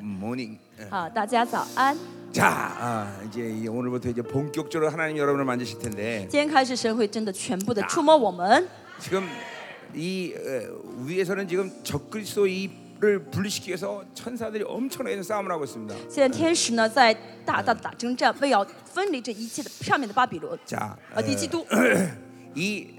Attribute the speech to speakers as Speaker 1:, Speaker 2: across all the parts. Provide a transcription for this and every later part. Speaker 1: morning. 예.
Speaker 2: 好，大家早安。
Speaker 1: 자, 아, 이제 이 오늘부터 이제 본격적으로 하나님 여러분을 만드실 텐데
Speaker 2: 今天开始，神会真的全部的触摸我们。
Speaker 1: 지금 이 어, 위에서는 지금 적그리스도 이를 분리시키기 위해서 천사들이 엄청나게 싸움을 하고 있습니다.
Speaker 2: 现在天使呢，在大大的打征战，为要分离这一切的上面的巴比伦，
Speaker 1: 자
Speaker 2: 啊，敌基
Speaker 1: 嗯
Speaker 2: 督。
Speaker 1: 이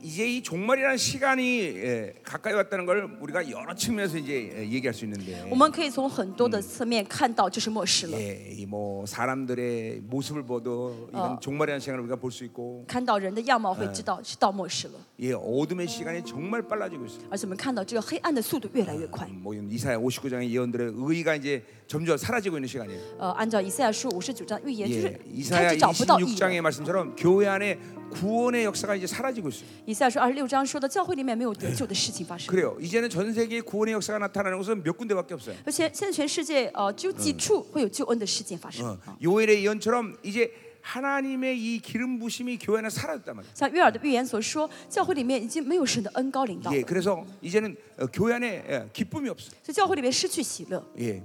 Speaker 1: 이제 이 종말이라는 시간이 예, 가까이 왔다는 걸 우리가 여러 측면에서 이제 예, 얘기할 수 있는데
Speaker 2: 我们可以从很多的侧面看到这是末世了，
Speaker 1: 예, 이뭐 사람들의 모습을 봐도 이건
Speaker 2: 어.
Speaker 1: 종말이라는 시간을 우리가 볼 수 있고
Speaker 2: 看到人的样貌会知道是到末世了，
Speaker 1: 예, 어둠의 시간이 정말 빨라지고 있어요.
Speaker 2: 而且我们看到这个黑暗的速度越来越快。
Speaker 1: 뭐 이사야 59장의 예언들의 의의가 이제 점점 사라지고 있는 시간이에요.
Speaker 2: 呃，按照以赛亚书五十九章预言，就
Speaker 1: 예,
Speaker 2: 是开
Speaker 1: 이사야
Speaker 2: 始找不到义人。
Speaker 1: 26장의 말씀처럼 교회 안에 구원의 역사가 이제 사라지고 있어요.
Speaker 2: 以赛亚书二十六章说的，教会里面没有得救的事情发生。
Speaker 1: 그래요. 이제는 전 세계 구원의 역사가 나타나는 곳은 몇 군데밖에 없어요.
Speaker 2: 而且现在全世界呃，只有几处会有救恩的事件发生。
Speaker 1: 어,
Speaker 2: 啊
Speaker 1: 요엘의 예언처럼 이제 하나님의 이 기름 부심이 교회 안에 사라졌단 말이에요.
Speaker 2: 像约尔的预言所说，教会里面已经没有神的恩高领导了，
Speaker 1: 예, 그래서 이제는 어, 교회 안에 예, 기쁨이 없어요.
Speaker 2: 所以教会里面失去喜乐。
Speaker 1: 예,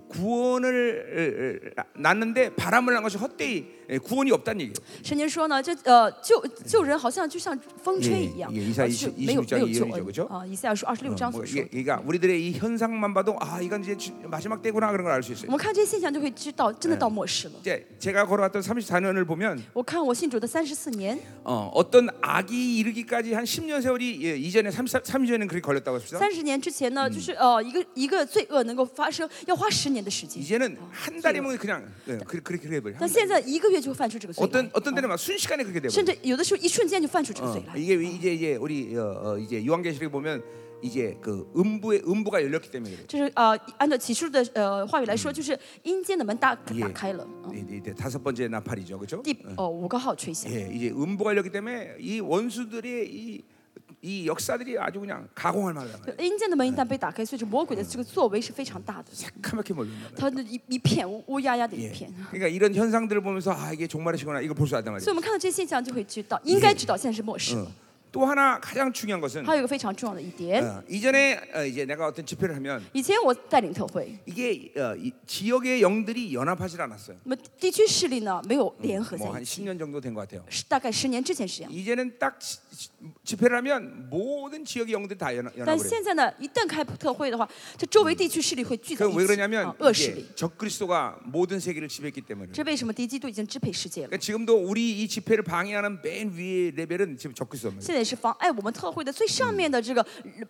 Speaker 1: 구원을 에, 에, 낳는데 바람을 난 것이 헛되이 예, 구원이 없다는 얘기예요.
Speaker 2: 圣经说呢，这呃救救人好像就像风吹一样，
Speaker 1: 嗯也也以赛
Speaker 2: 而是
Speaker 1: 一
Speaker 2: 没有
Speaker 1: 一十六章
Speaker 2: 没有救
Speaker 1: 也有一九嗯九
Speaker 2: 恩啊。以赛亚书二十六章
Speaker 1: 뭐
Speaker 2: 所
Speaker 1: 이게
Speaker 2: 说，
Speaker 1: 그러니까 우리들의 이 현상만 봐도 아 이건 이제 주- 마지막 때구나 그런 걸 알 수
Speaker 2: 我
Speaker 1: 있어요.
Speaker 2: 们看这些现象就会知道，真的到
Speaker 1: 嗯
Speaker 2: 末世了。
Speaker 1: 이제 제가 걸어왔던 34년을 보면
Speaker 2: 我看我信主的三十四年，
Speaker 1: 어, 어떤 악이 이르기까지 한 10년 세월이 예, 이전에 33, 3년은 그렇게 걸렸다고 합시다.
Speaker 2: 三十年之前
Speaker 1: 嗯
Speaker 2: 呢，就是呃一个一个罪恶能够发生要花十年的时间，
Speaker 1: 이제는 한 달이면 그냥 예, 그, 그렇게 해버려.
Speaker 2: 但现在一个月就犯出这个罪来
Speaker 1: 어떤 ， 어떤 때는 막 순식간에 그렇게
Speaker 2: 甚
Speaker 1: 돼버려.
Speaker 2: 至有的时候一瞬间就犯出这个罪
Speaker 1: 어,
Speaker 2: 来。
Speaker 1: 이게 이제 이제 우리 어, 어, 이제 요한계시록에 보면 이제 그 음부의 음부가 열렸기 때문에 그래요.
Speaker 2: 就是呃，按照启示录的呃话语来说，
Speaker 1: 嗯
Speaker 2: 就是阴间的门打打开了，啊
Speaker 1: 예. 이- 이- 이- 다섯 번째 나팔이죠, 그렇죠?
Speaker 2: 第哦五个号吹响。
Speaker 1: 예, 이제 음부가 열렸기 때문에 이 원수들의 이, 이 역사들이 아주 그냥 가공할 만한 거예요.
Speaker 2: 阴间的门一旦被打开，所以这魔鬼的这个作为是非常大的，
Speaker 1: 새카맣게 몰린다.
Speaker 2: 它的一一片乌乌压压的一
Speaker 1: 예.
Speaker 2: 片。
Speaker 1: 그러니까 이런 현상들을 보면서 아 이게 종말의 시구나 이거 볼 수 있단
Speaker 2: 所以
Speaker 1: 말이에요. 어.
Speaker 2: 我们看到这些现象，就会知道，应该知道现在是末世
Speaker 1: 嗯
Speaker 2: 了。
Speaker 1: 또 하나 가장 중요한 것은
Speaker 2: 还有一个非常重要的一点，
Speaker 1: 어, 이전에 어, 이제 내가 어떤 집회를 하면
Speaker 2: 以前我带领特会，
Speaker 1: 이게 어, 이 지역의 영들이 연합하질 않았어요.
Speaker 2: 那么地区势力呢没有联合
Speaker 1: 뭐
Speaker 2: 在
Speaker 1: 한
Speaker 2: 一起，
Speaker 1: 10년 정도 된 것 같아요.
Speaker 2: 是大概十年之前是这样。
Speaker 1: 이제는 딱 지- 지- 집회를 하면 모든 지역의 영들이 다 연합,
Speaker 2: 但
Speaker 1: 연합을 해요.
Speaker 2: 现在呢，一旦开特会的话，这周围地区势力会聚在一
Speaker 1: 그 왜
Speaker 2: 起，
Speaker 1: 그러냐면
Speaker 2: 啊恶势力。
Speaker 1: 이게 적그리스도가 모든 세계를 지배했기 때문에.
Speaker 2: 这
Speaker 1: 그
Speaker 2: 为什么敌基督已经支配世界
Speaker 1: 러 ？
Speaker 2: 了
Speaker 1: 그러니까 지금도 우리 이 집회를 방해하는 맨 위의 레벨은 지금 적그리스도입니다.
Speaker 2: 现在也是妨碍我们特会的最上面的这个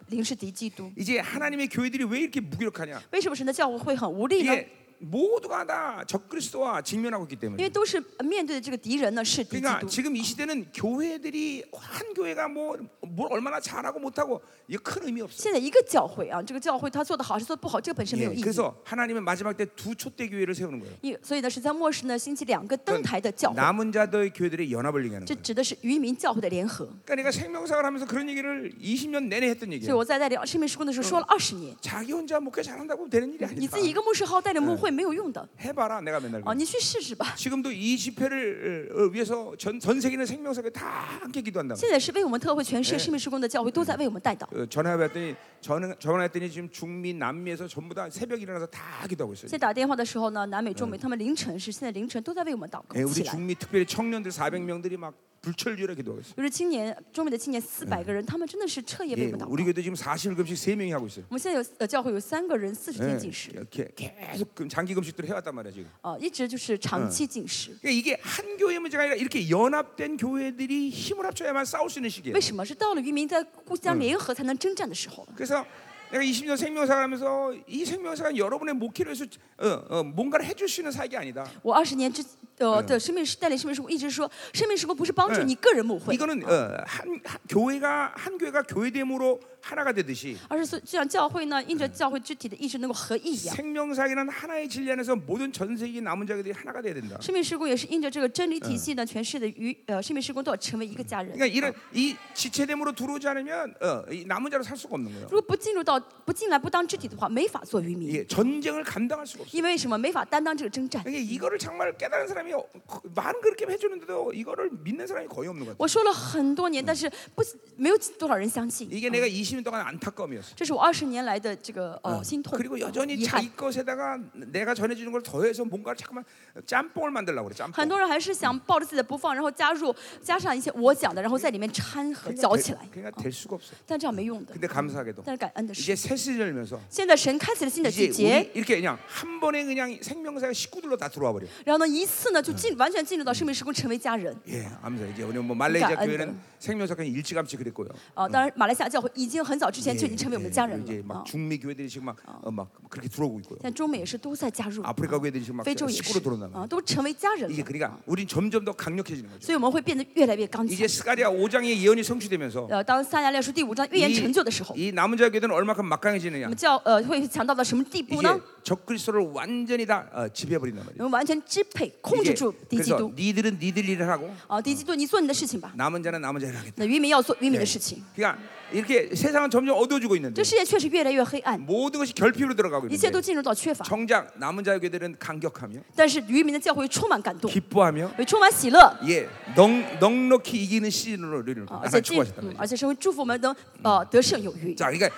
Speaker 2: 灵是敌基督。
Speaker 1: 이제 하나님의 교회들이 왜 이렇게 무기력하냐?
Speaker 2: 为什么神的教会会很无力呢？
Speaker 1: 이게 모두가 다 적그리스도와 직면하고 있기
Speaker 2: 因
Speaker 1: 때문에.
Speaker 2: 为都是面对的这个敌人呢是敌基
Speaker 1: 그러니까
Speaker 2: 督。
Speaker 1: 지금 이 시대는 교회들이 한 교회가 뭐 뭘 얼마나 잘하고 못하고 이게 큰 의미 없어.
Speaker 2: 现在一个教会啊，这个教会他做的好还是做的不好，这个本身没
Speaker 1: 예,
Speaker 2: 有意义。
Speaker 1: 그래서 하나님은 마지막 때 두 초대 교회를 세우는 거예요.
Speaker 2: 因所以呢，是在末世呢兴起两个登台的教会，
Speaker 1: 남은 자들의 교회들의 연합을 얘기하는
Speaker 2: 这
Speaker 1: 거예요.
Speaker 2: 指的是渔民教会的联合。
Speaker 1: 그러니까 내가 생명사를 하면서 그런 얘기를 20년 내내 했던
Speaker 2: 所以
Speaker 1: 얘기예요.
Speaker 2: 我在带领生命施工的时候说了二十 年，
Speaker 1: 자기 혼자 목회 잘한다고 되는 일이
Speaker 2: 你自己
Speaker 1: 아니다.
Speaker 2: 一嗯个嗯牧师号带领牧会没有用的
Speaker 1: 해봐라 내가 맨날.
Speaker 2: 啊，
Speaker 1: 그래요.
Speaker 2: 你去试试吧。
Speaker 1: 지금도 이 집회를 어, 위해서 전, 전 세계는 생명사가 다 함께 기도한다.
Speaker 2: 现在是为我们特会全世界生命施工的教会都在为我们带祷。
Speaker 1: 어, 전화해봤더니 전, 전화했더니 지금 중미 남미에서 전부 다 새벽 일어나서 다 기도하고 있어요.
Speaker 2: 现在打电话的时候呢，南美、中美他们凌晨是现在凌晨都嗯哎在为我们祷
Speaker 1: 예,
Speaker 2: 告
Speaker 1: 우리
Speaker 2: 起来。
Speaker 1: 중미 특별히 청년들 400명들이 막 불철주야 기도하고 있어요.
Speaker 2: 就是青年中美的青年四百个人，他们真的是彻夜为
Speaker 1: 예,
Speaker 2: 嗯我们祷告。
Speaker 1: 우리 교도 지금 40일금씩 3명이 하고 있어요.
Speaker 2: 我们现在有呃教会有三个人四十
Speaker 1: 예,
Speaker 2: 天禁食，
Speaker 1: 이렇게 계속 금- 장기 금식들을 해왔단 말이야 지금.
Speaker 2: 呃，一直就是长期禁食。
Speaker 1: 그러니까 이게 한 교회 문제가 아니라 이렇게 연합된 교회들이 힘을 합쳐야만 싸울 수 있는 시기예요.
Speaker 2: 为什么是到了渔民在互相联合才能征战的时候了？
Speaker 1: 그래서 내가 20년 생명사를 하면서 이 생명사가 여러분의 목회로 해서 어, 어, 뭔가를 해줄 수 있는 사역이 아니다.
Speaker 2: 我二十年之呃的生命带领生命事工，一直说生命事工不是帮助
Speaker 1: 嗯
Speaker 2: 你个人牧会，
Speaker 1: 이거는 어, 한, 한 교회가 한 교회가 교회됨으로 하나가 되듯이
Speaker 2: 而是说就像教会呢，因着教会肢体的意志能够合一一样。
Speaker 1: 생명사역이란 하나의 진리 안에서 모든 전 세계 남은 자들이 하나가 돼야 된다.
Speaker 2: 生命事工也是因着这个真理体系呢，全世界的渔呃生命事工都要成为一个家人。
Speaker 1: 그러니까 이런 이 지체됨으로 들어오지 않으면 어, 이 남은 자로 살 수가 없는 거예요.
Speaker 2: 如果不进入到不进来不当肢体的话，没法做渔民，
Speaker 1: 이게 전쟁을 감당할 수가 없어요.
Speaker 2: 因为什么？没法担当这个征战。
Speaker 1: 이게 이거를 정말 깨달은 사람이 사람이 어- 말은 그렇게 해주는데도 이거를 믿는 사람이 거의 없는 것 같아.
Speaker 2: 我说了很多年，但是不没有多少人相信。
Speaker 1: 이게
Speaker 2: 嗯
Speaker 1: 내가 20년 동안 안타까움이었어.
Speaker 2: 这是我二十年来的这个呃心痛，
Speaker 1: 그리고
Speaker 2: 嗯
Speaker 1: 여전히
Speaker 2: 遗憾。
Speaker 1: 자기 것에다가 내가 전해주는 걸 더해서 뭔가를 자꾸만 짬뽕을 만들려고 그래.
Speaker 2: 很
Speaker 1: 짬뽕.
Speaker 2: 多人还是想抱着自己的不放，然后加入加上一些我讲的，然后在里面掺和搅
Speaker 1: 그러니까
Speaker 2: 起
Speaker 1: 될,
Speaker 2: 来，
Speaker 1: 그러니까 될 수가 없어.
Speaker 2: 但这样没用的。
Speaker 1: 근데 감사하게도
Speaker 2: 但是感恩的
Speaker 1: 이제
Speaker 2: 是，
Speaker 1: 셋이 열면서
Speaker 2: 现在神开启了新的
Speaker 1: 이제
Speaker 2: 季
Speaker 1: 우리
Speaker 2: 节，
Speaker 1: 이렇게 그냥 한 번에 그냥 생명사의 식구들로 다 들어와 버려.
Speaker 2: 然后呢一次呢就进完全进入到生命时空，成为家人。
Speaker 1: 예, 아무튼 이제 우리 뭐 말레이시아
Speaker 2: 그러니까
Speaker 1: 교회는
Speaker 2: 안
Speaker 1: 생명사까지 일찌감치 그랬고요.
Speaker 2: 啊，当然马来西亚教会已经很早之前
Speaker 1: 예,
Speaker 2: 就已经成为我们的家人
Speaker 1: 예, 이제
Speaker 2: 了
Speaker 1: 막
Speaker 2: 啊。
Speaker 1: 중미 교회들이 지금 막, 어, 막 그렇게 들어오고 있고요.
Speaker 2: 现在中美也是都在加入，
Speaker 1: 아프리카 교회들이 지금 막
Speaker 2: 非洲也
Speaker 1: 식구로
Speaker 2: 是
Speaker 1: 들어온다면
Speaker 2: 啊，都成为家人
Speaker 1: 이게
Speaker 2: 了。
Speaker 1: 그러니까 우린 점점 더 강력해지는
Speaker 2: 所
Speaker 1: 거죠.
Speaker 2: 以我们会变得越来越刚强
Speaker 1: 이제 。 스가랴 5장의 예언이 성취되면서
Speaker 2: 呃，当撒亚列书第五章预言成就的时候，
Speaker 1: 이, 이 남은 자 교회는 얼마큼 막강해지느냐?
Speaker 2: 我们叫呃会强到到什么地步
Speaker 1: 이제
Speaker 2: 呢？
Speaker 1: 적그리스도를 완전히 다 어, 네 지배해버린단
Speaker 2: 我
Speaker 1: 말이에요.
Speaker 2: 们完全支配、控制
Speaker 1: 이게
Speaker 2: 住敌基
Speaker 1: 그래서
Speaker 2: 督
Speaker 1: 니들은 니들 일을 하고
Speaker 2: 啊！敌基督，你做你的事情吧。
Speaker 1: 남은 자는 남은 자를 하겠다.
Speaker 2: 那渔民要做渔民
Speaker 1: 예.
Speaker 2: 的事情。
Speaker 1: 그러니까 이렇게 세상은 점점 어두워지고 있는데
Speaker 2: 这世界确实越来越黑暗，
Speaker 1: 모든 것이 결핍으로 들어가고
Speaker 2: 一切
Speaker 1: 있는데
Speaker 2: 都进入到缺乏。
Speaker 1: 정작 남은 자의 교회들은 강격하며
Speaker 2: 但是渔民的教会充满感动，
Speaker 1: 기뻐하며
Speaker 2: 也充满喜乐啊！
Speaker 1: 예, 넉, 넉넉히 이기는 시즌으로 우리를
Speaker 2: 而
Speaker 1: 항상
Speaker 2: 且祝
Speaker 1: 축복하셨단
Speaker 2: 嗯，
Speaker 1: 말이죠.
Speaker 2: 而且神会祝福我们能呃得胜有余。
Speaker 1: 자, 그러니까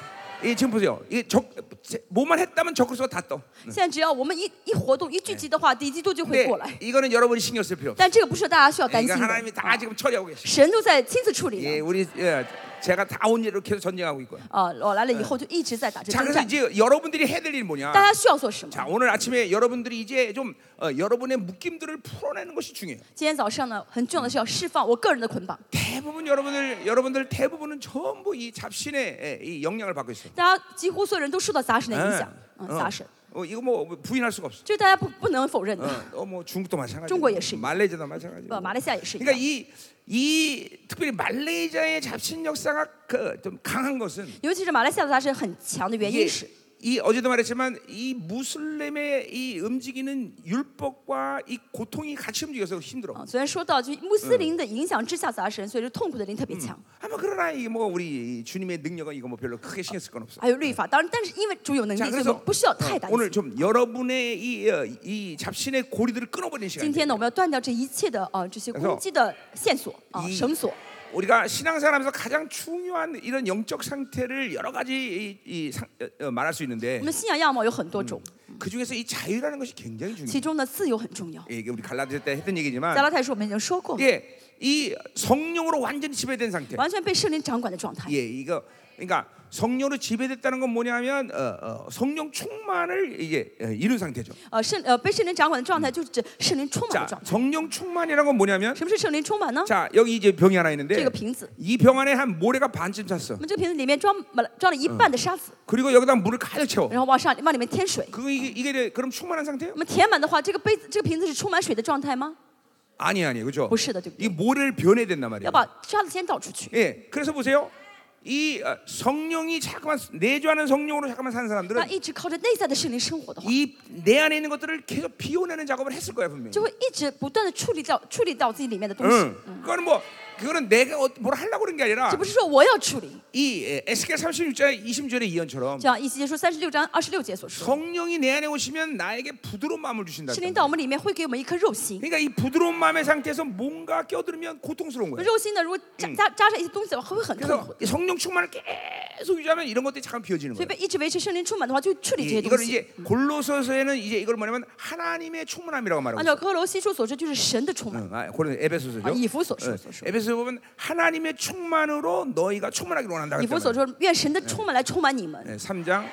Speaker 1: 이 지금 보세요. 이게 적 제- 뭐만 했다면 적그리스도가 다 떠.
Speaker 2: 现在只要我们一一活动一聚集的话，敌基督就
Speaker 1: 근데
Speaker 2: 会过来。
Speaker 1: 이거는 여러분이 신경 쓸 필요 없어요.
Speaker 2: 但这个不是大家需要担
Speaker 1: 이거
Speaker 2: 心
Speaker 1: 하나님이
Speaker 2: 的，
Speaker 1: 다
Speaker 2: 啊
Speaker 1: 지금 처리하고 계시.
Speaker 2: 神就在亲自处理
Speaker 1: 예,
Speaker 2: 的。
Speaker 1: 우리 예, 제가 다 온 일로 계속 전쟁하고 있고요.
Speaker 2: 啊，我来了以后就一直在打这
Speaker 1: 자
Speaker 2: 征
Speaker 1: 그래서
Speaker 2: 战。
Speaker 1: 이제 여러분들이 해야 될 일이
Speaker 2: 大
Speaker 1: 뭐냐?
Speaker 2: 家需要做什么？
Speaker 1: 자 오늘 아침에 여러분들이 이제 좀 어, 여러분의 묶임들을 풀어내는 것이 중요해요.
Speaker 2: 今天早上呢，很重要的是要释放我个人的捆绑。
Speaker 1: 대부분 여러분들 여러분들 대부분은 전부 이 잡신의 예, 이 영향을 받고 있어요.
Speaker 2: 大家几乎所有人都受到杂神的影响
Speaker 1: 응. ，
Speaker 2: 嗯，
Speaker 1: 어.
Speaker 2: 杂神，
Speaker 1: 어, 이거 뭐 부인할 수가 없어.
Speaker 2: 这是大家不不能 否认的。
Speaker 1: 어뭐 중국도 마찬가지.
Speaker 2: 중국 역시.
Speaker 1: 말레이시아도 마찬가지.
Speaker 2: 呃，马来西亚也是一
Speaker 1: 그러니까
Speaker 2: 样。
Speaker 1: 이 이 특별히 말레이시아의 잡신 역사가 그, 좀 강한 것은
Speaker 2: 尤其是马来西亚的杂神很强的原因
Speaker 1: 이게
Speaker 2: 是，
Speaker 1: 이 어제도 말했지만 이 무슬림의 이 움직이는 율법과 이 고통이 같이 움직여서 힘들어.
Speaker 2: 啊，昨天说到就是穆斯林的影响之下，杂神，所以这痛苦的灵特别强。
Speaker 1: 아마 그러나 이게 뭐 우리 이 주님의 능력은 이거 뭐 별로 크게 신경 쓸 건 없어.
Speaker 2: 还有律法，当然，但是因为主有能力，
Speaker 1: 자
Speaker 2: 所以我
Speaker 1: 그래서
Speaker 2: 们不需要
Speaker 1: 어,
Speaker 2: 太担
Speaker 1: 오늘
Speaker 2: 心。
Speaker 1: 좀 여러분의 이, 어, 이 잡신의 고리들을 끊어버리는
Speaker 2: 今
Speaker 1: 시간.
Speaker 2: 天呢，我们要断掉这一切的啊这些
Speaker 1: 그래서
Speaker 2: 攻击的线索啊
Speaker 1: 이
Speaker 2: 绳索。
Speaker 1: 우리가 신앙생활하면서 가장 중요한 이런 영적 상태를 여러 가지 이, 이 상, 어, 어, 말할 수
Speaker 2: 我
Speaker 1: 있는데
Speaker 2: 们的信仰样貌有很多种，
Speaker 1: 그 중에서 이 자유라는 것이 굉장히
Speaker 2: 其
Speaker 1: 중요해.
Speaker 2: 中呢自由很重要。
Speaker 1: 예, 이게 우리 갈라디아 때 했던
Speaker 2: 加
Speaker 1: 얘기지만
Speaker 2: 拉太书我们已经说过，
Speaker 1: 이게 이 성령으로 완전히 지배된 상태.
Speaker 2: 完全被圣灵掌管的状态。
Speaker 1: 예, 이거 그러니까 성령으로 지배됐다는 건 뭐냐면 어, 어, 성령 충만을 이게 어, 이룬 상태죠.
Speaker 2: 呃，圣呃被圣灵掌管的状态就是指圣灵充满的
Speaker 1: 자,
Speaker 2: 状态。
Speaker 1: 성령 충만이라는 건 뭐냐면
Speaker 2: 什么是圣灵充满呢？
Speaker 1: 자, 여기 이제 병이 하나
Speaker 2: 这
Speaker 1: 있는데
Speaker 2: 个瓶子，
Speaker 1: 이 병 안에 한 모래가 반쯤 찼어.
Speaker 2: 我们这个瓶子里面装满了装了一半的沙子，
Speaker 1: 그리고 여기다 물을 가득 채워.
Speaker 2: 然后往上往里面添水。
Speaker 1: 그 이게 이게 그럼 충만한 상태예요?
Speaker 2: 我们填满的话，这个杯子这个瓶子是充满水的状态吗？
Speaker 1: 아니 아니 그죠?
Speaker 2: 不是的，对不
Speaker 1: 이
Speaker 2: 对？
Speaker 1: 모래를 변해야 된단 말이에요.
Speaker 2: 要把沙子先倒出去。
Speaker 1: 예, 그래서 보세요. 이 어, 성령이 자꾸만 내주하는 성령으로 자꾸만 사는
Speaker 2: 那
Speaker 1: 사람들은
Speaker 2: 一直靠着内在的圣灵生活的话，
Speaker 1: 이 내 안에 있는 것들을 계속 비워내는 작업을 했을 거야 분명히.
Speaker 2: 就会一嗯直不断的处理掉处理掉自己里面的东西。
Speaker 1: 응. 그거는 뭐 그거는 내가 어- 뭘 하려고 그런 게 아니라
Speaker 2: 这不是说我要处理，
Speaker 1: 이 에스겔 36장 20절의 예언처럼
Speaker 2: 就像以西结书三十六章二十六节所说，
Speaker 1: 성령이 내 안에 오시면 나에게 부드러운 마음을 주신다.
Speaker 2: 圣灵到我们里面会给我们一颗肉心，
Speaker 1: 그러니까 이 부드러운 마음의 상태에서 뭔가 껴들면 고통스러운 거예요.
Speaker 2: 肉心呢如果扎扎扎上一些东西的话，会很嗯痛苦
Speaker 1: 그래서
Speaker 2: 的。
Speaker 1: 이 성령 충만을 계속 유지하면 이런 것들이 잠깐 비워지는
Speaker 2: 所以
Speaker 1: 거예요.
Speaker 2: 被一直维持圣灵充满的话，就处理这
Speaker 1: 예,
Speaker 2: 些东
Speaker 1: 이걸
Speaker 2: 西。
Speaker 1: 이제 골로서서에는 이제 이걸 뭐냐면 하나님의 충만함이라고
Speaker 2: 按
Speaker 1: 말하고
Speaker 2: 照
Speaker 1: 있어요.
Speaker 2: 哥罗西书所说，就是神的充满。
Speaker 1: 응, 아, 고린 에베소서죠.
Speaker 2: 아, 이후소서, 소서.
Speaker 1: 에베소 보면 하나님의 충만으로 너희가 충만하기를 원한다
Speaker 2: 以
Speaker 1: 그랬단
Speaker 2: 弗所
Speaker 1: 말이에요.
Speaker 2: 说，愿神的充满来充满你们。
Speaker 1: 예, 3장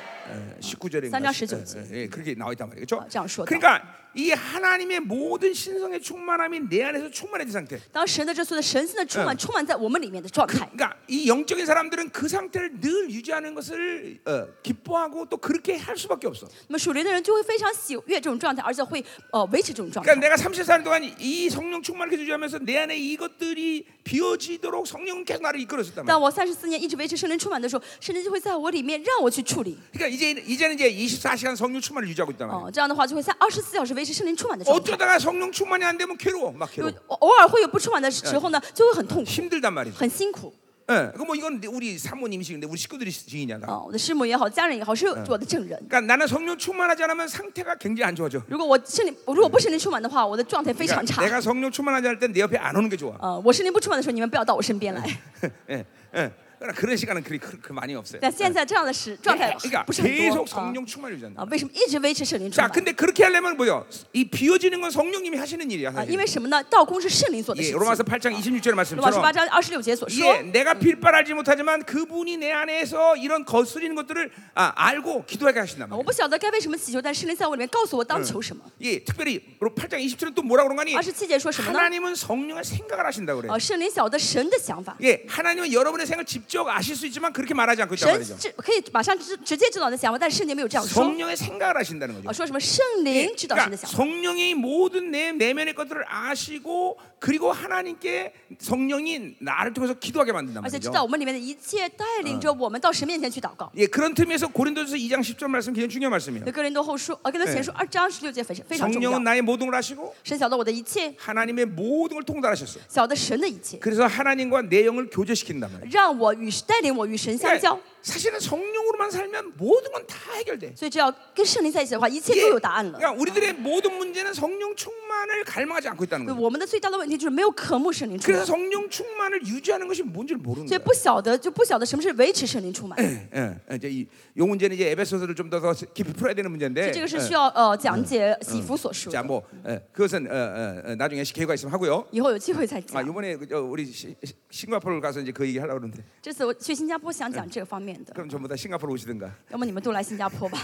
Speaker 1: 19절에
Speaker 2: 3장 19 지.
Speaker 1: 예, 예, 그렇게 나와 있단 말이에요. 그렇죠?
Speaker 2: 아, 这样说到。
Speaker 1: 그러니까 이 하나님의 모든 신성의 충만함이 내 안에서 충만해진 상태.
Speaker 2: 当神的这所有的神性的充满，充满在我们里面的状态。
Speaker 1: 그러니까 이 영적인 사람들은 그 상태를 늘 유지하는 것을 어, 기뻐하고 또 그렇게 할 수밖에 없어. 그러니까
Speaker 2: 那么属灵的人就会非常喜悦这种状态，而且会呃维持这种状态
Speaker 1: 그러니까 。 내가 34년 동안 이 성령 충만을 유지하면서 내 안에 이것들이 비워지도록 성령은 계속 나를 이끌었었단 말이야.
Speaker 2: 但我三十四年一直维持圣灵充满的时候，圣灵就会在我里面让我去处理。
Speaker 1: 그러니까 이제 이제는 이제 24시간 성령 충만을 유지하고 있단 말이야.
Speaker 2: 哦，这样的话就会在二十四小时维持圣灵充满哦的状态。
Speaker 1: 어쩌다가 성령 충만이 안 되면 괴로워, 막
Speaker 2: 有
Speaker 1: 괴로워,
Speaker 2: 嗯偶尔会有不充满的时候呢，就会很痛苦，
Speaker 1: 힘들단 말이지.
Speaker 2: 很辛苦。
Speaker 1: 예, 그뭐 이건 우리 사모님이 증인데 우리 식구들이 증인이야 나.
Speaker 2: 啊，我的师母也好，家人也好，是我的证人。
Speaker 1: 그러니까 나는 성령 충만하지 않으면 상태가 굉장히 안 좋아져.
Speaker 2: 如果我圣灵，我如果不圣灵充满的话，我的状态非常
Speaker 1: 그러니까
Speaker 2: 差。
Speaker 1: 내가 성령 충만하지 않을 땐내 옆에 안 오는 게 좋아.
Speaker 2: 呃，我圣灵不充满的时候，你们不要到我身边来。
Speaker 1: 예, 예. 그러나 그런 시간은 그리 그, 그 많이 없어요.
Speaker 2: 但现在这样的时状态
Speaker 1: 그러니까
Speaker 2: 不是很
Speaker 1: 계속
Speaker 2: 多啊
Speaker 1: 성령 충만을 유지한다.
Speaker 2: 啊，为什么一直维持圣灵充
Speaker 1: 자,
Speaker 2: 满？
Speaker 1: 근데 그렇게 하려면 뭐요? 이 비워지는 건 성령님이 하시는 아, 일이야.
Speaker 2: 啊，
Speaker 1: 사실.
Speaker 2: 因为什么呢？道工是圣灵做的
Speaker 1: 예,
Speaker 2: 事情。
Speaker 1: 로마서 8장 26절의
Speaker 2: 罗马十八
Speaker 1: 말씀처럼
Speaker 2: 章二十六节所说，
Speaker 1: 예, 내가 필발하지 못하지만 그분이 내 안에서 이런 거스리는 것들을 아, 알고 기도하게 하신단
Speaker 2: 啊
Speaker 1: 말이야.
Speaker 2: 我不晓得该为什么祈求，但圣灵在我里面告诉我当求什么。
Speaker 1: 예, 특별히 8장 27절은 또 뭐라고 그런가니?
Speaker 2: 二十七节说什么呢？
Speaker 1: 하나님은 성령의 생각을 하신다 그래.
Speaker 2: 啊，圣灵晓得神的想法，
Speaker 1: 예, 하나님은 여러분의 생각을 직접 아실 수 있지만 그렇게 말하지 않고 있단
Speaker 2: 神
Speaker 1: 말이죠.
Speaker 2: 知可以马上直直接知道你的想法，但是圣灵没有这样说。
Speaker 1: 성령의 생각을 하신다는 거죠.
Speaker 2: 啊，说什么圣灵知道神
Speaker 1: 그러니까
Speaker 2: 的想法，
Speaker 1: 성령이 모든 내 내면의 것들을 아시고 그리고 하나님께 성령이 나를 통해서 기도하게 만든단
Speaker 2: 而且知
Speaker 1: 말이죠.
Speaker 2: 道我们里面的一切，带领着我们到神面前去祷告。
Speaker 1: 예, 그런 틈에서 고린도서 2장 10절 말씀 굉장히 중요한 말씀이에요.
Speaker 2: 那哥林多后书，呃，哥林多前书二章十六节非常非常重
Speaker 1: 성령은
Speaker 2: 要。
Speaker 1: 나의 모든 걸 아시고
Speaker 2: 神晓得我的一切，
Speaker 1: 하나님의 모든 걸 통달하셨어.
Speaker 2: 晓得神的一切，
Speaker 1: 그래서 하나님과 내 영을 교제시킨단 말이에요.
Speaker 2: 让我与带领我与神相交
Speaker 1: 그러니까 。 사실은 성령으로만 살면 모든 건 다 해결돼.
Speaker 2: 所以只要跟圣灵在一起的话，一切
Speaker 1: 예,
Speaker 2: 都有答案了。
Speaker 1: 그러니까 우리들의 모든 문제는 성령 충만을 갈망하지 않고 있다는
Speaker 2: 对
Speaker 1: 거예요.
Speaker 2: 我们的最大的问题就是没有渴慕圣灵充
Speaker 1: 그래서
Speaker 2: 满，
Speaker 1: 성령 충만을 유지하는 것이 뭔지를 모르는
Speaker 2: 所以
Speaker 1: 거예요.
Speaker 2: 不晓得就不晓得什么是维持圣灵充满。
Speaker 1: 예, 예, 이제 이, 요 문제는 이제 에베소서를 좀 더 깊이 풀어야 되는 문제인데.
Speaker 2: 这个是
Speaker 1: 예.
Speaker 2: 需要呃讲解喜福所述
Speaker 1: 자,
Speaker 2: 的，
Speaker 1: 뭐 예, 그것은 어, 어, 어, 나중에 기회가 있으면 하고요.
Speaker 2: 以后有机会再
Speaker 1: 아
Speaker 2: 讲。
Speaker 1: 이번에 그, 저, 우리 시, 시- 싱가포르 가서 이제 그 얘기 하려고 그러는데
Speaker 2: 这次我去新加坡想讲这个方面的，
Speaker 1: 그럼 전부 다 싱가포르 오시든가.
Speaker 2: 要么你们都来新加坡吧。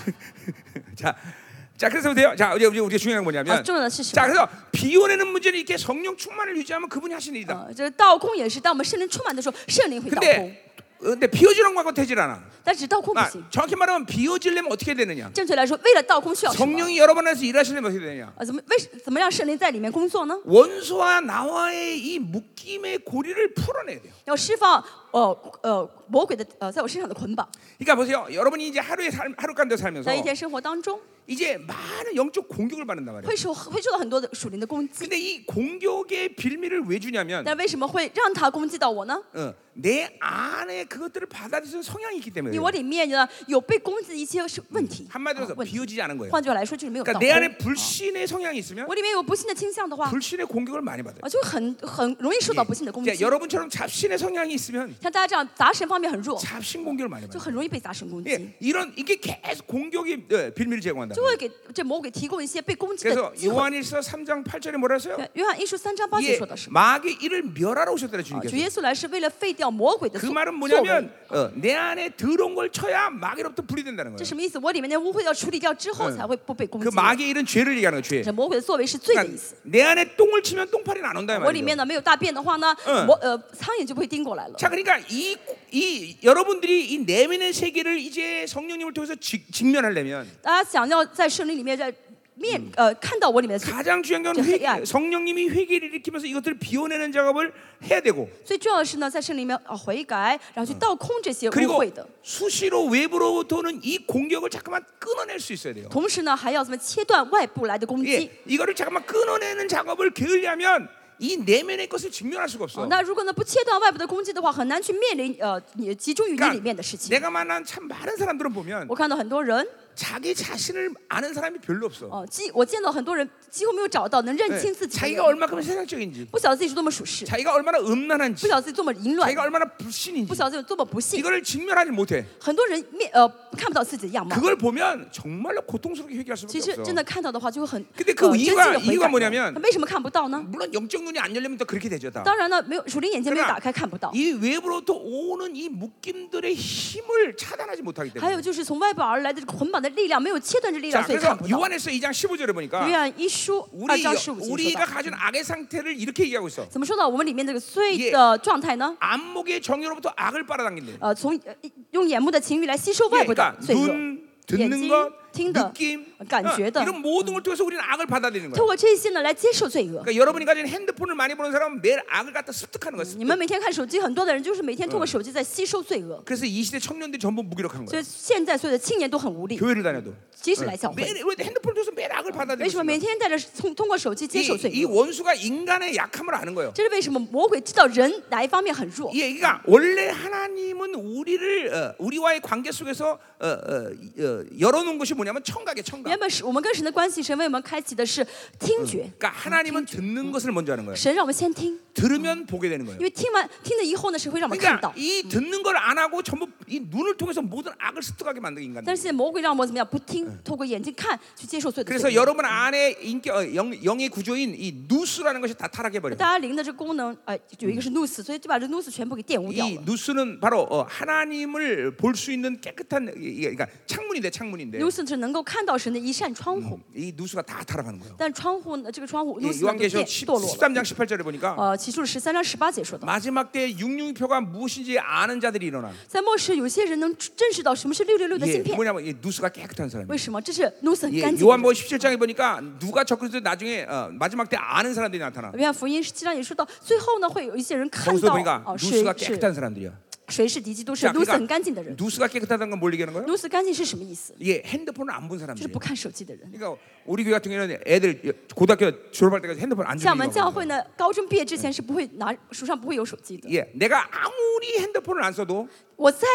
Speaker 1: 자, 자 그래서 보세요. 자, 이제 우리 우리 중요한 건
Speaker 2: 啊，
Speaker 1: 뭐냐면
Speaker 2: 重要的是什
Speaker 1: 자,
Speaker 2: 么？
Speaker 1: 그래서 비워내는 문제는 이렇게 성령 충만을 유지하면 그분이 하신 일이다.
Speaker 2: 呃，这道空也是，当我们圣灵充满的时候，圣灵会倒空，
Speaker 1: 근데 근데 비워지는 것과 되질 않아.
Speaker 2: 但只倒空不
Speaker 1: 아,
Speaker 2: 行。
Speaker 1: 정확히 말하면 비워지려면 어떻게 되느냐?
Speaker 2: 正确来说，为了倒空需要什么？
Speaker 1: 성령이 여러분 안에서 일하시려면 어떻게 되느냐?
Speaker 2: 啊，怎么为怎么让圣灵在里面工作呢？
Speaker 1: 원수와 나와의 이 묶임의 고리를 풀어내야 돼요.
Speaker 2: 要释放呃呃魔鬼的呃在我身上的捆绑，
Speaker 1: 그러니까 보세요. 여러분이 이제 하루에 삶, 하루간도 살면서
Speaker 2: 在一天生活当中
Speaker 1: 이제 많은 영적 공격을 받는단 말이에요.
Speaker 2: 会受会受到很多的属灵的攻击，
Speaker 1: 근데 이 공격의 빌미를 왜 주냐면
Speaker 2: 但为什么会让他攻击到我呢？
Speaker 1: 어, 내 안에 그것들을 받아들이는 성향이 아, 있기 때문에
Speaker 2: 你
Speaker 1: 그래요.
Speaker 2: 我里面呢有被攻击的一些是问题，
Speaker 1: 嗯 한마디로 해서
Speaker 2: 啊问题
Speaker 1: 비워지지 않은 거예요.
Speaker 2: 换句话来说就是没有道
Speaker 1: 그러니까
Speaker 2: 德
Speaker 1: 내 。 안에 불신의 성향이 있으면
Speaker 2: 我里面有不幸的倾向的话，
Speaker 1: 불신의 공격을 많이 아. 받아요.
Speaker 2: 啊就会很很容易受到不幸的攻击
Speaker 1: 자, 。 여러분처럼 잡신의 성향이 있으면
Speaker 2: 像大家这样杂神方面很弱，
Speaker 1: 잡신 공격을 많이
Speaker 2: 就
Speaker 1: 받아요.
Speaker 2: 很容易被杂神攻击，
Speaker 1: 예, 이런 이게 계속 공격이 예, 빌미를 제공한다.
Speaker 2: 就会给这魔鬼提供一些被攻击的
Speaker 1: 그래서
Speaker 2: 机会。
Speaker 1: 요한일서 네, 3장 8절에 뭐라 했어요?
Speaker 2: 约翰一书三章八节
Speaker 1: 예,
Speaker 2: 说的是，
Speaker 1: 마귀 이를 멸하러 오셨더라
Speaker 2: 啊主
Speaker 1: 아, 주님께서.
Speaker 2: 耶稣来是为了废掉魔鬼的
Speaker 1: 그
Speaker 2: 作
Speaker 1: 말은
Speaker 2: 作为。
Speaker 1: 뭐냐면 어, 내 안에 더러운 걸 쳐야 마귀로부터 분리된다는
Speaker 2: 这
Speaker 1: 거예요.
Speaker 2: 什么意思？我里面的污秽要处理掉之后，才会不被攻
Speaker 1: 嗯 그
Speaker 2: 击。
Speaker 1: 마귀의 일은 죄를 얘기하는 거예요. 죄.
Speaker 2: 这魔鬼的作为是罪的意
Speaker 1: 그러니까
Speaker 2: 思。
Speaker 1: 내 안에 똥을 치면 똥파리 안 온다 이
Speaker 2: 我里
Speaker 1: 말이죠.
Speaker 2: 面呢没有大便的话呢，
Speaker 1: 嗯
Speaker 2: 魔呃苍蝇就不会叮过来了。
Speaker 1: 자, 그러니까 이, 이 여러분들이 이 내면의 세계를 이제 성령님을 통해서 직, 직면하려면
Speaker 2: 大家想要在圣灵里面在面呃看到我里面的罪，
Speaker 1: 가장 중요한 건
Speaker 2: 저 해야
Speaker 1: 회,
Speaker 2: 돼.
Speaker 1: 성령님이 회개를 일으키면서 이것들을 비워내는 작업을 해야 되고
Speaker 2: 最重要的是呢，在圣灵里面呃悔改，然后去倒空这些污
Speaker 1: 그리고
Speaker 2: 秽的，
Speaker 1: 수시로 외부로부터 오는 이 공격을 잠깐만 끊어낼 수 있어야 돼요.
Speaker 2: 同时呢还要怎么切断外部来的攻
Speaker 1: 예,
Speaker 2: 击。
Speaker 1: 이거를 잠깐만 끊어내는 작업을 게을리하면 이 내면의 것을 직면할 수가
Speaker 2: 哦
Speaker 1: 없어.
Speaker 2: 那如果呢不切断外部的攻击的话，很难去面临呃你集中于你里面的事情。
Speaker 1: 그러니까 내가 만난 참 많은 사람들은 보면
Speaker 2: 我看到很多人，
Speaker 1: 자기 자신을 아는 사람이 별로 없어.
Speaker 2: 哦，几我见到很多人几乎没有找到能认
Speaker 1: 예,
Speaker 2: 清自己的
Speaker 1: 자기가
Speaker 2: 哎人，
Speaker 1: 얼마큼 세상적인지,
Speaker 2: 不晓得自己是多么属实，
Speaker 1: 자기가 얼마나
Speaker 2: 不
Speaker 1: 음란한지,
Speaker 2: 晓得自己多么淫乱，
Speaker 1: 자기가 얼마나
Speaker 2: 不
Speaker 1: 불신인지
Speaker 2: 晓得自己多么不幸。
Speaker 1: 이거를 직면하지 못해.
Speaker 2: 很多人面呃看不到自己的样貌，
Speaker 1: 그걸 보면 정말로 고통스럽게 회개할
Speaker 2: 其
Speaker 1: 수밖에
Speaker 2: 实真的
Speaker 1: 없어.
Speaker 2: 看到的话，就会很
Speaker 1: 근데그
Speaker 2: 呃
Speaker 1: 이유가-
Speaker 2: 真心地悔
Speaker 1: 이유가
Speaker 2: 改
Speaker 1: 뭐냐면
Speaker 2: 那为什么看不到呢？
Speaker 1: 물론 영적 눈이 안 열리면 또 그렇게 되죠 다.
Speaker 2: 当然呢，没有属灵眼睛没有打开看不到，
Speaker 1: 이 외부로부터 오는 이 묶임들의 힘을 차단하지 못하기
Speaker 2: 还
Speaker 1: 때문에.
Speaker 2: 有就是从外部而来的捆绑的力量没有切断这力
Speaker 1: 자,
Speaker 2: 量，所以看
Speaker 1: 그래서
Speaker 2: 不到。
Speaker 1: 요한에서 2장 15절에 보니까
Speaker 2: 约翰一书二
Speaker 1: 우리
Speaker 2: 章十五节说
Speaker 1: 우리가
Speaker 2: 到，
Speaker 1: 가진 악의 상태를 이렇게 얘기하고 있어.
Speaker 2: 怎么说呢？我们里面这个罪
Speaker 1: 예
Speaker 2: 的状态呢？
Speaker 1: 안목의 정열로부터 악을 빨아당긴대. 예,
Speaker 2: 呃，从呃用眼目的情欲来吸收外部
Speaker 1: 그러니까
Speaker 2: 的罪恶，
Speaker 1: 눈 듣는
Speaker 2: 예,
Speaker 1: 것,
Speaker 2: 진- 听的,
Speaker 1: 느낌,
Speaker 2: 感
Speaker 1: 어,
Speaker 2: 觉的。
Speaker 1: 이런 모든 걸 통해서 우리는 악을 받아들이는
Speaker 2: 透
Speaker 1: 거야.
Speaker 2: 过这些呢来接受罪恶。
Speaker 1: 그러니까 여러분이 가진 핸드폰을 많이 보는 사람은 매일 악을 갖다 습득하는 거야.
Speaker 2: 你
Speaker 1: 습득.
Speaker 2: 们每天看手机，很多的人就是每天通过手机在吸收罪恶，
Speaker 1: 그래서 이 시대 청년들이 전부 무기력한
Speaker 2: 所
Speaker 1: 거야.
Speaker 2: 以现在所有的青年都很无力，
Speaker 1: 교회를 다녀도
Speaker 2: 即使来教会。
Speaker 1: 매일 어. 왜 핸드폰을 통해서 매일 악을 받아들이고
Speaker 2: 为什么
Speaker 1: 있습니다.
Speaker 2: 每天在这通通过手机接受罪
Speaker 1: 이
Speaker 2: 恶？
Speaker 1: 원수가 인간의 약함을 아는 거예요.
Speaker 2: 这是为什么魔鬼知道人哪一方面很弱，
Speaker 1: 이 얘기가 원래 하나님은 우리를 어, 우리와의 관계 속에서 어, 어, 이, 어, 열어놓은 것이 뭐냐면 청각의 청각.
Speaker 2: 原本是我们跟神的关系，神为我们开启的是听觉，
Speaker 1: 그러니까 하나님은 듣는 것을 먼저 하는 거예요.
Speaker 2: 神让我们先听，
Speaker 1: 들으면 보게 되는 거예요.
Speaker 2: 因为听完听了以后呢，神会让我们看
Speaker 1: 그러니까
Speaker 2: 到。
Speaker 1: 이 듣는 걸 안 하고 전부 이 눈을 통해서 모든 악을 습득하게 만든 인간들.
Speaker 2: 但是现在魔鬼让我们怎么样？不听，透过眼睛看去接受罪的
Speaker 1: 그래서
Speaker 2: 罪恶。
Speaker 1: 여러분 안에 인격, 어, 영, 영의 구조인 이 누스라는 것이 다 타락해 버려요.
Speaker 2: 大家灵的这功能，呃，有一个是 nous，所以就把这 nous 全部给玷污掉
Speaker 1: 이
Speaker 2: 了。
Speaker 1: 누스는 바로 어, 하나님을 볼 수 있는 깨끗한 이- 이- 그러니까 창문인데 창문인데
Speaker 2: nous 是能够看到神的一扇窗户，
Speaker 1: 이 누스가 다 타락하는 거예요.
Speaker 2: 但窗户呢，这个窗户
Speaker 1: 이
Speaker 2: nous 呢就
Speaker 1: 예, 요한계시록
Speaker 2: 堕堕落了。
Speaker 1: 13장 18절에 보니까
Speaker 2: 呃，起初十三章十八节说的，
Speaker 1: 마지막 때 666표가 무엇인지 아는 자들이 일어나.
Speaker 2: 在末世有些人能认识到什么是六六六的
Speaker 1: 예,
Speaker 2: 芯片，
Speaker 1: 뭐냐면 이 누스가 깨끗한 사람이에요.
Speaker 2: 为什么？这是 nous 很
Speaker 1: 예,
Speaker 2: 干净的人。
Speaker 1: 요한복음 17장에 보니까 누가 적그리스도 나중에 어, 마지막 때 아는 사람들이 나타나.
Speaker 2: 约翰福音实际上也说到，最后呢，会有一些人看
Speaker 1: 거기서
Speaker 2: 到
Speaker 1: 보니까
Speaker 2: 哦，谁
Speaker 1: 누스가
Speaker 2: 是
Speaker 1: 깨끗한 사람들이야. 그
Speaker 2: 谁是敌基督，是
Speaker 1: 자,
Speaker 2: 如此
Speaker 1: 그러니까
Speaker 2: 很干净的人。
Speaker 1: 누스가 깨끗하다는 건 뭘 얘기하는 거예요?
Speaker 2: 如此干净是什么意思？
Speaker 1: 예, 핸드폰을 안 본
Speaker 2: 就是
Speaker 1: 사람들.
Speaker 2: 不看手机的人。
Speaker 1: 그러니까 우리 교회 같은 경우는 애들 고등학교 졸업할 때까지 핸드폰 안
Speaker 2: 像我们
Speaker 1: 주는
Speaker 2: 教
Speaker 1: 거예요.
Speaker 2: 会呢，高中毕业之前是不会拿手上不会有手机的。
Speaker 1: 예, 내가 아무리 핸드폰을 안 써도
Speaker 2: 我在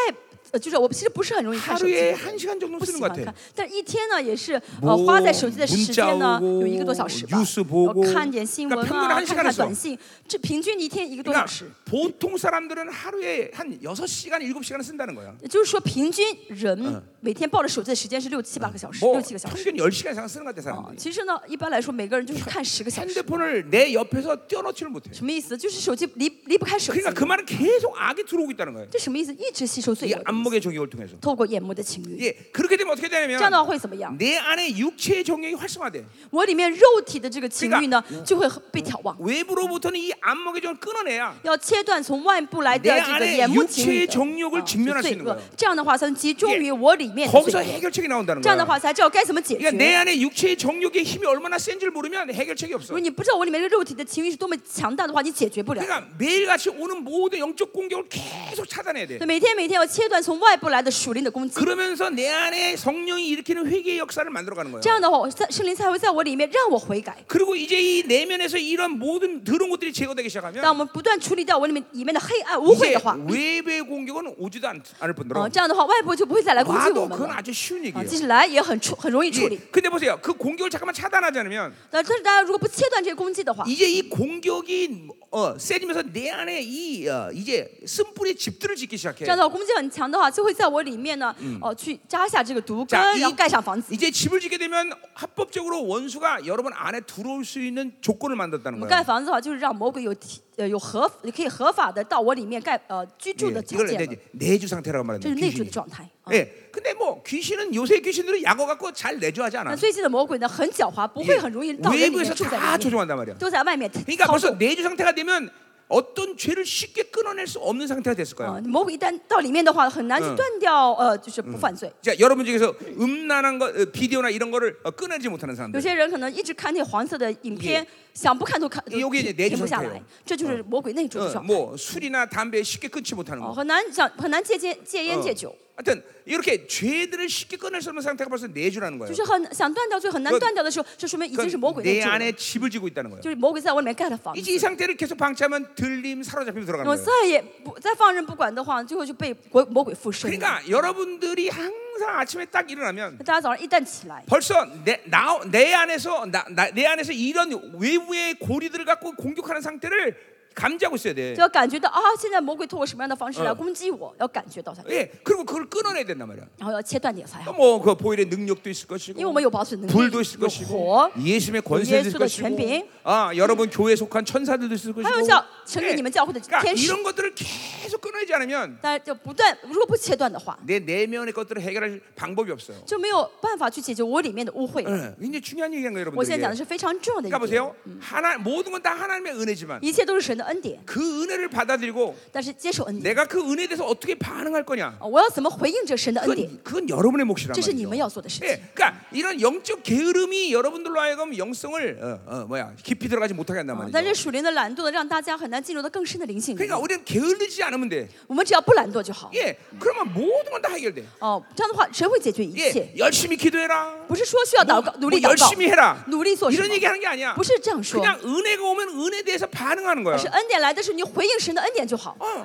Speaker 2: 呃就是我其实不是很容易看手机的
Speaker 1: 하루에
Speaker 2: 人，
Speaker 1: 한 시간 정도
Speaker 2: 不
Speaker 1: 쓰는
Speaker 2: 喜
Speaker 1: 것
Speaker 2: 欢
Speaker 1: 같아.
Speaker 2: 看，但一天呢也是呃
Speaker 1: 뭐
Speaker 2: 花在手机的时间呢
Speaker 1: 문자오고
Speaker 2: 有一个多小时吧
Speaker 1: 뉴스보고，
Speaker 2: 呃看点新闻
Speaker 1: 그러니까평균
Speaker 2: 啊，
Speaker 1: 한시
Speaker 2: 看
Speaker 1: 간을
Speaker 2: 看
Speaker 1: 써
Speaker 2: 短信，这平均一天一个多小
Speaker 1: 그러니까
Speaker 2: 时。
Speaker 1: 보통 사람들은 하루에 한 6시간, 7시간을 쓴다는 거야.
Speaker 2: 也就是说，平均人每天抱着手机的时间是六七八个小时，
Speaker 1: 뭐
Speaker 2: 六七个小时。
Speaker 1: 평균 10시간 이상 쓰는 것 같아 네.
Speaker 2: 啊
Speaker 1: 사람들이.
Speaker 2: 其实呢，一般来说，每个人就是看十个小时。
Speaker 1: 핸드폰을 내 옆에서 떼어놓지를 못해.
Speaker 2: 什么意思？就是手机离离不开手机。
Speaker 1: 그러니까 그 말은 계속 악이 들어오고 있다는 거예요.
Speaker 2: 这什么意思？一直吸收罪
Speaker 1: 이
Speaker 2: 恶，
Speaker 1: 안목의 정욕을 통해서.
Speaker 2: 透过眼目的情欲。
Speaker 1: 예, 그렇게 되면 어떻게
Speaker 2: 这样的话
Speaker 1: 되냐면
Speaker 2: 会怎么样？
Speaker 1: 내 안에 육체의 정욕이 활성화돼.
Speaker 2: 我里面肉体的这个情欲呢，就会被挑旺。
Speaker 1: 외부로부터는 이 안목의 정을 끊어내야
Speaker 2: 要切断从外部来的
Speaker 1: 내안에
Speaker 2: 这个眼目情欲
Speaker 1: 육체의정욕을
Speaker 2: 的啊
Speaker 1: 직면할수있
Speaker 2: 罪
Speaker 1: 는거예
Speaker 2: 恶
Speaker 1: 요 ，
Speaker 2: 这样的话才能集中于我里面的罪
Speaker 1: 거기서
Speaker 2: 恶。
Speaker 1: 해결책이 나온다는
Speaker 2: 这样的
Speaker 1: 거야.
Speaker 2: 话才知道该怎么解
Speaker 1: 네, 그러니까 내
Speaker 2: 决。
Speaker 1: 안에 육체의 정욕의 힘이 얼마나 센지를 모르면 해결책이
Speaker 2: 如
Speaker 1: 없어.
Speaker 2: 果你不知道我里面这个肉体的情欲是多么强大的话，你解决不了。
Speaker 1: 그러니까 매일같이 오는 모든 영적 공격을 계속 차단해야 돼.
Speaker 2: 对，每天每天要切断从外部来的属灵的攻击，
Speaker 1: 그러면서 내 안에 성령이 일으키는 회개의 역사를 만들어가는 거야.
Speaker 2: 这样的话，我在圣灵才会在我里面让我悔改。
Speaker 1: 그리고 이제 이 내면에서 이런 모든 더러운 것들이 제거되기 시작하면
Speaker 2: 当我们不断处理掉我里面里面的黑暗污秽
Speaker 1: 이제
Speaker 2: 的话，
Speaker 1: 외부의 공격은 오지도 않, 을
Speaker 2: 啊，
Speaker 1: 뿐더러
Speaker 2: 这样的话外部就不会再来攻击我
Speaker 1: 와도
Speaker 2: 们了
Speaker 1: 그건 。 아주 쉬운
Speaker 2: 啊，
Speaker 1: 얘기예요.
Speaker 2: 即使来也很处很容易处
Speaker 1: 예,
Speaker 2: 理。
Speaker 1: 근데 보세요. 그 공격을 잠깐만 차단하지 않으면
Speaker 2: 但但是大家如果不切断这个攻击的话，
Speaker 1: 이제 이 공격이 어, 세지면서 내 안에 이 어, 이제 쓴뿌리 집들을 짓기 시작해.
Speaker 2: 这样的话攻击很强的话，就会在我里面呢，哦，去扎下这个毒根，
Speaker 1: 자
Speaker 2: 然后盖上房子。
Speaker 1: 이제 집을 짓게 되면 합법적으로 원수가 여러분 안에 들어올 수 있는 조건을 만들었다는
Speaker 2: 我们盖
Speaker 1: 거예요.
Speaker 2: 房子的话，就是让魔鬼有提呃有合可以合法的到我里面盖呃居
Speaker 1: 예,
Speaker 2: 住的条
Speaker 1: 이걸
Speaker 2: 件
Speaker 1: 이제
Speaker 2: 了，
Speaker 1: 내주 상태라고
Speaker 2: 这是
Speaker 1: 말하는
Speaker 2: 内住的
Speaker 1: 귀신이.
Speaker 2: 状态。啊
Speaker 1: 예, 근데 뭐 귀신은 요새 귀신들은 약어 갖고 잘 내주하지
Speaker 2: 那
Speaker 1: 않아.
Speaker 2: 最近的魔鬼呢，很狡猾，不
Speaker 1: 예,
Speaker 2: 会很容易到人里
Speaker 1: 외부에서
Speaker 2: 面住在
Speaker 1: 다
Speaker 2: 里面，
Speaker 1: 조종한단 말이야.
Speaker 2: 都在外面
Speaker 1: 그러니까
Speaker 2: 操
Speaker 1: 벌써
Speaker 2: 纵。
Speaker 1: 내주 상태가 되면 어떤 죄를 쉽게 끊어낼 수 없는 상태가 됐을
Speaker 2: 啊
Speaker 1: 거예요. ，
Speaker 2: 魔鬼一旦到里面的话，很难去断掉，呃，就是不犯罪。
Speaker 1: 자, 여러분 중에서 음란한 거 어, 비디오나 이런 거를 어, 끊어내지 못하는
Speaker 2: 有
Speaker 1: 사람들.
Speaker 2: 些人可能一直看那黄色的影片，想不看都看都
Speaker 1: 이
Speaker 2: 停
Speaker 1: 여기이제내주
Speaker 2: 停不下
Speaker 1: 상태예요
Speaker 2: 来，这就是
Speaker 1: 嗯
Speaker 2: 魔鬼内住的
Speaker 1: 어,
Speaker 2: 状态。
Speaker 1: 뭐 술이나 담배 쉽게 끊지 못하는
Speaker 2: 哦，
Speaker 1: 거.
Speaker 2: 很难想很难戒戒戒烟
Speaker 1: 어.
Speaker 2: 戒酒，
Speaker 1: 하여튼 이렇게 죄들을 쉽게 끊을 수 없는 상태가 벌써 내주라는
Speaker 2: 就
Speaker 1: 거예요.
Speaker 2: 是很想断掉罪，很难
Speaker 1: 그
Speaker 2: 断掉的时
Speaker 1: 嗯
Speaker 2: 候，这说明已经是魔鬼内
Speaker 1: 내
Speaker 2: 住了，
Speaker 1: 안에 집을 지고 있다는 거예요.
Speaker 2: 就是魔鬼在我里面盖了房子
Speaker 1: 이제 。이 상태를 계속 방치하면 들림 사로잡히면
Speaker 2: 然后
Speaker 1: 들어가는
Speaker 2: 再
Speaker 1: 거예요.
Speaker 2: 也不再放任不管的话，最后就被鬼魔鬼附身了。
Speaker 1: 그러니까 여러분들이 항상 아침에 딱 일어나면
Speaker 2: 大家早上一旦起来，
Speaker 1: 벌써 내, 나, 내 안에서 나, 나- 내 안에서 이런 외부의 고리들을 갖고 공격하는 상태를 감지하고 있어야 돼.
Speaker 2: 就要感觉到啊，现在魔鬼通过什么样的方式来
Speaker 1: 嗯哎
Speaker 2: 攻击我，要感觉到它，
Speaker 1: 예, 그리고 그걸 끊어내야 된단 말이야.
Speaker 2: 然后要切断点才好。
Speaker 1: 뭐 그 보일의 능력도 있을
Speaker 2: 因为我们
Speaker 1: 것이고
Speaker 2: 有保存能力，
Speaker 1: 哦 불도 있을
Speaker 2: 有
Speaker 1: 뭐 것이고
Speaker 2: 火，
Speaker 1: 뭐 예수님의 권세도 있을
Speaker 2: 예수의
Speaker 1: 것이고
Speaker 2: 권세.
Speaker 1: 아 여러분 교회에 속한 천사들도 있을 것이고
Speaker 2: 还有像成
Speaker 1: 예,
Speaker 2: 为你们教会的
Speaker 1: 그러니까
Speaker 2: 天使，
Speaker 1: 이런 것들을 계속 끊어내지 않으면
Speaker 2: 但是就不断如果不切断的话，
Speaker 1: 내 내면의 것들을 해결할 방법이 없어요.
Speaker 2: 就没有办法去解决我里面的污秽。
Speaker 1: 예, 굉장히 중요한 얘기인 거예요
Speaker 2: 我现在
Speaker 1: 여러분들.
Speaker 2: 讲的是非常重要的一
Speaker 1: 그러니까
Speaker 2: 点，
Speaker 1: 보세요. 하나 모든 건 다 하나님의 은혜지만
Speaker 2: 一切都是神的的恩典，
Speaker 1: 그 은혜를 받아들이고
Speaker 2: 但是接受恩典，
Speaker 1: 내가 그 은혜에 대해서 어떻게 반응할 거냐.
Speaker 2: 啊我要怎么回应这神的恩典，
Speaker 1: 그건, 그건 여러분의 몫이란
Speaker 2: 这是你
Speaker 1: 말이죠.
Speaker 2: 们要做的事情
Speaker 1: 예, 。 그러니까 이런 영적 게으름이 여러분들로 하여금 영성을 어, 어, 뭐야 깊이 들어가지 못하게 한단
Speaker 2: 啊但是
Speaker 1: 말이죠.
Speaker 2: 属灵的懒惰呢，让大家很难进入到更深的灵性里
Speaker 1: 그러니까
Speaker 2: 面。
Speaker 1: 우리는 게을르지 않으면 돼.
Speaker 2: 我们只要不懒惰就好。
Speaker 1: 예, 그러면 모든 건 다 해결돼.
Speaker 2: 哦，这样的话，神会解决一切
Speaker 1: 예, 。 열심히 기도해라.
Speaker 2: 不是说需要祷告，努
Speaker 1: 뭐
Speaker 2: 力祷
Speaker 1: 열심히
Speaker 2: 告，
Speaker 1: 해라.
Speaker 2: 努力做什
Speaker 1: 이런
Speaker 2: 么？
Speaker 1: 얘기하는 게 아니야.
Speaker 2: 不是这样说，
Speaker 1: 그냥 은혜가 오면 은혜에 대해서 반응하는 거야.
Speaker 2: 而是恩典来的时候，你回应神的恩典就好。
Speaker 1: 어,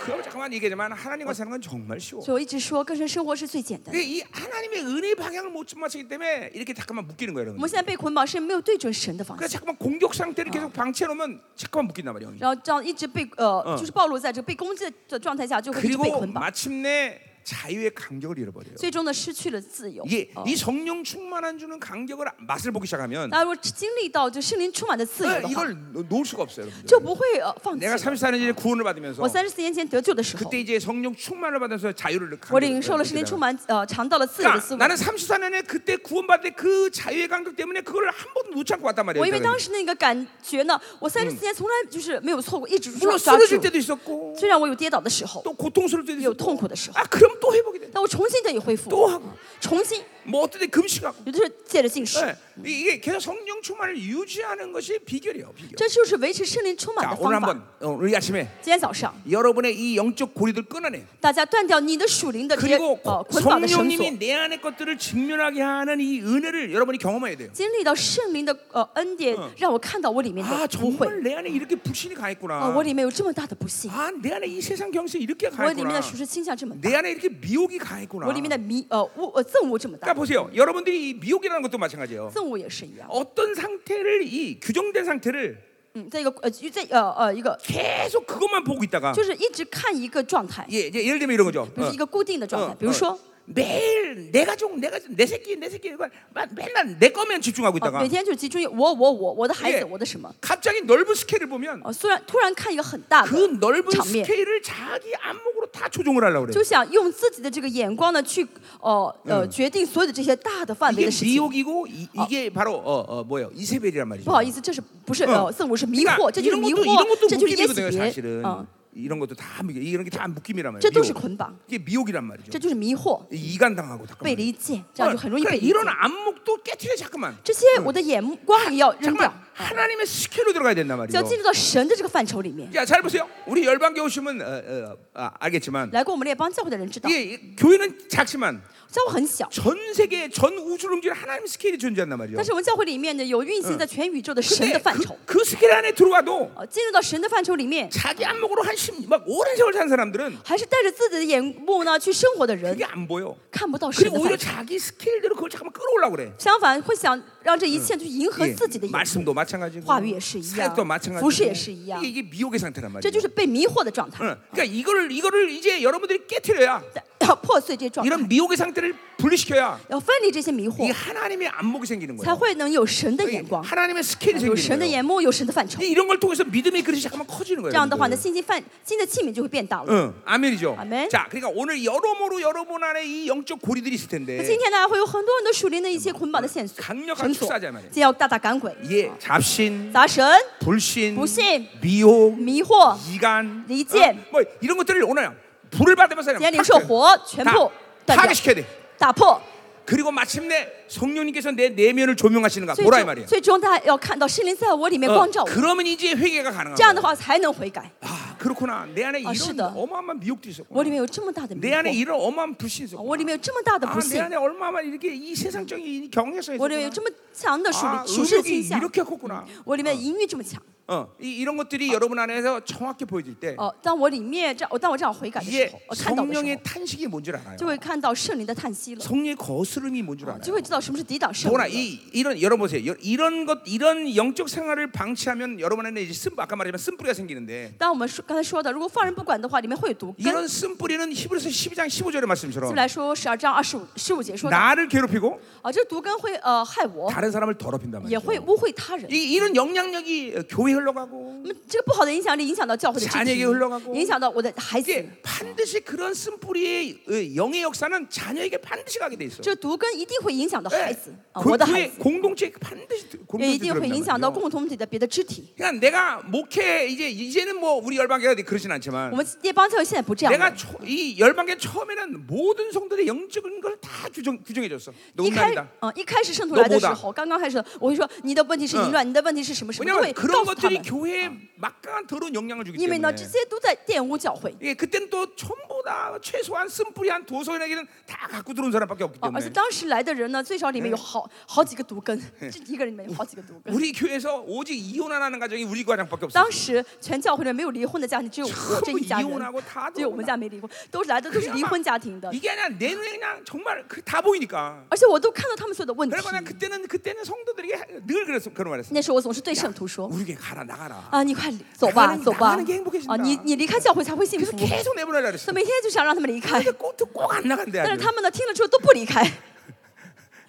Speaker 1: 그거 잠깐만 얘기하지만 하나님과 사는 건 정말 쉬워.
Speaker 2: 所以我一直说，更深生活是最简单的。
Speaker 1: 이게 예, 이 하나님의 은혜의 방향을 못 맞추기 때문에 이렇게 잠깐만 묶이는 거예요,
Speaker 2: 我们
Speaker 1: 여러분.
Speaker 2: 现在被捆绑是没有对准神的方向，
Speaker 1: 그러니까 잠깐만 공격 상태를 계속 방치해 놓으면 잠깐만 묶인단 말이에요. 형이.
Speaker 2: 然后这样一直被呃
Speaker 1: 嗯，
Speaker 2: 就是暴露在这个被攻击的状态下，就会一直被
Speaker 1: 그리고
Speaker 2: 捆绑，
Speaker 1: 마침내 자유의 간격을 잃어버려요.
Speaker 2: 最终呢失去了自由。
Speaker 1: 이게
Speaker 2: 哦
Speaker 1: 이 성령 충만한 주는 간격을 맛을 보기 시작하면
Speaker 2: 大家如果经历到就心灵充满的自
Speaker 1: 어,
Speaker 2: 由的话，
Speaker 1: 이걸 놓- 놓을 수가 없어요, 여러분들.
Speaker 2: 就不会呃放弃
Speaker 1: 내가 。 34년 전에 구원을 받으면서
Speaker 2: 我三十四年前得救的时候
Speaker 1: 그때 ， 이제 성령 충만을 받아서 자유를
Speaker 2: 我
Speaker 1: 간격을
Speaker 2: 领受了十
Speaker 1: 느끼게
Speaker 2: 年充
Speaker 1: 되는
Speaker 2: 满呃尝到了自由的
Speaker 1: 그러니까
Speaker 2: 滋
Speaker 1: 나는
Speaker 2: 味。
Speaker 1: 34년에 그때 구원받을 때그 자유의 간격 때문에 그걸 한 번도 놓지 않고 왔단 뭐 말이에요.
Speaker 2: 我因为
Speaker 1: 여러분.
Speaker 2: 当时那个感觉呢，我三十四年从来就是没有错过，一直抓
Speaker 1: 물론
Speaker 2: 抓
Speaker 1: 쓰러질
Speaker 2: 住。
Speaker 1: 때도 있었고
Speaker 2: 虽然我有跌倒的时候，
Speaker 1: 또 고통스러울 때도
Speaker 2: 有
Speaker 1: 있었고
Speaker 2: 痛苦的时候，
Speaker 1: 아 그럼 또 회복이 돼.
Speaker 2: 但我重新得以恢复，
Speaker 1: 또 하고
Speaker 2: 重新
Speaker 1: 뭐 어떨 때 금식하고
Speaker 2: 有的是借着进食，
Speaker 1: 예. 이- 이게 계속 성령 충만을 유지하는 것이 비결이에요. 비결.
Speaker 2: 这就是维持圣灵充满
Speaker 1: 자
Speaker 2: 的方
Speaker 1: 오늘
Speaker 2: 法。
Speaker 1: 한번 어, 우리 아침에
Speaker 2: 今天早上，
Speaker 1: 여러분의 이 영적 고리들 끊어내. 어,
Speaker 2: 大家断掉你的属灵的这些
Speaker 1: 그리고
Speaker 2: 呃捆绑的绳索
Speaker 1: 성령님이 ，내 안의 것들을 직면하게 하는 이 은혜를 여러분이 경험해야 돼요.
Speaker 2: 经历到圣灵的呃恩典，让我看到我里面
Speaker 1: 아
Speaker 2: 的污秽
Speaker 1: 정말 내 안에 이렇게 불신이 강했구나.
Speaker 2: 啊，我里面有这么大的不幸，
Speaker 1: 아 내 안에 이 세상 경세 이렇게
Speaker 2: 我里面
Speaker 1: 강했구나.
Speaker 2: 的属实倾向这么大，
Speaker 1: 내 안에 이렇게 미혹이 강했구나.
Speaker 2: 我里面的迷呃恶呃憎恶这么
Speaker 1: 그러니까
Speaker 2: 大，
Speaker 1: 보세요. 여러분들이 이 미혹이라는 것도 마찬가지예요.
Speaker 2: 憎恶也是一样。
Speaker 1: 어떤 상태를 이 규정된 상태를
Speaker 2: 嗯，在一个呃在呃呃一个
Speaker 1: 계속 그것만 보고 있다가
Speaker 2: 就是一直看一个状态，
Speaker 1: 예, 예 예를 들면 이런 거죠.
Speaker 2: 比如
Speaker 1: 어,
Speaker 2: 说一个固定的状
Speaker 1: 어,
Speaker 2: 态，比如说
Speaker 1: 어. 매일 내 가족 내 가족 내 새끼 내 새끼 막 맨날 내 거면 집중하고
Speaker 2: 哦
Speaker 1: 있다가
Speaker 2: 每天就集中于我我我我的孩子
Speaker 1: 예
Speaker 2: 我的什么
Speaker 1: 갑자기 넓은 스케일을 보면
Speaker 2: 哦，虽然突然看一个很大的
Speaker 1: 그 넓은
Speaker 2: 场面，
Speaker 1: 스케일을 자기 안목으로 다 조종을 하려고 그래요.
Speaker 2: 就想用自己的这个眼光呢去哦呃决定所有的这些大的范围
Speaker 1: 이게
Speaker 2: 的事情。
Speaker 1: 미혹이고 이, 게 바로 어, 어, 뭐예요? 이세벨이란 말이죠.
Speaker 2: 不好意思，这是不是
Speaker 1: 嗯
Speaker 2: 呃憎恶是迷
Speaker 1: 그러니까
Speaker 2: 惑，这就是
Speaker 1: 이런
Speaker 2: 迷
Speaker 1: 것도 이런 것도
Speaker 2: 惑，这就是耶洗
Speaker 1: 묶임이거든요,
Speaker 2: 别
Speaker 1: 사실은.
Speaker 2: 啊，
Speaker 1: 이런 것도 다 미- 이런 게 다 묶임이란 말이에요.
Speaker 2: 这都是
Speaker 1: 어. 미혹.
Speaker 2: 捆绑，
Speaker 1: 이게 미혹이란 말이죠.
Speaker 2: 这就是迷
Speaker 1: 嗯
Speaker 2: 惑，
Speaker 1: 이간당하고 잠깐만.
Speaker 2: 被离间，这样就很容易
Speaker 1: 그러니까
Speaker 2: 被离间。
Speaker 1: 이런 안목도 깨트려 잠깐만.
Speaker 2: 这些我的眼光也要扔掉嗯
Speaker 1: 잠깐만 ， 하나님의 스케일로 들어가야 된단
Speaker 2: 就要
Speaker 1: 말이에요.
Speaker 2: 进入到神的这个范畴里面。
Speaker 1: 야, 잘 보세요. 우리 열방교 오시면 어, 어, 아, 알겠지만
Speaker 2: 来过我们列邦教会的人知道，
Speaker 1: 이게 이- 교회는 작지만
Speaker 2: 教会很小，
Speaker 1: 전 세계 전 우주를 움직이는 하나님의 스케일이 존재한단 말이에요.
Speaker 2: 但是我们教会里面呢有运行在全宇宙的神的
Speaker 1: 근데
Speaker 2: 范 畴
Speaker 1: 그, 。그 스케일 안에 들어와도
Speaker 2: 呃，进入到神的范畴里面，
Speaker 1: 자기 안목으로 한십막 오랜 세월 산 사람들은
Speaker 2: 还是带着自己的眼目呢去生活的人
Speaker 1: 그게 ，안 보여.
Speaker 2: 看不到神
Speaker 1: 그리고
Speaker 2: 的
Speaker 1: 오히려
Speaker 2: 范畴。
Speaker 1: 자기 스케일대로 그걸 잠깐만 끌어오려고 그래.
Speaker 2: 相反，会想让这一切去迎合
Speaker 1: 예,
Speaker 2: 自己的眼目，
Speaker 1: 말씀도 마찬가지고,
Speaker 2: 话语也是一样，
Speaker 1: 사역도 마찬가지고,
Speaker 2: 服饰也是一样。
Speaker 1: 이게, 이게 미혹의 상태란
Speaker 2: 这
Speaker 1: 말이에요.
Speaker 2: 就是被迷惑的状态。
Speaker 1: 응. 그러니까 이거를 이거를 이제 여러분들이 깨트려야
Speaker 2: 要 破碎这些状态，
Speaker 1: 이런 미혹의 상태를 분리시켜야
Speaker 2: 要分离这些迷
Speaker 1: 이
Speaker 2: 惑，
Speaker 1: 하나님의 안목이 생기는
Speaker 2: 才
Speaker 1: 거예요.
Speaker 2: 会能有神的
Speaker 1: 이
Speaker 2: 眼光，
Speaker 1: 하나님의 스케일이
Speaker 2: 有神
Speaker 1: 생기는
Speaker 2: 的
Speaker 1: 아, 거예요.
Speaker 2: 眼目，有神的范畴
Speaker 1: 근데 。 이런 걸 통해서 믿음의 그릇이 잠깐만 커지는
Speaker 2: 这
Speaker 1: 거예요.
Speaker 2: 样的话呢，
Speaker 1: 여러분들.
Speaker 2: 新的饭新的器皿就会变大了。
Speaker 1: 응, 아멘이죠.
Speaker 2: 아멘.
Speaker 1: 자, 그러니까 오늘 여러모로 여러분 안에 이 영적 고리들이 있을
Speaker 2: 那
Speaker 1: 텐데,
Speaker 2: 今天呢，会有很多很多属灵的一些捆绑的线索、
Speaker 1: 강력한
Speaker 2: 绳索，
Speaker 1: 축사자말이에요
Speaker 2: 今天要大大赶鬼、
Speaker 1: 예, 잡신,
Speaker 2: 杂神、
Speaker 1: 불신,
Speaker 2: 불신,
Speaker 1: 미혹,
Speaker 2: 迷惑。
Speaker 1: 이간,
Speaker 2: 리젠.
Speaker 1: 뭐 이런 것들을 오늘 불을 받으면서
Speaker 2: 今天
Speaker 1: 그냥
Speaker 2: 领受
Speaker 1: 팍-
Speaker 2: 火全部
Speaker 1: 다,
Speaker 2: 断掉，
Speaker 1: 파괴시켜야 돼.
Speaker 2: 打破。
Speaker 1: 그리고 마침내 성령님께서 내 내면을 조명하시는가
Speaker 2: 最
Speaker 1: 보라 이 말이야.
Speaker 2: 终最终大家要看到圣灵在我里面光
Speaker 1: 어,
Speaker 2: 照我，
Speaker 1: 그러면 이제 회개가 가능한
Speaker 2: 这样的
Speaker 1: 거야.
Speaker 2: 话才能悔改。
Speaker 1: 아, 그렇구나. 내 안에
Speaker 2: 아,
Speaker 1: 이런
Speaker 2: 是的。
Speaker 1: 어마어마한 미혹도 있었고.
Speaker 2: 我里面有这么大的迷
Speaker 1: 내 안에
Speaker 2: 惑，
Speaker 1: 이런 어마어마한 불신이 있었고.
Speaker 2: 我里面有这么大的
Speaker 1: 아,
Speaker 2: 不
Speaker 1: 내
Speaker 2: 幸，
Speaker 1: 안에 얼마나 이렇게 이 세상적인 이 경향성이
Speaker 2: 我里面有
Speaker 1: 있었구나.
Speaker 2: 这么强的属
Speaker 1: 아,
Speaker 2: 属世的倾
Speaker 1: 음욕이
Speaker 2: 向。
Speaker 1: 이렇게 컸구나.
Speaker 2: 我里面淫欲这么强，
Speaker 1: 어, 이, 이런 것들이 여러분 안에서 정확히 보여질 때
Speaker 2: 哦、当我里面这样，当我这样悔改的时
Speaker 1: 이게
Speaker 2: 候，我看到的时候
Speaker 1: 성령의 ， 탄식이 뭔 줄 알아요.
Speaker 2: 就会看到圣灵的叹息了，
Speaker 1: 성령의 거스름이 뭔 줄 알아요.
Speaker 2: 就会知道什么是抵挡圣灵
Speaker 1: 더구나
Speaker 2: 的。
Speaker 1: 이 이런 여러분 보세요. 여- 이런 것 이런 영적 생활을 방치하면 여러분 안에 이제 쓴 아까 말했지만 쓴뿌리가 생기는데
Speaker 2: 当我们说刚刚才说的，如果放任不管的话，里面会有毒根。
Speaker 1: 이런 쓴뿌리는 히브리서 12장 15절의
Speaker 2: 这
Speaker 1: 말씀처럼
Speaker 2: 来说十二章二十五十五节说的，
Speaker 1: 나를 괴롭히고
Speaker 2: 啊，这毒根会呃害我，
Speaker 1: 다른 사람을 더럽힌단
Speaker 2: 也会
Speaker 1: 말이죠.
Speaker 2: 污秽他人。
Speaker 1: 이, 이런 영향력이 어, 교회 흘러가고
Speaker 2: 那么这个不好的影响力影响到教会的
Speaker 1: 자녀에게흘러가고
Speaker 2: 体，影响到我啊的孩子。
Speaker 1: 이게 반드시 그런 쓴뿌리의 어, 영의 역사는 자녀에게 반드시 가게 돼 있어.
Speaker 2: 这毒根一定会影响到
Speaker 1: 예.
Speaker 2: 孩子啊，
Speaker 1: 그
Speaker 2: 我的孩
Speaker 1: 교회
Speaker 2: 子
Speaker 1: 공동체 반드시 드-
Speaker 2: 也
Speaker 1: 공동체
Speaker 2: 一定会影响到
Speaker 1: 들어간단 예, 말이에요.
Speaker 2: 共同体的别的肢体。
Speaker 1: 그러니까 내가 목회 이제 이제는 뭐 우리 열방계가 그러진
Speaker 2: 我
Speaker 1: 않지만
Speaker 2: 们列邦教会现在不这样
Speaker 1: 내가
Speaker 2: 了，
Speaker 1: 초, 이 열방계 처음에는 모든 성들의 영적인 걸 다 규정 규정해 줬어.
Speaker 2: 一开
Speaker 1: 농담이다.
Speaker 2: 嗯一开始圣徒
Speaker 1: 너
Speaker 2: 来的
Speaker 1: 뭐
Speaker 2: 时
Speaker 1: 다
Speaker 2: 候，刚刚开始我会说你的问题是淫乱，你的问题是什么什么，都会
Speaker 1: 왜냐면
Speaker 2: 告
Speaker 1: 그런
Speaker 2: 诉他
Speaker 1: 것들이
Speaker 2: 们，
Speaker 1: 교회에 막강한 더러운 영향을 주기
Speaker 2: 因为
Speaker 1: 때문에.
Speaker 2: 呢这些都在玷污教会。
Speaker 1: 예, 그땐 또 전부 다 최소한 쓴뿌리 한 도서인에게는 다 갖고 들어온 사람밖에 없기
Speaker 2: 啊，而
Speaker 1: 때문에.
Speaker 2: 且当时来的人呢，最少里面有好好几个毒 根，这一个人里面有好几个毒根。
Speaker 1: 우리 교회에서 오직 이혼 안 하는 가정이 우리 가정밖에 없어.
Speaker 2: 当时全教会里面没有离婚的家庭，只有我这
Speaker 1: 全部
Speaker 2: 一家
Speaker 1: 离婚啊
Speaker 2: 人
Speaker 1: 我他，都
Speaker 2: 只有我们家没离婚，都是来的都是离婚家庭 的，
Speaker 1: 이게 아니라 내 눈에 그냥 정말 그 다 보이니까.
Speaker 2: 而且我都看到他们所有的问题
Speaker 1: 그러니까 。 그때는 그때는 성도들에게 늘 그랬어 그런 말했어.
Speaker 2: 那时候我总是对圣徒说
Speaker 1: 우리 교회 가라 나가라.
Speaker 2: 啊，你快走吧
Speaker 1: 나가는게，
Speaker 2: 走吧
Speaker 1: 나가는게행복해진다 ，
Speaker 2: 啊，你你离开教会才会幸
Speaker 1: 그래서
Speaker 2: 福。
Speaker 1: 계속 내보내라 그랬어.
Speaker 2: 他每天就想让他们离开，
Speaker 1: 근데 꼭안 나간대.
Speaker 2: 但是
Speaker 1: 아주.
Speaker 2: 他们呢听了之后都不离开。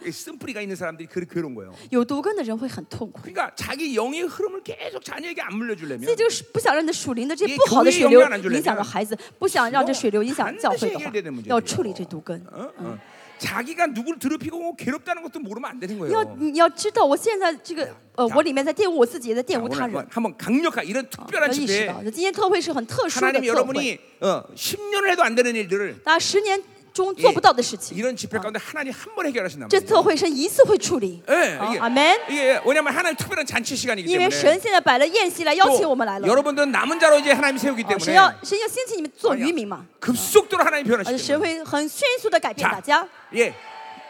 Speaker 1: 이 쓴뿌리가 있는 사람들이 그렇게 괴로운 거예요.
Speaker 2: 有毒根的人会很痛苦，
Speaker 1: 그러니까 자기 영의 흐름을 계속 자녀에게 안 물려주려면
Speaker 2: 所以就是不想让这属灵的这
Speaker 1: 예
Speaker 2: 不好的
Speaker 1: 교회에
Speaker 2: 水流
Speaker 1: 영향을안주려면
Speaker 2: 影响到孩子，不想让这水流影响教会的
Speaker 1: 반드시
Speaker 2: 话
Speaker 1: 해결돼야되는문제예요 ，
Speaker 2: 要处理这毒根。
Speaker 1: 어? 어. 자기가 누굴 더럽히고 괴롭다는 것도 모르면 안 되는
Speaker 2: 你要
Speaker 1: 거예요. 뭐
Speaker 2: 你要知道，我现在这个呃，
Speaker 1: 자
Speaker 2: 我里面在玷污我自己，也在玷
Speaker 1: 자,
Speaker 2: 污
Speaker 1: 오늘
Speaker 2: 他人
Speaker 1: 한번, 。 한번 강력한 아, 이런
Speaker 2: 要
Speaker 1: 특별한
Speaker 2: 意识
Speaker 1: 집회에
Speaker 2: 到，今天特会是很特殊的
Speaker 1: 하나님
Speaker 2: 特会，
Speaker 1: 여러분이 어, 10년을 해도 안 되는 일들을
Speaker 2: 大家十年中做不到的事情，啊
Speaker 1: 이런 집회 가운데 하나님 한 번 해결하신단
Speaker 2: 这
Speaker 1: 말이에요.
Speaker 2: 特会神一次会处理。
Speaker 1: 예,
Speaker 2: 啊
Speaker 1: 이게,
Speaker 2: 阿门。
Speaker 1: 이게 왜냐면 하나님 특별한 잔치 시간이기
Speaker 2: 因为
Speaker 1: 때문에
Speaker 2: 神现在摆了宴席来邀请我们来
Speaker 1: 또
Speaker 2: 了，
Speaker 1: 여러분들은 남은 자로 아, 이제 하나님 세우기
Speaker 2: 啊
Speaker 1: 때문에
Speaker 2: 神要神要兴起你们做渔民嘛，
Speaker 1: 급속도로 하나님
Speaker 2: 而
Speaker 1: 변화시키고
Speaker 2: 神会很迅速的改变大
Speaker 1: 자,
Speaker 2: 家。
Speaker 1: 예,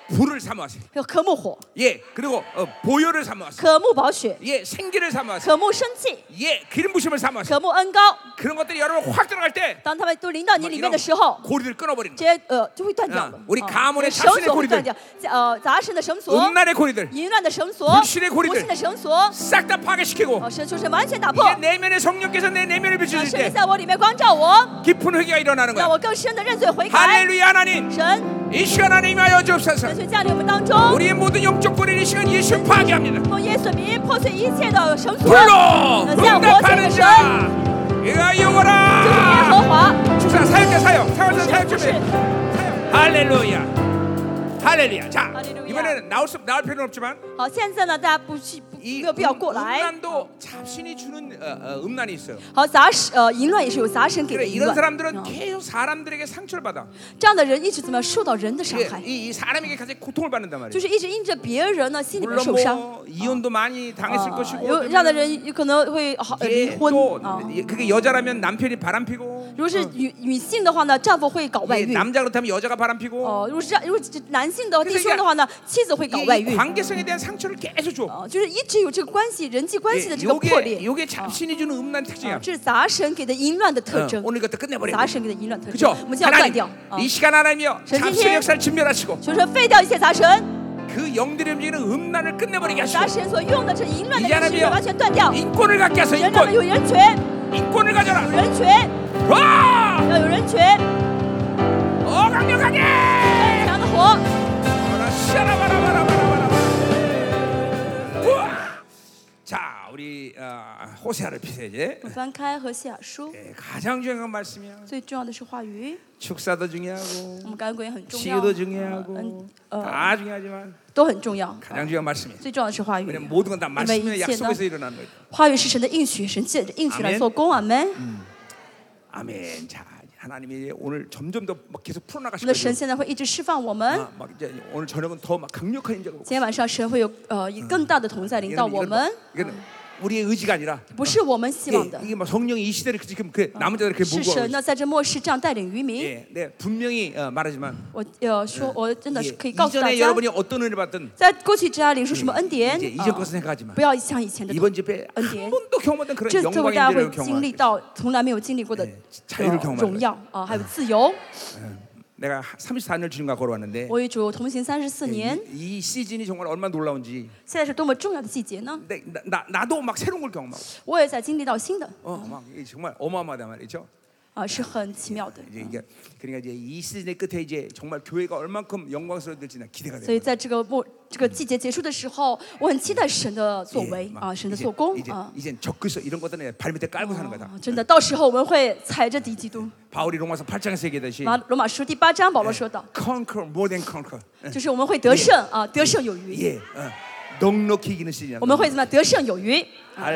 Speaker 1: 불을 삼아왔어요.
Speaker 2: 要渴慕火，
Speaker 1: 예, 그리고 어, 보혈을 삼아왔어요.
Speaker 2: 渴慕宝血，
Speaker 1: 예, 생기를 삼아왔어요.
Speaker 2: 渴慕生气，
Speaker 1: 예, 기름 부심을 삼아왔어요.
Speaker 2: 渴慕恩高。
Speaker 1: 그런 것들이 여러분 확 들어갈 때
Speaker 2: 当他们都临到你
Speaker 1: 뭐,
Speaker 2: 里面
Speaker 1: 이런
Speaker 2: 的时候，
Speaker 1: 고리를 끊어버리는
Speaker 2: 这些呃就会断掉了
Speaker 1: 嗯。우리
Speaker 2: 啊
Speaker 1: 가문의
Speaker 2: 绳
Speaker 1: 잡신의
Speaker 2: 索会
Speaker 1: 고리들
Speaker 2: 断掉，呃，杂神的绳索。
Speaker 1: 거예요. 음란의 고리들
Speaker 2: 淫乱的绳索，
Speaker 1: 불신의고리들
Speaker 2: 不信的绳索，
Speaker 1: 싹 다 파괴시키고
Speaker 2: 哦，神就是完全打破
Speaker 1: 이제 。 내면의 성령께서 내 내면을
Speaker 2: 让
Speaker 1: 비춰줄
Speaker 2: 圣灵
Speaker 1: 때
Speaker 2: 在我里面光照我，
Speaker 1: 깊은 회개가 아, 일어나는
Speaker 2: 让
Speaker 1: 거야.
Speaker 2: 我更深的认罪悔改。
Speaker 1: 할렐루야 하나님
Speaker 2: 神，
Speaker 1: 이 시간 하나님 하여 주옵소서
Speaker 2: 神去降临我们当中，
Speaker 1: 우리의 모든 영적 고리를 이 시간 예수 파괴합니다
Speaker 2: 奉耶稣名破碎一切的绳索，
Speaker 1: 불로
Speaker 2: 呃向活水的
Speaker 1: 뭐 응답하는
Speaker 2: 神，
Speaker 1: 자 이가
Speaker 2: 就是耶和
Speaker 1: 영원하
Speaker 2: 华。
Speaker 1: 축사 사역자 사역 사역자 사역
Speaker 2: 不是
Speaker 1: 준비 ， 할렐루야 할렐루야 자
Speaker 2: 할렐루야.
Speaker 1: 이번에는 나올 수 나올 필요는 없지만
Speaker 2: 好，现在呢，大家不去，不没
Speaker 1: 이
Speaker 2: 有必要过来。
Speaker 1: 음란도 잡신이 주는 어, 어, 음란이 있어요
Speaker 2: 好，杂神，呃，淫乱也是有杂神给
Speaker 1: 그래
Speaker 2: 的淫
Speaker 1: 이런 어.
Speaker 2: 乱。
Speaker 1: 사람들은
Speaker 2: 嗯
Speaker 1: 계속 사람들에게 상처를 받아
Speaker 2: 这样的人一直怎么样受到人的伤
Speaker 1: 이게
Speaker 2: 害，
Speaker 1: 이, 이 사람에게 가장 고통을 받는단 말이에요
Speaker 2: 就是一直因着别人呢心里面
Speaker 1: 물론
Speaker 2: 受伤。
Speaker 1: 뭐 이혼도 많이 당했을
Speaker 2: 啊
Speaker 1: 것이고
Speaker 2: 有这样的人有可能会好呃离
Speaker 1: 예,
Speaker 2: 婚
Speaker 1: 또
Speaker 2: 啊。
Speaker 1: 예, 그게 여자라면 남편이 바람피고
Speaker 2: 如果是女女性的话呢，丈夫会搞外
Speaker 1: 예,
Speaker 2: 遇。
Speaker 1: 남자 그렇다면 여자가 바람피고
Speaker 2: 哦，如果是这样如果是男性的弟
Speaker 1: 就是
Speaker 2: 兄的话呢，妻子会搞外
Speaker 1: 그러니까 이, 어. 이
Speaker 2: 遇。
Speaker 1: 관계성에 대한 상처를 계속 줘. 예,
Speaker 2: 哦，就是一直有这个关系，人际关系的这个破
Speaker 1: 이게 어.
Speaker 2: 裂。
Speaker 1: 이게 잡신이 주는 음란 특징이야.
Speaker 2: 啊，这是杂神给的淫乱的特
Speaker 1: 어,
Speaker 2: 征。
Speaker 1: 오늘 이것도 끝내버려.
Speaker 2: 杂神给的淫乱特
Speaker 1: 그죠?
Speaker 2: 征，我们就要断
Speaker 1: 하나님
Speaker 2: 掉。啊，
Speaker 1: 이 시간 하나님이여
Speaker 2: 전
Speaker 1: 잡신
Speaker 2: 세계-
Speaker 1: 역사를 진멸하시고
Speaker 2: 求神废掉一切杂神，
Speaker 1: 그 영들이 움직이는 음란을 끝내버리게
Speaker 2: 杂
Speaker 1: 하시고
Speaker 2: 神所用的这淫乱的
Speaker 1: 이사람이요
Speaker 2: 事完全断掉。
Speaker 1: 인권을 갖게 하소
Speaker 2: 人他们
Speaker 1: 인권
Speaker 2: 有人权，
Speaker 1: 인권을
Speaker 2: 有
Speaker 1: 가져라.
Speaker 2: 人权，
Speaker 1: 와!
Speaker 2: 要有人权，
Speaker 1: 어 강력하게.
Speaker 2: 这样的火。
Speaker 1: 어라, 샤라바라바라바라바라. 우와! 자 우리 어, 호세아를 피세 이제
Speaker 2: 我翻开和西雅书，
Speaker 1: 예, 가장 중요한 말씀이야.
Speaker 2: 最重要的是话语，
Speaker 1: 축사도 중요하고 어.
Speaker 2: 我们感恩鬼也很重要，
Speaker 1: 치유도 중요하고
Speaker 2: 嗯呃
Speaker 1: 다 중요하지만
Speaker 2: 都很重要。
Speaker 1: 가장 중요한 말씀이에요.
Speaker 2: 最重要的是话语，
Speaker 1: 왜냐면 모든 건 다 말씀의
Speaker 2: 이제는-
Speaker 1: 약속에서 일어나는 거예요.
Speaker 2: 话语是神的应许，神借着应许来做工，阿门。我
Speaker 1: 아멘. 자 하나님이 오늘 점점 더 막 계속 풀어나가실
Speaker 2: 们的神
Speaker 1: 거예요.
Speaker 2: 现在会一直释放我们。
Speaker 1: 아, 막 이제 오늘 저녁은 더 막 강력한 인자가 오고.
Speaker 2: 今天晚上神会有呃以更大的同在领到
Speaker 1: 이건-
Speaker 2: 我
Speaker 1: 이건
Speaker 2: 们
Speaker 1: 뭐- ， 이건 우리의 의지가 아니라
Speaker 2: 不是我们希
Speaker 1: 이게,
Speaker 2: 望的，
Speaker 1: 이게 막 성령이 이 시대를 지금 그 남은 자들 그렇게
Speaker 2: 是
Speaker 1: 몰고 가고
Speaker 2: 神
Speaker 1: 있어요.
Speaker 2: 呢在这末世这样带领渔民。
Speaker 1: 예, 네 분명히 어, 말하지만
Speaker 2: 我呃说，我真的
Speaker 1: 예,
Speaker 2: 是可以告诉大
Speaker 1: 이전에
Speaker 2: 家，
Speaker 1: 여러분이 어떤 은혜 받든
Speaker 2: 在过去之家领受什么恩典
Speaker 1: 이제 ， 이전
Speaker 2: 啊
Speaker 1: 것을 생각하지 마.
Speaker 2: 不要像以前的
Speaker 1: 이번 집에 한
Speaker 2: 은혜.
Speaker 1: 번도 경험했던 그런
Speaker 2: 这次会
Speaker 1: 영광의
Speaker 2: 大家会
Speaker 1: 은혜를
Speaker 2: 经历
Speaker 1: 경험하게.
Speaker 2: 到从来没有经历过的
Speaker 1: 자유를
Speaker 2: 呃
Speaker 1: 경험하는
Speaker 2: 荣耀啊、还有自由。
Speaker 1: 네, 내가 34년을 주님과 걸어왔는데 예,
Speaker 2: 我与主同行三十
Speaker 1: 哎
Speaker 2: 四年，
Speaker 1: 이, 이 시즌이 정말 얼마나 놀라운지
Speaker 2: 现在是多么重要的季节呢！
Speaker 1: 내, 나, 나, 나도 막 새로운 걸 경험하고
Speaker 2: 我也在经历到新的，
Speaker 1: 어, 막 이게 정말 어마어마하단 말이죠.
Speaker 2: 啊，是很奇妙的。
Speaker 1: 이제 이게 그러니까 이제 이 시즌의 끝에 이제 정말 교회가 얼만큼 영광스러워질지 나 기대가
Speaker 2: 所
Speaker 1: 돼요.
Speaker 2: 以在这个末这个季节结束的时候，我很期待神的作
Speaker 1: 예,
Speaker 2: 为
Speaker 1: 막
Speaker 2: 啊，神的
Speaker 1: 이제-
Speaker 2: 做工
Speaker 1: 이제
Speaker 2: 啊。
Speaker 1: 이젠 적그리스도 이런 것들은 발밑에 깔고 사는 거다.
Speaker 2: 啊真的，到时候我们会踩着敌基督。
Speaker 1: 바울이 로마서 8장에서 얘기했듯이
Speaker 2: 马罗马书第八章，保罗说道，
Speaker 1: conquer more than conquer.
Speaker 2: 就是我们会得胜啊，得胜有余。
Speaker 1: 예, 어, 넉넉히 이기는 시즌이야.
Speaker 2: 我们会怎么样？得胜有余。
Speaker 1: 哎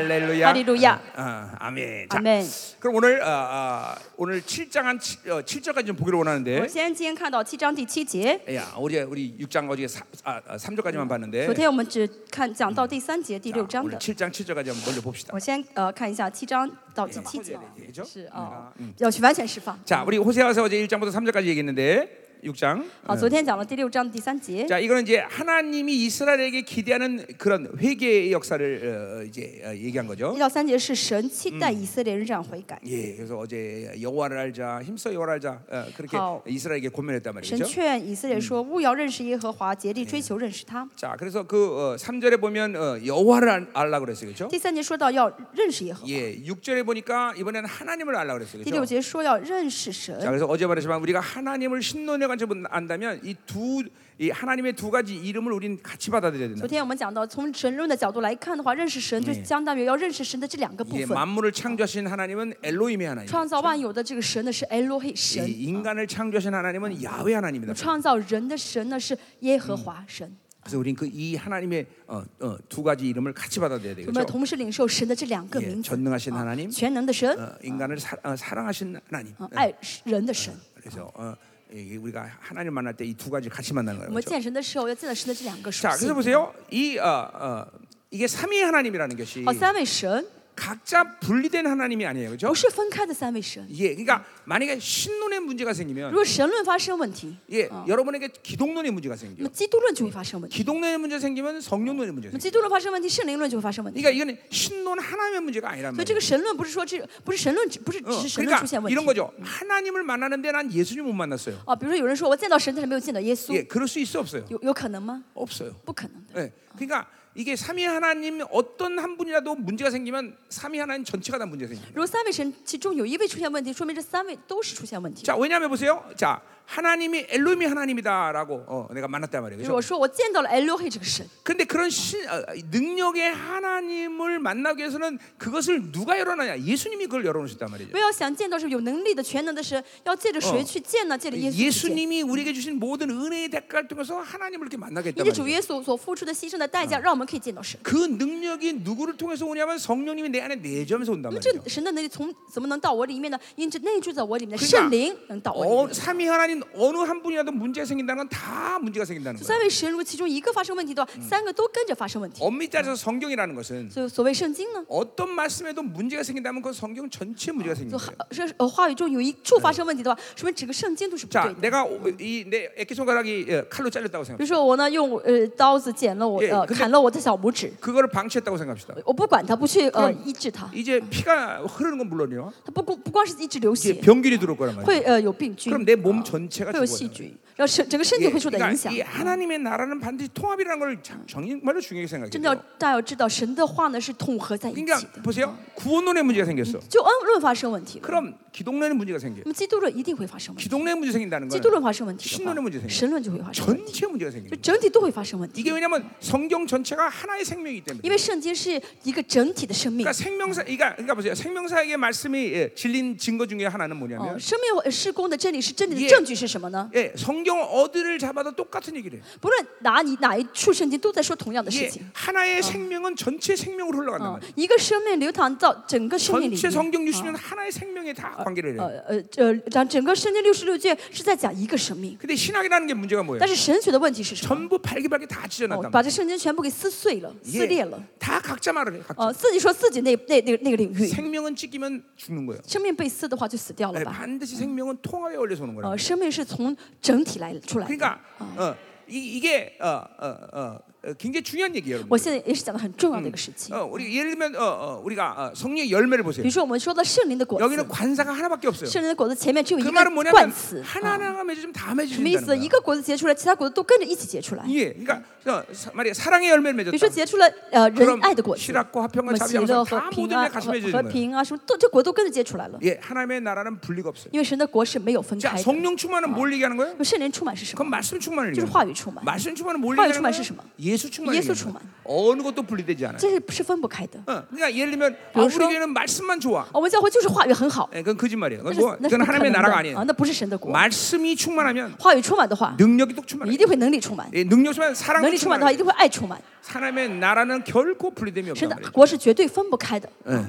Speaker 1: 할렐루야.
Speaker 2: 할렐루야.
Speaker 1: 어, 어, 아멘. 자,
Speaker 2: 아멘.
Speaker 1: 그럼 오늘 어, 어, 오늘 7장 한 7, 어, 7절까지 좀 보기로
Speaker 2: 我
Speaker 1: 원하는데.
Speaker 2: 们先今天看到七章第七节，
Speaker 1: 야, 어제 우리 6장 어제 3, 아, 3절까지만 봤는데.
Speaker 2: 昨天我们只看讲到第三节、第
Speaker 1: 자,
Speaker 2: 六章
Speaker 1: 오늘
Speaker 2: 的。
Speaker 1: 7장 7절까지 한번 먼저 봅시다.
Speaker 2: 我先呃看一下七章到第七节啊
Speaker 1: 예，그죠？
Speaker 2: 是啊，要去完全释放。
Speaker 1: 자, 우리 호세아서 어제 1장부터 3절까지 얘기했는데 6장.
Speaker 2: 好，昨天讲了第六章第三节，
Speaker 1: 자, 이거는 이제 하나님이 이스라엘에게 기대하는 그런 회개의 역사를 어, 이제 어, 얘기한 거죠.
Speaker 2: 一到三节是神期待以色列人这样悔改，
Speaker 1: 예, 그래서 어제 여호와를 알자, 힘써 여호와를 알자 어, 그렇게
Speaker 2: 어.
Speaker 1: 이스라엘에게 권면했단
Speaker 2: 神
Speaker 1: 말이죠.
Speaker 2: 劝以色列说：“勿要认识耶和华，竭力追求认识他。
Speaker 1: 자, 그래서 그 어, 3절에 보면 어, 여호와를 알- 알라 그랬어요, 그렇죠?
Speaker 2: 第三节说到要认识耶和华，
Speaker 1: 예, 6절에 보니까 이번에는 하나님을 알라 그랬어요,
Speaker 2: 第六
Speaker 1: 그렇죠?
Speaker 2: 节说要认识神
Speaker 1: 자 。 그래서 어제 말했지만 우리가 하나님을 신론의 관점으로 안다면 이 두 이 하나님의 두 가지 이름을 우리는 같이 받아들여야
Speaker 2: 昨
Speaker 1: 된다.
Speaker 2: 天我们讲到，从神论的角度来看的话，认识神就相当于要认识神的这两个部
Speaker 1: 예,
Speaker 2: 分。
Speaker 1: 만물을 창조하신 하나님은 엘로힘의 하나님.
Speaker 2: 创造万有的这个神呢是 Elohim
Speaker 1: 이
Speaker 2: 神，
Speaker 1: 인간을 창조하신 하나님은 야훼 하나님이다.
Speaker 2: 创造人的嗯神呢是耶和华神。
Speaker 1: 그래서 우리는 그 이 하나님의 어, 어, 두 가지 이름을 같이 받아들여야
Speaker 2: 我们
Speaker 1: 되겠죠.
Speaker 2: 同时领受神的这两个
Speaker 1: 예,
Speaker 2: 名字：
Speaker 1: 전능하신 하나님,
Speaker 2: 啊全能的神，
Speaker 1: 어, 인간을 사, 어, 사랑하신 하나님.
Speaker 2: 啊爱人的神。
Speaker 1: 그래서 어, 이- 우리가 하나님 만날 때 이 두 가지 같이 만나는
Speaker 2: 我
Speaker 1: 거예요.
Speaker 2: 们
Speaker 1: 그렇죠?
Speaker 2: 见神的时候要见到神的这两个属
Speaker 1: 자,
Speaker 2: 性
Speaker 1: 그래서 。 보세요. 이 어, 어, 이게 삼위 하나님이라는 것이
Speaker 2: 好，哦三位神
Speaker 1: 각자 분리된 하나님이 아니에요, 그렇죠?
Speaker 2: 不是分开的三位神。
Speaker 1: 예, 그러니까 만약에 신론의 문제가
Speaker 2: 如
Speaker 1: 생기면
Speaker 2: 果神论发生问题，
Speaker 1: 예, 여러분에게 기독론의 문제가
Speaker 2: 那么
Speaker 1: 생겨요.
Speaker 2: 基督论就会发生问题；
Speaker 1: 기독론의 문제 생기면 성령론의 문제가
Speaker 2: 那么
Speaker 1: 생겨요.
Speaker 2: 基督论发生问题，圣灵论就会发生问题。
Speaker 1: 그러니까 이거는 신론 하나님의 문제가 아니란
Speaker 2: 所以
Speaker 1: 말이에요.
Speaker 2: 这个神论不是说这不是神论，不是
Speaker 1: 어,
Speaker 2: 只是神论出现
Speaker 1: 그러니까
Speaker 2: 问
Speaker 1: 이런
Speaker 2: 题。
Speaker 1: 거죠. 하나님을 만나는데 난 예수님 못 만났어요.
Speaker 2: 啊，比如说有人说我见到神，但是没有见到耶稣
Speaker 1: 예, ， 그럴 수 있어 없어요?
Speaker 2: 有有可能吗？
Speaker 1: 없어요.
Speaker 2: 不可能的。
Speaker 1: 예, 그러니까 이게 삼위 하나님 어떤 한 분이라도 문제가 생기면 삼위 하나님 전체가 다 문제 생겨요.
Speaker 2: 如果三位神其中有一位出现问题，说明这三位都是出现问题的。
Speaker 1: 자, 왜냐하면 보세요. 자, 하나님이 엘로힘이 하나님이다라고 어, 내가 만났단 말이에요.
Speaker 2: 就是我
Speaker 1: 그렇죠?
Speaker 2: 说我见到了 Elohim 这个神，
Speaker 1: 근데 그런 신, 어, 능력의 하나님을 만나기 위해서는 그것을 누가 열어놔냐? 예수님이 그걸 열어놓으셨단 말이죠.
Speaker 2: 不要想见到是有能力的、全能的神，要借着谁
Speaker 1: 哦
Speaker 2: 去见呢？借着耶稣去见。
Speaker 1: 예수님이 우리에게 주신 모든 은혜의 대가를 통해서 하나님을 이렇게 만나게
Speaker 2: 因
Speaker 1: 했단
Speaker 2: 为主
Speaker 1: 말이죠.
Speaker 2: 耶稣所付出的嗯牺牲的代价，让我们可以见到神。
Speaker 1: 그 능력이 누구를 통해서 오냐면 성령님이 내 안에 내점에서 온단
Speaker 2: 那么
Speaker 1: 말이죠.
Speaker 2: 这神的能力从怎么能到我里面呢？因这哦内住在我里面的
Speaker 1: 그러니까
Speaker 2: 圣灵能到我里
Speaker 1: 어,
Speaker 2: 面。
Speaker 1: 삼위 하나님 어느 한 분이라도 문제가 생긴다는 건 다 문제가 생긴다는
Speaker 2: 三
Speaker 1: 거예요.
Speaker 2: 位神如其中一个发生问题的话，三个都跟着发生问题。
Speaker 1: 엄밀히 따져서 성경이라는 것은
Speaker 2: 所以所谓圣经呢，
Speaker 1: 어떤 말씀에도 문제가 생긴다면 그건 성경 전체 문제가
Speaker 2: 就
Speaker 1: 생기는
Speaker 2: 话
Speaker 1: 거예요.
Speaker 2: 是呃话语中有一处发生问题的话，说明整个圣经都是不
Speaker 1: 자,
Speaker 2: 对的。
Speaker 1: 내가 이내 애기 손가락이 예, 칼로 잘렸다고
Speaker 2: 比
Speaker 1: 생각합니다.
Speaker 2: 如说我呢用呃刀子剪了我
Speaker 1: 예
Speaker 2: 呃
Speaker 1: 근데
Speaker 2: 砍了我的小拇指，
Speaker 1: 그거를 방치했다고 생각합시다.
Speaker 2: 我不管它，不去
Speaker 1: 그
Speaker 2: 呃
Speaker 1: 럼
Speaker 2: 医治它，
Speaker 1: 이제 피가 흐르는 건 물론이요.
Speaker 2: 它不光不光是一直流
Speaker 1: 이제
Speaker 2: 血，
Speaker 1: 병균이 들어올 거란 말이에요.
Speaker 2: 会呃有病菌，
Speaker 1: 아, 그럼 내 몸 전체가
Speaker 2: 会有细
Speaker 1: 죽어요.
Speaker 2: 菌，然后身整个身体
Speaker 1: 예,
Speaker 2: 会受到影
Speaker 1: 그러니까
Speaker 2: 响
Speaker 1: 。이 하나님의 나라는 반드시 통합이라는 걸 참- 정말로 중요하게 생각해요.
Speaker 2: 真的要大家要知道，神的话呢是统合在一起
Speaker 1: 그러니까
Speaker 2: 的。
Speaker 1: 보세요. 구원론의 문제가 생겼어.
Speaker 2: 就恩论发生问题了，
Speaker 1: 그럼 기독론의 문제가 생겨.
Speaker 2: 那么基督论一定会发生问题。
Speaker 1: 기독론의 문제 생긴다는
Speaker 2: 基督
Speaker 1: 건
Speaker 2: 论发生问题
Speaker 1: 신론의문제생겨
Speaker 2: 的
Speaker 1: 요
Speaker 2: 话，神论就会发生问题，
Speaker 1: 전체 문제가
Speaker 2: 就
Speaker 1: 생기는 거예요.
Speaker 2: 整体都会发生问题
Speaker 1: 이게 。 왜냐면 성경 전체가 하나의 생명이기 때문에.
Speaker 2: 因为圣经是一个整体的生命
Speaker 1: 그러니까 ， 생명사 그러니까, 그러니까 보세요. 생명사에게 말씀이 예, 진린 증거 중에 하나는 뭐냐면
Speaker 2: 哦，生命呃施工的真理是真理
Speaker 1: 예
Speaker 2: 的证据是什么呢？
Speaker 1: 예, 성경 어디를 잡아도 똑같은 얘기를 해요.
Speaker 2: 不论哪里哪一处圣经都在说同样的
Speaker 1: 예,
Speaker 2: 事情。
Speaker 1: 하나의 생명은 전체 생명으로 흘러간단
Speaker 2: 啊
Speaker 1: 말이에요. ，
Speaker 2: 一个生命流淌到整个生命里
Speaker 1: 전체
Speaker 2: 面。哦
Speaker 1: 성경 60은 하나의 생명에 다 관계를
Speaker 2: 呃
Speaker 1: 해요.
Speaker 2: 呃，这讲整个圣经六十六卷是在讲一个生命，
Speaker 1: 근데 신학이라는 게 문제가 뭐예요?
Speaker 2: 但是神学的问题是什么？
Speaker 1: 전부 발기발기 다
Speaker 2: 哦
Speaker 1: 찢어놨단 ，
Speaker 2: 把
Speaker 1: 말이에요.
Speaker 2: 这圣经全部给撕碎了、撕裂
Speaker 1: 예,
Speaker 2: 了。
Speaker 1: 다 각자 말을 해요. 각자.
Speaker 2: 哦，自己说自己那那那那
Speaker 1: 네.
Speaker 2: 个领域，
Speaker 1: 생명은 찢기면 죽는 거예요.
Speaker 2: 生命被撕的话就死掉
Speaker 1: 예,
Speaker 2: 了吧？哦
Speaker 1: 반드시 생명은 통합에 걸려서 오는 거예요.
Speaker 2: 呃，生命是从整体来出来的。
Speaker 1: 그러니까 어, 이, 이게 어, 어, 어, 어, 굉장히 중요한 얘기예요,
Speaker 2: 我
Speaker 1: 여러분.
Speaker 2: 现在也是讲的很重要的一个事情
Speaker 1: 어, 。 우리 예를 들면 어, 어, 우리가 어, 성령의 열매를
Speaker 2: 比
Speaker 1: 보세요.
Speaker 2: 如说我们说的圣灵的果子
Speaker 1: 여기는 ， 관사가 하나밖에 없어요.
Speaker 2: 圣灵的果子前面只有
Speaker 1: 그
Speaker 2: 一
Speaker 1: 말은
Speaker 2: 个
Speaker 1: 뭐냐면
Speaker 2: 冠词，啊
Speaker 1: 하나하나가 맺으면 다
Speaker 2: 什么意
Speaker 1: 맺어진다는
Speaker 2: 思？一
Speaker 1: 거야.
Speaker 2: 个果子结出来，其他果子都跟着一起结出来。比
Speaker 1: 예, 그러니까 어, 사- 말이야 사랑의 열매를
Speaker 2: 如说
Speaker 1: 맺었다.
Speaker 2: 结出了呃仁
Speaker 1: 그럼
Speaker 2: 爱的果子，
Speaker 1: 실학과
Speaker 2: 那
Speaker 1: 화평과
Speaker 2: 么喜
Speaker 1: 자비
Speaker 2: 乐
Speaker 1: 양성
Speaker 2: 和
Speaker 1: 다
Speaker 2: 平
Speaker 1: 모든
Speaker 2: 啊、
Speaker 1: 게
Speaker 2: 和
Speaker 1: 같이
Speaker 2: 和
Speaker 1: 맺어지는 거예요.
Speaker 2: 平啊，什么都这果都跟着结出来了。
Speaker 1: 예, 하나님의 나라는 분리가 없어요.
Speaker 2: 因为神的果是没有分
Speaker 1: 자,
Speaker 2: 开的。
Speaker 1: 성령 충만은 뭘 얘기하는 거예요?
Speaker 2: 那圣灵充满是什
Speaker 1: 그건
Speaker 2: 么？
Speaker 1: 말씀 충만을
Speaker 2: 就
Speaker 1: 얘기하는
Speaker 2: 是话
Speaker 1: 거예요.
Speaker 2: 语充满，
Speaker 1: 말씀 충만은 뭘
Speaker 2: 화요
Speaker 1: 얘기하는
Speaker 2: 충만是
Speaker 1: 거예요?
Speaker 2: 什么？
Speaker 1: 예수 충만
Speaker 2: 예수
Speaker 1: 얘기하는 거예요. 어느 것도 분리되지 않아요.
Speaker 2: 这是是分不开的。
Speaker 1: 어, 그러니까 예를 들면 아, 우리
Speaker 2: 비로소-
Speaker 1: 교회는 말씀만 좋아.
Speaker 2: 我们教会就是话语很好，
Speaker 1: 예, 그건 거짓말이에요.
Speaker 2: 那
Speaker 1: 그건,
Speaker 2: 是
Speaker 1: 뭐,
Speaker 2: 那是
Speaker 1: 그건
Speaker 2: 不可
Speaker 1: 하나님의
Speaker 2: 能
Speaker 1: 나라가
Speaker 2: 的
Speaker 1: 아니에요.
Speaker 2: 啊，那不是神的果。
Speaker 1: 말씀이 충만하면
Speaker 2: 话语充满的话，
Speaker 1: 어? 능력이 또 충만해요.
Speaker 2: 一定会能力充满；
Speaker 1: 예, 능력 충만, 사랑
Speaker 2: 能力充满的话，
Speaker 1: 충만.
Speaker 2: 一定会爱充满。
Speaker 1: 하나님의 나라는 결코 분리됨이
Speaker 2: 神
Speaker 1: 없단
Speaker 2: 的
Speaker 1: 말이에요.
Speaker 2: 国是绝对分不开的
Speaker 1: 예.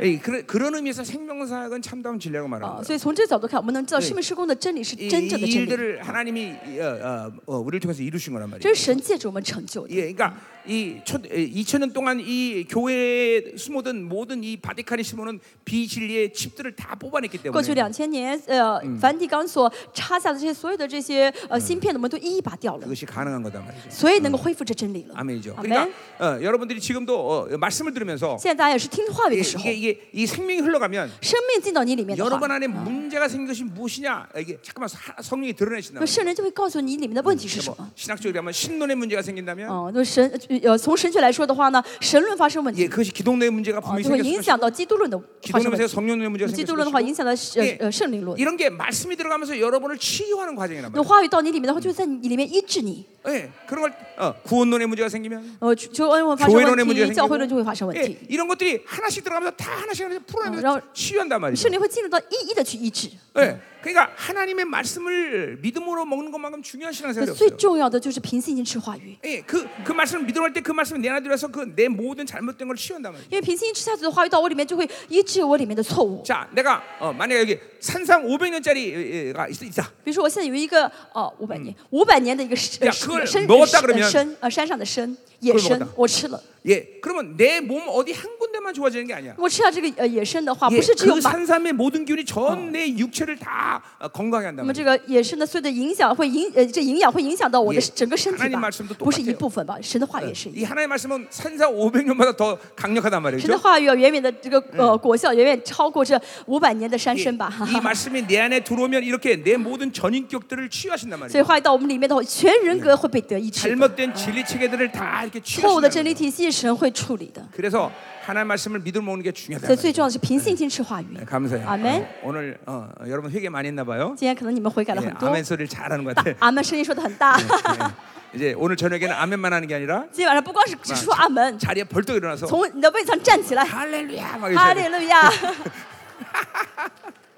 Speaker 1: 예, 그런 그런 의미에서 생명사역은 참다운 진리라고
Speaker 2: 啊！
Speaker 1: 말합니다.
Speaker 2: 所以从这角度看，我们能知道
Speaker 1: 对
Speaker 2: 生命施工的真理是
Speaker 1: 이
Speaker 2: 真正的
Speaker 1: 이-
Speaker 2: 真理，
Speaker 1: 일들을 하나님이 어, 어, 어, 우리를 통해서 이루신 거란 말이에요.
Speaker 2: 这是神借着我们成就的。
Speaker 1: 예, 그러니까 이 2000년 동안 이 교회에 숨어든 모든 이 바티칸이 심어놓은 비진리의 칩들을 다 뽑아냈기
Speaker 2: 过去
Speaker 1: 때문에
Speaker 2: 两千年，呃，梵蒂冈所插下的这些所有的这些呃芯片，我们都一一拔掉了，
Speaker 1: 그것이 가능한 거단 말이죠.
Speaker 2: 所以能够恢复这真理了。
Speaker 1: 아멘이죠.
Speaker 2: 嗯阿
Speaker 1: 그러니까
Speaker 2: 门。
Speaker 1: 어, 여러분들이 지금도 어, 말씀을 들으면서
Speaker 2: 现在大家也是听话语
Speaker 1: 예,
Speaker 2: 的时候
Speaker 1: 이게, ， 이게 이 생명이 흘러가면
Speaker 2: 生命进到你里面的话，
Speaker 1: 여러분 안에 문제가 생긴 것이 무엇이냐 이게 잠깐만 사- 성령이 드러내신다.
Speaker 2: 那圣人就会告诉你里面的问题是什么。
Speaker 1: 신학적으로 하면 신론의 문제가 생긴다면
Speaker 2: 哦，那神呃，从神学来说的话呢，神论发生问
Speaker 1: 예,
Speaker 2: 题，
Speaker 1: 그것이 기독론의 문제가
Speaker 2: 啊，
Speaker 1: 분명히
Speaker 2: 就会
Speaker 1: 생겼을
Speaker 2: 影
Speaker 1: 것이고
Speaker 2: 响到基督论的发
Speaker 1: 기독론의
Speaker 2: 生问题
Speaker 1: 문제가 。 성령론의 문제가
Speaker 2: 基
Speaker 1: 생겼을
Speaker 2: 督论的话，影
Speaker 1: 것이고
Speaker 2: 响到呃
Speaker 1: 예.
Speaker 2: 呃圣灵论。
Speaker 1: 이런 게 말씀이 들어가면서 여러분을 치유하는 과정이란 말이에요.
Speaker 2: 那话语到你里面的话，就在你里面医治你。
Speaker 1: 예, 그런 걸 어, 구원론의 문제가 생기면
Speaker 2: 呃，求恩文发生
Speaker 1: 교회론의
Speaker 2: 问
Speaker 1: 문제가
Speaker 2: 题，教
Speaker 1: 생기고
Speaker 2: 会论就会发生问
Speaker 1: 예,
Speaker 2: 题。
Speaker 1: 이런 것들이 하나씩 들어가면서 다 하나씩 하나씩 풀어내면서
Speaker 2: 뭐, 어, 그럼-
Speaker 1: 치유한단 말이죠.
Speaker 2: 圣灵会进入到一一的去医治。
Speaker 1: 예, 그러니까 하나님의 말씀을 믿음으로 먹는 것만큼 중요한 신앙생활이
Speaker 2: 那最
Speaker 1: 없어요.
Speaker 2: 重要的就是凭信心吃话语，
Speaker 1: 예, 그, 그 말씀을 믿음으로 할 때 그 말씀을 내 안에 들어서 그 내 모든 잘못된 걸 치유한단 말이죠.
Speaker 2: 因为凭信心吃下去的话语到我里面，就会医治我里面的错误。
Speaker 1: 자, 내가 어, 만약에 여기 산상 500년짜리가 있다.
Speaker 2: 比如说，我现在有一个哦，五百年，五百年的一个呃
Speaker 1: 야
Speaker 2: 山
Speaker 1: 그걸
Speaker 2: 山山
Speaker 1: 먹었다그러면
Speaker 2: 山呃山上的参野
Speaker 1: 그걸
Speaker 2: 参
Speaker 1: 먹었다 ，
Speaker 2: 我吃了。
Speaker 1: 예, 그러면 내 몸 어디 한 군데만 좋아지는 게 아니야.
Speaker 2: 我吃下这个呃野生的话，
Speaker 1: 예,
Speaker 2: 不是只有
Speaker 1: 그
Speaker 2: 马，
Speaker 1: 산삼의 모든 기운이 전 내 육체를 다 어, 건강하게
Speaker 2: 那
Speaker 1: 한단
Speaker 2: 么
Speaker 1: 말이야.
Speaker 2: 这个野生的所有的影响会影呃这营养会影响到我的
Speaker 1: 예
Speaker 2: 整个身体
Speaker 1: 하나님
Speaker 2: 吧
Speaker 1: 말씀도똑같아요 ，
Speaker 2: 不是一部分吧？神的话语也是一
Speaker 1: 이
Speaker 2: 样，
Speaker 1: 하나님의 말씀은 산상 500년마다 더 강력하단
Speaker 2: 神的
Speaker 1: 말이죠.
Speaker 2: 话语要远远的这个呃果效远远超过这五百年的山
Speaker 1: 예,
Speaker 2: 参吧，哈
Speaker 1: 이
Speaker 2: 哈。
Speaker 1: 말씀이 내 안에 들어오면 이렇게 내 모든 전인격들을 치유하신단
Speaker 2: 所以
Speaker 1: 말이에요.
Speaker 2: 话语到我们里面的话，全人格会被得医治嗯的，
Speaker 1: 잘못된 진리 체계들을 다 이렇게
Speaker 2: 错误的
Speaker 1: 치유하신단
Speaker 2: 真
Speaker 1: 말이에요.
Speaker 2: 理体系神会处理的。
Speaker 1: 그래서 하나님 말씀을 믿음으로 먹는 게
Speaker 2: 所
Speaker 1: 중요하다.
Speaker 2: 以最重要的是凭信心吃话语
Speaker 1: 네, 。 감사해요.
Speaker 2: 阿门。
Speaker 1: 어, 오늘 어, 여러분 회개 많이 했나 봐요.
Speaker 2: 今天可能你们悔改了
Speaker 1: 예,
Speaker 2: 很多，
Speaker 1: 아멘 소리를 잘하는 것 같아.
Speaker 2: 阿门声音说的很大。
Speaker 1: 예. 이제 오늘 저녁에는 아멘만 하는 게 아니라
Speaker 2: 今天晚上不光是只说阿门，
Speaker 1: 자리에 벌떡 일어나서
Speaker 2: 从你的位子上站起来，
Speaker 1: 할렐루야 막
Speaker 2: 哈
Speaker 1: 이렇게.
Speaker 2: 利路亚。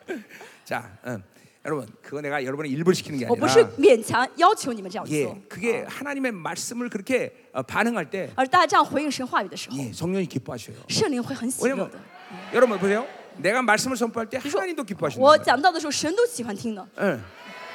Speaker 2: 嗯
Speaker 1: 자, 응. 여러분 그거 내가 여러분을 일부러 시키는 게
Speaker 2: 我不是
Speaker 1: 아니라
Speaker 2: 勉强要求你们这样做
Speaker 1: 예, ， 그게 하나님의 말씀을 그렇게 어, 반응할 때
Speaker 2: 而大家这样回应神话语的时候，
Speaker 1: 예, 성령이 기뻐하셔요.
Speaker 2: 圣灵会很喜乐
Speaker 1: 왜냐면
Speaker 2: 的。
Speaker 1: 여러분 보세요. 내가 말씀을 선포할 때
Speaker 2: 比如说
Speaker 1: 하나님도 기뻐하시는
Speaker 2: 我
Speaker 1: 거예요.
Speaker 2: 讲到的时候，神都喜欢听的。
Speaker 1: 예.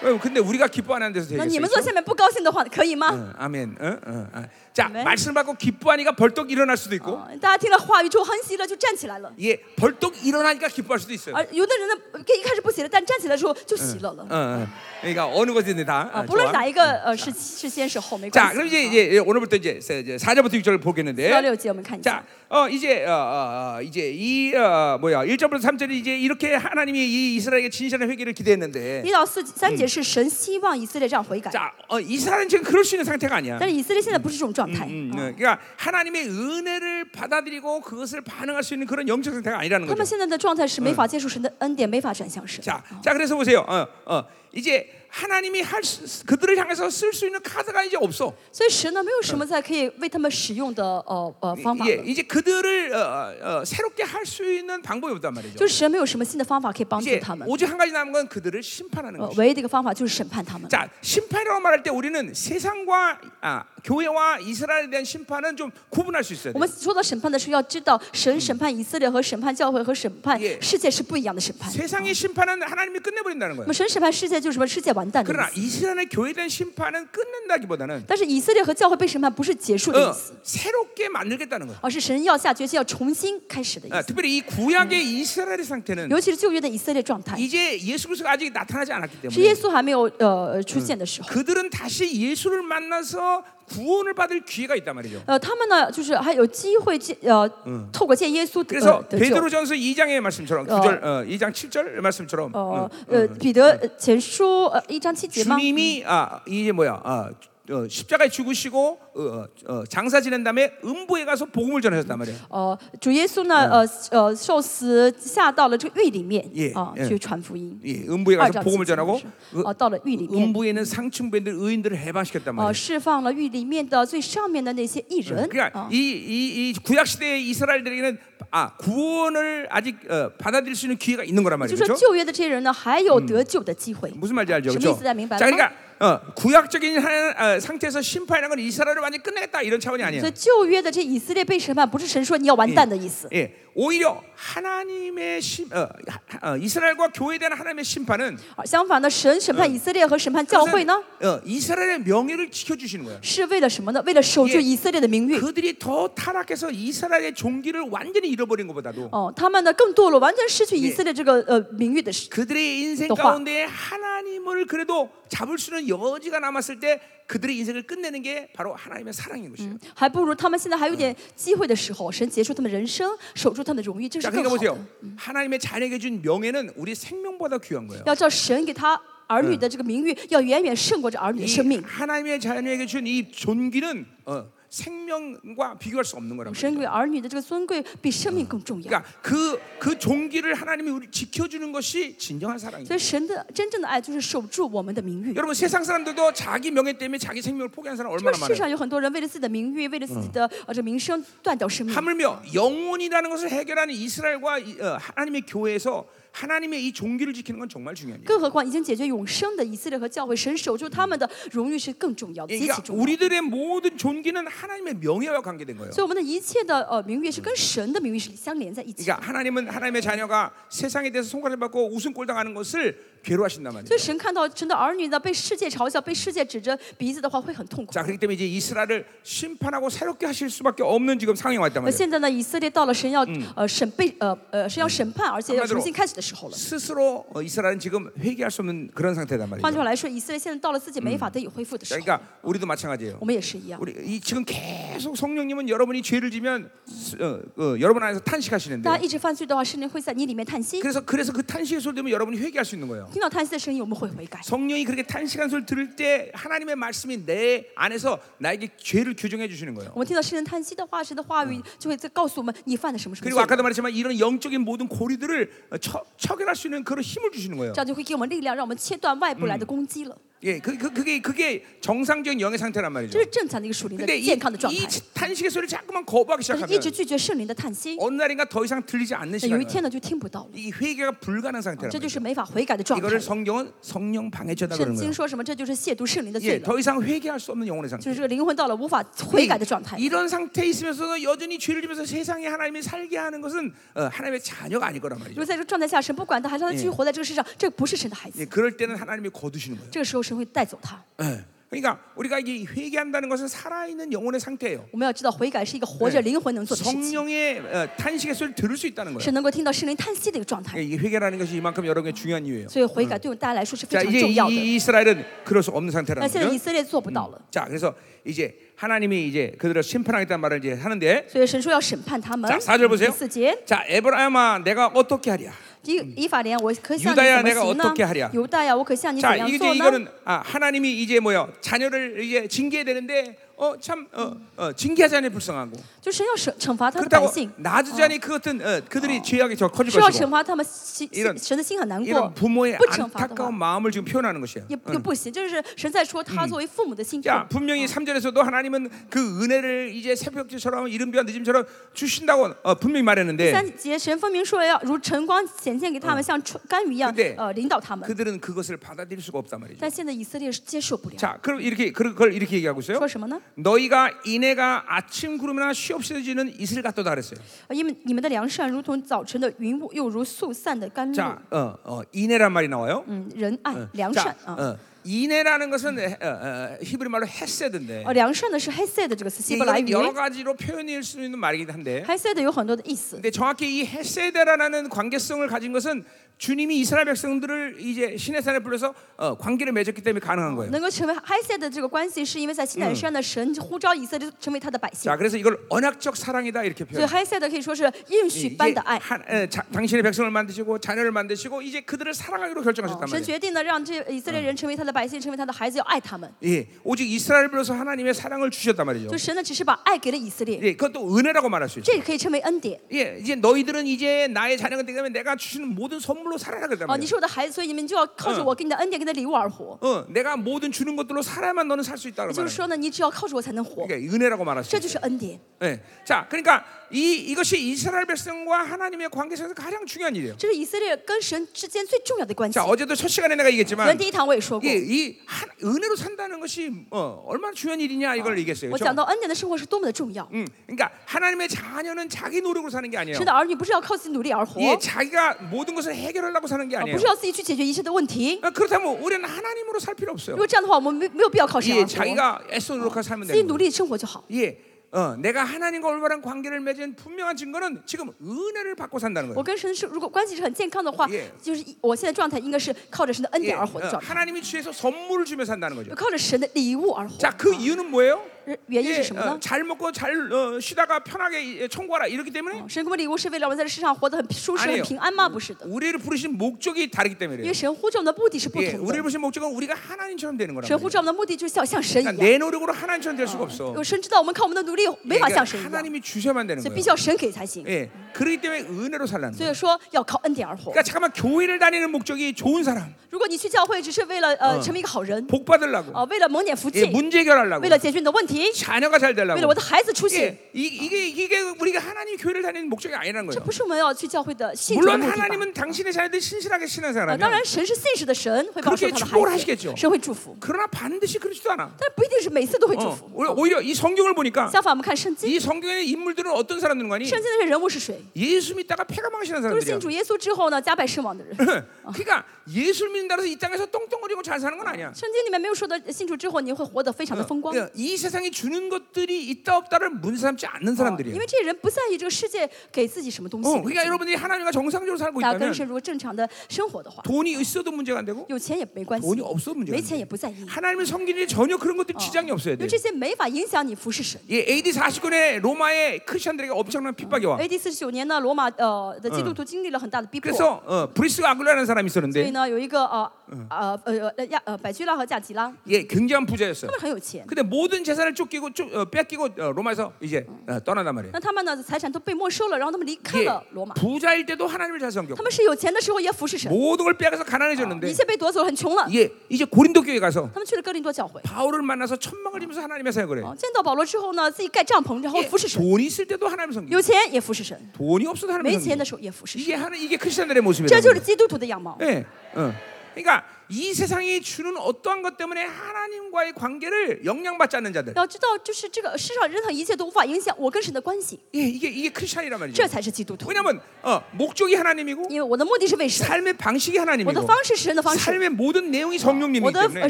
Speaker 1: 어, 근데 우리가 기뻐 안 하는 데서
Speaker 2: 那
Speaker 1: 되겠어요?
Speaker 2: 你们坐下面不高兴的话，可以吗？
Speaker 1: 응, 아멘. 응, 응, 응. 자,
Speaker 2: 아멘.
Speaker 1: 말씀 받고 기뻐하니까 벌떡 일어날 수도 있고,
Speaker 2: 啊大家听了话语之后很喜乐，就站起来了。
Speaker 1: 예, 벌떡 일어나니까 기뻐할 수도 있어요.
Speaker 2: 而有的人呢，呃一开始不喜乐，但站起来之后就喜乐
Speaker 1: 응,
Speaker 2: 了。
Speaker 1: 응. 어, 그러니까 어느 것이든 다.
Speaker 2: 嗯啊，
Speaker 1: 어,
Speaker 2: 不论
Speaker 1: 좋아.
Speaker 2: 哪一个呃是是先是后，没
Speaker 1: 자,
Speaker 2: 关
Speaker 1: 그럼
Speaker 2: 系。
Speaker 1: 이제 이제 오늘부터 이제 세- 이제 4절부터 6절을
Speaker 2: 到
Speaker 1: 보겠는데.
Speaker 2: 六节我们看一下
Speaker 1: 자, 。 어, 이제 어, 어, 어, 이제 이 어, 뭐야? 1절부터 3절이 이제 이렇게 하나님이 이 이스라엘에게 진실한 회개를 기대했는데.
Speaker 2: 一到四三节是神希望以色列这样悔改，
Speaker 1: 자, 어, 이스라엘은 지금 그럴 수 있는 상태가 아니야.
Speaker 2: 但是以色列现在不是这种状态。
Speaker 1: 음,
Speaker 2: 啊
Speaker 1: 네. 그러니까 하나님의 은혜를 받아들이고 그것을 반응할 수 있는 그런 영적 상태가 아니라는
Speaker 2: 他们
Speaker 1: 거죠.
Speaker 2: 现在的状态是没法接受神的恩典，没法转向神。啊
Speaker 1: 자, 자 그래서 보세요. 어, 어, 이제 하나님이 할 수, 그들을 향해서 쓸 수 있는 카드가 이제 없어.
Speaker 2: 所以神呢，没有什么再可以为他们使用的呃呃方法
Speaker 1: 예,
Speaker 2: 了，
Speaker 1: 이제 그들을 어, 어, 새롭게 할 수 있는 방법이 없단 말이죠.
Speaker 2: 就是神没有什么新的方法可以帮助
Speaker 1: 이제
Speaker 2: 他们。
Speaker 1: 오직 한 가지 남은 건 그들을 심판하는
Speaker 2: 呃，
Speaker 1: 것이죠.
Speaker 2: 唯一的一个方法就是审判他们。
Speaker 1: 자, 심판이라고 말할 때 우리는 세상과 아, 교회와 이스라엘에 대한 심판은 좀 구분할 수 있어야
Speaker 2: 我
Speaker 1: 돼요.
Speaker 2: 们说到审判的时候，要知道神审判以色列和审判教会和审判
Speaker 1: 예
Speaker 2: 世界是不一样的审判。
Speaker 1: 세상의 심판은 하나님이 끝내버린다는
Speaker 2: 那
Speaker 1: 거예요.
Speaker 2: 么神审判世界就是啊什么？世界完蛋的
Speaker 1: 그러나
Speaker 2: 意思。
Speaker 1: 이스라엘 교회에 대한 심판은 끝낸다기보다는
Speaker 2: 但是以色列和教会被审判不是结束的
Speaker 1: 어,
Speaker 2: 意思，
Speaker 1: 새롭게 만들겠다는 거예요.
Speaker 2: 而是神要下决心要重新开始的意
Speaker 1: 아,
Speaker 2: 思。
Speaker 1: 특별히 이 구약의 이스라엘의 상태는
Speaker 2: 尤其是旧约的以色列状态，
Speaker 1: 이제 예수 그리스도가 아직 나타나지 않았기
Speaker 2: 是
Speaker 1: 때문에
Speaker 2: 耶呃稣还没有呃出现的时候，
Speaker 1: 그들은 다시 예수를 만나서 구원을 받을 기회가 있단 말이죠.
Speaker 2: 呃，他们呢，就是还有机会见呃，透过见耶稣呃得
Speaker 1: 그래서
Speaker 2: 得救。
Speaker 1: 베드로전서 2장의 말씀처럼
Speaker 2: 어.
Speaker 1: 9절 어, 2장 7절 말씀처럼
Speaker 2: 哦
Speaker 1: 어, ，
Speaker 2: 呃，彼得呃前书呃一章七节吗？
Speaker 1: 주님이 아 이게 뭐야? 아, 어, 십자가에 죽으시고 어, 어, 어, 장사 지낸 다음에 음부에 가서 복음을 전하셨단 말이에요.
Speaker 2: 哦，主耶稣呢，呃呃，受死下到了这个狱里面
Speaker 1: 耶
Speaker 2: 啊，
Speaker 1: 耶
Speaker 2: 去传福音。
Speaker 1: 예, 음부에
Speaker 2: 二
Speaker 1: 가서
Speaker 2: 章七
Speaker 1: 복음을
Speaker 2: 节的
Speaker 1: 전하고
Speaker 2: 时候
Speaker 1: 그
Speaker 2: 哦，到了狱里面，
Speaker 1: 음부에 있는 상층부인들 의인들을 해방시켰단
Speaker 2: 哦，
Speaker 1: 말이에요.
Speaker 2: 释放了狱里面的最上面的那些艺人
Speaker 1: 그러니까
Speaker 2: 啊。
Speaker 1: 이 이 이 구약 시대의 이스라엘들에게는 아 구원을 아직 어, 받아들일 수 있는 기회가 있는 거란
Speaker 2: 就
Speaker 1: 말이죠.
Speaker 2: 嗯说嗯
Speaker 1: 그
Speaker 2: 旧约的这些人呢，还有得救的机会。
Speaker 1: 무슨 말인지 알죠?
Speaker 2: 무슨
Speaker 1: 그렇죠?
Speaker 2: 뜻인지
Speaker 1: 자,
Speaker 2: 알겠어요?
Speaker 1: 그러니까 어, 구약적인 하, 어, 상태에서 심판하는 건 이스라엘을 완전히 끝내겠다 이런 차원이
Speaker 2: 所
Speaker 1: 아니에요.
Speaker 2: 以旧约的这以色列被审判，不是神说你要完蛋的意思，
Speaker 1: 예, 오히려 하나님의 심, 어, 하- 어, 이스라엘과 교회에 대한 하나님의 심판은
Speaker 2: 而啊相反呢，神审判以色列和审判教会呢，
Speaker 1: 어, 이스라엘의 명예를 지켜주시는 거예요.
Speaker 2: 是为了什么呢？为了守住
Speaker 1: 耶
Speaker 2: 以色列的名誉。
Speaker 1: 그들이 더 타락해서 이스라엘의 종기를 완전히 잃어버린 것보다도
Speaker 2: 哦，他们呢更堕落，完全失去以
Speaker 1: 耶
Speaker 2: 色列这个呃名誉的时
Speaker 1: 그들의 인생
Speaker 2: 또 화.
Speaker 1: 가운데 하나님을 그래도 잡을 수 있는 여지가 남았을 때 그들의 인생을 끝내는 게 바로 하나님의 사랑인 것이에요.
Speaker 2: 还不如他们现在还有点机会的时候，神结束他们人生，守住他们的荣誉，这是
Speaker 1: 자,
Speaker 2: 更
Speaker 1: 그러니까
Speaker 2: 好的
Speaker 1: 보세요. 。 하나님의 자녀에게 준 명예는 우리 생명보다 귀한 거예요.
Speaker 2: 要叫神给他儿女的这个名誉，要远远胜过这儿女的
Speaker 1: 이
Speaker 2: 生命。
Speaker 1: 하나님의 자녀에게 준 이 존귀는 어, 생명과 비교할 수 없는 거라고.
Speaker 2: 神给儿女的这个尊贵比生命更重要。
Speaker 1: 그러니까 그, 그 종기를 하나님이 우리 지켜주는 것이 진정한 사랑이에요.
Speaker 2: 所以神的真正的爱就是守住我们的名誉。
Speaker 1: 여러분 세상 사람들도 자기 명예 때문에 자기 생명을 포기한 사람
Speaker 2: 这个
Speaker 1: 얼마나
Speaker 2: 世
Speaker 1: 많아요.
Speaker 2: 上有很多人为了自己的名誉，为了自己的呃这名声断掉生命。
Speaker 1: 하물며 영혼이라는 것을 해결하는 이스라엘과 이- 어, 하나님의 교회에서 하나님의 이 종기를 지키는 건 정말 중요합니다.
Speaker 2: 更何况已经解决永生的以色列和教会，神守住他们的荣誉是更重要的，极
Speaker 1: 그러니까
Speaker 2: 其重要。
Speaker 1: 우리들의 모든 존귀는 하나님의 명예와 관계된 거예요.
Speaker 2: 所以我们的一切的呃名誉是跟神的名誉是相连在一起的。
Speaker 1: 그러니까 하나님은 하나님의 자녀가 세상에 대해서 손가락 받고 웃음꼴 당하는 것을 괴로워하신단 말이에요.
Speaker 2: 所以神看到神的儿女呢被世界嘲笑、被世界指着鼻子的话，会很痛苦
Speaker 1: 자 。 그렇기 때문에 이제 이스라엘을 심판하고 새롭게 하실 수밖에 없는 지금 상황이 왔단
Speaker 2: 而
Speaker 1: 말이에요.
Speaker 2: 现在呢，以色列到了神要呃审被呃呃神要审判，而且要
Speaker 1: 한마디로
Speaker 2: 重新开始的时候了。
Speaker 1: 스스로 어, 이스라엘은 지금 회개할 수 없는 그런 상태단
Speaker 2: 换句
Speaker 1: 말이에요.
Speaker 2: 话来说，以色列现在到了自己没法得以恢复的时候，
Speaker 1: 그러니까 우리도 마찬가지예요.
Speaker 2: 嗯我们也是一样。
Speaker 1: 우리 이 지금 계속 성령님은 여러분이 죄를 지면 스- 어, 어, 여러분 안에서 탄식하시는데
Speaker 2: 大家一直犯罪的话，圣灵会在你里面叹息，
Speaker 1: 그래서 그래서 그 탄식의 소리 들으면 여러분이 회개할 수 있는 거예요.
Speaker 2: 听到叹息的声音，我们会悔改。
Speaker 1: 성령이 그렇게 탄식한 소리 들을 때 하나님의 말씀이 내 안에서 나에게 죄를 규정해 주시는 거예요.
Speaker 2: 我们听到圣灵叹息的话，神的话语就会在告嗯诉我们你犯了什么什么
Speaker 1: 그리고
Speaker 2: 罪，
Speaker 1: 아까도 말했지만 이런 영적인 모든 고리들을 어, 처, 처결할 수 있는 그런 힘을 주시는 거예요.
Speaker 2: 这样就会给我们力量，让我们切断外部来的攻击了。
Speaker 1: 예, 그, 그, 그게 그게 정상적인 영의 상태란
Speaker 2: 这
Speaker 1: 말이죠.
Speaker 2: 是正常的一个属灵的
Speaker 1: 근데 이,
Speaker 2: 健康的状态
Speaker 1: 이 。 탄식의 소리를 자꾸만 거부하기
Speaker 2: 但是
Speaker 1: 시작하면
Speaker 2: 一直拒绝圣灵的叹息，
Speaker 1: 어느 날인가 더 이상 들리지 않는
Speaker 2: 那有
Speaker 1: 시간이
Speaker 2: 一
Speaker 1: 와요.
Speaker 2: 天呢就听不到了。
Speaker 1: 이 회개가 불가능한 상태란
Speaker 2: 这就
Speaker 1: 말이죠.
Speaker 2: 是没法悔改的状态
Speaker 1: 이거를
Speaker 2: 了。
Speaker 1: 성경은 성령 방해죄다
Speaker 2: 圣
Speaker 1: 그러는 거예요.
Speaker 2: 经说什么？这就是亵渎圣灵的罪
Speaker 1: 예,
Speaker 2: 了，
Speaker 1: 더 이상 회개할 수 없는 영혼의
Speaker 2: 就
Speaker 1: 상태.
Speaker 2: 是这个灵魂到了无法悔改的状态
Speaker 1: 이- 。 이런 상태에 있으면서도 여전히 죄를 지면서 세상에 하나님이 살게 하는 것은 어, 하나님의 자녀가 아닐 거란
Speaker 2: 如
Speaker 1: 말이죠.
Speaker 2: 果在这个状态下，神不管他，还让他继续活在这个世上，这不是神的孩
Speaker 1: 예,
Speaker 2: 子。
Speaker 1: 그럴 때는 하나님이 거두시는 거예요.
Speaker 2: 这个时候，神会带走他。
Speaker 1: 예. 그러니까 우리가 이 회개한다는 것은 살아있는 영혼의 상태예요.
Speaker 2: 我们要知道，悔改是一个活着
Speaker 1: 네
Speaker 2: 灵魂能做的事情，
Speaker 1: 성령의 어, 탄식의 소리를 들을 수 있다는 거예요.
Speaker 2: 是能够听到圣灵叹息的一个状
Speaker 1: 예,
Speaker 2: 态。
Speaker 1: 이 회개라는 것이 이만큼 여러분의 중요한 이유예요.
Speaker 2: 所以，悔改对我们大家来说是非
Speaker 1: 자,
Speaker 2: 常
Speaker 1: 이제
Speaker 2: 重要的。
Speaker 1: 이 이스라엘은 그럴 수 없는
Speaker 2: 那
Speaker 1: 상태라는
Speaker 2: 现在以
Speaker 1: 거죠.
Speaker 2: 色列做不到了，
Speaker 1: 자, 그래서 이제 하나님이 이제 그들을 심판하겠다는 말을 이제 하는데
Speaker 2: 所以神说要审判他们
Speaker 1: 자 。 4절
Speaker 2: 第
Speaker 1: 보세요.
Speaker 2: 四节，
Speaker 1: 자, 에브라임아 내가 어떻게 하랴?
Speaker 2: 以以法莲，我可向你
Speaker 1: 유다야
Speaker 2: 怎么
Speaker 1: 내가
Speaker 2: 行
Speaker 1: 어떻게 하랴
Speaker 2: 呢？犹大呀，我可向你怎
Speaker 1: 자,
Speaker 2: 样
Speaker 1: 이게
Speaker 2: 做
Speaker 1: 이제
Speaker 2: 呢？
Speaker 1: 이거는 아, 하나님이 이제 뭐요? 자녀를 이제 징계해야 되는데 어 참 어, 어, 징계하지 않니 불쌍하고
Speaker 2: 就神要惩惩罚他的百
Speaker 1: 그렇다고
Speaker 2: 姓。
Speaker 1: 놔주지 않니 그 같은 그 어, 그들이 죄악이 더 커질
Speaker 2: 是要惩
Speaker 1: 것이고
Speaker 2: 罚他们心
Speaker 1: 이런
Speaker 2: 心神的心很难过，
Speaker 1: 이런 부모의
Speaker 2: 不惩罚的
Speaker 1: 안타까운
Speaker 2: 话
Speaker 1: 마음을 지금 표현하는 것이에요.
Speaker 2: 也也不行。就是神在说他作为父母的心
Speaker 1: 자
Speaker 2: 痛。
Speaker 1: 분명히 3절에서도 하나님은 그 은혜를 이제 새벽지처럼 이른비와 늦음처럼 주신다고 어, 분명히 말했는데
Speaker 2: 三节神分明说要如晨光显现给他们，像春甘雨一样
Speaker 1: 근데 ，
Speaker 2: 呃，领导他们。
Speaker 1: 그들은 그것을 받아들일 수가 없단 말이죠.
Speaker 2: 但现在以色列是接受不了，
Speaker 1: 자 그럼 이렇게 그- 그걸 이렇게 얘기하고 있어요.
Speaker 2: 说什么呢？
Speaker 1: 너희가 이내가 아침 구름이나 쉬없이 지는 이슬 같도다 그랬어요.
Speaker 2: 呃因为你们的良善如同早晨的云雾，又如速散的甘露。
Speaker 1: 자, 어, 어, 이내란 말이 나와요.
Speaker 2: 嗯，仁爱、良
Speaker 1: 자,
Speaker 2: 善啊，
Speaker 1: 음, 어, 이내라는 것은 에, 어, 어, 히브리 말로 헤세드인데
Speaker 2: 呃，良善呢是 hesed 这个词，希伯来
Speaker 1: 이거는
Speaker 2: 语。
Speaker 1: 여러 가지로 표현할 수 있는 말이긴 한데
Speaker 2: hesed 有很多的意思，
Speaker 1: 근데 정확히 이 헤세드라는 관계성을 가진 것은 주님이 이스라엘 백성들을 이제 신의 산에 불러서 어, 관계를 맺었기 때문에 가능한 거예요.
Speaker 2: 能够成为哈塞的这个关系，是因为在西南山的神呼召以色列成为他的百姓
Speaker 1: 자 ， 그래서 이걸 언약적 사랑이다 이렇게
Speaker 2: 所以
Speaker 1: 표현.
Speaker 2: 哈塞的可以说是应许
Speaker 1: 예, 이게
Speaker 2: 般的爱。
Speaker 1: 한- 에, 자- 당신의 백성을 만드시고 자녀를 만드시고 이제 그들을 사랑하기로 결정하셨단
Speaker 2: 哦神
Speaker 1: 말이에요.
Speaker 2: 决定了让这以色列人成为他的百姓，成为他的孩子，要爱他们。
Speaker 1: 예, 오직 이스라엘 불러서 하나님의 사랑을 주셨단 말이죠.
Speaker 2: 就神呢，只是把爱给了以色列，
Speaker 1: 예, 그것도 은혜라고 말할 수 있어요.
Speaker 2: 这也可以称为恩典。
Speaker 1: 예, 이제 너희들은 이제 나의 자녀가 되기 때문에 내가 주시는 모든 선물로 살아라 그랬단
Speaker 2: 哦，你
Speaker 1: 말이야.
Speaker 2: 是我的孩子，所以你们就要靠着我给你的恩典、给你的礼物而活。
Speaker 1: 어, 내가 모든 주는 것들로 살아야만 너는 살 수 있다고
Speaker 2: 也就是
Speaker 1: 말해.
Speaker 2: 说呢，你只要靠着我才能活，
Speaker 1: 그러니까 은혜라고 말할 수
Speaker 2: 这就是
Speaker 1: 있어요.
Speaker 2: 恩典。
Speaker 1: 예. 자, 그러니까 이 이것이 이스라엘 백성과 하나님의 관계 속에서 가장 중요한 일이에요.
Speaker 2: 这是以色列跟神之间最重要的关系
Speaker 1: 자, 。 어제도 첫 시간에 내가
Speaker 2: 原
Speaker 1: 얘기했지만
Speaker 2: 第一堂我也说过
Speaker 1: 예, ，이 한- 은혜로 산다는 것이 어, 얼마나 중요한 일이냐 이걸 얘기했어요.
Speaker 2: 我讲
Speaker 1: 그렇죠?
Speaker 2: 到恩典的生活是多么的重要。
Speaker 1: 음, 그러니까 하나님의 자녀는 자기 노력으로 사는 게 아니에요.
Speaker 2: 神的儿女不是要靠自己努力而活，
Speaker 1: 예, 자기가 모든 것을 해결하려고 사는 게
Speaker 2: 啊
Speaker 1: 아니에요.
Speaker 2: 不是要自己去解决一切的问题。
Speaker 1: 어, 그렇다면 우리는 하나님으로 살 필요 없어요.
Speaker 2: 如果这样的话，我们没没有必要靠神而
Speaker 1: 예,
Speaker 2: 活，
Speaker 1: 자기가 애써 노력하고 살면
Speaker 2: 自己
Speaker 1: 되는
Speaker 2: 努
Speaker 1: 거예요.
Speaker 2: 力生活就好。
Speaker 1: 예, 어, 내가 하나님과 올바른 관계를 맺은 분명한 증거는 지금 은혜를 받고 산다는
Speaker 2: 我
Speaker 1: 거예요.
Speaker 2: 跟神是如果关系是很健康的话
Speaker 1: 耶，
Speaker 2: 就是一我现在状态应该是靠着神的恩
Speaker 1: 예,
Speaker 2: 典而活的
Speaker 1: 어,
Speaker 2: 状态，
Speaker 1: 하나님이 취해서 선물을 주며 산다는 거죠.
Speaker 2: 靠着神的礼物而活。呃
Speaker 1: 자, 그 이유는 뭐예요?
Speaker 2: 原因
Speaker 1: 예,
Speaker 2: 是什么呢
Speaker 1: 어, ？잘 먹고 잘 어, 쉬다가 편하게 예, 청구하라 이렇기 때문에
Speaker 2: 哦神给我们礼物是为了我们在这世上活得很舒适、
Speaker 1: 아니에요
Speaker 2: 很平安吗？不是的，
Speaker 1: 우리를 부르신 목적이 다르기
Speaker 2: 因
Speaker 1: 때문에요.
Speaker 2: 为神呼召我们的目的是不
Speaker 1: 예,
Speaker 2: 同
Speaker 1: 우리를
Speaker 2: 的。
Speaker 1: 부르신 목적은 우리가 하나님처럼 되는
Speaker 2: 神
Speaker 1: 거라고.
Speaker 2: 呼召我们的目的就是要像神一
Speaker 1: 그러니까
Speaker 2: 样。
Speaker 1: 내 노력으로 하나님처럼 될 수가 없어.
Speaker 2: 我神知道我们靠我们的努力
Speaker 1: 예,
Speaker 2: 没法
Speaker 1: 그러니까
Speaker 2: 像神一样，
Speaker 1: 하나님이 주셔야만 되는
Speaker 2: 所以必
Speaker 1: 거예요.
Speaker 2: 须要神给才行。
Speaker 1: 예, 그렇기 때문에 은혜로 살라는
Speaker 2: 所
Speaker 1: 거예요.
Speaker 2: 以说要靠恩典而活
Speaker 1: 그러니까 。 잠깐만 교회를 다니는 목적이 좋은 사람,
Speaker 2: 如果你去教会只是为了呃成为一个好人，
Speaker 1: 복 받으려고,
Speaker 2: 哦，为了蒙点福
Speaker 1: 예,
Speaker 2: 气，
Speaker 1: 문제 해결하려고,
Speaker 2: 为了解决你的问题，
Speaker 1: 자녀가 잘
Speaker 2: 为了
Speaker 1: 되려고.
Speaker 2: 我的孩子出息，
Speaker 1: 예, 이, 이게 이게 우리가 하나님 교회를 다니는 목적이 아니라는
Speaker 2: 这
Speaker 1: 거예요.
Speaker 2: 不是我们要去教会的信徒的
Speaker 1: 물론
Speaker 2: 目的吧？
Speaker 1: 하나님은 당신의 자녀들 신실하게
Speaker 2: 아
Speaker 1: 신앙생활하면
Speaker 2: 呃当然，神是信实的神，会帮助他的
Speaker 1: 그렇게축복을
Speaker 2: 孩
Speaker 1: 하시겠죠
Speaker 2: 子，神会祝福，
Speaker 1: 그러나 반드시 그렇지도 않아.
Speaker 2: 但不一定是每次都会
Speaker 1: 어,
Speaker 2: 祝福。
Speaker 1: 오히려- 오히려 이 성경을 보니까
Speaker 2: 相反，我们看圣经，
Speaker 1: 이 성경의 인물들은 어떤 사람들인 거니?
Speaker 2: 圣经的人物是谁？
Speaker 1: 예수 믿다가 패가 망신한
Speaker 2: 都是
Speaker 1: 사람들이야.
Speaker 2: 信主耶稣之后呢，加百身亡的 人。
Speaker 1: 그러니까 예수 믿는다고 해서 이 땅에서 똥똥거리고 잘 사는 건 아니야.
Speaker 2: 圣经里面没有说的信主之后你会活得非常的风光，
Speaker 1: 예, 이 세상이 주는 것들이 있다 없다를 문삼지 않는
Speaker 2: 因
Speaker 1: 어, 사람들이에요.
Speaker 2: 为这哦些人不在意这个世界给自己什么东
Speaker 1: 어,
Speaker 2: 西。
Speaker 1: 그러니까 여러분들이 하나님과 정상적으로 살고
Speaker 2: 那跟
Speaker 1: 있다면
Speaker 2: 神如果正常的生活的话，
Speaker 1: 돈이 있어도 문제가 안 되고
Speaker 2: 有钱也没关系，
Speaker 1: 돈이 없어도 문제가
Speaker 2: 没
Speaker 1: 안
Speaker 2: 钱
Speaker 1: 돼.
Speaker 2: 也不在意，
Speaker 1: 하나님을 섬기는 데 전혀 그런 것들 지장이 없어야
Speaker 2: 因为
Speaker 1: 돼.
Speaker 2: 这些没法影响你服侍神。
Speaker 1: 예, AD 49년에 로마의 크리스천들에게 엄청난 핍박이 와.
Speaker 2: AD 四十九年呢，罗马呃的基督徒经历了很大的逼迫，所
Speaker 1: 그래서 어, 브리스 아굴라라는 사람이
Speaker 2: 以
Speaker 1: 있었는데
Speaker 2: 呢，有一个呃呃呃呃亚呃百居拉和贾吉拉，他
Speaker 1: 예, 굉장한 부자였어요.
Speaker 2: 们很有钱，
Speaker 1: 근데 모든 재산을 쫓기고 쫓, 어, 뺏기고 어, 로마에서 이제 어, 떠난단 말이에요.
Speaker 2: 那他们呢财产都被没收了，然后他们离开
Speaker 1: 예,
Speaker 2: 了罗马。
Speaker 1: 부자일 때도 하나님을 잘
Speaker 2: 他
Speaker 1: 섬겼고
Speaker 2: 们是有钱的时候也服侍神，
Speaker 1: 모든 걸 그러니까. 빼앗아서
Speaker 2: 一
Speaker 1: 가난해졌는데
Speaker 2: 切被夺走了，很穷了。
Speaker 1: 예, 이제 고린도 교회 가서
Speaker 2: 他们去了哥林多教会，
Speaker 1: 바울을 만나서 천막을 지면서 하나님의 사역을 해.
Speaker 2: 啊，见到保罗之后呢，自己盖帐篷，然后
Speaker 1: 예,
Speaker 2: 服侍神，
Speaker 1: 돈 있을 때도 하나님을 섬기고
Speaker 2: 有钱也服侍神，
Speaker 1: 돈이 없어도 하나님을
Speaker 2: 没钱的
Speaker 1: 섬기고
Speaker 2: 时候也服侍神，
Speaker 1: 이게 하나 이게 크리스천들의 모습이에요.
Speaker 2: 这就是基督徒的样貌。
Speaker 1: 예. 어. 그러니까 이 세상이 주는 어떠한 것 때문에 하나님과의 관계를 영향받지 않는 자들.
Speaker 2: 要知道，就是这个世上任何一切都无法影响我跟神的关系，
Speaker 1: 예, 이게 이게 크리스천이란 말이죠.
Speaker 2: 这才是基督徒。
Speaker 1: 왜냐면 어, 목적이 하나님이고
Speaker 2: 因为我的目的是为神，
Speaker 1: 삶의 방식이
Speaker 2: 我的
Speaker 1: 하나님이고
Speaker 2: 方式是神的方式，
Speaker 1: 삶의 모든 내용이 성령님이기
Speaker 2: 我的
Speaker 1: 때문에
Speaker 2: 呃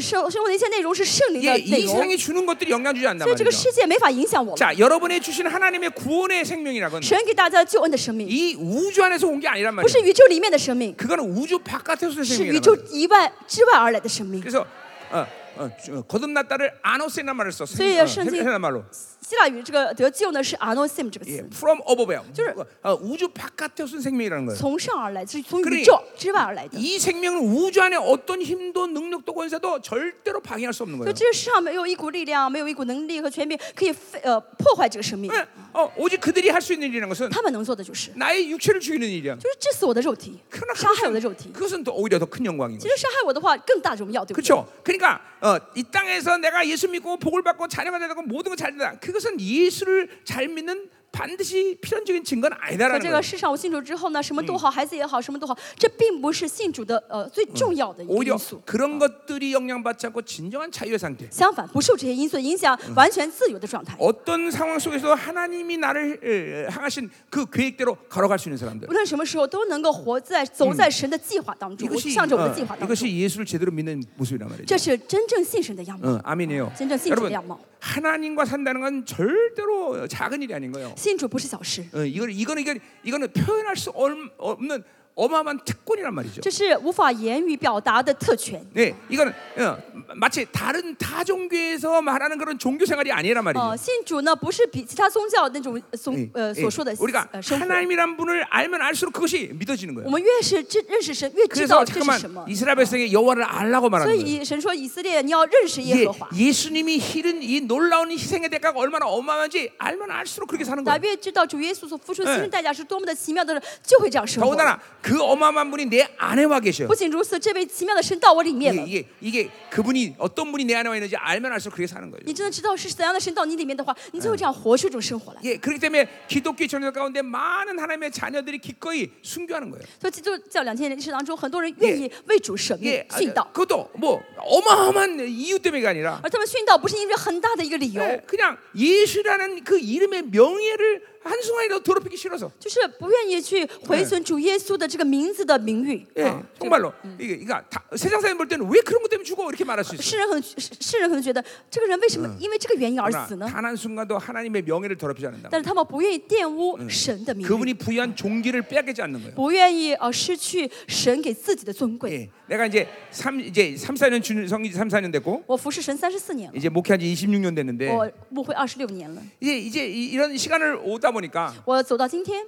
Speaker 2: 生生活的一切内容是圣灵的
Speaker 1: 예, 이
Speaker 2: 内容，
Speaker 1: 세상이 주는 것들이 영향 주지 않는단
Speaker 2: 所以这个
Speaker 1: 말이죠.
Speaker 2: 世界没法影响我了。
Speaker 1: 자, 여러분의 주신 하나님의 구원의 생명이라건
Speaker 2: 神给大家救恩的生命，
Speaker 1: 이 우주 안에서 온 게 아니란
Speaker 2: 不是
Speaker 1: 말이에요.
Speaker 2: 宇宙里面的生命，
Speaker 1: 그거는 우주 바깥에서의
Speaker 2: 是宇宙
Speaker 1: 생명이에요.
Speaker 2: 以外之外而来的生命。
Speaker 1: 그래서 어, 어, 주- 거듭났다를 아노세란 말을 썼어요.
Speaker 2: 저희
Speaker 1: 어,
Speaker 2: 성경-
Speaker 1: 헬라란 말로
Speaker 2: 希腊语这个得救呢是 anosim 这个
Speaker 1: 예,
Speaker 2: 词，
Speaker 1: from above
Speaker 2: 저를-
Speaker 1: 어, 우주 바깥에서 온 생명이라는 거예요.
Speaker 2: 从上而来，是从
Speaker 1: 그래
Speaker 2: 宇宙之外而来的。
Speaker 1: 이 생명은 우주 안에 어떤 힘도 능력도 권세도 절대로 방해할 수 없는
Speaker 2: 就
Speaker 1: 거예요.
Speaker 2: 这个世上没有一股力量，没有一股能力和权柄可以非呃破坏这个生命。
Speaker 1: 예, 어, 오직 그들이 할 수 있는 일이라는 것은
Speaker 2: 他们能做的就是，
Speaker 1: 나의 육체를 죽이는 일이야.
Speaker 2: 就是致死我的肉体，
Speaker 1: 그러나
Speaker 2: 杀害我的肉
Speaker 1: 그것은,
Speaker 2: 体。
Speaker 1: 그것은 또 오히려 더 큰 영광인
Speaker 2: 其
Speaker 1: 거예요.
Speaker 2: 实杀害我的话更大荣耀，对不对？
Speaker 1: 그렇죠? 그러니까 어, 이 땅에서 내가 예수 믿고 복을 받고 자녀가 되고 모든 걸 잘 된다. 그것은 예수를 잘 믿는 반드시 필연적인 증거는
Speaker 2: 在
Speaker 1: 아니다라는
Speaker 2: 这
Speaker 1: 거예요.
Speaker 2: 个世上，我信主之后呢，什么都好，孩子也好，什么都好，这并不是信主的呃最重要的一个
Speaker 1: 오히려
Speaker 2: 因素。
Speaker 1: 그런 것들이 영향받지 않고 진정한 자유의 상태.
Speaker 2: 相反，不受这些因素影响，完全自由的状态，
Speaker 1: 어떤 상황 속에서 하나님이 나를 에, 향하신 그 계획대로 걸어갈 수 있는 사람들.
Speaker 2: 无论什么时候都能够活在走在神的计划当中，
Speaker 1: 이것이
Speaker 2: 向着我们
Speaker 1: 어,
Speaker 2: 的计划当中，
Speaker 1: 이것이 예수를 제대로 믿는 모습이란 말이죠.
Speaker 2: 这是真正信神的样貌。
Speaker 1: 어, 아멘이에요.
Speaker 2: 진짜 신실의
Speaker 1: 여러분
Speaker 2: 양모.
Speaker 1: 하나님과 산다는 건 절대로 작은 일이 아닌 거예요.
Speaker 2: 信主不是小事，
Speaker 1: 어, 이걸 이거는 이거 이거는 표현할 수 얼- 없는 어마어마한 특권이란 말이죠.
Speaker 2: 这是无法言语表达的特权。
Speaker 1: 네, 이거는 어, 마치 다른 타 종교에서 말하는 그런 종교 생활이 아니란 말이죠.
Speaker 2: 哦，信主呢不是比其他宗教那种呃宗
Speaker 1: 예,
Speaker 2: 呃
Speaker 1: 예.
Speaker 2: 所说的
Speaker 1: 우리가
Speaker 2: 呃生活。
Speaker 1: 하나님이란 분을 알면 알수록 그것이 믿어지는 거예요.
Speaker 2: 我们越是知认识神，越知
Speaker 1: 그래서
Speaker 2: 道这是
Speaker 1: 잠깐만
Speaker 2: 什么。
Speaker 1: 이스라엘 백성의 여호와를 알라고
Speaker 2: 所
Speaker 1: 말하는 거예요.
Speaker 2: 以神说以色列，你要认识耶和华。
Speaker 1: 예, 수님이 희른 이 놀라운 희생의 대가가 얼마나 어마어마한지 알면 알수록 그렇게 사는 거예요.
Speaker 2: 大家越知道主耶稣所付出的牺
Speaker 1: 예
Speaker 2: 牲代价是多么的奇妙的，就会这样生活。
Speaker 1: 더군다나 그 어마어마한 분이 내 안에 와 계셔요.
Speaker 2: 不仅如此，这位奇妙的神到我里面
Speaker 1: 이게,
Speaker 2: 了。
Speaker 1: 이게 이게 그분이 어떤 분이 내 안에 와 있는지 알면 알수록 그렇게 사는 거예요.
Speaker 2: 你真的知道是怎样的神到你里面的话，你就会这样活出一种生活来。
Speaker 1: 예, 그렇기 때문에 기독교 전역 가운데 많은 하나님의 자녀들이 기꺼이 순교하는 거예요.
Speaker 2: 所以基督教两千年历史当中，很多人愿意为主舍
Speaker 1: 예,
Speaker 2: 命
Speaker 1: 아,
Speaker 2: 殉道，
Speaker 1: 그것도 뭐 어마어마한 이유 때문에가 아니라
Speaker 2: 而他们殉道不是因为很大的一个理由，
Speaker 1: 예, 그냥 예수라는 그 이름의 명예를 한 순간이라도 더럽히기 싫어서
Speaker 2: 就是不愿意去回存主耶稣的这个名字的名誉。
Speaker 1: 예,
Speaker 2: 啊
Speaker 1: 정말로 이게 그러니까 다, 세상 사람 볼 때는 왜 그런 것 때문에 죽어 이렇게 말할 수 있어.
Speaker 2: 世人可能世世人可能觉得这个人为什么因为这个
Speaker 1: 아,
Speaker 2: 原因而死呢？
Speaker 1: 단한 순간도 하나님의 명예를 더럽히지 않는다.
Speaker 2: 但是他们不愿意玷污神的名誉，
Speaker 1: 그분이 부여한 종기를 빼앗기지 않는 거예요.
Speaker 2: 不愿意呃失去神给自己的尊贵。
Speaker 1: 예, 내가 이제 3 이제 3, 4년 주 성지 3, 4년 됐고
Speaker 2: 我服侍神三十四年了，
Speaker 1: 이제 목회한 지 26년 됐는데
Speaker 2: 我牧会二十六年了，
Speaker 1: 이제 이제 이- 이런 시간을 오다 보니까
Speaker 2: 我走到今天，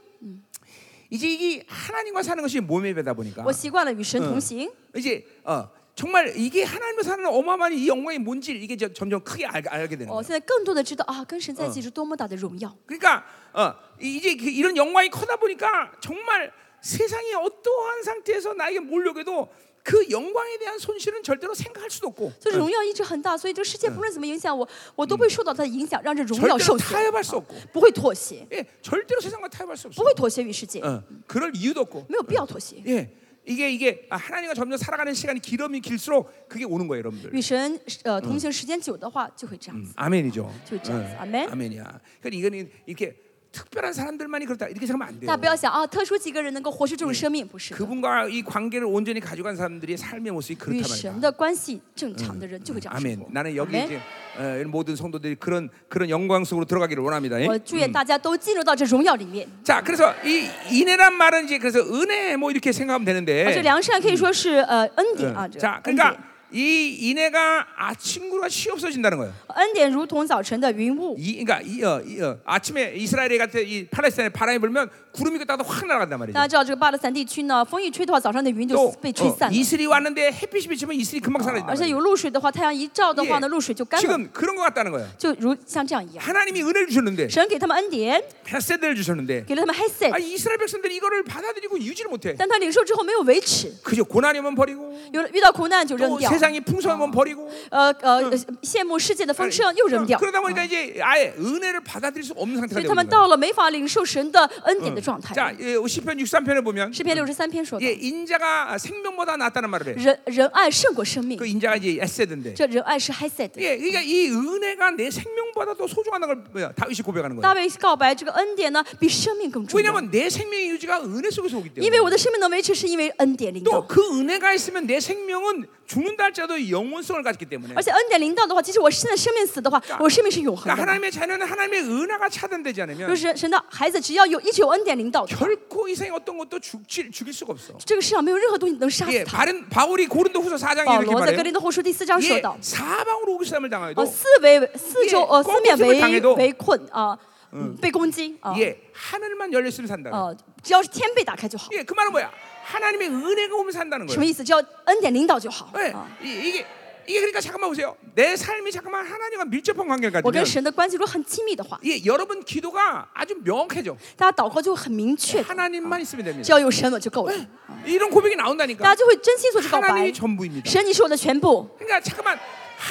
Speaker 1: 이제 이게 하나님과 사는 것이 몸에 배다 보니까
Speaker 2: 我习惯了与神同行。
Speaker 1: 이제 어, 정말 이게 하나님과 사는 어마어마한 이 영광의 뭔지 이게 저- 점점 크게 알, 알게 되는
Speaker 2: 我
Speaker 1: 거예요.
Speaker 2: 现在更多的知道啊，跟神在一起是多么大的荣耀。
Speaker 1: 그러니까 어, 이- 이제 그- 이런 영광이 커다 보니까 정말 세상이 어떠한 상태에서 나에게 몰려오게도 그 영광에 대한 손실은 절대로 생각할 수도 없고
Speaker 2: 所以荣耀一直很大，所以这个世界不论怎么影响我，我都会受到它的影响，让这荣耀
Speaker 1: 절대로
Speaker 2: 受损，
Speaker 1: 타협할 수 없고
Speaker 2: 不会妥协，
Speaker 1: 예, 절대로 세상과 타협할 수 없어.
Speaker 2: 不会妥协于世界，
Speaker 1: 어, 그럴 이유도 없고.
Speaker 2: 没有必要妥协。
Speaker 1: 예. 이게 이게 아, 하나님과 점점 살아가는 시간이 길어면 길수록 그게 오는 거예요, 여러분들. 음.
Speaker 2: 与神呃同行时间久的话，就会这样子。
Speaker 1: 아멘이죠.
Speaker 2: 좋죠.
Speaker 1: 예,
Speaker 2: 아멘.
Speaker 1: 아멘이야. 그러니까 이거는 이렇게 특별한 사람들만이 그렇다 이렇게 생각하면 안
Speaker 2: 大家
Speaker 1: 돼요.
Speaker 2: 不要想啊，特殊几个人能够活出这种生嗯命，不是的。
Speaker 1: 그분과 이 관계를 온전히 가져간 사람들이 삶의 모습이
Speaker 2: 与
Speaker 1: 그렇단
Speaker 2: 神
Speaker 1: 말이야.
Speaker 2: 的关系正常的人就会这样生
Speaker 1: 아멘.
Speaker 2: 活。
Speaker 1: 나는 여기
Speaker 2: 아멘
Speaker 1: 이제 어, 이런 모든 성도들이 그런 그런 영광 속으로 들어가기를 원합니다. 예?
Speaker 2: 我祝愿大家都进入到这荣耀里面。
Speaker 1: 자, 그래서 이 인애란 말은 이제 그래서 은혜 뭐 이렇게 생각하면
Speaker 2: 啊，这
Speaker 1: 되는데 예.
Speaker 2: 良善可以说是呃恩典啊，这
Speaker 1: 자,
Speaker 2: 恩典
Speaker 1: 그러니까 이 인해가 아 친구가 시 없어진다는 거예요.
Speaker 2: 恩典如同早晨的云雾。
Speaker 1: 이 그러니까 이, 어, 이, 어, 아침에 이스라엘에 같은 이 팔레스타인에 바람이 불면 구름이 끄다가 확 날아간단
Speaker 2: 大
Speaker 1: 말이죠.
Speaker 2: 家知道这个巴勒斯坦地区呢，风一吹的话，早上的云
Speaker 1: 또
Speaker 2: 就被吹
Speaker 1: 어,
Speaker 2: 散了。
Speaker 1: 이슬이 왔는데 어, 햇빛이 비치면 이슬이 금방 사라진다.
Speaker 2: 而且有露水的话，太阳一照的话呢，
Speaker 1: 예
Speaker 2: 露水就干了，
Speaker 1: 지금 그런 것 같다는 거예요.
Speaker 2: 就如像这样一样。
Speaker 1: 하나님이 은혜를 주셨는데
Speaker 2: 神给他们恩典，
Speaker 1: 헤세드를 주셨는데
Speaker 2: 给了他们 h e s
Speaker 1: 아,
Speaker 2: e
Speaker 1: 이스라엘 백성들이 이거를 받아들이고 유지를 못해.
Speaker 2: 但他领受之后没有维持，
Speaker 1: 그저 고난이 오면 버리고
Speaker 2: 有遇到苦难就扔
Speaker 1: 또
Speaker 2: 掉，
Speaker 1: 세상이 풍성하면 버리고
Speaker 2: 呃呃，羡慕世界
Speaker 1: 哎
Speaker 2: 的丰盛又扔掉，
Speaker 1: 그러다 보니까 이제 아예 은혜를 받아들일 수 없는
Speaker 2: 所
Speaker 1: 상태가
Speaker 2: 以他们
Speaker 1: 되는 거예요.
Speaker 2: 到了没法领受神的恩典的
Speaker 1: 嗯
Speaker 2: 状态。
Speaker 1: 자, 예, 10편 63편을 보면
Speaker 2: 诗篇六十三篇说的
Speaker 1: 예, ， 인자가 생명보다 낫다는 말을 해.
Speaker 2: 人人爱胜过生命
Speaker 1: 그 ， 인자가 이제 에세드인데.
Speaker 2: 这人爱是 h e s e d
Speaker 1: 예, 그러니까 이 은혜가 내 생명보다 더 소중하다는 걸 뭐야, 다윗이 고백하는
Speaker 2: 大
Speaker 1: 거예요.
Speaker 2: 卫告白这个恩典呢，比生命更重要，
Speaker 1: 왜냐하면 내 생명의 유지가 은혜 속에서 오기
Speaker 2: 因为
Speaker 1: 때문에.
Speaker 2: 我的生命能维持是因为恩典领
Speaker 1: 또
Speaker 2: 导，
Speaker 1: 그 은혜가 있으면 내 생명은 죽는다 할지라도 영원성을 가졌기 때문에.
Speaker 2: 而且恩典领导的话，即使我现在生命死的话，我生命是永恒
Speaker 1: 그러니까
Speaker 2: 的。
Speaker 1: 하나님의 자녀는 하나님의 은혜가 차단되지
Speaker 2: 就
Speaker 1: 않으면
Speaker 2: 是神的孩子，只要有一直有恩典领导的，
Speaker 1: 결코 이 생의 어떤 것도 죽지, 죽일 수가 없어.
Speaker 2: 这个世上没有任何东西能杀
Speaker 1: 예,
Speaker 2: 死他。
Speaker 1: 바른 바울이 고린도후서 4장에
Speaker 2: 保
Speaker 1: 이렇게
Speaker 2: 罗在
Speaker 1: 말해요.
Speaker 2: 格林德后书第四章说
Speaker 1: 예,
Speaker 2: 到，
Speaker 1: 사방으로 오기시함을 당하여도
Speaker 2: 哦，四围四周
Speaker 1: 예
Speaker 2: 呃四面
Speaker 1: 光棍节
Speaker 2: 围
Speaker 1: 不是당해도
Speaker 2: 围困啊，嗯被攻击啊，
Speaker 1: 예, 하늘만 열려 있으면 산다.
Speaker 2: 呃，只要是天被打开就好。
Speaker 1: 예, 그 말은 뭐야? 하나님의 은혜가 오면 산다는
Speaker 2: 什么
Speaker 1: 거예요.
Speaker 2: 意思？只要恩典领导就好
Speaker 1: 예,
Speaker 2: 啊。
Speaker 1: 이, 이게 이게 그러니까 잠깐만 보세요. 내 삶이 잠깐만 하나님과 밀접한 관계를
Speaker 2: 我跟
Speaker 1: 가지면
Speaker 2: 神的关系如果很亲密的话，
Speaker 1: 예, 여러분 기도가 아주 명확해져.
Speaker 2: 大家祷告就会很明确的，
Speaker 1: 하나님만 있으면 됩니다.
Speaker 2: 只要有神我就够了，
Speaker 1: 이런 고백이
Speaker 2: 大
Speaker 1: 나온다니까.
Speaker 2: 家就会真心做去告白
Speaker 1: 하나님이 。 전부입니다.
Speaker 2: 神，你是我的全部。
Speaker 1: 그러니까 잠깐만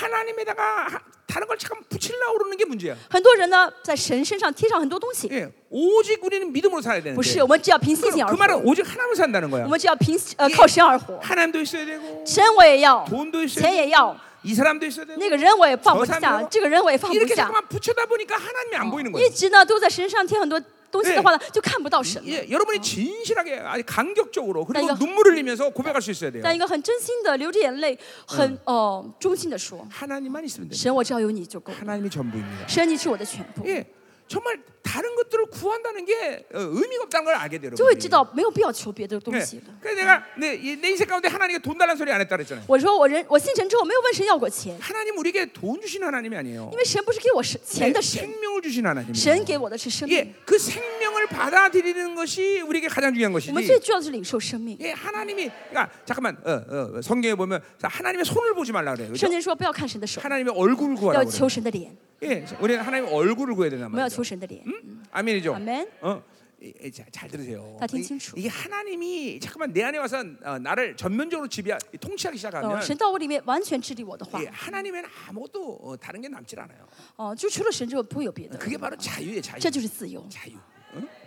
Speaker 1: 하나님에다가 하- 다른 걸 잠깐 붙이려고 그러는 게 문제야.
Speaker 2: 很多人呢，在神身上贴上很多东西，
Speaker 1: 예, 오직 우리는 믿음으로 살아야 되는데.
Speaker 2: 不是我们只要凭信心
Speaker 1: 그,
Speaker 2: 而
Speaker 1: 그
Speaker 2: 活，
Speaker 1: 말은 오직 하나님을 산다는
Speaker 2: 我
Speaker 1: 거야.
Speaker 2: 们只要凭呃
Speaker 1: 예
Speaker 2: 靠神而活。
Speaker 1: 하나님도 있어야 되고
Speaker 2: 神我也要，
Speaker 1: 돈도 있어야
Speaker 2: 钱也要，
Speaker 1: 이 사람도 있어야 되고
Speaker 2: 那个人我也放不
Speaker 1: 저사람이
Speaker 2: 下
Speaker 1: 요 ，
Speaker 2: 这个人我也放不
Speaker 1: 이렇게
Speaker 2: 下，
Speaker 1: 잠깐만 붙여다 보니까 하나님이 안 보이는 거야.
Speaker 2: 一直呢都在身上贴很多东西的话呢，就看不到神。
Speaker 1: 예, 여러분이 진실하게 아주 간격적으로 그리고
Speaker 2: 어. 그러니까-
Speaker 1: 눈물을 흘리면서 고백할 수 있어야 돼요.
Speaker 2: 但一个很真心的流着眼泪，很哦衷心的说
Speaker 1: 하나님만 있으면 돼요.
Speaker 2: 神，我只要有你就够了，
Speaker 1: 하나님이 전부입니다.
Speaker 2: 神你是我的全部。
Speaker 1: 예. 정말 다른 것들을 구한다는 게 어, 의미가 없다는 걸 알게 돼요.
Speaker 2: 就会
Speaker 1: 여러분들이.
Speaker 2: 知道没有必要求别的东
Speaker 1: 네.
Speaker 2: 西了。
Speaker 1: 그래서 내가 내, 이- 내 인생 가운데 하나님께 돈 달라는 소리 안 했다 그랬잖아요.
Speaker 2: 我说我人我信神之后没有问神要过钱，
Speaker 1: 하나님 우리에게 돈 주신 하나님이 아니에요.
Speaker 2: 因为神不是给我神钱
Speaker 1: 네,
Speaker 2: 的神，
Speaker 1: 생명을 주신 하나님이에요.
Speaker 2: 神给我的是生
Speaker 1: 예,
Speaker 2: 命。
Speaker 1: 그 생명을 받아들이는 것이 우리에게 가장 중요한
Speaker 2: 我们最
Speaker 1: 것이지.
Speaker 2: 重要的是领受生命。
Speaker 1: 예, 하나님이 그러니까 잠깐만 어, 어, 어, 성경에 보면 자, 하나님의 손을 보지 말라 그래요. 그죠?
Speaker 2: 圣经说不要看神的手，
Speaker 1: 하나님의 얼굴을
Speaker 2: 要
Speaker 1: 구하라고
Speaker 2: 求
Speaker 1: 그래요.
Speaker 2: 神的脸，
Speaker 1: 예, 우리는 하나님의 얼굴을 구해야 된단
Speaker 2: 我们要
Speaker 1: 말이죠.
Speaker 2: 求神的脸。
Speaker 1: 음? 아멘이죠.
Speaker 2: 아멘.
Speaker 1: 어. 이- 이- 자, 잘 들으세요.
Speaker 2: 다
Speaker 1: 이,
Speaker 2: 진출.
Speaker 1: 이게 하나님이 잠깐만 내 안에 와서 어, 나를 전면적으로 지배 통치하기
Speaker 2: 呃，
Speaker 1: 시작하면
Speaker 2: 神到我里面完全治理我的话
Speaker 1: 예, ， 하나님에는 아무것도 어, 다른 게 남질 않아요.
Speaker 2: 哦、就除了神之外不会有别的。
Speaker 1: 그게 바로 자유예요, 자유.
Speaker 2: 这就是自由，
Speaker 1: 자유.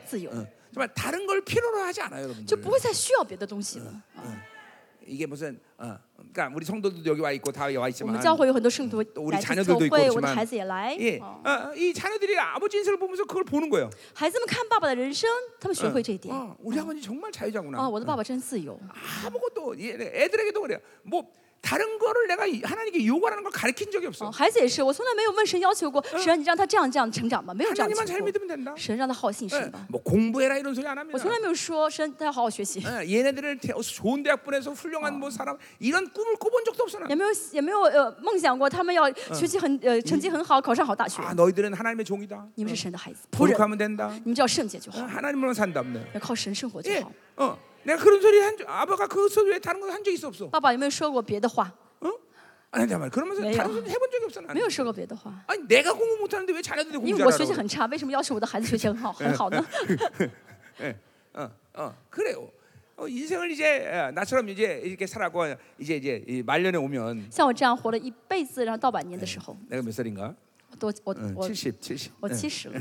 Speaker 2: 自由、
Speaker 1: 어. 정말 다른 걸 필요로 하지 않아요,
Speaker 2: 就
Speaker 1: 여러분들.
Speaker 2: 不会再需要别的东西了。啊
Speaker 1: 이게 무슨 어, 그러니까 우리 성도들도 여기 와 있고 다 여기 와
Speaker 2: 我们
Speaker 1: 있지만
Speaker 2: 教会有很多圣徒
Speaker 1: 우리
Speaker 2: 来自
Speaker 1: 자녀들도
Speaker 2: 教
Speaker 1: 있고
Speaker 2: 会，我的
Speaker 1: 그렇지만
Speaker 2: 孩子也来。
Speaker 1: 예,
Speaker 2: 哦
Speaker 1: 어, 이 자녀들이 아버지 인생을 보면서 그걸 보는 거예요.
Speaker 2: 孩子们看爸爸的人生，他们学会这一点。
Speaker 1: 어, 우리 아버지 정말 자유자구나.
Speaker 2: 哦啊，我的爸爸真自由。
Speaker 1: 아무것도 얘- 애들에게도 그래요. 뭐 다른 거를 내가 이- 하나님께 요구하는 걸 가르친 적이
Speaker 2: 哦，
Speaker 1: 없어.
Speaker 2: 孩子也是，我嗯从来没有问神要求过，神让你让他这样这样成长吧，没有嗯这样
Speaker 1: 하나님만 잘
Speaker 2: 求过。
Speaker 1: 믿으면 된다.
Speaker 2: 神让他好信
Speaker 1: 예,
Speaker 2: 神吧，
Speaker 1: 뭐 공부해라 이런 뭐 소리 안
Speaker 2: 我
Speaker 1: 합니다.
Speaker 2: 从来没有说神他要好好学习，
Speaker 1: 예, 얘네들을 대- 좋은 대학 보내서 훌륭한 뭐 사람 이런 꿈을 꿔본 적도 없어. 나.
Speaker 2: 也没有也没有呃梦想过他们要学习很呃成绩很好，考上好大学。
Speaker 1: 아, 너희들은 하나님의 종이다.
Speaker 2: 你嗯们是神的孩子，仆人，
Speaker 1: 거룩하면 된다.
Speaker 2: 你们只要圣洁就
Speaker 1: 어,
Speaker 2: 好，
Speaker 1: 하나님만 산다면 돼.
Speaker 2: 要靠神生活就
Speaker 1: 예,
Speaker 2: 好。
Speaker 1: 어, 내가 그런 소리 한 적, 아버가 그 소리 왜 다른 거한적 있어 없어?
Speaker 2: 爸爸有没有说过别的话？
Speaker 1: 어? 아니 잠깐만 그러면서
Speaker 2: 왜요?
Speaker 1: 다른 소리 해본 적이 없어 나.
Speaker 2: 没有说过别的话，
Speaker 1: 아니 내가 공부 못하는데 왜 자네들이
Speaker 2: 因
Speaker 1: 공부
Speaker 2: 为我学习
Speaker 1: 잘하라고?
Speaker 2: 很差，为什么要求我的孩子学习很好很好呢？
Speaker 1: 예, 어, 어, 그래요. 어, 인생을 이제 어, 나처럼 이제 이렇게 살아고 이제 이제 이 말년에 오면
Speaker 2: 像我这样活了一辈子，然后到晚年的时候，
Speaker 1: 내가 몇 살인가? 어,
Speaker 2: 我多我
Speaker 1: 응,
Speaker 2: 我
Speaker 1: 70, 70,
Speaker 2: 我七十了，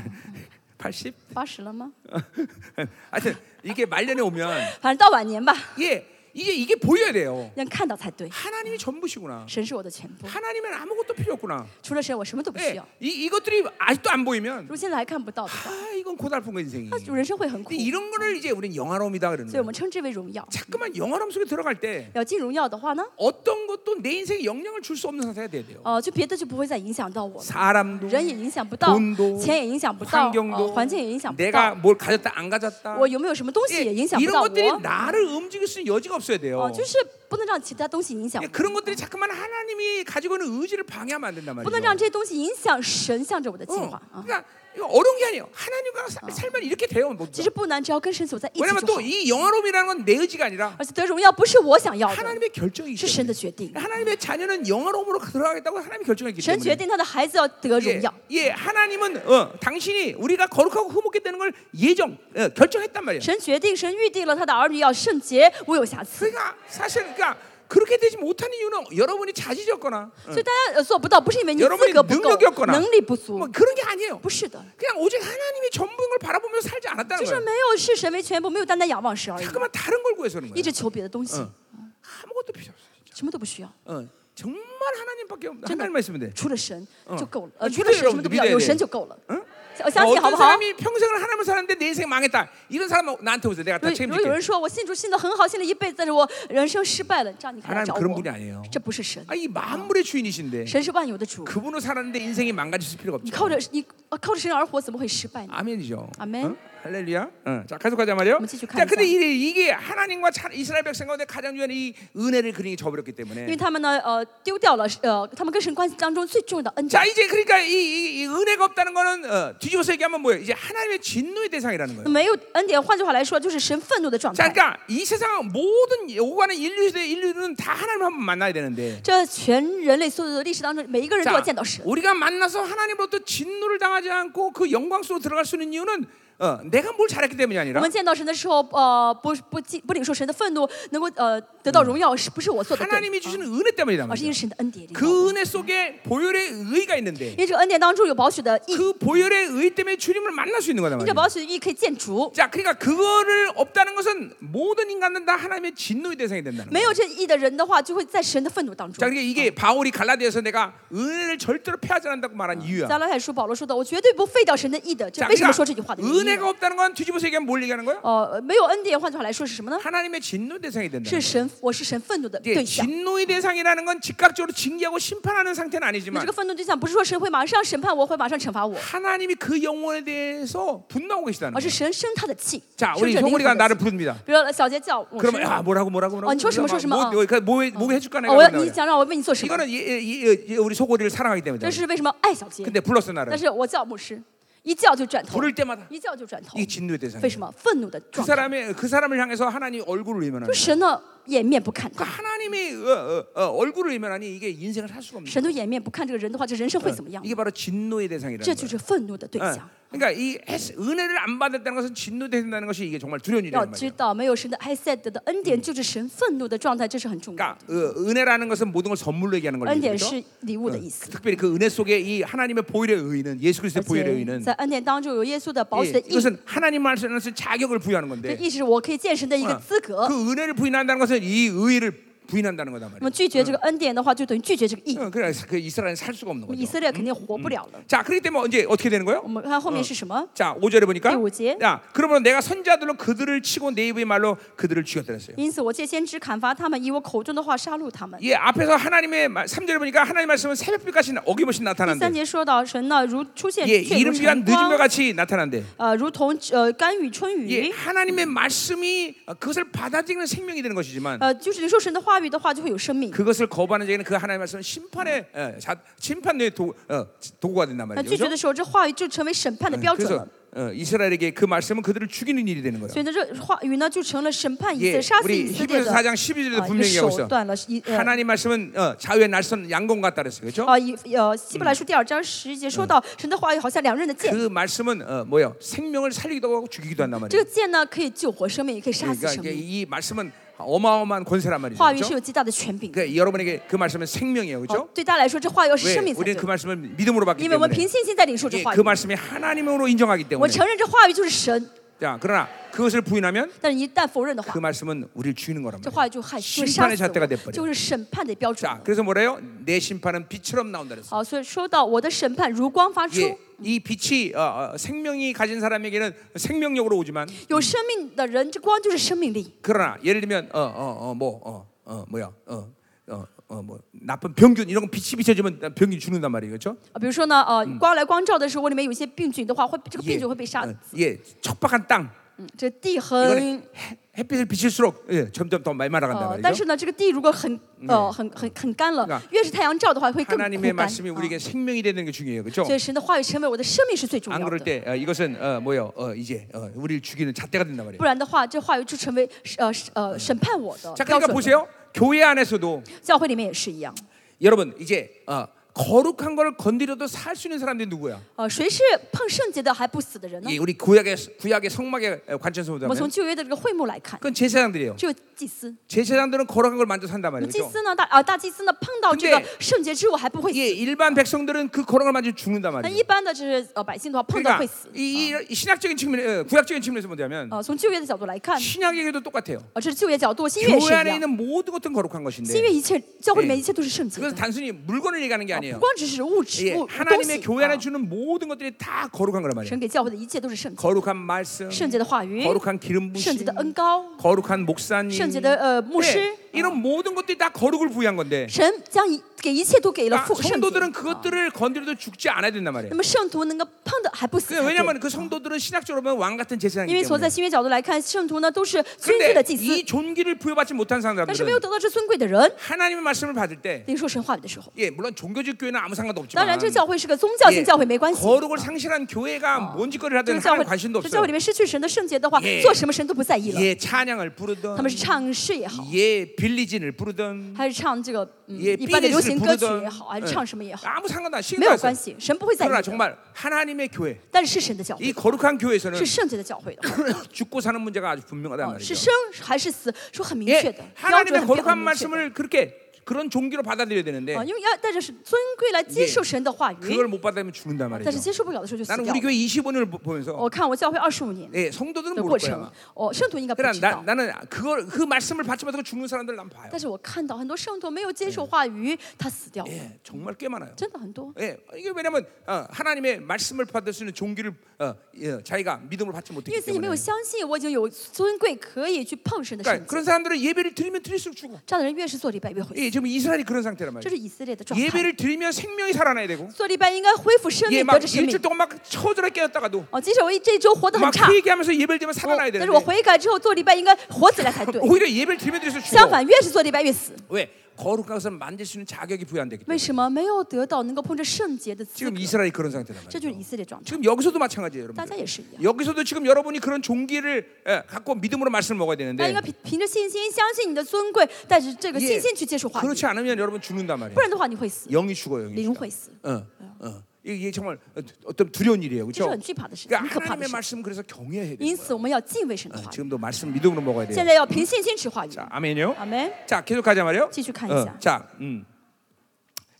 Speaker 1: 80.
Speaker 2: 八十了吗？
Speaker 1: 예, 하여튼 이게 말년에 오면
Speaker 2: 反正到晚年吧，
Speaker 1: 예, 이게 이게 보여야 돼요.
Speaker 2: 让看到才对。
Speaker 1: 하나님이 전부시구나.
Speaker 2: 神是我的全部，
Speaker 1: 하나님은 아무것도 필요 없구나.
Speaker 2: 除了神我什么都不需
Speaker 1: 예,
Speaker 2: 要。
Speaker 1: 이 이것들이 아직도 안
Speaker 2: 如
Speaker 1: 보이면
Speaker 2: 果现在还看不到的话，
Speaker 1: 아 이건 고달픈 거 인생이.
Speaker 2: 那人生会很苦
Speaker 1: 근데 。 이런 거를 이제 우리는 영화로움이다 아, 그러는
Speaker 2: 所以我
Speaker 1: 거예요.
Speaker 2: 们称之为荣耀。
Speaker 1: 자꾸만 영화로움 속에 들어갈 때
Speaker 2: 要进荣耀的话呢，
Speaker 1: 어떤 것도 내 인생에 영향을 줄 수 없는 상태가 돼야 돼요.
Speaker 2: 呃，就别的就不会再影响到我了，
Speaker 1: 사람도
Speaker 2: 人也影响不到
Speaker 1: 돈도 ，
Speaker 2: 钱也影响不到，
Speaker 1: 환경도
Speaker 2: 呃环境也影响不
Speaker 1: 내가
Speaker 2: 到，
Speaker 1: 뭘 가졌다 안 가졌다
Speaker 2: 我有没有什么东西
Speaker 1: 예,
Speaker 2: 也影响不
Speaker 1: 이런
Speaker 2: 到
Speaker 1: 것들이
Speaker 2: 我。
Speaker 1: 나를 움직일 수 있는 여지가 없어야 돼요.
Speaker 2: 哦，就是不能让其他东西影响
Speaker 1: 예,
Speaker 2: 我，
Speaker 1: 그런 것들이 자꾸만 하나님이 가지고 있는 의지를 방해하면 안 된단
Speaker 2: 不
Speaker 1: 말이에요.
Speaker 2: 能让这些东西影响神向着我的计
Speaker 1: 어,
Speaker 2: 划啊。 어。
Speaker 1: 그러니까 이거 어려운 게 아니에요. 하나님과 사- 살면 이렇게 돼요. 모두.
Speaker 2: 其实不难，只要跟神走在一起
Speaker 1: 왜냐면
Speaker 2: 就好
Speaker 1: 또。이 영화로움이라는 건 내 의지가 아니라
Speaker 2: 而且得荣耀不是我想 要的，
Speaker 1: 하나님의 결정이기
Speaker 2: 是神的
Speaker 1: 때문에
Speaker 2: 决定。
Speaker 1: 하나님의 자녀는 영화로움으로 들어가겠다고 하나님이 결정했기
Speaker 2: 神决
Speaker 1: 때문에
Speaker 2: 定他的孩子要得荣
Speaker 1: 예,
Speaker 2: 耀。
Speaker 1: 예, 하나님은 어, 당신이 우리가 거룩하고 흐뭇게 되는 걸 예정 어, 결정했단 말이에요.
Speaker 2: 神决定，神预定了他的儿女要圣洁，无有瑕 疵。
Speaker 1: 그러니까 사실 그러니까 그렇게 되지 못하는 이유는 여러분이 자지적거나
Speaker 2: 所以大家呃做不到，不是因为你
Speaker 1: 여러분이
Speaker 2: 资格不
Speaker 1: 능력이없거
Speaker 2: 够、
Speaker 1: 나
Speaker 2: 能力不足
Speaker 1: 뭐 ， 그런 게 아니에요.
Speaker 2: 不是的，
Speaker 1: 그냥 오직 하나님이 전부인 걸 바라보면서 살지 않았다는
Speaker 2: 就是
Speaker 1: 거예요.
Speaker 2: 没有视神为全部，没有单单仰望神而已，
Speaker 1: 자꾸만 다른 걸 구해서 그런
Speaker 2: 一
Speaker 1: 거예요.
Speaker 2: 直求别的东西，
Speaker 1: 아무것도 필요 없어요. 진짜.
Speaker 2: 什么都不需要，
Speaker 1: 어, 정말 하나님밖에 없 하나님만 있으면 돼.
Speaker 2: 除了神就够了，
Speaker 1: 어
Speaker 2: 呃，除
Speaker 1: 믿어요
Speaker 2: 了神什么都不要，
Speaker 1: 여러분들
Speaker 2: 有
Speaker 1: 믿어야
Speaker 2: 神
Speaker 1: 돼
Speaker 2: 就够了。嗯，我
Speaker 1: 어,
Speaker 2: 相信好不
Speaker 1: 어떤
Speaker 2: 好？
Speaker 1: 사람이 평생을 하나님을 사는데 내 인생 망했다. 이런 사람은 나한테 오세요. 내가 다
Speaker 2: 如如果有
Speaker 1: 책임질게.
Speaker 2: 人说我信主信的很好，信了一辈子，但是我人生失败了，这样你看来
Speaker 1: 하나님
Speaker 2: 找
Speaker 1: 그런
Speaker 2: 我
Speaker 1: 분이 ， 아니에요.
Speaker 2: 这不是哎神，
Speaker 1: 아, 이 만물의 주인이신데
Speaker 2: 神是万有的主，
Speaker 1: 그분을 살았는데 인생이 망가질 필요가
Speaker 2: 你
Speaker 1: 없죠.
Speaker 2: 靠着你呃靠着神而活，怎么会失败呢？
Speaker 1: 아멘이죠.
Speaker 2: 아멘.
Speaker 1: 어? 할렐루야. 어, 자 계속 가자 말이요.
Speaker 2: 한번 치죠,
Speaker 1: 자, 근데
Speaker 2: 감사.
Speaker 1: 이, 이게 하나님과 차, 이스라엘 백성 가운데 가장 중요한 이 은혜를 그림이 저버렸기
Speaker 2: 因
Speaker 1: 때문에.
Speaker 2: 为他们呢，呃，丢掉了呃，他们跟神关系当中最重要的恩典
Speaker 1: 자 。 이제 그러니까 이, 이, 이 은혜가 없다는 거는 어, 뒤집어서 얘기하면 뭐예요? 이제 하나님의 진노의 대상이라는 거예요.
Speaker 2: 没有恩典，换句话来说，就是神愤怒的状
Speaker 1: 자,
Speaker 2: 态。
Speaker 1: 그러니까 이 세상 모든 오가는 인류 시대 인류는 다 하나님을 한번 만나야 되는데.
Speaker 2: 这全人类所有的历史当中，每一个人都要
Speaker 1: 자,
Speaker 2: 见到神。
Speaker 1: 우리가 만나서 하나님으로부터 진노를 당하지 않고 그 영광 속으로 들어갈 수 있는 이유는 어, 내가 뭘 잘했기 때문이
Speaker 2: 我
Speaker 1: 아니라
Speaker 2: 们见到神的时候，呃，不不记不领受神的愤怒，能够呃得到荣耀，是不是我做的对，啊
Speaker 1: 하나님이 주시는 은혜 때문이란
Speaker 2: 而是因为
Speaker 1: 말이야.
Speaker 2: 神的恩典领导
Speaker 1: 그
Speaker 2: 我。
Speaker 1: 은혜 속에 보혈의 의가 있는데
Speaker 2: 因为这个恩典当中有保许的义，
Speaker 1: 그 보혈의 의 때문에 주님을 만날 수 있는 거단
Speaker 2: 因着
Speaker 1: 말이야.
Speaker 2: 保许的义可以见主。
Speaker 1: 자, 그러니까 그거를 없다는 것은 모든 인간은 다 하나님의 진노의 대상이 된다는
Speaker 2: 没
Speaker 1: 거야.
Speaker 2: 有这义的人的话，就会在神的愤怒当
Speaker 1: 자,
Speaker 2: 中。
Speaker 1: 그러니까 이게 바울이 갈라디아서 내가 은혜를 절대로 폐하지 않는다고 말한 이유야.
Speaker 2: 加拉太书保罗说的，我绝对不废掉神的义的。这
Speaker 1: 자
Speaker 2: 为什
Speaker 1: 그러니까
Speaker 2: 么说这句话的原因？
Speaker 1: 은혜가 없다는 건 뒤집어서 얘기하면 뭘 얘기하는 거야?
Speaker 2: 呃，没有恩典，换句话来说是什么呢？
Speaker 1: 하나님의 진노 대상이 된다.
Speaker 2: 是神，我是神愤怒的
Speaker 1: 이제
Speaker 2: 嗯对象。
Speaker 1: 진노의 대상이라는 건 즉각적으로 징계하고 심판하는 상태는
Speaker 2: 那这
Speaker 1: 아니지만
Speaker 2: 个愤怒对象不是说神会马上审判我，会马上惩罚我，
Speaker 1: 하나님이 그 영혼에 대해서 분노하고 계시다는
Speaker 2: 而是
Speaker 1: 거예요.
Speaker 2: 神生他的气。
Speaker 1: 자,
Speaker 2: 生
Speaker 1: 우리
Speaker 2: 着灵魂
Speaker 1: 성우리가
Speaker 2: 的
Speaker 1: 나를
Speaker 2: 气。
Speaker 1: 부릅니다.
Speaker 2: 比如说小杰叫我神
Speaker 1: 어, 그러면 야 뭐라고 뭐라고 뭐라고
Speaker 2: 어, 저什么,
Speaker 1: 뭐라고
Speaker 2: 저什么,
Speaker 1: 뭐,
Speaker 2: 어.
Speaker 1: 뭐, 뭐, 해- 뭐 해줄 거나
Speaker 2: 哦，我要
Speaker 1: 이런다고
Speaker 2: 你
Speaker 1: 그러면.
Speaker 2: 想让我为你做什么？
Speaker 1: 이거는 이- 이- 이- 이- 우리 소고리를 사랑하기 때문에
Speaker 2: 这
Speaker 1: 그런 거예요.
Speaker 2: 是为什么爱小杰？
Speaker 1: 근데 불렀어 나를
Speaker 2: 但是我叫牧师，一叫就转头，
Speaker 1: 부를 때마다
Speaker 2: 一叫就转头
Speaker 1: 이 。 진노의 대상.
Speaker 2: 为什么愤怒的
Speaker 1: 그
Speaker 2: 状态？
Speaker 1: 사람의 그 사람을 향해서 하나님 얼굴을 의면하는.
Speaker 2: 就
Speaker 1: 거예요.
Speaker 2: 神呢掩面不看他，
Speaker 1: 그러니까 하나님의 어, 어, 어, 얼굴을 의면하니 이게 인생을 살 수가 없는.
Speaker 2: 神都掩面不看这个人的话，这人生会
Speaker 1: 거예요.
Speaker 2: 怎么样？
Speaker 1: 이게 바로 진노의
Speaker 2: 这
Speaker 1: 대상이라는
Speaker 2: 就
Speaker 1: 거예요.
Speaker 2: 是愤怒的嗯对
Speaker 1: 어,
Speaker 2: 象。
Speaker 1: 그러니까 이 혜스- 은혜를 안 받았다는 것은 진노된다는 것이 이게 정말 두려운
Speaker 2: 要
Speaker 1: 일이란
Speaker 2: 知
Speaker 1: 말이에요.
Speaker 2: 道，没有神的 h e s e d 的恩典，就是神愤怒的状态，这是很重要
Speaker 1: 그러니까
Speaker 2: 的。
Speaker 1: 어, 은혜라는 것은 모든 걸 선물로 얘기하는
Speaker 2: 恩
Speaker 1: 거죠.
Speaker 2: 典
Speaker 1: 그렇죠?
Speaker 2: 是嗯礼物的意思。
Speaker 1: 특별히 그 은혜 속에 이 하나님의 보혈의 의는 예수 그리스도의
Speaker 2: 而
Speaker 1: 보혈의
Speaker 2: 且
Speaker 1: 의는
Speaker 2: 在恩典当中有耶稣的保
Speaker 1: 예,
Speaker 2: 险的意义，
Speaker 1: 이것은 하나님 말씀에서 자격을 부여하는
Speaker 2: 这
Speaker 1: 건데
Speaker 2: 意识我可以见神的一个
Speaker 1: 어,
Speaker 2: 资格。
Speaker 1: 그 은혜를 부인한다는 것은 이 의를 부인한다는 거다
Speaker 2: 那么
Speaker 1: 말이에요.
Speaker 2: 拒绝这个恩典的话，就等于拒绝这个义。
Speaker 1: 어, 그래서 그 이스라엘은 살 수가 없는
Speaker 2: 以
Speaker 1: 거죠.
Speaker 2: 色列肯定活不了了。
Speaker 1: 자, 그렇기 때문에 이제 어떻게 되는 거예요?
Speaker 2: 我们看后面是什么？
Speaker 1: 자, 5절에 보니까
Speaker 2: 네, 5절.
Speaker 1: 야, 그러므로 내가 선자들로 그들을 치고 내 입의 말로 그들을 죽였다 했어요.
Speaker 2: 因此我借先知砍伐他们，以我口中的话杀戮他们。
Speaker 1: 예 앞에서 하나님의 말, 3절에 보니까 하나님 말씀은 새벽빛같이 나- 어김없이
Speaker 2: 第三
Speaker 1: 나타난대.
Speaker 2: 节说到，神呢如出现
Speaker 1: 예,
Speaker 2: 却如
Speaker 1: 이른비와
Speaker 2: 晨
Speaker 1: 늦은 것
Speaker 2: 光，
Speaker 1: 같이 나타난대.
Speaker 2: 呃，如同呃甘雨春
Speaker 1: 예
Speaker 2: 雨，
Speaker 1: 하나님의 말씀이 그것을 받아들이는 생명이 되는 것이지만
Speaker 2: 呃，就是你说神的话语的话，就会有生命。
Speaker 1: 그것을 거부하는 자에게는 그 하나님의 말씀은 심판의 어, 자, 심판의 도, 어, 도구가 된단
Speaker 2: 那
Speaker 1: 말이죠.
Speaker 2: 拒绝
Speaker 1: 그죠?
Speaker 2: 的时候，这话语就成为审判的标准
Speaker 1: 그래서
Speaker 2: 了。
Speaker 1: 어, 이스라엘에게 그 말씀은 그들을 죽이는 일이 되는 거예요.
Speaker 2: 所以呢，这话语呢就成了审判以色
Speaker 1: 예,
Speaker 2: 列、杀死
Speaker 1: 우리
Speaker 2: 以色列
Speaker 1: 히브리서
Speaker 2: 的
Speaker 1: 4장 12절에도 아,
Speaker 2: 啊一个
Speaker 1: 분명히 얘기하고
Speaker 2: 手
Speaker 1: 있어.
Speaker 2: 段了。是一呃
Speaker 1: 하나님 말씀은 어, 자유의 날선 양공 같다 그랬어요. 그렇죠?
Speaker 2: 啊，以呃希伯来书第二章十一节说到，神的话语好像两刃的剑，
Speaker 1: 그 말씀은 어, 뭐예요? 생명을 살리기도 하고 죽이기도 한단
Speaker 2: 这个
Speaker 1: 말이에요.
Speaker 2: 剑呢可以救活生命，也可以杀死
Speaker 1: 그러니까
Speaker 2: 生
Speaker 1: 이게
Speaker 2: 命。
Speaker 1: 이 말씀은 어마어마한 권세란 말이죠.
Speaker 2: 话语是
Speaker 1: 그렇죠?
Speaker 2: 有极大的权柄的。
Speaker 1: 그러니까 여러분에게 그 말씀은 생명이에요.
Speaker 2: 哦
Speaker 1: 그렇죠?
Speaker 2: 对大家来说，这话语要是
Speaker 1: 왜
Speaker 2: 生命才
Speaker 1: 우리는 그
Speaker 2: 对，
Speaker 1: 말씀을 믿음으로 뭐 받기
Speaker 2: 因为我们
Speaker 1: 때문에
Speaker 2: 凭信心在领受这
Speaker 1: 예,
Speaker 2: 话
Speaker 1: 그
Speaker 2: 语。
Speaker 1: 말씀이 하나님으로 인정하기
Speaker 2: 我
Speaker 1: 때문에
Speaker 2: 承认这话语就是神，
Speaker 1: 자, 그러나 그것을 부인하면
Speaker 2: 但是一旦否认的
Speaker 1: 그
Speaker 2: 话，
Speaker 1: 말씀은 우리를 죽이는 거란
Speaker 2: 这
Speaker 1: 말이에요.
Speaker 2: 话语就害就会杀
Speaker 1: 심판의
Speaker 2: 死
Speaker 1: 잣대가
Speaker 2: 我，
Speaker 1: 돼버려.
Speaker 2: 就是审判的标准
Speaker 1: 자,
Speaker 2: 了。
Speaker 1: 그래서 뭐래요? 내 심판은 빛처럼 나온다 그랬어.
Speaker 2: 好，所以说到我的审判如光发出，
Speaker 1: 예, 이 빛이 어, 어, 생명이 가진 사람에게는 생명력으로 오지만
Speaker 2: 有生命的人，这光就是生命力。
Speaker 1: 그러나 예를 들면 어 어 어 뭐 어 어 뭐야 어 어 어 뭐 나쁜 병균 이런 거 빛이 비춰지면 병균 죽는단 말이에요, 그렇죠?
Speaker 2: 啊，比如说呢，呃，光来光照的时候，我里面有一些病菌的话，会这个
Speaker 1: 예,
Speaker 2: 病菌会被杀
Speaker 1: 어, 。 예, 척박한 땅
Speaker 2: 嗯，这地很
Speaker 1: 이거는 해- 햇빛을 비칠수록 예, 점점 더 말말아간단
Speaker 2: 呃，
Speaker 1: 말이죠.
Speaker 2: 但是呢，这个地如果很呃很很很干了
Speaker 1: 그러니까 ，
Speaker 2: 越是太阳照的话，会更枯
Speaker 1: 하나님의
Speaker 2: 干。
Speaker 1: 말씀이
Speaker 2: 啊
Speaker 1: 우리에게 생명이 되는 게 중요해요, 그렇죠?
Speaker 2: 所以神的话语成为我的生命是最重
Speaker 1: 안
Speaker 2: 要
Speaker 1: 그럴
Speaker 2: 的。
Speaker 1: 때 어, 이것은 어, 뭐요? 어, 이제 어, 우리를 죽이는 잣대가 된단 말이에요.
Speaker 2: 不然的话，这话语就成为呃呃审判我的
Speaker 1: 자,
Speaker 2: 标
Speaker 1: 그러니까
Speaker 2: 准了。
Speaker 1: 보세요. 교회 안에서도
Speaker 2: 教会里面也是一样，
Speaker 1: 여러분 이제 어, 거룩한 걸 건드려도 살 수 있는 사람들이 누구야?
Speaker 2: 呃，谁是碰圣洁的还不死的人呢
Speaker 1: 이 ？ 우리 구약의 구약의 성막의 관점에서
Speaker 2: 我们从
Speaker 1: 보자면
Speaker 2: 旧约的这个会幕来看，
Speaker 1: 그건 제사장들이에요.
Speaker 2: 只有祭司。
Speaker 1: 제사장들은 거룩한 걸 만져 산단
Speaker 2: 那么祭
Speaker 1: 말이죠.
Speaker 2: 司呢？大啊、大祭司呢？碰到这个
Speaker 1: 근데
Speaker 2: 圣洁之物还不会
Speaker 1: 예,
Speaker 2: 死。
Speaker 1: 일반 백성들은 그 거룩한 걸 만지면 죽는단
Speaker 2: 那
Speaker 1: 말이에요.
Speaker 2: 一般的就是呃百姓的话，碰到
Speaker 1: 그러니까
Speaker 2: 会死。
Speaker 1: 이, 이- 이 신학적인 측면, 어, 구약적인 측면에서 보자면
Speaker 2: 呃，从旧约的角度来看，
Speaker 1: 신약에게도 똑같아요.
Speaker 2: 啊，这是旧约角度，新约也是
Speaker 1: 교회
Speaker 2: 一
Speaker 1: 안에
Speaker 2: 样。
Speaker 1: 있는 모든 것은 거룩한
Speaker 2: 新约
Speaker 1: 것인데
Speaker 2: 一切教会里面
Speaker 1: 예
Speaker 2: 一切都是圣洁的
Speaker 1: 그것은 ， 단순히 물건을 얘기하는 게
Speaker 2: 啊
Speaker 1: 아니에요.
Speaker 2: 不光只是物质
Speaker 1: 예,
Speaker 2: 物物东
Speaker 1: 하나님의
Speaker 2: 西。
Speaker 1: 교회 안에
Speaker 2: 啊
Speaker 1: 주는 모든 것들이 다 거룩한 거란 말이에요.
Speaker 2: 神给教会的一切都是圣洁，
Speaker 1: 거룩한 말씀,
Speaker 2: 圣洁的话语，
Speaker 1: 거룩한 기름
Speaker 2: 圣
Speaker 1: 부심,
Speaker 2: 洁的恩高，
Speaker 1: 거룩한 목사님,
Speaker 2: 圣洁的呃牧
Speaker 1: 예,
Speaker 2: 师。
Speaker 1: 이런 모든 것들이 다 거룩을 부여한 건데
Speaker 2: 神将一给一切都给了
Speaker 1: 그러니까
Speaker 2: 父圣洁
Speaker 1: 성도들은 。 그것들을 건드려도 죽지 않아야 된단 말이에요.
Speaker 2: 那么圣徒能够碰的还不死
Speaker 1: 그
Speaker 2: 才对，
Speaker 1: 왜냐하면 그 성도들은 신학적으로 보면 왕 같은
Speaker 2: 因
Speaker 1: 제사장이기
Speaker 2: 为从在
Speaker 1: 때문에.
Speaker 2: 新约角度来看，圣徒呢都是尊贵的
Speaker 1: 그런데
Speaker 2: 祭司
Speaker 1: 이 ， 존귀를 부여받지 못한
Speaker 2: 但是没有
Speaker 1: 사람들은
Speaker 2: 得到这尊贵的人
Speaker 1: 하나님의 말씀을 받을 때,
Speaker 2: 领受神话语的时候，
Speaker 1: 예, 물론 종교적 교회는 아무 상관도
Speaker 2: 当
Speaker 1: 없지만, 예,
Speaker 2: 然这个教会是个宗教性教会没关系。
Speaker 1: 거룩을 상실한 교회가 뭔 짓거리를
Speaker 2: 这
Speaker 1: 하든
Speaker 2: 个教
Speaker 1: 하나님
Speaker 2: 会，
Speaker 1: 관심도
Speaker 2: 这教
Speaker 1: 없어요.
Speaker 2: 会里面失去神的圣洁的话
Speaker 1: 예 ，
Speaker 2: 做什么神都不在意了。
Speaker 1: 예, 찬양을
Speaker 2: 他们
Speaker 1: 부르든,
Speaker 2: 是唱诗也好，
Speaker 1: 예, 빌리진을 부르든,
Speaker 2: 还是唱这个嗯
Speaker 1: 예
Speaker 2: 一般的流
Speaker 1: 비니스를
Speaker 2: 行歌曲也
Speaker 1: 부르든,
Speaker 2: 好，还
Speaker 1: 예,
Speaker 2: 是唱什么也好，
Speaker 1: 아무 상관도 안
Speaker 2: 没
Speaker 1: 신경
Speaker 2: 有
Speaker 1: 안 써요.
Speaker 2: 关系，神不会在意
Speaker 1: 그러나
Speaker 2: 的。
Speaker 1: 정말 하나님의 교회,
Speaker 2: 但是是神的教
Speaker 1: 이
Speaker 2: 会，
Speaker 1: 거룩한 교회에서는
Speaker 2: 是圣洁的教会的话，
Speaker 1: 죽고 사는 문제가 아주 분명하단
Speaker 2: 是
Speaker 1: 말이죠.
Speaker 2: 哎生还是死，说很明确
Speaker 1: 예,
Speaker 2: 的标准
Speaker 1: 하나님의
Speaker 2: 很标
Speaker 1: 거룩한
Speaker 2: 很明确的。
Speaker 1: 말씀을 그렇게 그런 종기로 받아들여야 되는데
Speaker 2: 啊，因为要带着是尊贵来接受神的话语
Speaker 1: 그걸 ，못 받으면 죽는단
Speaker 2: 但
Speaker 1: 말이죠.
Speaker 2: 是
Speaker 1: 어.
Speaker 2: 接受不了的时候就死
Speaker 1: 나는
Speaker 2: 掉
Speaker 1: 우리
Speaker 2: 了。
Speaker 1: 교회 25년을 보면서
Speaker 2: 我看我教会二十五年
Speaker 1: 예 성도들은
Speaker 2: 的
Speaker 1: 모를
Speaker 2: 过
Speaker 1: 거야.
Speaker 2: 程
Speaker 1: 아마. ，
Speaker 2: 哦，圣徒应该不
Speaker 1: 그러나
Speaker 2: 知
Speaker 1: 나,
Speaker 2: 道，
Speaker 1: 나는 그걸 그 말씀을 받지 못하고 죽는 사람들 난 봐요.
Speaker 2: 但是我看到很多圣徒没有接受话语，他死掉了，
Speaker 1: 예 정말 꽤 많아요.
Speaker 2: 真的很多。
Speaker 1: 예, 이게 왜냐면 어, 하나님의 말씀을 받을 수 있는 종기를 어, 예, 자기가 믿음을 받지
Speaker 2: 因为
Speaker 1: 못했기
Speaker 2: 自己没
Speaker 1: 때문에.
Speaker 2: 有相信，我已经有尊贵可以去碰神的神
Speaker 1: 그러니까
Speaker 2: 迹。
Speaker 1: 그런 사람들은 예배를 드리면 드릴수록 죽어.
Speaker 2: 这样的人越是做礼拜越会，
Speaker 1: 예, 지금 이스라엘이 그런 상태란
Speaker 2: 这
Speaker 1: 말이에요.
Speaker 2: 是以色列的状态。
Speaker 1: 예배를 드리면 생명이 살아나야 되고
Speaker 2: 做礼拜应该恢复生
Speaker 1: 예,
Speaker 2: 命，
Speaker 1: 막
Speaker 2: 得着生
Speaker 1: 일주일
Speaker 2: 命。
Speaker 1: 동안 막 처절하게 깨었다가도
Speaker 2: 哦，即使我一这一周活得很
Speaker 1: 막
Speaker 2: 差，
Speaker 1: 회개하면서 예배를 드리면
Speaker 2: 我
Speaker 1: 살아나야
Speaker 2: 但是我
Speaker 1: 되는데
Speaker 2: 悔改之后做礼拜应该活起来才对。
Speaker 1: 오히려 예배를 드리면 드릴수록
Speaker 2: 相
Speaker 1: 죽어.
Speaker 2: 反，越是做礼拜越死。
Speaker 1: 왜? 거룩한 것을 만질 수 있는 자격이 부여한되기
Speaker 2: 为
Speaker 1: 때문에
Speaker 2: 什么没有得到能够碰着圣洁的资
Speaker 1: 지금
Speaker 2: 格？
Speaker 1: 이스라엘이 그런 상태란
Speaker 2: 这
Speaker 1: 말이에요.
Speaker 2: 就是以色列状态，
Speaker 1: 지금 여기서도 마찬가지예요,
Speaker 2: 大家
Speaker 1: 여러분.
Speaker 2: 也是一样。
Speaker 1: 여기서도 지금 여러분이 그런 종기를 예, 갖고 믿음으로 말씀을 먹어야
Speaker 2: 那应
Speaker 1: 되는데
Speaker 2: 该凭凭着信心相信你的尊贵，带着这个
Speaker 1: 예,
Speaker 2: 信心去接受话语，
Speaker 1: 그렇지 않으면 여러분 죽는단
Speaker 2: 不
Speaker 1: 말이에요.
Speaker 2: 然的话你会死，
Speaker 1: 영이 죽어요, 영이.
Speaker 2: 灵会死，
Speaker 1: 어, 어. 이게 이게 정말 어떤 두려운 일이에요,
Speaker 2: 这是
Speaker 1: 그렇죠?
Speaker 2: 很惧怕的事情，很
Speaker 1: 그러니까
Speaker 2: 可怕的
Speaker 1: 하나님의
Speaker 2: 事。
Speaker 1: 말씀 그래서 경외해야
Speaker 2: 因
Speaker 1: 돼요.
Speaker 2: 此我们要嗯敬啊畏神的话语，
Speaker 1: 지금도 말씀 믿음으로 먹어야
Speaker 2: 现
Speaker 1: 돼요.
Speaker 2: 在要凭信心持话语。
Speaker 1: 자, 아멘요.
Speaker 2: 阿门。
Speaker 1: 자, 계속 가자 말이요.
Speaker 2: 继续看一
Speaker 1: 어,
Speaker 2: 下
Speaker 1: 자, 음.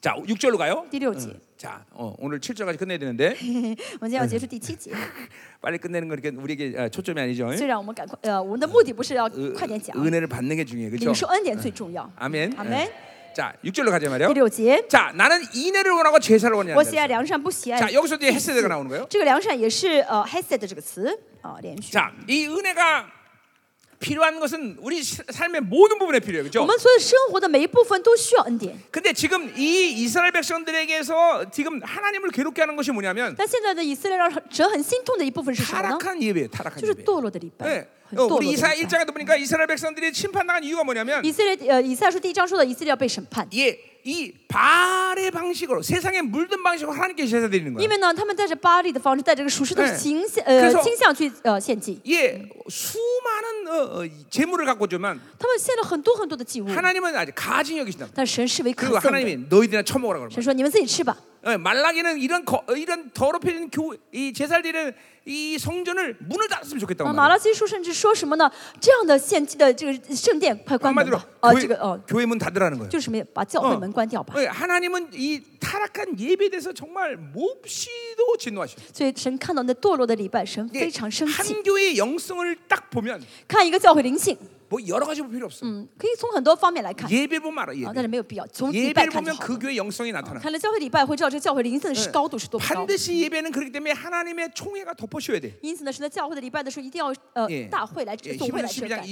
Speaker 1: 자, 6절로 가요.
Speaker 2: 第六节，
Speaker 1: 자, 어, 오늘 7절까지 끝내야 되는데
Speaker 2: 我们今天要结束第七节。
Speaker 1: 빨리 끝내는 건 이렇게 우리에게 어, 초점이 아니죠.
Speaker 2: 虽然我们赶快，呃，我呃嗯们的目的不是要
Speaker 1: 으-
Speaker 2: 快点讲，
Speaker 1: 은혜를 받는 게 중요해.
Speaker 2: 领
Speaker 1: 그렇죠?
Speaker 2: 受恩典最重要。
Speaker 1: 아멘.
Speaker 2: 아멘.
Speaker 1: 예. 자, 6절로 가자 말이요.
Speaker 2: 第六节，
Speaker 1: 자, 나는 이내를 원하고 제사를 원하냐.
Speaker 2: 我喜爱良善，不喜爱
Speaker 1: 자, 여기서 이제 헤세드가 나오는 거예요.
Speaker 2: 这个良善也是呃 hesed 这个词啊、连续。
Speaker 1: 자, 이 은혜가 필요한 것은 우리 시- 삶의 모든 부분에 필요해요.
Speaker 2: 我
Speaker 1: 그렇죠?
Speaker 2: 们所有生活的每一部分都需要恩典，
Speaker 1: 근데 지금 이 이스라엘 백성들에게서 지금 하나님을 괴롭게 하는 것이 뭐냐면
Speaker 2: 但现在的以色列让神很心痛的一部分是什么呢？
Speaker 1: 타락한 예배, 타락한
Speaker 2: 就是
Speaker 1: 예배.
Speaker 2: 堕落的礼
Speaker 1: 예.
Speaker 2: 拜，很
Speaker 1: 어,
Speaker 2: 堕落
Speaker 1: 우리 이사
Speaker 2: 的礼拜。
Speaker 1: 1장에도 보니까 이스라엘 백성들이 심판당한 이유가 뭐냐면
Speaker 2: 以色列呃，以赛亚书第一章说的以色列要被审判，
Speaker 1: 예, 이 바알의 방식으로 세상에 물든 방식으로 하나님께 제사 드리는
Speaker 2: 因
Speaker 1: 거예요.
Speaker 2: 为呢，他们带着巴利的方式，带着个属实
Speaker 1: 哎
Speaker 2: 的形象
Speaker 1: 可
Speaker 2: 呃
Speaker 1: 是
Speaker 2: 倾向去呃献祭，
Speaker 1: 예, 수많은 어, 어, 이 재물을 갖고 오지만
Speaker 2: 他们献了很多很多的祭物，
Speaker 1: 하나님은 아직 가증여기신다.
Speaker 2: 但神视为可
Speaker 1: 그리고
Speaker 2: 憎的。
Speaker 1: 하나님이 너희들이나 처먹으라 그러고.
Speaker 2: 神说：“你们自己吃吧。
Speaker 1: 예, 말라기는 이런 거, 어, 이런 더럽혀진 교, 이 제사드리는 이 성전을 문을 닫았으면 ”좋겠다고
Speaker 2: 啊，马
Speaker 1: 말해요.
Speaker 2: 拉基书甚至说什么呢？这样的献祭的这个圣殿，快关门
Speaker 1: 한마디로
Speaker 2: 吧！啊，
Speaker 1: 교회,
Speaker 2: 这个哦，
Speaker 1: 교회 문 닫으라는 거예요.
Speaker 2: 就是什么呀，把教会门关掉吧。
Speaker 1: 예, 하나님은 이 타락한 예배에 대해서 정말 몹시도 진노하셔.
Speaker 2: 所以神看到那堕落的礼拜，神非常生气。
Speaker 1: 한 교회의 영성을 딱 보면
Speaker 2: 看一个教会灵性，
Speaker 1: 뭐 여러 가지 볼 필요 없어.
Speaker 2: 嗯，可以从很多方面来看啊，
Speaker 1: 예배 보면 알아.
Speaker 2: 但
Speaker 1: 예배.
Speaker 2: 是没有必要从礼拜
Speaker 1: 예배를
Speaker 2: 看就
Speaker 1: 보면
Speaker 2: 好
Speaker 1: 그
Speaker 2: 了。
Speaker 1: 교회 영성이 나타나.
Speaker 2: 看了教会礼拜，会知道这个教会灵性的
Speaker 1: 哎
Speaker 2: 是高度是多高。
Speaker 1: 반드시 예배는 그렇기 때문에 하나님의 총회가 덮어씌워야 돼.
Speaker 2: 因此呢，神在教会的礼拜的时候，一定要呃
Speaker 1: 예
Speaker 2: 大会来
Speaker 1: 예,
Speaker 2: 总会
Speaker 1: 히브리
Speaker 2: 来遮
Speaker 1: 12장
Speaker 2: 盖。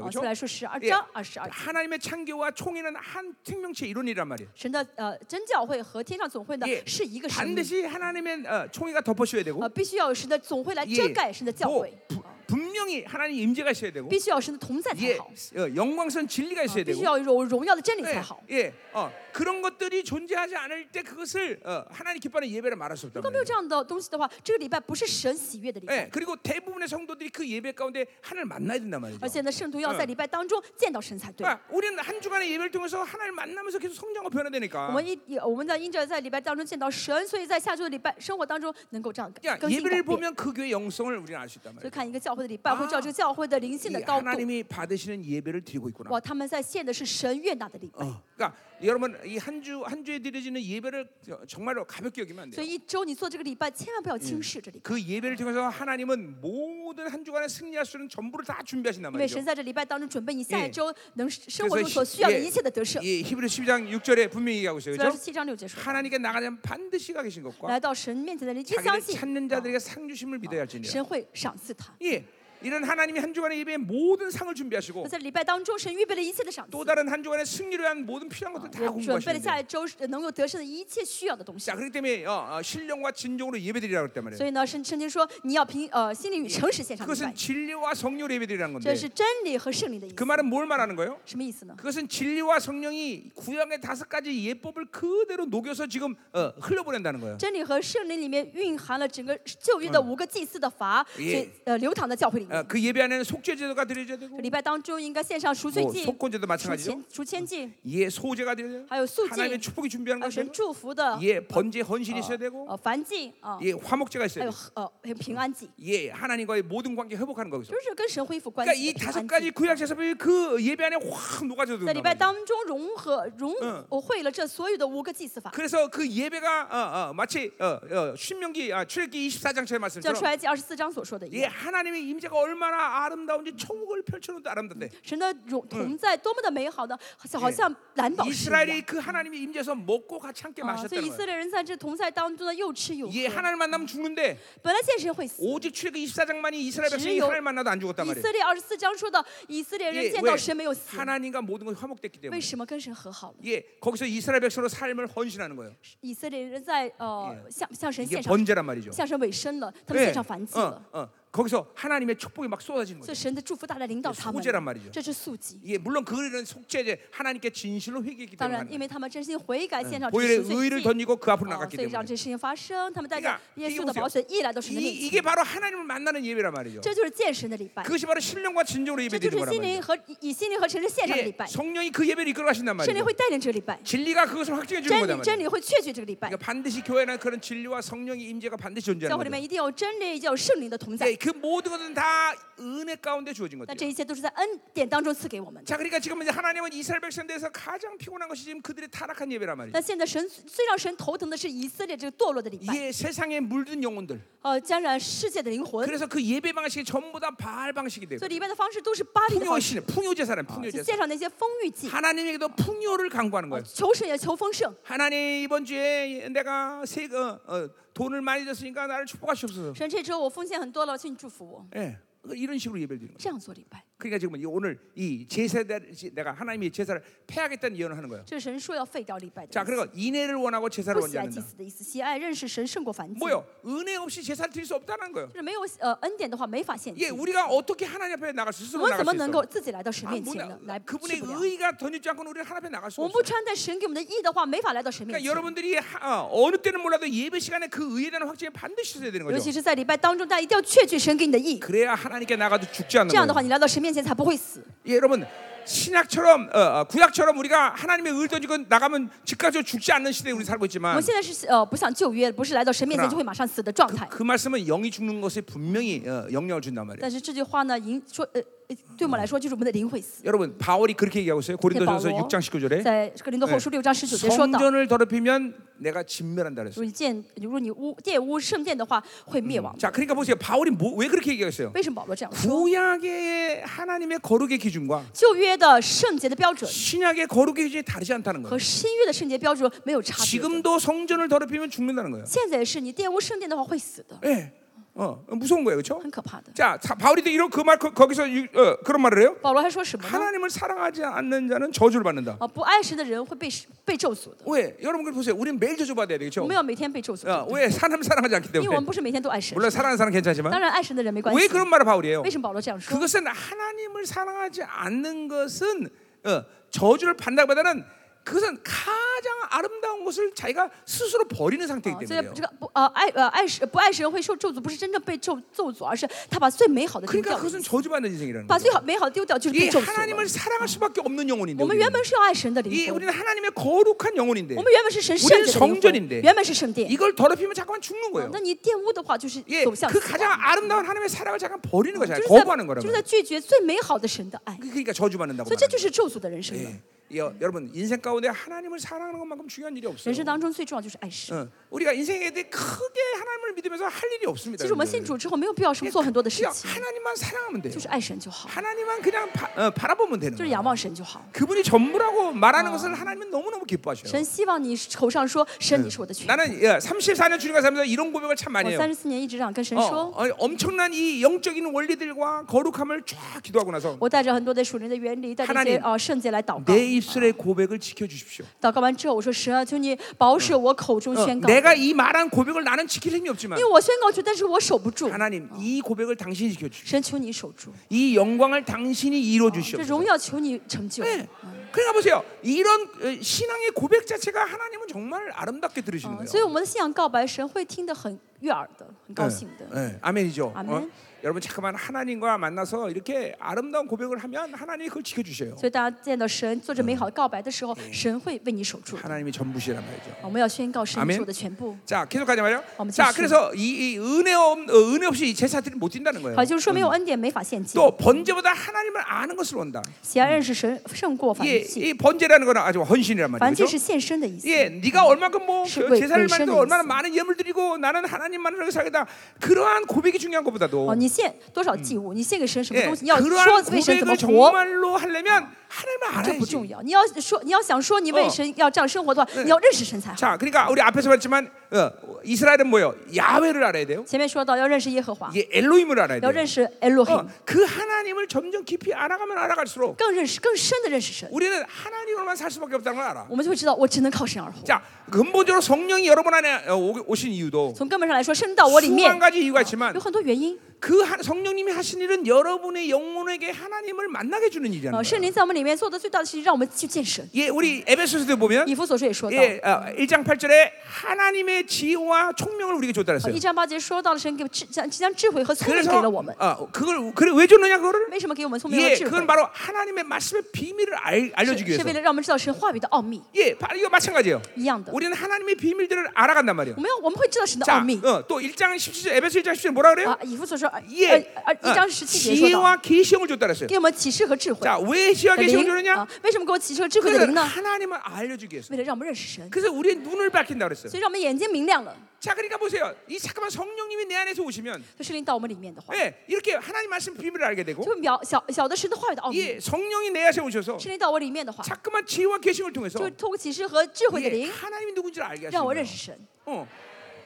Speaker 1: 22절이죠.
Speaker 2: 啊，
Speaker 1: 그
Speaker 2: 出
Speaker 1: 죠
Speaker 2: 来说十二
Speaker 1: 예.
Speaker 2: 章二十二节，
Speaker 1: 하나님의 창교와 총회는 한 생명체 이론이란 말이에요.
Speaker 2: 神的呃真教会和天上总会呢
Speaker 1: 예.
Speaker 2: 是一个神明，
Speaker 1: 반드시 하나님의 어, 총회가 덮어씌워야 되고
Speaker 2: 呃，必须要有神的总会来
Speaker 1: 예.
Speaker 2: 遮盖神的教
Speaker 1: 뭐,
Speaker 2: 会，
Speaker 1: 부- 분명히 하나님 임재가 있어야 되고
Speaker 2: 必须要有神的同在才
Speaker 1: 예,
Speaker 2: 好，
Speaker 1: 어, 영광선 진리가
Speaker 2: 啊
Speaker 1: 있어야
Speaker 2: 必须
Speaker 1: 되고
Speaker 2: 要有荣耀的真理才
Speaker 1: 예,
Speaker 2: 好。
Speaker 1: 예, 어, 그런 것들이 존재하지 않을 때 그것을 어, 하나님 기뻐하는 예배를 말할 수 없단
Speaker 2: 如果没
Speaker 1: 말이에요.
Speaker 2: 有这样的东西的话，这个礼拜不是神喜悦的礼拜。
Speaker 1: 예, 그리고 대부분의 성도들이 그 예배 가운데 하나님을 만나야 된단 말이죠.
Speaker 2: 而且呢，圣徒要
Speaker 1: 嗯哎
Speaker 2: 在礼拜当中见到神才对。
Speaker 1: 그러니까 우리는 한 주간의 예배를 통해서 하나님을 만나면서 계속 성장하고
Speaker 2: 我
Speaker 1: 변화되니까
Speaker 2: 们一我们在因着在礼拜当中见到神，所以在下周的礼拜生活当中能够这样
Speaker 1: 야,
Speaker 2: 更新改
Speaker 1: 예배를
Speaker 2: 变。
Speaker 1: 보면 그 교회의 영성을 우리는 알 수 있단
Speaker 2: 所以
Speaker 1: 말이에요.
Speaker 2: 看一个教会的礼拜，会知道这
Speaker 1: 啊
Speaker 2: 个教会的灵性的
Speaker 1: 이
Speaker 2: 高度。
Speaker 1: 하나님이 받으시는 예배를 드리고 있구나.
Speaker 2: 哇，他们在献的是神悦纳的礼拜。
Speaker 1: 어. 그러니까 여러분 이 한 주 한 주에 드려지는 예배를 정말로 가볍게 여기면 안
Speaker 2: 所
Speaker 1: 돼요.
Speaker 2: 以一周你做这个礼拜，嗯千万不要轻视这礼拜，
Speaker 1: 그 예배를 통해서 하나님은 모든 한 주간의 승리할 수 있는 전부를 다 준비하신단
Speaker 2: 因为神
Speaker 1: 말이죠.
Speaker 2: 在这礼拜当中准备你下
Speaker 1: 예
Speaker 2: 一周能生活
Speaker 1: 그래서
Speaker 2: 中嗯所需要的一切的得胜。
Speaker 1: 예, 히브리 12장 6절에 분명히 얘기하고 있어요.
Speaker 2: 虽然
Speaker 1: 그렇죠?
Speaker 2: 是七章六结束，
Speaker 1: 하나님께 나가자면 반드시 가 계신
Speaker 2: 来
Speaker 1: 것과
Speaker 2: 到神面前的人，就相
Speaker 1: 자기를
Speaker 2: 信啊
Speaker 1: 찾는 자들에게 상 주심을 믿어야 할지니라.
Speaker 2: 神会赏赐他。
Speaker 1: 예. 이런 하나님이 한 주간의 예배에 모든 상을 준비하시고
Speaker 2: 那在礼拜当中，神预备了一切的赏赐
Speaker 1: 또 。 다른 한 주간의 승리를 위한 모든 필요한 것들 다
Speaker 2: 我准备了
Speaker 1: 공부하시는데
Speaker 2: 下一周是呃能够得胜的一切需要的东西
Speaker 1: 자 。 그렇기 때문에 어, 어, 신령과 진정으로 예배드리라고 했단 말이에요.
Speaker 2: 所以呢，圣圣经说你要凭呃心灵与诚实献上礼拜
Speaker 1: 그것은 ， 진리와 성령 예배드리라는
Speaker 2: 这
Speaker 1: 건데
Speaker 2: 是真理和圣灵的意
Speaker 1: 그
Speaker 2: 思。
Speaker 1: 말은 뭘 말하는 거예요?
Speaker 2: 什么意思呢？
Speaker 1: 그것은 진리와 성령이 구약의 다섯 가지 예법을 그대로 녹여서 지금 어, 흘려보낸다는 거예요.
Speaker 2: 嗯真理和圣灵里面蕴含了整个旧约的五个祭祀的法，所
Speaker 1: 예
Speaker 2: 以呃流淌的教会灵
Speaker 1: 어, 그 예배 안에는 속죄제도가 드려져야 되고
Speaker 2: 礼拜当中应该献上赎罪
Speaker 1: 뭐
Speaker 2: 祭、
Speaker 1: 속건제도
Speaker 2: 赎
Speaker 1: 마찬가지죠.
Speaker 2: 千赎千祭，
Speaker 1: 예, 소제가 드려져요.
Speaker 2: 아유, 소제.
Speaker 1: 하나님의 축복이 준비하는
Speaker 2: 还有
Speaker 1: 것이
Speaker 2: 神
Speaker 1: 되고,
Speaker 2: 祝福的，
Speaker 1: 예, 번제 헌신이 있어야 되고,
Speaker 2: 呃，燔祭啊，
Speaker 1: 예, 화목제가
Speaker 2: 还
Speaker 1: 있어야
Speaker 2: 有
Speaker 1: 되고,
Speaker 2: 呃，还有平安祭，
Speaker 1: 예, 하나님과의 모든 관계 회복하는 거기서.
Speaker 2: 就是跟神恢复关
Speaker 1: 그러니까 이
Speaker 2: 系
Speaker 1: 5
Speaker 2: 的平
Speaker 1: 가지
Speaker 2: 安
Speaker 1: 그러니까
Speaker 2: 祭。
Speaker 1: 구약 제사법이 그 예배 안에 확 녹아져
Speaker 2: 在礼拜
Speaker 1: 들어요.
Speaker 2: 当中融合融
Speaker 1: 嗯
Speaker 2: 我会了这所有的五个祭祀法，
Speaker 1: 그래서 그 예배가 어, 어, 마치 어, 어, 신명기 아, 출애기 24장처럼
Speaker 2: 这出
Speaker 1: 말씀처럼
Speaker 2: 埃及二十四章所说的一
Speaker 1: 예,
Speaker 2: 样，
Speaker 1: 하나님의 임재가 얼마나 아름다운지 천국을 펼쳐놓은 듯 아름답대.
Speaker 2: 神的荣同在多么的美好呢？好像好像蓝宝石一样。
Speaker 1: 이스라엘이 그 하나님의 임재에서 먹고 같이 함께
Speaker 2: 啊，所以
Speaker 1: 마셨다는
Speaker 2: 以色
Speaker 1: 거예요.
Speaker 2: 列人在这同在当中呢，又吃又喝。
Speaker 1: 예, 하나님 만나면 죽는데
Speaker 2: 本来现实会死。
Speaker 1: 오직 출애기 24장만이 이스라엘 백성이
Speaker 2: 지요.
Speaker 1: 하나님 만나도 안 죽었단
Speaker 2: 以
Speaker 1: 말이에요.
Speaker 2: 色列二十四章说到，以色列
Speaker 1: 예,
Speaker 2: 人见
Speaker 1: 왜
Speaker 2: 到神没有死，
Speaker 1: 하나님과 모든 것이 화목됐기
Speaker 2: 为
Speaker 1: 때문에
Speaker 2: 什么跟神和好了？
Speaker 1: 예, 거기서 이스라엘 백성으로 삶을 헌신하는 거예요.
Speaker 2: 以色列人在呃向向神
Speaker 1: 이게
Speaker 2: 献上
Speaker 1: 번제란 말이죠.
Speaker 2: 向神委身了，他们
Speaker 1: 예,
Speaker 2: 献上燔祭
Speaker 1: 어,
Speaker 2: 了，
Speaker 1: 어, 거기서 하나님의 축복이 막 쏟아지는
Speaker 2: 所以
Speaker 1: 거죠.
Speaker 2: 神的祝福大大领导他
Speaker 1: 소제란말
Speaker 2: 们
Speaker 1: 이죠 。
Speaker 2: 这是素祭。
Speaker 1: 예, 물론 그들은 속죄제 하나님께 진실로 회개했기
Speaker 2: 当
Speaker 1: 때문에
Speaker 2: 然，
Speaker 1: 하는
Speaker 2: 因
Speaker 1: 거예요.
Speaker 2: 为他们真心悔改，献上这
Speaker 1: 보혈의
Speaker 2: 赎罪
Speaker 1: 의를
Speaker 2: 祭，
Speaker 1: 던지고 그 앞으로
Speaker 2: 啊
Speaker 1: 나갔기
Speaker 2: 所以让
Speaker 1: 때문에
Speaker 2: 这事情发生。他们带着
Speaker 1: 그러니까
Speaker 2: 耶稣的
Speaker 1: 이게보세요
Speaker 2: 宝血一来到神的
Speaker 1: 이,
Speaker 2: 面
Speaker 1: 이게
Speaker 2: 前，
Speaker 1: 바로 하나님을 만나는 예배란 말이죠.
Speaker 2: 这就是见神的礼拜，
Speaker 1: 그것이 바로 신령과 진정으로
Speaker 2: 这
Speaker 1: 예배
Speaker 2: 就
Speaker 1: 드리는
Speaker 2: 是
Speaker 1: 거란
Speaker 2: 心灵
Speaker 1: 말이죠.
Speaker 2: 和以心灵和诚实献上的礼
Speaker 1: 예,
Speaker 2: 拜。
Speaker 1: 성령이 그 예배를 이끌어 가신단
Speaker 2: 圣
Speaker 1: 말이죠.
Speaker 2: 灵会带领这个礼拜，
Speaker 1: 진리가 그것을 확증해 주는
Speaker 2: 真
Speaker 1: 거단
Speaker 2: 理真
Speaker 1: 말이에요.
Speaker 2: 理会确据这个礼拜。
Speaker 1: 그러니까 반드시 교회는 그런 진리와 성령의 임재가 반드시
Speaker 2: 教
Speaker 1: 존재하는
Speaker 2: 会里面
Speaker 1: 거죠.
Speaker 2: 一定有真理，要有圣灵的同在
Speaker 1: 네, 。그 모든 것은 다 은혜 가운데 주어진
Speaker 2: 那
Speaker 1: 것들.
Speaker 2: 这一切都是在恩典当中赐给我们的。
Speaker 1: 자, 그러니까 지금 이제 하나님은 이스라엘 백성들에서 가장 피곤한 것이 지금 그들의 타락한 예배란 말이죠.
Speaker 2: 那现在神最让神头疼的是以色列这个堕落的礼拜，
Speaker 1: 예, 세상에 물든 영혼들.
Speaker 2: 呃，沾染世界的灵魂，
Speaker 1: 그래서 그 예배 방식이 전부 다 바알 방식이 되고
Speaker 2: 所以礼拜的方式都是巴黎的方
Speaker 1: 풍요
Speaker 2: 式，
Speaker 1: 신, 풍요 제사란 풍요
Speaker 2: 就
Speaker 1: 제사.
Speaker 2: 献上那些丰裕祭，
Speaker 1: 하나님에게도 풍요를 강구하는 거예요.
Speaker 2: 求神也求丰盛。
Speaker 1: 하나님 이번 주에 내가 세 어, 어, 돈을 많이 줬으니까 나를 축복하시옵소서.
Speaker 2: 神，这周我奉献很多了，请你祝福我。
Speaker 1: 예. 이런 식으로 예배를 드리는 거예요.
Speaker 2: 这样做礼拜，
Speaker 1: 그러니까 지금 이 오늘 이 제사 내가 하나님의 제사를 패하겠다는 예언을 하는 거예요.
Speaker 2: 这是神说要废掉礼拜的
Speaker 1: 자
Speaker 2: 意思，
Speaker 1: 그리고 인애를 원하고 제사를
Speaker 2: 不喜
Speaker 1: 원하지
Speaker 2: 爱祭
Speaker 1: 않는다.
Speaker 2: 祀的意思，喜爱认识神胜过凡祭。
Speaker 1: 뭐요? 은혜 없이 제사를 드릴 수 없다는 거예요.
Speaker 2: 就是没有呃恩典的话，没法献祭
Speaker 1: 예, 。 우리가 어떻게 하나님 앞에 나갈 수
Speaker 2: 我
Speaker 1: 스스로
Speaker 2: 们怎
Speaker 1: 나갈
Speaker 2: 么
Speaker 1: 수
Speaker 2: 能
Speaker 1: 있어?
Speaker 2: 够自己来到神
Speaker 1: 아,
Speaker 2: 面
Speaker 1: 문-
Speaker 2: 前呢？来，去
Speaker 1: 그분의
Speaker 2: 不了。
Speaker 1: 의가 덧입지 않고는 우리는 하나님 앞에 나갈 수
Speaker 2: 我们
Speaker 1: 없어.
Speaker 2: 不穿戴神给我们的义的话，没法来到神面
Speaker 1: 그러니까
Speaker 2: 前。
Speaker 1: 여러분들이 하, 어, 어느 때는 몰라도 예배 시간에 그 의에 대한 확증이 반드시 있어야 되는
Speaker 2: 尤其
Speaker 1: 거죠.
Speaker 2: 是在礼拜当中，大家一定要确据神给你的义，
Speaker 1: 그래야 하나님께 나가도 죽지 않는
Speaker 2: 这样的话，
Speaker 1: 거예요.
Speaker 2: 你来到神面前才不会死。
Speaker 1: 예, 여러분 신약처럼 어, 어, 구약처럼 우리가 하나님의 의를 던지고 나가면 즉각적으로 죽지 않는 시대에 우리 살고
Speaker 2: 我
Speaker 1: 있지만
Speaker 2: 们现在是呃不像旧约，不是来到神面前
Speaker 1: 그러나
Speaker 2: 就会马上死的状态。
Speaker 1: 그 말씀은 영이 죽는 것에 분명히 어, 영향을 준단 말이에요.
Speaker 2: 但是这句话呢，灵说呃呃对我们来说就是我们的灵会死。
Speaker 1: 여러분 바울이 그렇게 얘기하고 있어요. 고린도전서
Speaker 2: 바울.
Speaker 1: 6장 19절에 네.
Speaker 2: 在格林多后书六章十九节说到，
Speaker 1: 성전을 더럽히면 내가 진멸한다 그랬어요.
Speaker 2: 如你见如果你污玷污圣殿的话，会灭亡。
Speaker 1: 자 그러니까 보세요. 바울이 뭐, 왜 그렇게 얘기했어요?
Speaker 2: 为什么保罗这样说？
Speaker 1: 구약의 하나님의 거룩의 기준과
Speaker 2: 旧约的圣洁的标准
Speaker 1: 신약의 거룩의 기준이 다르지 않다는
Speaker 2: 和
Speaker 1: 거예요.
Speaker 2: 新约的圣洁标准没有差别的。
Speaker 1: 지금도 성전을 더럽히면 죽는다는 거예요.
Speaker 2: 现在也是你玷污圣殿的话会死的，
Speaker 1: 예, 어 무서운 거예요, 그렇죠?
Speaker 2: 很可怕的。
Speaker 1: 자, 자, 바울이 또 이런 그말 거기서 유- 어, 그런 말을 해요.
Speaker 2: 保罗还说什么呢？
Speaker 1: 하나님을 사랑하지 않는 자는 저주를 받는다.
Speaker 2: 啊，不爱神的人会被被咒诅的。
Speaker 1: 왜 여러분 그 보세요. 우리는 매일 저주받아야 되겠죠.
Speaker 2: 我们要每天被咒诅，
Speaker 1: 어, 왜 사람 사랑하지 않기
Speaker 2: 因为我
Speaker 1: 때문에
Speaker 2: 们不是每天都爱神。
Speaker 1: 물론 사랑하는 사람 은
Speaker 2: 当
Speaker 1: 괜찮지만
Speaker 2: 然，爱神的人没关
Speaker 1: 왜
Speaker 2: 系。
Speaker 1: 그런 말을 바울이에요?
Speaker 2: 为什么保罗这样说？
Speaker 1: 그것은 하나님을 사랑하지 않는 것은 어, 저주를 받는다기보다는 그것은 가장 아름다운 것을 자기가 스스로 버리는
Speaker 2: 啊
Speaker 1: 상태이기
Speaker 2: 所以
Speaker 1: 때문에요.
Speaker 2: 这个不呃爱呃爱神不爱神会受咒诅，不是真正被咒咒诅，而是他把最美好的丢
Speaker 1: 그러니까
Speaker 2: 掉，
Speaker 1: 그것은 저주받는 인생이라는
Speaker 2: 把
Speaker 1: 거예요.
Speaker 2: 最好美好的丢掉就是
Speaker 1: 이
Speaker 2: 被咒诅了
Speaker 1: 하나님을 사랑할 수밖에 없는 영혼인데
Speaker 2: 我们原
Speaker 1: 우리는.
Speaker 2: 本是要爱神的灵
Speaker 1: 이
Speaker 2: 魂，
Speaker 1: 우리는 하나님의 거룩한 영혼인데
Speaker 2: 我们原本是神圣洁的
Speaker 1: 우리는성전인
Speaker 2: 灵
Speaker 1: 데
Speaker 2: 魂，原本是圣殿。
Speaker 1: 이걸 더럽히면 자꾸만 죽는
Speaker 2: 啊
Speaker 1: 거예요.
Speaker 2: 那你玷污的话，就是
Speaker 1: 예,
Speaker 2: 走向
Speaker 1: 그
Speaker 2: 死
Speaker 1: 가장
Speaker 2: 亡
Speaker 1: 아름다운 하나님의 사랑을 잠깐 버리는
Speaker 2: 就
Speaker 1: 거잖아요.
Speaker 2: 是在
Speaker 1: 거부하는
Speaker 2: 就
Speaker 1: 거라고.
Speaker 2: 是在拒绝最美好的神的爱，
Speaker 1: 그러니까 저주받는다고.
Speaker 2: 所以这就是咒诅的人生了。
Speaker 1: 말하는 거예요. 예, 여- 여러분 인생 가운데 하나님을 사랑하는 것만큼 중요한 일이 없어요.
Speaker 2: 人生当中最重要就是爱神。
Speaker 1: 어, 우리가 인생에 대해 크게 하나님을 믿으면서 할 일이 없습니다.
Speaker 2: 其实我们
Speaker 1: 여러분들.
Speaker 2: 信主之后，没有必要什么做很多的事
Speaker 1: 그냥
Speaker 2: 情，
Speaker 1: 하나님만 사랑하면 돼요.
Speaker 2: 就是爱神就好，
Speaker 1: 하나님만 그냥 바, 어, 바라보면 되는
Speaker 2: 就是
Speaker 1: 거예요.
Speaker 2: 仰望神就好。
Speaker 1: 그분이 전부라고 말하는 것을 하나님은 너무너무 기뻐하셔요.
Speaker 2: 神希望你口上说：“神，你是我的全。
Speaker 1: 나는 예, 34년 주님과 살면서 이런 고백을 참 ” 많이
Speaker 2: 我
Speaker 1: 해요.
Speaker 2: 三十四年一直这样跟神
Speaker 1: 어,
Speaker 2: 说，
Speaker 1: 어, 엄청난 이 영적인 원리들과 거룩함을 쫙 기도하고 나서
Speaker 2: 我带着很多的属灵的原理，带着
Speaker 1: 하나
Speaker 2: 一些
Speaker 1: 님
Speaker 2: 呃圣洁来祷告
Speaker 1: 내 。 입술의 고백을 지켜 주십시오.
Speaker 2: 祷告完之后，我说：“神啊，求你保守我口中
Speaker 1: 어,
Speaker 2: 宣告，因
Speaker 1: 내가 이 말한 고백을 나는 지킬 힘이 없지만
Speaker 2: 为我宣告出，但是我守不住。
Speaker 1: 하나님 이 고백을 당신이 지켜 주십시오.
Speaker 2: 神，求你守住，
Speaker 1: 이 영광을 당신이 이루어
Speaker 2: 这
Speaker 1: 주십시오.
Speaker 2: 荣耀求你成就。”
Speaker 1: 네. 그러니까 보세요. 이런 어, 신앙의 고백 자체가 하나님은 정말 아름답게 들으시는
Speaker 2: 嗯
Speaker 1: 거예요.
Speaker 2: 所以我们的信仰告白，神会听得很悦耳的，很高兴的。
Speaker 1: 예, 아멘이죠.
Speaker 2: 아멘.
Speaker 1: 여러분 잠깐만 하나님과 만나서 이렇게 아름다운 고백을 하면 하나님이 그걸 지켜주셔요.
Speaker 2: 所以大家见到神做着美好的告白的时候，神会为你守住的。
Speaker 1: 嗯 하나님이 전부시란 말이죠.
Speaker 2: 我们要宣告神
Speaker 1: 아멘
Speaker 2: 做的全部。
Speaker 1: 자 계속 가자 말이요.
Speaker 2: 어머,
Speaker 1: 자
Speaker 2: 진심.
Speaker 1: 그래서 이, 이 은혜 없 어, 은혜 없이 이 제사들이 못 진다는 거예요.
Speaker 2: 好，就是说没有恩典没法献祭，
Speaker 1: 嗯 또 번제보다 하나님을 아는 것을 온다.
Speaker 2: 喜爱认识神胜过凡
Speaker 1: 이게
Speaker 2: 祭。
Speaker 1: 이 번제라는 거는 아주 헌신이란
Speaker 2: 凡
Speaker 1: 말이죠.
Speaker 2: 祭
Speaker 1: 그렇죠?
Speaker 2: 是献身的意思。
Speaker 1: 예, 네가 얼마큼 뭐
Speaker 2: 왜-
Speaker 1: 제사를
Speaker 2: 왜
Speaker 1: 만들고
Speaker 2: 쉬는
Speaker 1: 얼마나
Speaker 2: 있어?
Speaker 1: 많은 예물 드리고 나는 하나님만을 위해 살겠다. 그러한 고백이 중요한 것보다도
Speaker 2: 哦，哎你献多少祭物？你献给神什么
Speaker 1: 예
Speaker 2: 东西？你要说
Speaker 1: 그러한
Speaker 2: 为神怎么
Speaker 1: 고백을
Speaker 2: 活，
Speaker 1: 정말로 하려면 하나님을
Speaker 2: 这
Speaker 1: 뭐? 알아야지.
Speaker 2: 不重要。你要说，你要想说你为神要这样生活的话，你要认识神才好。
Speaker 1: 자, 그러니까 우리 앞에서 봤지만 어, 이스라엘은 뭐예요? 야훼를 알아야 돼요.
Speaker 2: 前面说到要认识耶哦和华，
Speaker 1: 이게 엘로힘을 알아야
Speaker 2: 要
Speaker 1: 돼요.
Speaker 2: 认识 Elohim，
Speaker 1: 어, 그 하나님을 점점 깊이 알아가면 알아갈수록
Speaker 2: 更认识更深的认识神，
Speaker 1: 우리는 하나님으로만 살 수밖에 없다는 걸 알아.
Speaker 2: 我们就会知道我只能靠神而活。
Speaker 1: 자, 근본적으로 성령이 여러분 안에 어, 오- 오신 이유도
Speaker 2: 从根本上来说，深
Speaker 1: 아,
Speaker 2: 到我里面
Speaker 1: 수만 가지 이유가 아, 있지만
Speaker 2: 有很多原因。
Speaker 1: 그 하- 성령님이 하신 일은 여러분의 영혼에게 하나님을 만나게 주는 일이라는
Speaker 2: 呃，
Speaker 1: 거예요.
Speaker 2: 圣灵在我们里面做的最大的事情，让我们去见神。
Speaker 1: 예, 우리 에베소서도 보면
Speaker 2: 以弗所书也说到，
Speaker 1: 예, 어, 1장 8절에 하나님의 지혜와 총명을 우리에게 줬다
Speaker 2: 呃
Speaker 1: 그랬어요.
Speaker 2: 一章八节说到了神给智将将智慧和聪明
Speaker 1: 그래서
Speaker 2: 给了我们。
Speaker 1: 어, 그걸 그걸 왜 줬느냐 그거를?
Speaker 2: 为什么给我们聪明和
Speaker 1: 예,
Speaker 2: 智
Speaker 1: 그건
Speaker 2: 慧？
Speaker 1: 바로 하나님의 말씀의 비밀을 알, 알려주기
Speaker 2: 是是
Speaker 1: 위해서.
Speaker 2: 为了让我们知道神话语的奥秘
Speaker 1: 예, 바로 이거 마찬가지예요.
Speaker 2: 一样的。
Speaker 1: 우리는 하나님의 비밀들을 알아간단 말이에요.
Speaker 2: 我们要我们会知道神的奥
Speaker 1: 자,
Speaker 2: 秘
Speaker 1: 어, 또 1장 17절 에베소 1장 17절 뭐라 그래요?
Speaker 2: 啊。以弗所说，呃
Speaker 1: 예
Speaker 2: 呃呃一
Speaker 1: 어,
Speaker 2: 章十七节说到，
Speaker 1: 지혜와 계시형을 줬다 그랬어요.
Speaker 2: 给我们启示和智慧
Speaker 1: 자, 왜 지혜와
Speaker 2: 的
Speaker 1: 계시형을
Speaker 2: 灵
Speaker 1: 주느냐?
Speaker 2: 啊。为什么给我启示和智慧的灵
Speaker 1: 네. 아, 그래서
Speaker 2: 呢？
Speaker 1: 하나님을 알려주기 위해서.
Speaker 2: 为了让我们认识神，
Speaker 1: 그래서 우리의 눈을 밝힌다 그랬어요.
Speaker 2: 所以让我们眼睛明亮了。
Speaker 1: 자, 그러니까 보세요. 이 잠깐만 성령님이 내 안에서 오시면
Speaker 2: 就圣灵到我们里面的话，
Speaker 1: 예, 이렇게 하나님 말씀 비밀을 알게
Speaker 2: 就
Speaker 1: 되고
Speaker 2: 会描小小的神的话语的奥秘。
Speaker 1: 예, 성령이 내 안에 오셔서
Speaker 2: 圣灵到我里面的话，
Speaker 1: 자꾸만 지혜와 계시형을 통해서
Speaker 2: 就透过启示和智慧的
Speaker 1: 예,
Speaker 2: 灵，
Speaker 1: 하나님이 누군지를 알게
Speaker 2: 让我
Speaker 1: 하시는 거예요.
Speaker 2: 认识神。
Speaker 1: 어.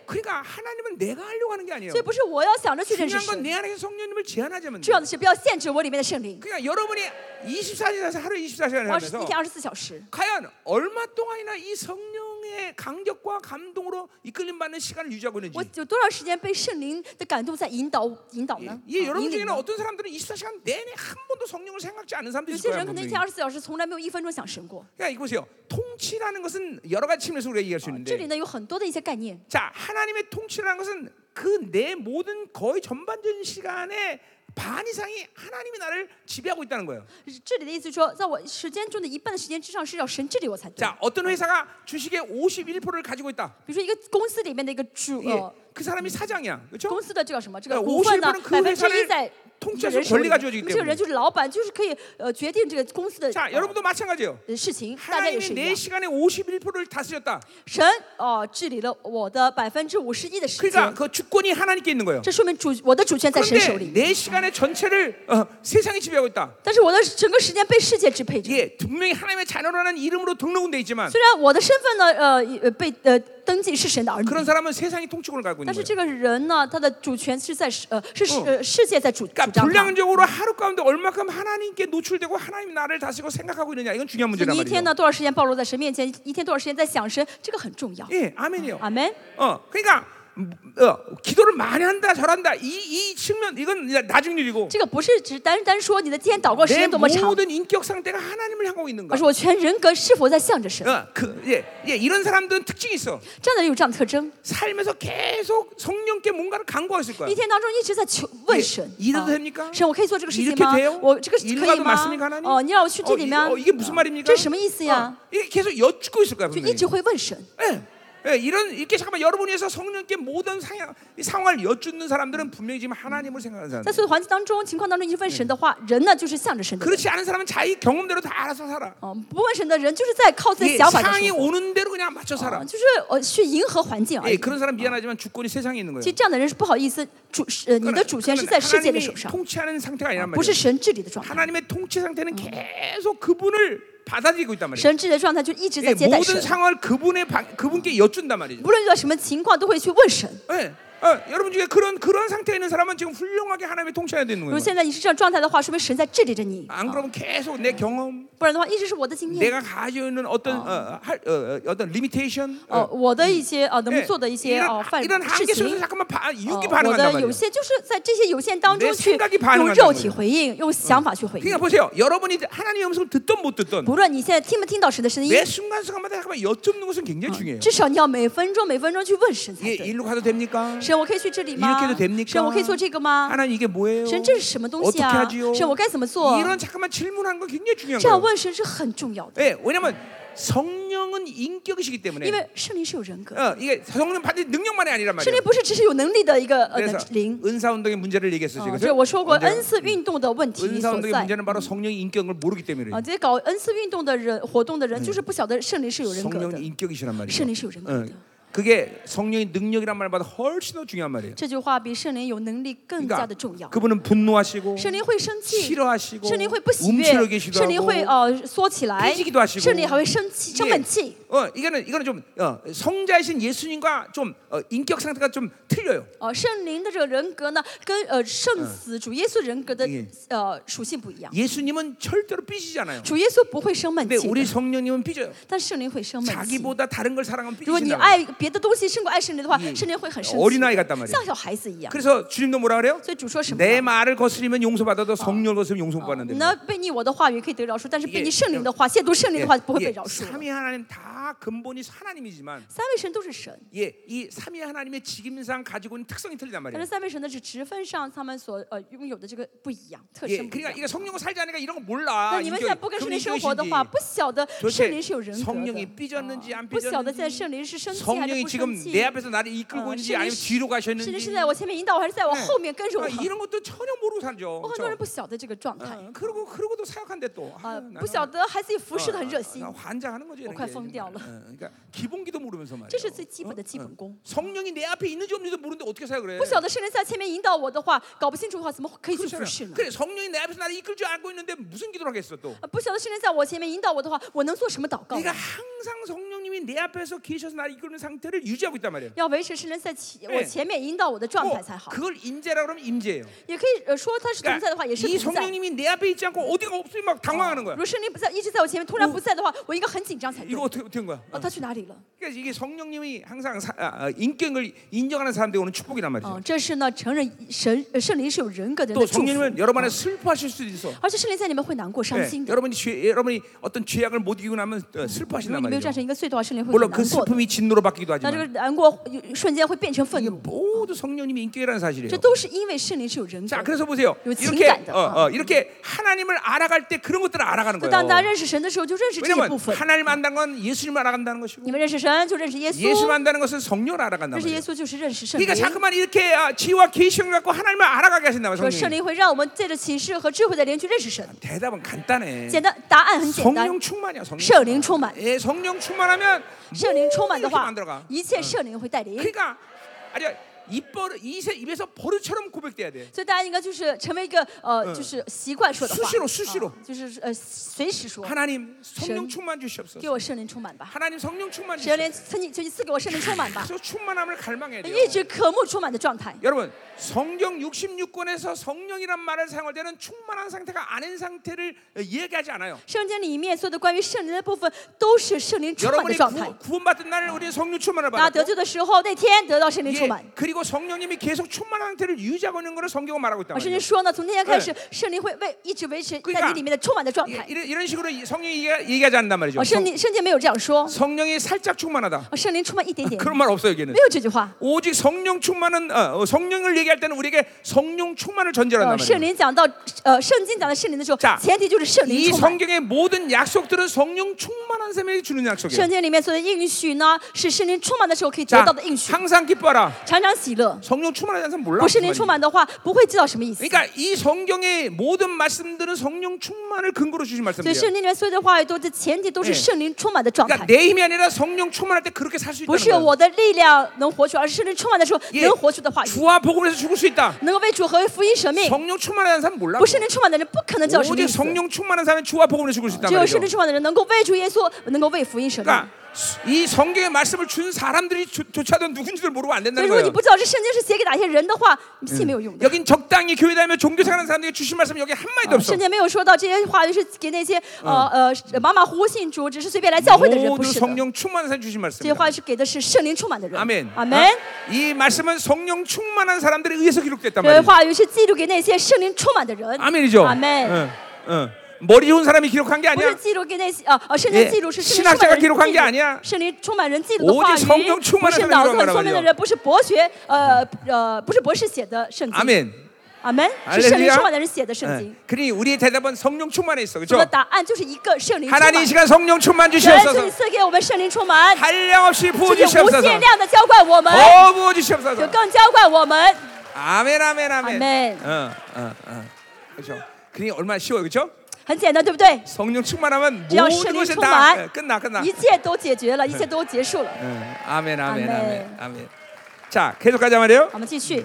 Speaker 1: 그러니까 하나님은 내가 하려고 하는 게 아니에요.
Speaker 2: 所以不是我要想着去认识
Speaker 1: 중요한 건
Speaker 2: 神，
Speaker 1: 내 안에서 성령님을 제한하자면
Speaker 2: 重
Speaker 1: 돼요.
Speaker 2: 要的是不要限制我里面的圣灵。
Speaker 1: 그러니까 여러분이 24시간에서 하루 24시간을
Speaker 2: 二十一
Speaker 1: 하면서
Speaker 2: 天二十四小时，
Speaker 1: 과연 얼마 동안이나 이 성령의 강력과 감동으로 이끌림 받는 시간을 유지하고
Speaker 2: 我
Speaker 1: 있는지
Speaker 2: 有多少时间被圣灵的感动在引导引导
Speaker 1: 예,
Speaker 2: 呢？
Speaker 1: 이
Speaker 2: 啊
Speaker 1: 여러분
Speaker 2: 引领
Speaker 1: 중에는
Speaker 2: 呢
Speaker 1: 어떤 사람들은 24시간 내내 한 번도 성령을 생각지 않은 사람도
Speaker 2: 有
Speaker 1: 있을
Speaker 2: 些
Speaker 1: 거예요.
Speaker 2: 人可能一
Speaker 1: 분명히.
Speaker 2: 天二十四小时从来没有一分钟想神过。
Speaker 1: 그러니까 이거 보세요. 통치라는 것은 여러 가지 측면에서 우리가 이해할 수
Speaker 2: 啊这里
Speaker 1: 있는데
Speaker 2: 呢有很多的一些概念，
Speaker 1: 자, 하나님의 통치라는 것은 그 내 모든 거의 전반적인 시간에 반 이상이 하나님이 나를 지배하고 있다는 거예요.
Speaker 2: 这里的意思说，在我时间中的一半的时间之上是要神治理我才对。
Speaker 1: 자, 어떤 회사가 주식의 51%를 가지고 있다.
Speaker 2: 比如说一个公司里面的一个主
Speaker 1: 예,
Speaker 2: 呃
Speaker 1: 그 사람이 사장이야. 그렇죠?
Speaker 2: 公司的这叫什么？这个
Speaker 1: 呃
Speaker 2: 股份呢
Speaker 1: 50%그，
Speaker 2: 百分之
Speaker 1: 회사를
Speaker 2: 一在
Speaker 1: 통치할
Speaker 2: 这个人
Speaker 1: 수
Speaker 2: 手
Speaker 1: 권리
Speaker 2: 里
Speaker 1: 가 져주기
Speaker 2: 面，那么这个
Speaker 1: 때문에
Speaker 2: 人就是老板，就是可以呃决定这个公司的
Speaker 1: 자,
Speaker 2: 呃
Speaker 1: 여러분도 마찬가지예요.
Speaker 2: 呃事情，大家也
Speaker 1: 하나님이
Speaker 2: 是一
Speaker 1: 내
Speaker 2: 样。
Speaker 1: 시간의 51%를 다스렸다.
Speaker 2: 神哦治理了我的百分之五十一的时
Speaker 1: 그러니까
Speaker 2: 间，
Speaker 1: 그 주권이 하나님께 있는 거예요.
Speaker 2: 这说明主我的主权在神手
Speaker 1: 그런데
Speaker 2: 里。
Speaker 1: 내 시간의 전체를 어, 세상이 지배하고 있다.
Speaker 2: 但是我的整个时间被世界支配着。
Speaker 1: 예, 분명히 하나님의 자녀라는 이름으로 등록은 돼 있지만
Speaker 2: 虽然我的身份呢，呃呃，被呃登记是神的儿女，
Speaker 1: 그런 사람은 세상이 통치권을 갖고
Speaker 2: 但
Speaker 1: 있는
Speaker 2: 是
Speaker 1: 거예요.
Speaker 2: 这个人呢，他的主权是在世呃是世
Speaker 1: 嗯
Speaker 2: 呃世界在主主
Speaker 1: 그러니까
Speaker 2: 张他。
Speaker 1: 불량적으로 하루 가운데 얼마큼 하나님께 노출되고 하나님 나를 다스리고 생각하고 있느냐 이건 중요한
Speaker 2: 所以
Speaker 1: 문제란
Speaker 2: 你一天
Speaker 1: 말이에요.
Speaker 2: 呢多少时间暴露在神面前，一天多少时间在想神，这个很重要。
Speaker 1: 예, 아멘이요.
Speaker 2: 阿门。
Speaker 1: 어, 그러니까 음, 어, 기도를 많이 한다, 잘한다 이, 이 측면 이건 이제 나중 일이고
Speaker 2: 这个不是只单单说你的今天祷告时
Speaker 1: 내
Speaker 2: 间多么长，
Speaker 1: 모든 인격 상태가 하나님을 향하고 있는가.
Speaker 2: 而是我全人格是否在向着神。
Speaker 1: 어, 그, 예, 예, 이런 사람들은 특징이 있어.
Speaker 2: 这样的人有这样的特征，
Speaker 1: 살면서 계속 성령께 뭔가를 간구하고 있을 거야. 어,
Speaker 2: 一天当中一直在求问神
Speaker 1: 이래도
Speaker 2: 啊
Speaker 1: 됩니까
Speaker 2: 神，我可以做这个事情
Speaker 1: 이렇게
Speaker 2: 吗
Speaker 1: 돼요？
Speaker 2: 我这个
Speaker 1: 일로
Speaker 2: 可以
Speaker 1: 가도맞습니까하나
Speaker 2: 吗？
Speaker 1: 님
Speaker 2: 哦，你让我去
Speaker 1: 어,
Speaker 2: 这里
Speaker 1: 이,
Speaker 2: 吗？嗯
Speaker 1: 어, 이게 무슨 말입니까?
Speaker 2: 这什么意思呀？
Speaker 1: 어, 이게 계속 여쭙고 있을 거야.
Speaker 2: 就
Speaker 1: 분명히.
Speaker 2: 一直会问神。
Speaker 1: 예, 예, 이런 이렇게 잠깐만 여러분 위해서 성령께 모든 상황, 이 상황을 여쭙는 사람들은 분명히 지금 하나님을 생각하는
Speaker 2: 在
Speaker 1: 사람.
Speaker 2: 所有的环境当中、情况当中，一问神的话，人呢就是向着神的人。
Speaker 1: 그렇지 않은 사람은 자기 경험대로 다 알아서 살아.
Speaker 2: 嗯，不问神的人就是在靠自己
Speaker 1: 예,
Speaker 2: 想法在
Speaker 1: 상황이
Speaker 2: 生活，
Speaker 1: 오는 대로 그냥 맞춰 살아.
Speaker 2: 嗯就是呃去迎合环境而
Speaker 1: 예,
Speaker 2: 已。
Speaker 1: 그런 사람 미안하지만 주권이 세상에 있는
Speaker 2: 其实
Speaker 1: 거예요. 그러니까
Speaker 2: 这样的人是不好意思，主呃你的主权是在世界的
Speaker 1: 하나님이
Speaker 2: 手上，
Speaker 1: 통치하는 상태가 아니란
Speaker 2: 不是
Speaker 1: 말이에요.
Speaker 2: 神治理的状态。
Speaker 1: 하나님의 통치 상태는 계속 그분을 받아들이고 있단 말이에요.
Speaker 2: 神治理的状态就一直
Speaker 1: 예,
Speaker 2: 在接待
Speaker 1: 모든
Speaker 2: 神，
Speaker 1: 상황을 그분의 바, 그분께 여쭌단 말이죠.
Speaker 2: 无论遇到什么情况都会去问神。
Speaker 1: 예, 어, 여러분 중에 그런 그런 상태에 있는 사람은 지금 훌륭하게 하나님의 통치해야 되는
Speaker 2: 如果
Speaker 1: 거예요.
Speaker 2: 现在你是这样状态的话，说明神在治理着你，啊
Speaker 1: 안 그러면 계속 내 경험,
Speaker 2: 不然的话一直是我的经验，
Speaker 1: 내가 가지고 있는 어떤 어, 할- 어, 어, 어떤 리미테이션,
Speaker 2: 哦，我的一些呃
Speaker 1: 예,
Speaker 2: 能做的一些
Speaker 1: 이런
Speaker 2: 呃犯
Speaker 1: 이런
Speaker 2: 事
Speaker 1: 한계
Speaker 2: 情
Speaker 1: 속에서 。 잠깐만 바, 육이
Speaker 2: 呃我
Speaker 1: 반응한단
Speaker 2: 的
Speaker 1: 어, 말이에요.
Speaker 2: 有限就是在这些有限当中
Speaker 1: 내생
Speaker 2: 去
Speaker 1: 각이반응한다는
Speaker 2: 用肉
Speaker 1: 거예요
Speaker 2: 体回应，用想法去回应
Speaker 1: 그러니까 。 보세요, 여러분이 하나님의 음성을 듣던 못 듣던
Speaker 2: 不论你现在听没听到神的声音
Speaker 1: 매 ， 어, 순간 순간마다 잠깐만 여쭙는 것은 굉장히 중요해요.
Speaker 2: 至少你要每分钟每分钟去问神才
Speaker 1: 예,
Speaker 2: 对。
Speaker 1: 일로 가도 됩니까?
Speaker 2: 神，神，我可以去这里吗
Speaker 1: 이렇게 해도 ？ 됩니까?
Speaker 2: 神，我可以做这个吗？
Speaker 1: 하나님 이게 뭐예요?
Speaker 2: 神，这是什么东西
Speaker 1: 어떻게
Speaker 2: 啊？
Speaker 1: 하지요?
Speaker 2: 神，我该怎么做？
Speaker 1: 이런 잠깐만 질문하는 건 굉장히 중요한
Speaker 2: 这样
Speaker 1: 거예요.
Speaker 2: 问神是很重要的，
Speaker 1: 예, 왜냐면 성령은 인격이시기
Speaker 2: 因
Speaker 1: 때문에
Speaker 2: 为圣灵是有人格的，
Speaker 1: 어, 이게 성령 반드시 능력만이 아니란
Speaker 2: 圣灵
Speaker 1: 말이에요.
Speaker 2: 不是只是有能力的一个呃
Speaker 1: 그래서
Speaker 2: 灵。
Speaker 1: 은사 운동의 문제를 어, 네, 얘기했어요.
Speaker 2: 啊，
Speaker 1: 지금.
Speaker 2: 这我说过
Speaker 1: 언제요?
Speaker 2: N 次运动的问题
Speaker 1: 은사
Speaker 2: 所
Speaker 1: 운동의
Speaker 2: 在。
Speaker 1: 문제는 바로 성령의 인격을 모르기 때문에
Speaker 2: 啊，
Speaker 1: 그래요.
Speaker 2: 这些搞 N 次运动的人活动的人，就是不晓得圣灵是有人格
Speaker 1: 성령이
Speaker 2: 的。
Speaker 1: 인격이시란 말이에요. 어,
Speaker 2: 신이 쉬우신 거죠.
Speaker 1: 그게 성령의 능력이란 말보다 훨씬 더 중요한 말이에요.
Speaker 2: 这句话比圣灵有能力更
Speaker 1: 그러니까
Speaker 2: 加的重要。
Speaker 1: 그분은 분노하시고
Speaker 2: 圣灵会生气，
Speaker 1: 싫어하시고
Speaker 2: 圣灵会不喜
Speaker 1: 움츠러
Speaker 2: 悦，
Speaker 1: 계시도
Speaker 2: 圣灵会
Speaker 1: 하고
Speaker 2: 呃缩起来，
Speaker 1: 삐지기도하시고
Speaker 2: 圣灵还会生气、
Speaker 1: 이게-
Speaker 2: 生闷气。
Speaker 1: 어, 이거는 이거는 좀 어, 성자이신 예수님과 좀 어, 인격 상태가 좀 틀려요.
Speaker 2: 呃，圣灵的这个人格呢，跟呃圣死主耶稣人格的
Speaker 1: 예
Speaker 2: 呃属性不一样。
Speaker 1: 예수님은 절대로 삐지잖아요.
Speaker 2: 主耶稣不会生闷
Speaker 1: 근데
Speaker 2: 气
Speaker 1: 우리
Speaker 2: 的，
Speaker 1: 성령님은 삐져요.
Speaker 2: 但圣灵会生闷气。
Speaker 1: 자기보다 다른 걸 사랑하면
Speaker 2: 如果你
Speaker 1: 삐진다.
Speaker 2: 爱别的东西胜过爱圣灵的话，圣灵会很生气
Speaker 1: 어린아이 ， 같단 말이에요.
Speaker 2: 像小孩子一样。
Speaker 1: 그래서 주님도 뭐라 그래요?
Speaker 2: 所以主说什么呢？
Speaker 1: 내 말을 거스리면 용서받아도 성령을 거스리면 용서 못
Speaker 2: 哦
Speaker 1: 받는데.
Speaker 2: 那被你我的话语可以得饶恕，但是被
Speaker 1: 예
Speaker 2: 你圣灵的话亵渎圣灵的话不会被饶恕了。
Speaker 1: 삼위 하나님 다 근본이 하나님이지만
Speaker 2: 三位神都是神，
Speaker 1: 예, 이 삼위 하나님의 직임상 가지고 있는 특성이 틀리단
Speaker 2: 但
Speaker 1: 말이에요.
Speaker 2: 是三位神的是职分上他们所呃拥有的这个不一样，特
Speaker 1: 예,
Speaker 2: 征啊不一啊
Speaker 1: 그러니까
Speaker 2: 样。
Speaker 1: 이게 성령으로 살지 않으니까 이런 거 몰라.
Speaker 2: 那你们现在
Speaker 1: 인격이-
Speaker 2: 不跟圣
Speaker 1: 그분이
Speaker 2: 灵生活的话，
Speaker 1: 인격이신지.
Speaker 2: 不晓得圣灵是有人格
Speaker 1: 도대체성령이삐졌는지
Speaker 2: 的，
Speaker 1: 안
Speaker 2: 啊不晓得
Speaker 1: 삐졌는지
Speaker 2: 在圣灵是生气还是
Speaker 1: 성령이
Speaker 2: 不
Speaker 1: 지금
Speaker 2: 生
Speaker 1: 내
Speaker 2: 气，
Speaker 1: 앞에서 나를 이끌고
Speaker 2: 어,
Speaker 1: 있는지 아니면
Speaker 2: 신이-
Speaker 1: 뒤로
Speaker 2: 甚
Speaker 1: 가셨는지.
Speaker 2: 至是在我前面引导我，还是在我
Speaker 1: 네.
Speaker 2: 后面跟着我
Speaker 1: 아, 。 이런 것도 전혀 모르고 살죠.
Speaker 2: 我很多人不晓得这个状态，
Speaker 1: 어, 그러고 그러고도 사역한데 또.
Speaker 2: 啊
Speaker 1: 어, 아유, ， 나는-
Speaker 2: 不晓得还自己服侍的很热心
Speaker 1: 어, ， 환장하는 거죠. 이런
Speaker 2: 어, 거의
Speaker 1: 게.
Speaker 2: 疯掉了.
Speaker 1: 어, 그러니까 기본기도 모르면서 말이야.
Speaker 2: 这是最基本的基本功。
Speaker 1: 성령이 내 앞에 있는지 없는지도 모르는데 어떻게 사요 그래?
Speaker 2: 不晓得圣灵在前面引导我的话，搞不清楚的话，怎么可以去服侍
Speaker 1: 그렇잖아.
Speaker 2: 呢？
Speaker 1: 그래 성령이 내 앞에서 나를 이끌 줄 알고 있는데 무슨 기도를 하겠어 또?
Speaker 2: 啊啊不晓得圣灵在我前面引导我的话，我能做什么祷告
Speaker 1: 내가 ？ 항상 성령님이 내 앞에서 계셔서 나를 이끄는 상태를 유지하고 있단 말이에요.
Speaker 2: 要维持圣灵在前
Speaker 1: 哎
Speaker 2: 我前面引导我的状态才好。
Speaker 1: 그걸 임재라 그러면 임재예요.
Speaker 2: 也可以呃说他是同在的
Speaker 1: 그러니까
Speaker 2: 话，也是
Speaker 1: 이
Speaker 2: 同在。
Speaker 1: 성령님이 내 앞에 있지 않고 어디가 그러니까. 없으면 막 당황하는
Speaker 2: 如
Speaker 1: 거야.
Speaker 2: 果圣灵不在，一直在我前面，突然不在的话，我应该很紧张才对
Speaker 1: 이거 。 어떻게 어떻게 된 거야? 어.
Speaker 2: 哦，他去哪里了？
Speaker 1: 그러니까 이게 성령님이 항상 사- 아, 아, 인격을 인정하는 사람들 오는 축복이란
Speaker 2: 嗯
Speaker 1: 말이죠. ，
Speaker 2: 这是呢，承认神呃圣灵是有人格的人
Speaker 1: 또
Speaker 2: 的祝
Speaker 1: 성령님은
Speaker 2: 福，
Speaker 1: 여러분의 슬퍼하실 수도 있어.
Speaker 2: 而且圣灵在你们会难过、伤
Speaker 1: 예,
Speaker 2: 心的。
Speaker 1: 여러분이 죄, 여러분이 어떤 죄악을 못 이기고 나면 어,
Speaker 2: 如果
Speaker 1: 슬퍼하신단
Speaker 2: 你没有战
Speaker 1: 말이죠.
Speaker 2: 胜一个罪的话，圣灵会很
Speaker 1: 물론 그
Speaker 2: 难过的。
Speaker 1: 슬픔이 진노로 바뀌기도
Speaker 2: 那这个
Speaker 1: 하지만
Speaker 2: 难过呃瞬间会变成愤
Speaker 1: 이게
Speaker 2: 怒，
Speaker 1: 모두 성령님이 인격이라는 사실이에요.
Speaker 2: 这都是因为圣灵是有人格
Speaker 1: 자
Speaker 2: 的。
Speaker 1: 그래서 보세요.
Speaker 2: 요
Speaker 1: 이렇게
Speaker 2: 징간다.
Speaker 1: 어, 어, 이렇게 하나님을 알아갈 때 그런 것들을 알아가는
Speaker 2: 就当大家
Speaker 1: 거예요.
Speaker 2: 认识神的时候，就认识这一
Speaker 1: 왜냐면
Speaker 2: 部分。
Speaker 1: 하나님 안다는 건 예수님을 알아간다는 것이고
Speaker 2: 你们认识神，就认识耶稣
Speaker 1: 예수 ； 안다는 것은 성령을 알아간다는
Speaker 2: 认识耶
Speaker 1: 거예요.
Speaker 2: 稣就是认识圣
Speaker 1: 그러니까
Speaker 2: 灵。
Speaker 1: 자꾸만 이렇게 아, 지혜와 계시를 갖고 하나님을 알아가게 하신다면
Speaker 2: 说圣
Speaker 1: 성령.
Speaker 2: 灵会让我们借着启示和智慧的灵去认识神。
Speaker 1: 대답은 간단해.
Speaker 2: 简单，答案很简单。
Speaker 1: 성령 충만이야. 성령.
Speaker 2: 圣灵充满，
Speaker 1: 예, 성령 충만하면
Speaker 2: 圣灵充满
Speaker 1: 모든
Speaker 2: 的
Speaker 1: 이렇게
Speaker 2: 话嗯
Speaker 1: 만들어가. ，
Speaker 2: 一切圣灵会带领。
Speaker 1: 그러니까 아니 입버릇 이세 입에서 버릇처럼 고백돼야 돼.
Speaker 2: 所以大家应该就是成为一个呃，就是习惯说的话，
Speaker 1: 수시로수시로
Speaker 2: 啊就是呃随时说，
Speaker 1: 하나님 성령
Speaker 2: 신-
Speaker 1: 충만 주시옵소서.
Speaker 2: 给我圣灵充满吧，
Speaker 1: 하나님 성령 충만
Speaker 2: 神
Speaker 1: 주시옵소서.
Speaker 2: 啊灵赐你，求你赐给我圣灵充满吧，
Speaker 1: 그래서 충만함을 갈망해야 돼요.
Speaker 2: 一直渴慕充满的状态。
Speaker 1: 여러분 성경 66권에서 성령이란 말을 사용할 때는 충만한 상태가 아닌 상태를 얘기하지 않아요.
Speaker 2: 圣经里面所有的关于圣灵的部分，都是圣灵充满的
Speaker 1: 여러분이
Speaker 2: 状态。
Speaker 1: 구, 구원받은 날 우리 성령 충만을
Speaker 2: 大家得
Speaker 1: 받았고
Speaker 2: 救的时候，那天得到圣灵充
Speaker 1: 예,
Speaker 2: 满。
Speaker 1: 그리고 성령님이 계속 충만한 상태를 유지하고 있는 것을 아, 성경은 말하고 있다
Speaker 2: 而甚
Speaker 1: 말이에요.
Speaker 2: 至说呢，从那天开始，圣灵会为一直维持在你里面的充满的状
Speaker 1: 예,
Speaker 2: 态。
Speaker 1: 이런, 이런 식으로 이 성령이 얘기- 얘기하지 않는단 말이죠.
Speaker 2: 啊，圣
Speaker 1: 성,
Speaker 2: 灵圣经没有这样说，
Speaker 1: 성령이 살짝 충만하다.
Speaker 2: 啊，圣灵充满一点点，
Speaker 1: 그런 말 없어요 여기는.
Speaker 2: 没有这句话。
Speaker 1: 오직 성령 충만은 어, 어, 성령을 얘기할 때는 우리에게 성령 충만을 전제로
Speaker 2: 呃，
Speaker 1: 한단
Speaker 2: 圣
Speaker 1: 말이에요.
Speaker 2: 灵讲到呃，圣经讲到圣灵的时候
Speaker 1: 자 ，
Speaker 2: 前提就是圣灵
Speaker 1: 이
Speaker 2: 充满。
Speaker 1: 성경의 모든 약속들은 성령 충만한 셈에게 주는 약속이에요.
Speaker 2: 圣经里面所有的应许呢，是圣灵充满的时候可以得
Speaker 1: 자,
Speaker 2: 到的应许。
Speaker 1: 항상 기뻐라.
Speaker 2: 常常喜乐，
Speaker 1: 성령 충만하지 않으면 몰라.
Speaker 2: 不圣灵
Speaker 1: 무슨
Speaker 2: 充
Speaker 1: 말인지.
Speaker 2: 满的话，不会知道什么意思。
Speaker 1: 그러니까 이 성경의 모든 말씀들은 성령 충만을 근거로 주신
Speaker 2: 所以
Speaker 1: 말씀이에요.
Speaker 2: 圣经里面所有的话语都的前提都是
Speaker 1: 예
Speaker 2: 圣灵充满的状
Speaker 1: 그러니까
Speaker 2: 态，
Speaker 1: 내 힘이 아니라 성령 충만할 때 그렇게 살 수
Speaker 2: 不
Speaker 1: 있다는
Speaker 2: 是
Speaker 1: 거예요.
Speaker 2: 我的力量能活出，而是圣灵充满的时候
Speaker 1: 예
Speaker 2: 能活出的话语，
Speaker 1: 주와 복음에서 죽을 수 있다.
Speaker 2: 能够为主和福音舍命。
Speaker 1: 성령 충만한 사람 몰라.
Speaker 2: 不圣灵充满的人不可能叫什么意
Speaker 1: 오직
Speaker 2: 思。
Speaker 1: 성령 충만한 사람은 주와 복음에서 죽을 수 있단
Speaker 2: 只有
Speaker 1: 말이죠.
Speaker 2: 圣灵充满的人能够为主耶稣，能够为福音舍命。
Speaker 1: 그러니까 이 성경의 말씀을 준 사람들이 조- 조차도 누군지를 모르고 안
Speaker 2: 所以
Speaker 1: 된다는
Speaker 2: 如果你
Speaker 1: 거예요.
Speaker 2: 不知道这圣经是写给哪些人的话，你信没有用的。
Speaker 1: 여긴 적당히 교회 다니며 종교생활하는 사람들에게 아, 주신 말씀 여기 한 마디도
Speaker 2: 啊
Speaker 1: 없어.
Speaker 2: 圣经没有说到这些话语是给那些呃呃马马虎虎信主，只是随便来教会的人，不
Speaker 1: 모두
Speaker 2: 是的。
Speaker 1: 성령 충만한 사람 주신
Speaker 2: 这些
Speaker 1: 말씀입니다.
Speaker 2: 话是给的是圣灵充满的人。
Speaker 1: 아멘.
Speaker 2: 阿
Speaker 1: 어?
Speaker 2: 门。
Speaker 1: 이 말씀은 성령 충만한 사람들에 의해서 기록됐단
Speaker 2: 这
Speaker 1: 말이에요.
Speaker 2: 话语是记录给那些圣灵充满的人。
Speaker 1: 아멘이죠.
Speaker 2: 아멘.
Speaker 1: 응, 응. 머리 좋은 사람이 기록한 게
Speaker 2: 不是
Speaker 1: 아니야.
Speaker 2: 记录给那些啊啊，圣
Speaker 1: 예
Speaker 2: 灵记录是圣灵充满
Speaker 1: 신학자가
Speaker 2: 人
Speaker 1: 기록한게
Speaker 2: 记录
Speaker 1: 아니야
Speaker 2: 圣灵充满人记录的
Speaker 1: 오직
Speaker 2: 话
Speaker 1: 성령
Speaker 2: 语，
Speaker 1: 충만한
Speaker 2: 不
Speaker 1: 사
Speaker 2: 是
Speaker 1: 람이
Speaker 2: 脑子
Speaker 1: 기록한거란
Speaker 2: 很聪明
Speaker 1: 말이죠
Speaker 2: 的人，不是博学，呃呃，不是博士写的圣经。
Speaker 1: 아멘.
Speaker 2: 阿门，是圣灵充满的人写的圣经
Speaker 1: 예. 。 그러니 우리의 대답은 성령 충만에 있어.
Speaker 2: 我的
Speaker 1: 그렇죠?
Speaker 2: 答案就是一个圣灵充满。
Speaker 1: 하나님 이 시간 성령 충만
Speaker 2: 神，求
Speaker 1: 주시옵소서.
Speaker 2: 你赐给我们圣灵充满，
Speaker 1: 한량 없이
Speaker 2: 求
Speaker 1: 부어
Speaker 2: 你无
Speaker 1: 주시옵소서.
Speaker 2: 限量的浇灌我们，
Speaker 1: 더 부어
Speaker 2: 就
Speaker 1: 주시옵소서.
Speaker 2: 更浇灌我们。
Speaker 1: 아멘 아멘 아멘.
Speaker 2: 아멘.
Speaker 1: 어, 어, 어. 그렇죠. 그러니 얼마나 쉬워요. 그렇죠?
Speaker 2: 很简单，对不对？
Speaker 1: 성령 충만하면
Speaker 2: 只要
Speaker 1: 모든
Speaker 2: 圣灵
Speaker 1: 것이
Speaker 2: 充
Speaker 1: 다
Speaker 2: 满
Speaker 1: 예, 끝나 끝나. ，
Speaker 2: 一切都解决了，一切都结束了。
Speaker 1: 예. 아멘 아멘
Speaker 2: 아멘.
Speaker 1: 아멘 아멘. 자, 계속 가자 말이에요.
Speaker 2: 我们继续，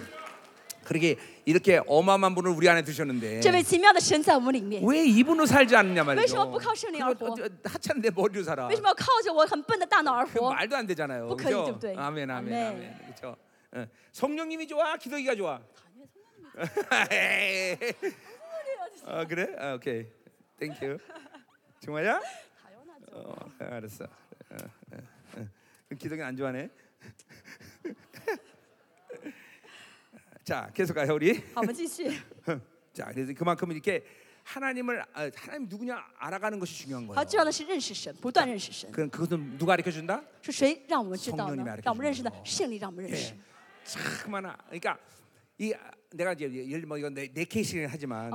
Speaker 1: 그렇게 이렇게 어마어마한 분을 우리 안에 두셨는데
Speaker 2: 这位奇妙的神在我们里面，
Speaker 1: 왜 이분으로 살지 않느냐 말이죠.
Speaker 2: 为什么不靠圣灵而
Speaker 1: 그리고
Speaker 2: 活？
Speaker 1: 어째- 하찮은데 머리로 살아.
Speaker 2: 为什么要靠着我很笨的大脑而
Speaker 1: 그
Speaker 2: 活？
Speaker 1: 말도 안 되잖아요.
Speaker 2: 不可以，
Speaker 1: 그죠?
Speaker 2: 对不对？
Speaker 1: 아멘, 아멘,
Speaker 2: 아멘.
Speaker 1: 아멘. 그렇죠. 어, 성령님이 좋아, 기도기가 좋아. 아 그래? 아, 오케이. 땡큐. 정말야? 어, 알았어. 어, 어, 어. 기도기 안 좋아하네. 자, 계속 가요 우리.
Speaker 2: 好，我们继续。
Speaker 1: 자, 그래서 그만큼 이렇게 하나님을 아, 하나님 누구냐 알아가는 것이 중요한
Speaker 2: 好，
Speaker 1: 거예요.
Speaker 2: 重要的是认识神，不断认识神。
Speaker 1: 그럼 그것은 누가 가르쳐 준다?
Speaker 2: 是谁让我们知道
Speaker 1: 성령님이
Speaker 2: 呢
Speaker 1: 알려주시는？
Speaker 2: 让我们认识的
Speaker 1: 거예요
Speaker 2: 圣灵，让我们认识
Speaker 1: 예. 。참 많아. 그러니까 이 아, 내가 이제 예를 뭐 이건 내, 내 케이스긴 하지만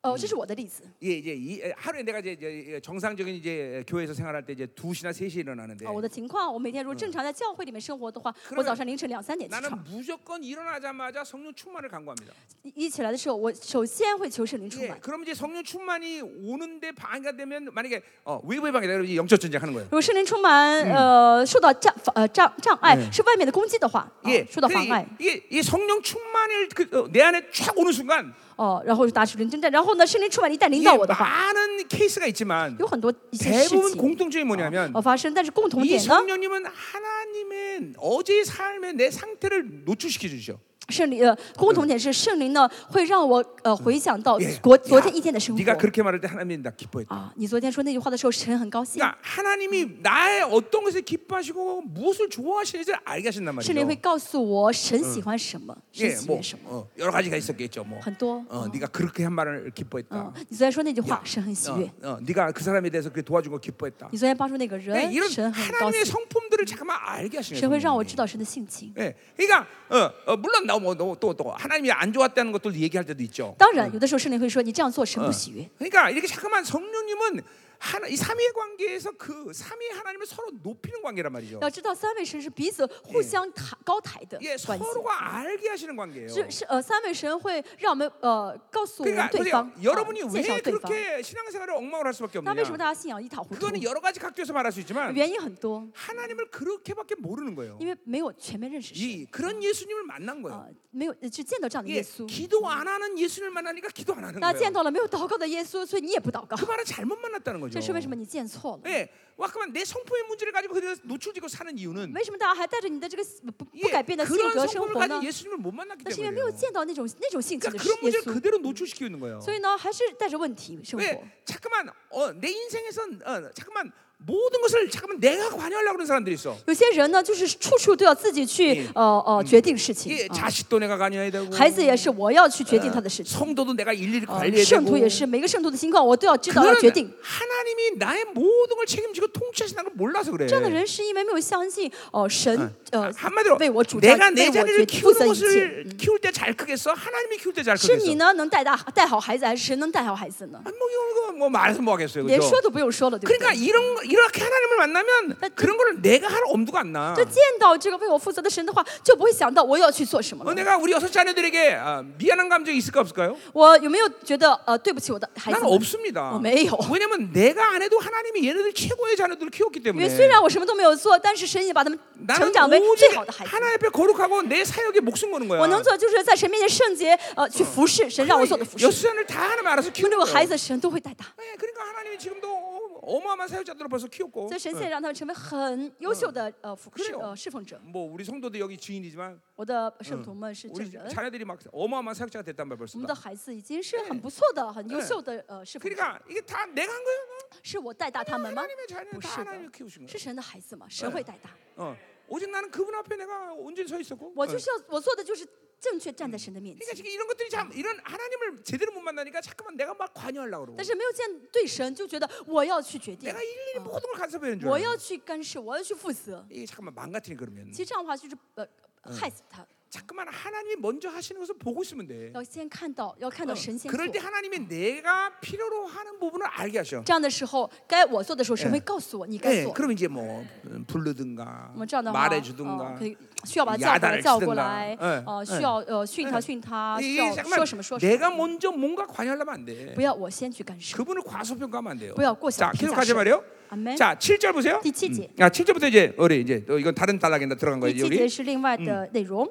Speaker 2: 哦，这是我的例子。
Speaker 1: 예, 이제 이, 에, 하루에 내가 이제, 이제 정상적인 이제 교회에서 생활할 때 이제 2시나 3시에 일어나는데
Speaker 2: 哦，我的情况，我每天如果正常在教会里面生活的话，我早上凌晨两三点起
Speaker 1: 나는
Speaker 2: 床，
Speaker 1: 무조건 일어나자마자 성령 충만을 간구합니다.
Speaker 2: 一一起来的时候，我首先会求圣灵充
Speaker 1: 예,
Speaker 2: 满。
Speaker 1: 그럼 이제 성령 충만이 오는데 방해가 되면 만약에 어, 외부의 방해가 되면 이제 영적 전쟁하는 거예요.
Speaker 2: 如果圣灵充满，呃，受到障呃障障碍是外面的攻击的话，啊
Speaker 1: 예,
Speaker 2: 受到
Speaker 1: 근데
Speaker 2: 妨碍
Speaker 1: 이, 이, 이 성령 충만을 그, 어, 내 안에 촥 오는 순간
Speaker 2: 哦，然后就打起认真战。然后呢，圣灵充满一旦领
Speaker 1: 이게
Speaker 2: 导我的话，
Speaker 1: 많은 케이스가 있지만
Speaker 2: 有很多一些事
Speaker 1: 대부분
Speaker 2: 情
Speaker 1: 공통점이 뭐냐면
Speaker 2: 哦发生，但是共同
Speaker 1: 이
Speaker 2: 点呢，
Speaker 1: 성령님은 하나님의 어제의 삶의 내 상태를 노출시켜 주셔.
Speaker 2: 圣灵呃共同点是圣灵呢会让我呃回想到
Speaker 1: 예
Speaker 2: 昨昨天一天的生
Speaker 1: 네가
Speaker 2: 活
Speaker 1: 그렇게 말할 때 하나님이 나 기뻐했다.
Speaker 2: 啊。你昨天说那句话的时候，神很高兴，
Speaker 1: 그러니까 하나님이 나의 어떤 것을 기뻐하시고 무엇을 좋아하시는지 알게 하신단
Speaker 2: 圣灵
Speaker 1: 말이에요.
Speaker 2: 会告诉我神喜欢什么，神
Speaker 1: 예,
Speaker 2: 喜
Speaker 1: 뭐
Speaker 2: 悦什么，
Speaker 1: 어, 여러 가지가 있었겠죠. 뭐
Speaker 2: 很多。
Speaker 1: 어, 네가 그렇게 한 말을 기뻐했다.
Speaker 2: 嗯，你昨天说那句话，神很喜悦。
Speaker 1: 어, 어, 네가 그 사람에 대해서 그렇게 도와준 거 기뻐했다.
Speaker 2: 你昨天帮助哎那个人
Speaker 1: 네, ， 이런
Speaker 2: 神很高
Speaker 1: 하나님의
Speaker 2: 兴，
Speaker 1: 성품들을 잠깐만 알게 하시는
Speaker 2: 神会让我
Speaker 1: 거예요.
Speaker 2: 知道神的性情。
Speaker 1: 예, 그러니까 어, 어, 물론 나뭐또또 또, 하나님이 안 좋았다는 것도 얘기할 때도 있죠.
Speaker 2: 当然，有的时候圣灵会说你这样做神不喜悦。
Speaker 1: 그러니까 이렇게 잠깐만 성령님은 하나 이 삼위의 관계에서 그 삼위의 하나님을 서로 높이는 관계란 말이죠.
Speaker 2: 要知道三位神是彼此互相抬高抬的
Speaker 1: 예,
Speaker 2: 关系。
Speaker 1: 서로가 알게 하시는 관계예요.
Speaker 2: 是是呃，三位神会让我们呃告诉我
Speaker 1: 그러니까
Speaker 2: 们对
Speaker 1: 보세요.
Speaker 2: 方，啊
Speaker 1: 여러분이
Speaker 2: 介绍
Speaker 1: 왜
Speaker 2: 对方。
Speaker 1: 그렇게 신앙생활을 엉망으로 할 수밖에
Speaker 2: 那为什么大
Speaker 1: 없느냐?
Speaker 2: 家信仰一塌糊涂？呃
Speaker 1: 그거는 여러 가지 각도에서 말할 수 있지만
Speaker 2: 原因很多，
Speaker 1: 하나님을 그렇게밖에 모르는 거예요.
Speaker 2: 因为没有全面认识神
Speaker 1: 이 그런 예수님을 만난 거예요.
Speaker 2: 啊、没有就见到这样的
Speaker 1: 어. 예,
Speaker 2: 耶稣。
Speaker 1: 기도 안 하는 예수님을 만나니까 기도 안 하는
Speaker 2: 那见
Speaker 1: 거예요.
Speaker 2: 到了没有祷告的耶稣，所以你也不祷告
Speaker 1: 그 ， 말은 잘못 만났다는 거죠.
Speaker 2: 这是为什么？你见错了。
Speaker 1: 예, 와 그만 내 성품의 문제를 가지고 그래서 노출되고 사는 이유는
Speaker 2: 为什么大家还带着你的这个不不不
Speaker 1: 예,
Speaker 2: 改变的性
Speaker 1: 그런
Speaker 2: 格生
Speaker 1: 성품을
Speaker 2: 活呢
Speaker 1: 가진 ？ 예수님을 못 만났기
Speaker 2: 那是因为没有
Speaker 1: 때문에요.
Speaker 2: 见到那种那种性情的
Speaker 1: 그러니까 그런
Speaker 2: 耶
Speaker 1: 문제를
Speaker 2: 稣，
Speaker 1: 그대로 노출시켜 있는 거예요.
Speaker 2: 所以呢，还是带着问题生活。
Speaker 1: 왜 잠깐만 어, 내 인생에선 어, 잠깐만 모든 것을 잠깐만 내가 관여하려고 그러는 사람들이 있어.
Speaker 2: 有些人呢，就是处处都要自己去
Speaker 1: 예
Speaker 2: 呃呃决定事情
Speaker 1: 예,
Speaker 2: 啊，
Speaker 1: 자식도 내가 관여해야 되고
Speaker 2: 孩子也是我要去决定他的事情，
Speaker 1: 성도도 내가 일일이
Speaker 2: 啊
Speaker 1: 관리해야
Speaker 2: 圣徒
Speaker 1: 되고
Speaker 2: 也是每个圣徒的情况我都要知道要决定
Speaker 1: 그거는 。 하나님이 나의 모든 걸 책임지고 통치하신다는 걸 몰라서 그래. 아,
Speaker 2: 这样的人是因为没有相信哦、神呃
Speaker 1: 한마디로
Speaker 2: 为我主张
Speaker 1: 내가
Speaker 2: 为
Speaker 1: 내
Speaker 2: 我决
Speaker 1: 자리를
Speaker 2: 负责
Speaker 1: 키우는
Speaker 2: 一切。
Speaker 1: 것을 키울 때 잘 크겠어? 하나님이 키울 때 잘
Speaker 2: 是你
Speaker 1: 크겠어?
Speaker 2: 呢能带大带好孩子，还是神能带好孩子呢？
Speaker 1: 아니, 뭐 이런 거뭐 말해서 뭐 하겠어요,
Speaker 2: 连
Speaker 1: 그죠?
Speaker 2: 说都不用说了，对不
Speaker 1: 그러니까
Speaker 2: 对？
Speaker 1: 이런 거- 이렇게 하나님을 만나면 그런 그 거를 내가 할 엄두가 안 나.
Speaker 2: 就见到这个为我负责的神的话，就不会想到我要去做什么
Speaker 1: 어,
Speaker 2: 了。
Speaker 1: 내가 우리 여섯 자녀들에게 아, 미안한 감정이 있을까 없을까요?
Speaker 2: 我有没有觉得呃对不起我的孩子
Speaker 1: 난
Speaker 2: 们？
Speaker 1: 없습니다.
Speaker 2: 어, 매요.
Speaker 1: 왜냐면 내가 안 해도 하나님이 얘네들 최고의 자녀들을 키웠기
Speaker 2: 因为虽
Speaker 1: 때문에
Speaker 2: 然我什么都没有做，但是神已经把他们成
Speaker 1: 나는
Speaker 2: 长为
Speaker 1: 오직
Speaker 2: 最好的孩子。
Speaker 1: 하나님 앞에 거룩하고 내 사역에 목숨 거는 거야.
Speaker 2: 我能做的就是在神面前圣洁，呃，去服侍神让我做的服侍。
Speaker 1: 여섯 자녀를 다뭐 하나님 알아서
Speaker 2: 因为
Speaker 1: 키우는
Speaker 2: 这个
Speaker 1: 거야.
Speaker 2: 孩子，神都会带大，
Speaker 1: 네, 그러니까 하나님이 지금도 어- 어마어마한 사역자들을 벌써 키웠고 예.
Speaker 2: 所以神现在让他们成为很优秀的呃服侍
Speaker 1: 그래요
Speaker 2: 呃侍奉者。
Speaker 1: 뭐 우리 성도도 여기 증인이지만
Speaker 2: 我的圣徒们是证
Speaker 1: 우리
Speaker 2: 人，
Speaker 1: 자녀들이 막 어마어마한 사역자가 됐단 말이야
Speaker 2: 我
Speaker 1: 벌써
Speaker 2: 们
Speaker 1: 다
Speaker 2: 的孩子已经是很不错的、很优秀的呃侍奉者。
Speaker 1: 그러니까 이게 다 내가 한 거야?
Speaker 2: 是我带大他们吗？
Speaker 1: 하나님의 자녀는 다
Speaker 2: 보시다.
Speaker 1: 하나님이 키우신 거야
Speaker 2: 是神的孩
Speaker 1: 哎
Speaker 2: 子吗？神会带大。
Speaker 1: 어. 오직 나는 그분 앞에 내가 온전히 서 있었고
Speaker 2: 我就是要我做的就是正确站在神的面
Speaker 1: 그러니까
Speaker 2: 前。
Speaker 1: 지금 이런 것들이 참 이런 하나님을 제대로 못 만나니까 자꾸만 내가 막 관여하려고 그러고
Speaker 2: 但是没有见对神，就觉得我要去决定
Speaker 1: 내가 ， 일일이 모든 걸 간섭하는 줄
Speaker 2: 我
Speaker 1: 알아.
Speaker 2: 要去干涉，我要去负责。
Speaker 1: 이게 잠깐만 망가뜨리 그러면
Speaker 2: 其实这样的话就是呃害死他。
Speaker 1: 잠깐만 하나님이 먼저 하시는 것을 보고 있으면 돼. 어.
Speaker 2: 要先看到，要看到
Speaker 1: 嗯
Speaker 2: 神先做。
Speaker 1: 그럴 때 하나님이 내가 필요로 하는 부분을 알게 하셔.
Speaker 2: 这样的时候，该我做的时候，神
Speaker 1: 예
Speaker 2: 会告诉我你该
Speaker 1: 예,
Speaker 2: 做。
Speaker 1: 그럼 이제 뭐 음, 부르든가
Speaker 2: 那么这样的话，
Speaker 1: 말해주든가
Speaker 2: 哦可以需要把
Speaker 1: 야단
Speaker 2: 他叫过
Speaker 1: 을
Speaker 2: 来，叫
Speaker 1: 치든가
Speaker 2: 过来
Speaker 1: 예 ，
Speaker 2: 呃，需要呃训他训他，需
Speaker 1: 아, 이게
Speaker 2: 要
Speaker 1: 잠깐만
Speaker 2: 说什么说什
Speaker 1: 내가
Speaker 2: 么，
Speaker 1: 먼저 뭔가 관여하려면 안 돼.
Speaker 2: 不要我先去干 涉。
Speaker 1: 그분을 과소평가하면 안 돼요.
Speaker 2: 뭐야, 꼬시-
Speaker 1: 자, 계속 가자
Speaker 2: 빈자시.
Speaker 1: 말이요.
Speaker 2: 아멘.
Speaker 1: 자, 네. 7절 네, 보세요.
Speaker 2: 디 칠지.
Speaker 1: 아, 7절부터 이제 우리 이제 또 이건 다른 단락인데 들어간
Speaker 2: 第
Speaker 1: 거예요, 이제
Speaker 2: 七节
Speaker 1: 우리.
Speaker 2: 是另外的内容。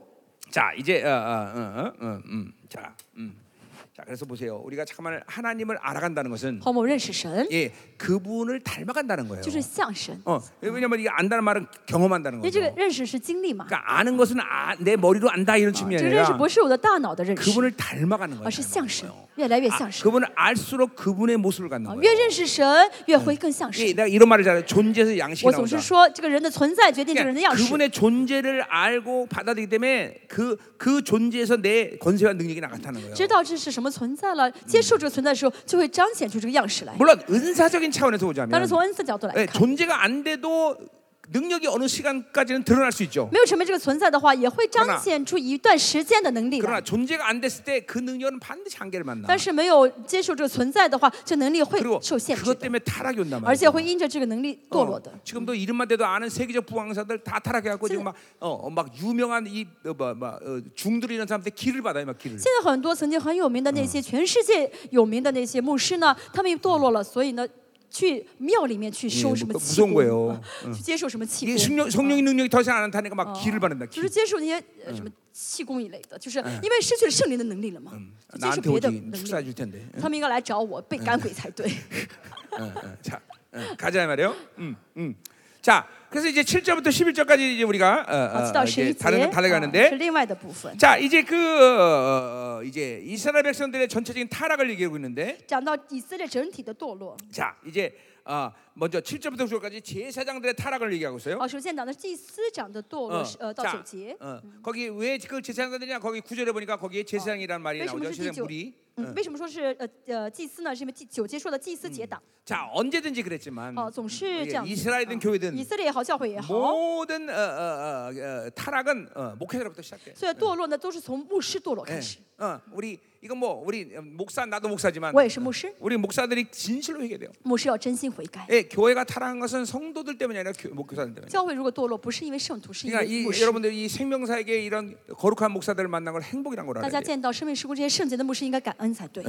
Speaker 1: 자, 이제 어, 어, 어, 어, 어, 음. 자, 음. 자, 그래서 보세요. 우리가 잠깐만 하나님을 알아간다는 것은
Speaker 2: 和我们认识神，
Speaker 1: 예, 그분을 네, 닮아간다는 거예요.
Speaker 2: 就是像神，
Speaker 1: 어, 왜냐면 이게 안다는 말은 경험한다는
Speaker 2: 因为这个
Speaker 1: 거죠.
Speaker 2: 认识是经历嘛，
Speaker 1: 그러니까 아는 것은 아, 내 머리로 안다 이런
Speaker 2: 这
Speaker 1: 측면이
Speaker 2: 个认识
Speaker 1: 아니라
Speaker 2: 啊不是我的大脑的认哦啊识，
Speaker 1: 그분을 닮아가는
Speaker 2: 而是
Speaker 1: 거예요.
Speaker 2: 像神，越来越像
Speaker 1: 아,
Speaker 2: 神。
Speaker 1: 그분을 알수록 그분의 모습을 갖는
Speaker 2: 啊
Speaker 1: 거예요.
Speaker 2: 越认识神，越会更像
Speaker 1: 예,
Speaker 2: 神。
Speaker 1: 내가 이런 말을 잘해. 존재에서 양식이
Speaker 2: 我总
Speaker 1: 나온다.
Speaker 2: 是说，这个人的存在决定这个人的
Speaker 1: 그러니까
Speaker 2: 样式。
Speaker 1: 그분의 존재를 알고 받아들이기 때문에 그 그 존재에서 내 권세와 능력이 나타나는 거예요.
Speaker 2: 知道这是什么存在了，接受这个存在的时候，就会彰显出这个样式来。
Speaker 1: 물론 은사적인 차원에서
Speaker 2: 当
Speaker 1: 보자면
Speaker 2: 然，从恩赐角度来
Speaker 1: 예,
Speaker 2: 看，
Speaker 1: 존재가 안 돼도 능력이 어느 시간까지는 드러날 수 있죠.
Speaker 2: 没有成为这个存在的话，也会彰显出一段时间的能力
Speaker 1: 그러나
Speaker 2: 来。
Speaker 1: 존재가 안 됐을 때 그 능력은 반드시 한계를 만나.
Speaker 2: 但是没有接受这个存在的话，这能力会
Speaker 1: 그리고
Speaker 2: 受限制
Speaker 1: 그것
Speaker 2: 的，
Speaker 1: 때문에 타락이 온단
Speaker 2: 而且
Speaker 1: 말이에요. 어,
Speaker 2: 会因着这个能力堕落的。
Speaker 1: 지금도 이름만 대도 아는 세계적 부왕사들 다 타락해갖고 지금
Speaker 2: 진짜.
Speaker 1: 막, 어, 어, 막 유명한 이 어, 뭐, 뭐, 어, 중들이 이런 사람들 길을 받아요, 막 길을.
Speaker 2: 现在很多曾经很有名的那些全世界有名的那些牧师呢，他们堕落了，所以呢，去庙里面去收什么
Speaker 1: 예
Speaker 2: 气
Speaker 1: 무서운거예요
Speaker 2: 功，啊去接受什么气
Speaker 1: 이게
Speaker 2: 功，
Speaker 1: 성령, 성령의 능력이 더 이상 안 타니까 막 길을 받는다.
Speaker 2: 就
Speaker 1: 길.
Speaker 2: 是接受那些呃什么气功一类的，就是因为失去了圣灵的能力了嘛，就接受
Speaker 1: 어, 나한테
Speaker 2: 别的
Speaker 1: 오지
Speaker 2: 能力
Speaker 1: 축사해 。줄 텐데.
Speaker 2: 他们应该来找我被赶鬼才对。
Speaker 1: 응, 응, 어. 자, 응, 가자 이 말이에요. 네. 음, 음. 자, 그래서 이제 7절부터 11절까지 이제 우리가 어,
Speaker 2: 啊，
Speaker 1: 어,
Speaker 2: 七到
Speaker 1: 어,
Speaker 2: 十一
Speaker 1: 이제
Speaker 2: 节
Speaker 1: 다른 건
Speaker 2: 啊是
Speaker 1: 달려가는데
Speaker 2: 另外的部分。
Speaker 1: 자, 이제 그 어, 어, 이제 이스라엘 백성들의 전체적인 타락을 얘기하고 있는데
Speaker 2: 讲到以色列整体的堕落。
Speaker 1: 자, 이제 어, 먼저 7절부터 9절까지 제사장들의 타락을 얘기하고 있어요.
Speaker 2: 哦，首先讲的祭司长的堕落
Speaker 1: 아, 어,
Speaker 2: 是呃到九
Speaker 1: 자,
Speaker 2: 节。
Speaker 1: 어, 거기 왜 그 제사장들이냐? 거기 구절에 보니까 거기에 제사장이라는 말이
Speaker 2: 왜
Speaker 1: 나오죠.
Speaker 2: 신문지
Speaker 1: 제사장 어.
Speaker 2: 뒤죠?
Speaker 1: 무리.
Speaker 2: 嗯，为什么说是呃呃祭司呢？是因为第九节说的祭司结党。
Speaker 1: 자, 언제든지 그랬지만 음, 예, 어.
Speaker 2: 哦，总是这样子。
Speaker 1: 이스라엘이든
Speaker 2: 啊
Speaker 1: 교회든
Speaker 2: 以色列也好，教会也好，
Speaker 1: 모든 어, 어, 어, 어, 타락은 어, 목회자로부터 시작해.
Speaker 2: 所以堕落呢都是从牧师堕落开始。
Speaker 1: 어, 우리 이건 뭐 우리 목사 나도 목사지만
Speaker 2: 我也是牧师，
Speaker 1: 우리 목사들이 진실로 회개돼요.
Speaker 2: 牧师要真心悔改。
Speaker 1: 예, 교회가 타락한 것은 성도들 때문이 아니라 교, 목사들 때문에.
Speaker 2: 教会如果堕落，不是因为圣徒，是因
Speaker 1: 그러니까
Speaker 2: 为
Speaker 1: 이
Speaker 2: 牧师。
Speaker 1: 여러분들 이 생명사에게 이런 거룩한 목사들을 만난 걸 행복이란 걸
Speaker 2: 大
Speaker 1: 알아야
Speaker 2: 家
Speaker 1: 돼요.
Speaker 2: 见到生命事故这些圣洁的牧师，应该感恩才对。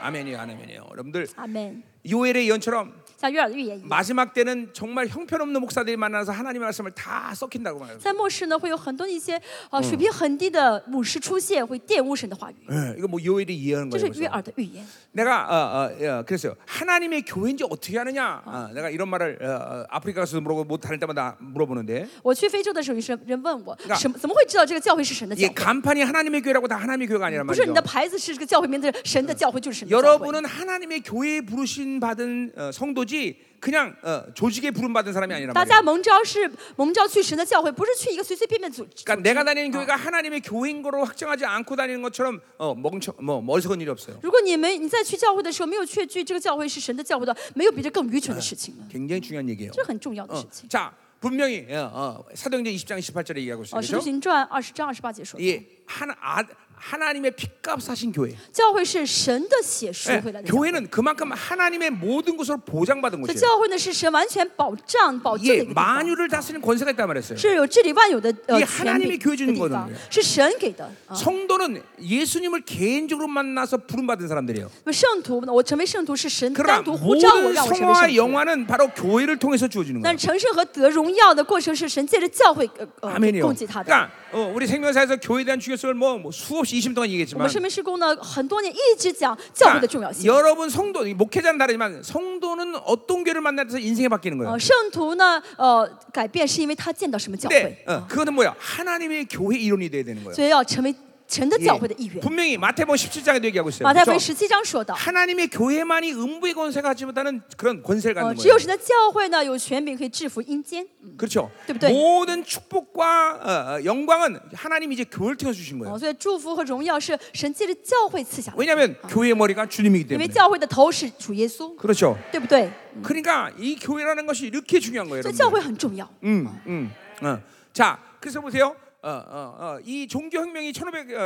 Speaker 1: 아멘이요, 아멘이요. 여러분들
Speaker 2: 阿门。
Speaker 1: 요엘의 예언처럼
Speaker 2: 像约尔的预言一样。
Speaker 1: 마지막 때는 정말 형편없는 목사들이 만나서 하나님의 말씀을 다 썩힌다고 말해요.
Speaker 2: 在末世呢，会有很多一些呃水平很低的牧师出现，会玷污神的话语。
Speaker 1: 예, 이거 뭐 요엘이 예언한
Speaker 2: 这
Speaker 1: 거예요. 벌써.
Speaker 2: 是约尔的预言。
Speaker 1: 내가 어, 어, 어, 그랬어요. 하나님의 교회인지 어떻게 아느냐? 어, 내가 이런 말을 어, 어, 아프리카 가서 물어보고 뭐 다닐 때마다 물어보는데
Speaker 2: 我去非洲的时候，有些人问我
Speaker 1: 那，
Speaker 2: 什么怎么会知道这个教会是神的教
Speaker 1: 이
Speaker 2: 会？
Speaker 1: 간판이 하나님의 교회라고 다 하나님의 교회가 아니란
Speaker 2: 不是
Speaker 1: 말이죠.
Speaker 2: 你的牌子是这个教会名字，神的教会就是神的教会。
Speaker 1: 여러분은 하나님의 교회에 부르신 받은 어, 성도지 그냥 어, 조직에 부름 받은 사람이 아니란
Speaker 2: 大
Speaker 1: 말이에요.
Speaker 2: 家蒙召是蒙召去神的教会，不是去一个随随便便组织。
Speaker 1: 그러니까 내가 다니는 교회가 하나님의 교회인 거로 확정하지 않고 다니는 것처럼 어, 멍청 뭐 멀쩡한 일이 없어요.
Speaker 2: 如果你没你在去教会的时候没有确据这个教会是神的教会的话，没有比这更愚蠢的事情了，
Speaker 1: 굉장히 중요한 얘기예요.
Speaker 2: 这很重要的
Speaker 1: 어,
Speaker 2: 事情。
Speaker 1: 자 분명히 어, 어, 사도행전 20장 18절에 얘기하고
Speaker 2: 哦，
Speaker 1: 있어요.
Speaker 2: 《使徒
Speaker 1: 그렇죠?
Speaker 2: 行传》二十章二十八节说的，
Speaker 1: 이 하나 아, 하나님의 핏값 사신 교회.
Speaker 2: 教会是神的血赎
Speaker 1: 예,
Speaker 2: 回来的教会。
Speaker 1: 교회는 그만큼 하나님의 모든 것으로 보장받은
Speaker 2: 所以
Speaker 1: 곳이에요.
Speaker 2: 教会呢是神完全保障、保证的
Speaker 1: 이게
Speaker 2: 一个地方，
Speaker 1: 만유를 다스리는 권세가 있단 말했어요.
Speaker 2: 是有治理万有的呃
Speaker 1: 이게하나
Speaker 2: 权
Speaker 1: 님이
Speaker 2: 柄
Speaker 1: 교회주는
Speaker 2: 的地
Speaker 1: 거거든
Speaker 2: 方
Speaker 1: 요 ，
Speaker 2: 是神给的。啊
Speaker 1: 성도는 예수님을 개인적으로 만나서 부름받은 사람들이에요.
Speaker 2: 那么圣徒呢？我成为圣徒是神单
Speaker 1: 그러나
Speaker 2: 独呼召我，
Speaker 1: 모든
Speaker 2: 让我成为圣
Speaker 1: 성화와
Speaker 2: 徒。
Speaker 1: 영화는 바로 교회를 통해서 주어지는
Speaker 2: 但
Speaker 1: 거예요.
Speaker 2: 成圣和得荣耀的过程是神借着教会呃呃
Speaker 1: 아멘이요.
Speaker 2: 供给他的。
Speaker 1: 그러니까 어, 우리 생명사에서 교회에 대한 중요성을 뭐, 뭐 수없이 20년 동안
Speaker 2: 我
Speaker 1: 얘기했지만
Speaker 2: 们生命施工呢，很多年一直讲教会的重要
Speaker 1: 그러니까
Speaker 2: 性。
Speaker 1: 여러분 성도, 이 목회자는 다르지만 성도는 어떤 교회를 만나서 인생이 바뀌는 거예요.
Speaker 2: 呃，圣徒呢，呃，改变是因为他见到什么教会
Speaker 1: 어. 근데 ， 어, 그거는 뭐야? 하나님의 교회 이론이 돼야 되는 거예요.
Speaker 2: 所以要成为神的
Speaker 1: 예.
Speaker 2: 教会的一员。
Speaker 1: 분명히 마태복음 17장에도 얘기하고 있어요.
Speaker 2: 马太福音
Speaker 1: 그렇죠?
Speaker 2: 十七章说到，
Speaker 1: 하나님의 교회만이 음부의 권세가 지보다는 그런 권세를
Speaker 2: 呃，
Speaker 1: 갖는
Speaker 2: 只有
Speaker 1: 거예요.
Speaker 2: 神的教会呢有权柄可以制服阴间。
Speaker 1: 그렇죠.
Speaker 2: 뚜뚜뚜.
Speaker 1: 모든 축복과 어, 어, 영광은 하나님이 이제 교회를 통해 주신
Speaker 2: 哦，
Speaker 1: 거예요.
Speaker 2: 所以祝福和荣耀是神借着教会赐下的，
Speaker 1: 왜냐하면 교회의 머리가 주님이기
Speaker 2: 因为
Speaker 1: 때문에.
Speaker 2: 教会的头是主耶稣，
Speaker 1: 그렇죠.
Speaker 2: 对不对？
Speaker 1: 그러니까 이 교회라는 것이 이렇게 중요한 거예요.
Speaker 2: 所以
Speaker 1: 여러분들.
Speaker 2: 教会很重要。
Speaker 1: 음, 음, 어. 자, 그래서 보세요. 어, 어, 어, 이 종교 혁명이 어,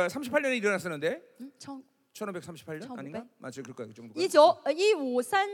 Speaker 1: 1538년에 일어났었는데,
Speaker 2: 嗯，从
Speaker 1: 1538년 아닌가?
Speaker 2: 1500?
Speaker 1: 맞죠, 그럴 거예요, 그 정도.
Speaker 2: 一九呃一五三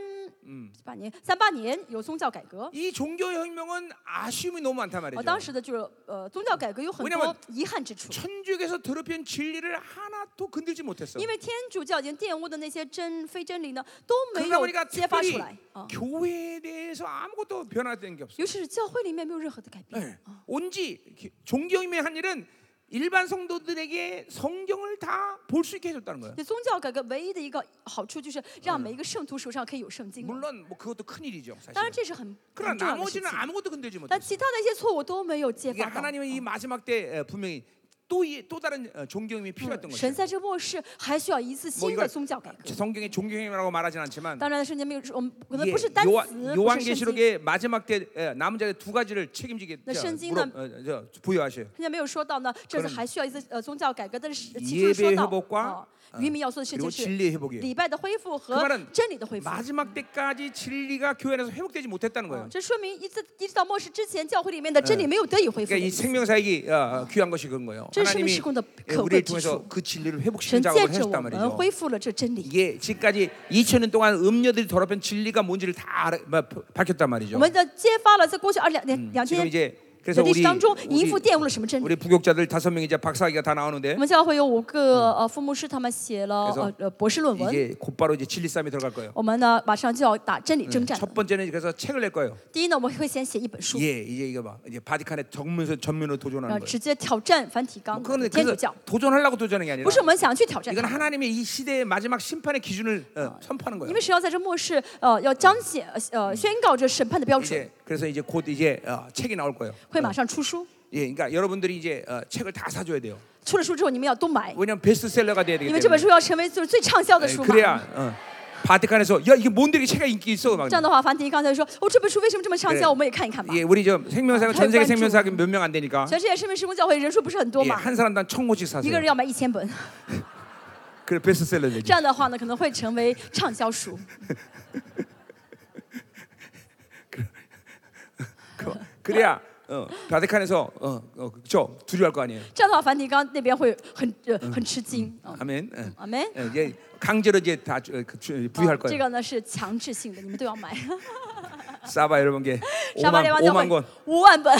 Speaker 2: 八年三八年有宗教改革，
Speaker 1: 이 종교 혁명은 어, 아쉬움이 너무 많단
Speaker 2: 呃，当
Speaker 1: 말이죠.
Speaker 2: 时的就是呃宗教改革有很
Speaker 1: 왜냐면
Speaker 2: 多遗憾之处，
Speaker 1: 천주교에서 더럽힌 진리를 하나도 건들지 못했어.
Speaker 2: 因为天主教已经玷污的那些真非真理呢都没
Speaker 1: 그러다
Speaker 2: 有
Speaker 1: 보니까
Speaker 2: 揭发出
Speaker 1: 특별히
Speaker 2: 来啊，
Speaker 1: 교회에 대해서 아무것도 변화된 게 없어.
Speaker 2: 尤其是教会里面没有任何的改变。
Speaker 1: 네. 온지 기- 종교 혁명이 한 일은 일반 성도들에게 성경을 다 볼 수 있게 해줬다는 거예요.
Speaker 2: 对宗教改革唯一的一个好处就是让每一个圣徒手上可以有圣经了。
Speaker 1: 물론 뭐 그것도 큰 일이죠, 사실.
Speaker 2: 当然这是很很
Speaker 1: 그러나
Speaker 2: 重要的事
Speaker 1: 나머지는
Speaker 2: 情，
Speaker 1: 아무것도 건들지
Speaker 2: 但
Speaker 1: 못했어.
Speaker 2: 其他的一些错误都没有揭
Speaker 1: 이게
Speaker 2: 发到。
Speaker 1: 하나님은 이 마지막 때 어, 분명히 또 이- 또 다른 어, 종교임이 필요했던
Speaker 2: 嗯神
Speaker 1: 거죠.
Speaker 2: 在这末世还需要一次
Speaker 1: 뭐
Speaker 2: 新
Speaker 1: 이걸
Speaker 2: 的宗教改革。
Speaker 1: 성경에 종교임이라고 말하진 않지만
Speaker 2: 当然，圣经没有，我们可能
Speaker 1: 이게
Speaker 2: 不是单
Speaker 1: 요한,
Speaker 2: 词，不啊是圣经。
Speaker 1: 요한계시록의 마지막 때 예, 남은 자의 두 가지를 책임지게
Speaker 2: 네,
Speaker 1: 자,
Speaker 2: 신지는-
Speaker 1: 물어- 어, 저, 부여하셔요.
Speaker 2: 圣经没有说到呢，这
Speaker 1: 可
Speaker 2: 是
Speaker 1: 能
Speaker 2: 还需要一次呃宗教改革，但是其
Speaker 1: 예
Speaker 2: 中
Speaker 1: 배
Speaker 2: 说
Speaker 1: 의
Speaker 2: 到
Speaker 1: 회복과
Speaker 2: 啊，渔民要做的事
Speaker 1: 그리고
Speaker 2: 情是
Speaker 1: 진리의 회복이에요.
Speaker 2: 礼拜的恢复
Speaker 1: 그
Speaker 2: 和
Speaker 1: 말은
Speaker 2: 真理的恢复。
Speaker 1: 마지막 때까지 진리가 교회 안에서 회복되지 못했다는 거예요.
Speaker 2: 这说明一次一直到末世之前，教会里面的真理没有得以恢复
Speaker 1: 그러니까
Speaker 2: 的
Speaker 1: 이
Speaker 2: 意思。
Speaker 1: 생명사역이 어, 어, 귀한 것이 그런 거예요.
Speaker 2: 저
Speaker 1: 하나님이
Speaker 2: 생명사역의
Speaker 1: 예,
Speaker 2: 그
Speaker 1: 우리를
Speaker 2: 그
Speaker 1: 통해서
Speaker 2: 기초.
Speaker 1: 그 진리를 회복시키는
Speaker 2: 神借
Speaker 1: 작업을
Speaker 2: 着我
Speaker 1: 하셨단
Speaker 2: 们
Speaker 1: 말이죠.
Speaker 2: 恢复了这真理。
Speaker 1: 이게 지금까지 2000년 동안 음녀들이 더럽힌 진리가 뭔지를 다 알아, 마- 밝혔단
Speaker 2: 我
Speaker 1: 말이죠.
Speaker 2: 们的揭发了在过去二两两两
Speaker 1: 지금
Speaker 2: 千年
Speaker 1: 이제 그래서
Speaker 2: 的历史
Speaker 1: 우리
Speaker 2: 当中，淫
Speaker 1: 우리,
Speaker 2: 妇玷污了什么真理？
Speaker 1: 우리 부교자들 다섯 명 이제 박사학위가 다 나오는데
Speaker 2: 我们教会有五个呃父牧师，他们写了
Speaker 1: 그래서
Speaker 2: 呃呃博士论文。
Speaker 1: 이제 곧바로 이제 진리 싸움에 들어갈 거예요.
Speaker 2: 我们呢马上就要打真理征战了
Speaker 1: 첫 。 번째는 그래서 책을 낼 거예요.
Speaker 2: 第一呢，我们会先写嗯一本书，
Speaker 1: 예, 이제 이거 봐. 이제 바티칸의 정면에서 전면으로
Speaker 2: 然
Speaker 1: 도전하는
Speaker 2: 后
Speaker 1: 거예요.
Speaker 2: 直接挑战梵蒂冈
Speaker 1: 그거는
Speaker 2: 天主
Speaker 1: 그래서
Speaker 2: 教，
Speaker 1: 도전하려고 도전하는 게 아니라
Speaker 2: 不是我们想去挑战
Speaker 1: 이건
Speaker 2: 它，
Speaker 1: 하나님의 이 시대의 마지막 심판의 기준을 어, 선포하는
Speaker 2: 因
Speaker 1: 거예요.
Speaker 2: 为神要在这末世呃要彰显呃宣告这审判的标准，
Speaker 1: 이제 그래서 이제 곧 이제 어, 책이 나올 거예요.
Speaker 2: 会马上出书。
Speaker 1: 예, 그러니까 여러분들이 이제 어, 책을 다 사줘야 돼요.
Speaker 2: 出了书之后，你们要都买，
Speaker 1: 왜냐면 베스트셀러가 돼야
Speaker 2: 因
Speaker 1: 되기
Speaker 2: 为这本
Speaker 1: 때문에.
Speaker 2: 书要成为就是最畅销的
Speaker 1: 예,
Speaker 2: 书嘛。
Speaker 1: 그래야 어, 바티칸에서 야 이게 뭔데 이게 책이 인기 있어 막.
Speaker 2: 这样的话，梵蒂冈才说哦，这本书为什么这么畅
Speaker 1: 对
Speaker 2: 销？我们也看一看吧
Speaker 1: 예, 。 우리 저 생명사가 전 세계
Speaker 2: 관심.
Speaker 1: 생명사가 몇 명 안 되니까
Speaker 2: 全世界圣命施工教会人数不是很多
Speaker 1: 예,
Speaker 2: 嘛，
Speaker 1: 한 사람당 천 권씩
Speaker 2: 一
Speaker 1: 사세요.
Speaker 2: 个人要买一千本，
Speaker 1: 그래 베스트셀러 되지.
Speaker 2: 这样的话呢，可能会成为畅销书。
Speaker 1: 그, 그래야 어, 바티칸에서 어, 어, 저 두려울 거 아니에요.
Speaker 2: 这样的话，梵蒂冈那边会很呃很吃惊啊。
Speaker 1: 아멘. 예.
Speaker 2: 阿门。
Speaker 1: 예, 이제 강제로 이제 다 주- 그 주- 부여할
Speaker 2: 哦这
Speaker 1: 거예요.
Speaker 2: 个呢是强制性的，你们都要 买。
Speaker 1: 사바 여러분께
Speaker 2: 沙巴
Speaker 1: 5만
Speaker 2: 联邦教会
Speaker 1: 5만 권.
Speaker 2: 五万本，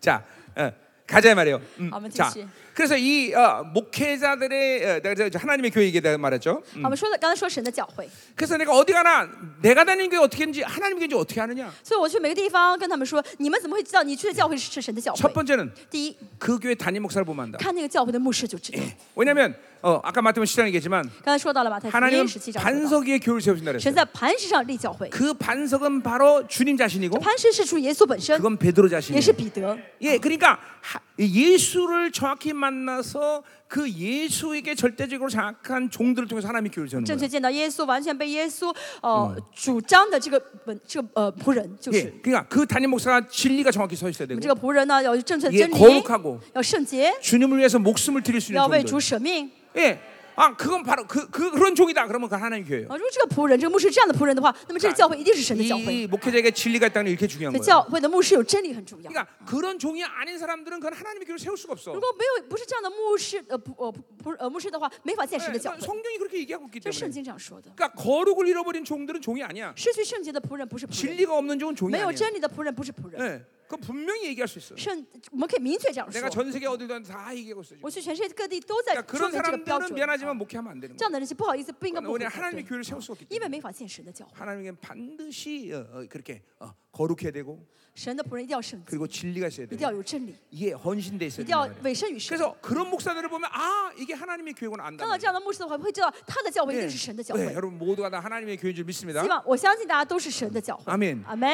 Speaker 1: 자, 어, 가자 이 말이에요. 음,
Speaker 2: 아멘,
Speaker 1: 자,
Speaker 2: 진실.
Speaker 1: 그래서 이 어, 목회자들의 어, 내가 저- 하나님의 교회 얘기다 말했죠.
Speaker 2: 好我们说的刚才说神的教会，
Speaker 1: 그래서 내가 어디 가나 내가 다니는 교회 어떻게 했는지 하나님의 교회인지 어떻게 아느냐.
Speaker 2: 所以我去每个地方跟他们说，你们怎么会知道你去的教会是是神的教
Speaker 1: 첫
Speaker 2: 会？
Speaker 1: 번째는
Speaker 2: 第一，
Speaker 1: 그 교회 담임 목사를 보면 안다.
Speaker 2: 看那个教会的牧师就知道。
Speaker 1: 왜냐하면 어, 아까 마태복음 시장 얘기했지만
Speaker 2: 刚才说到了马太福
Speaker 1: 하나님은
Speaker 2: 音十七章说到，
Speaker 1: 반석 위에 교회를 세우신다
Speaker 2: 神
Speaker 1: 그랬어요.
Speaker 2: 在磐石上立教会，
Speaker 1: 그 반석은 바로 주님 자신이고
Speaker 2: 磐石是主耶稣本身，
Speaker 1: 그건 베드로
Speaker 2: 也是
Speaker 1: 자신이에요.
Speaker 2: 彼得。
Speaker 1: 예, 그러니까 하- 예수를 정확히 만나서 그 예수에게 절대적으로 정확한 종들을 통해서 하나님의 교회를 세우는
Speaker 2: 正
Speaker 1: 거예요.
Speaker 2: 确见到耶稣，完全被耶稣呃主张的这个本这个呃仆人，就是
Speaker 1: 예,
Speaker 2: 我
Speaker 1: 그러니까 그 담임 목사가 진리가 정확히 서 있어야 되고
Speaker 2: 们这个仆人呢，要有正确的
Speaker 1: 예,
Speaker 2: 真理，
Speaker 1: 거룩하고
Speaker 2: 要圣洁，
Speaker 1: 주님을 위해서 목숨을 드릴 수
Speaker 2: 要为
Speaker 1: 있는
Speaker 2: 主
Speaker 1: 종들.
Speaker 2: 舍命。
Speaker 1: 예, 아 그건 바로 그, 그 그런 종이다. 그러면 그 하나님의 교회예요.
Speaker 2: 啊，如果这个仆人，这个牧师这样的仆人的话，那么这个教会一定是神的教
Speaker 1: 이
Speaker 2: 会。
Speaker 1: 목회자에게 진리가 있다는 게 이렇게 중요한
Speaker 2: 所以
Speaker 1: 거예요.
Speaker 2: 教会的牧师有真理很重要。
Speaker 1: 그러니까 그런 종이 아닌 사람들은 그건 하나님의 교회를 세울 수가 없어.
Speaker 2: 如果没有不是这样的牧师，呃仆呃仆呃牧师的话，没法建
Speaker 1: 예,
Speaker 2: 神的教会。
Speaker 1: 성경이 그렇게 얘기하고 있기
Speaker 2: 这是圣
Speaker 1: 때문에.
Speaker 2: 经这样说的。
Speaker 1: 그러니까 거룩을 잃어버린 종들은 종이 아니야.
Speaker 2: 失去圣洁的仆人不是仆人，
Speaker 1: 진리가 없는 종은 종이
Speaker 2: 没有
Speaker 1: 아니야.
Speaker 2: 真理的仆人不嗯是仆人。
Speaker 1: 예, 그건 분명히 얘기할 수 있어.
Speaker 2: 圣，我们可以明确这样
Speaker 1: 내가
Speaker 2: 说。
Speaker 1: 전 세계 어디든 다 얘기하고 있어. 지금.
Speaker 2: 我去全世界各地都在
Speaker 1: 그러니까
Speaker 2: 说
Speaker 1: 그런
Speaker 2: 明这个标准
Speaker 1: 사람들은 。 미안하지만 목회하면 안 되는
Speaker 2: 这
Speaker 1: 거야.
Speaker 2: 样的人是不好意思，不应该
Speaker 1: 그건
Speaker 2: 不会
Speaker 1: 오히려
Speaker 2: 才
Speaker 1: 하나님의
Speaker 2: 对，
Speaker 1: 교회를 세울 수 없기
Speaker 2: 因为
Speaker 1: 때문에
Speaker 2: 没法见神的教会。
Speaker 1: 하나님은 반드시 어, 어, 그렇게 어, 거룩해야 되고
Speaker 2: 神的仆人一定要圣洁，
Speaker 1: 그리고 진리가 있어야
Speaker 2: 一定要
Speaker 1: 되고
Speaker 2: 有真理，
Speaker 1: 이게 헌신돼
Speaker 2: 一
Speaker 1: 있어야
Speaker 2: 定要
Speaker 1: 되는 거야.
Speaker 2: 委身于神。
Speaker 1: 그래서 그런 목사들을 보면 아 이게 하나님의 교회구나
Speaker 2: 看
Speaker 1: 안다.
Speaker 2: 到这样的牧师的话，会知道他的教会一
Speaker 1: 네.
Speaker 2: 定是神的教
Speaker 1: 네,
Speaker 2: 会。
Speaker 1: 여러분 모두가 다 하나님의 교회인 줄 믿습니다.
Speaker 2: 希望我相信大家都是神的教会。
Speaker 1: 아멘.
Speaker 2: 阿门。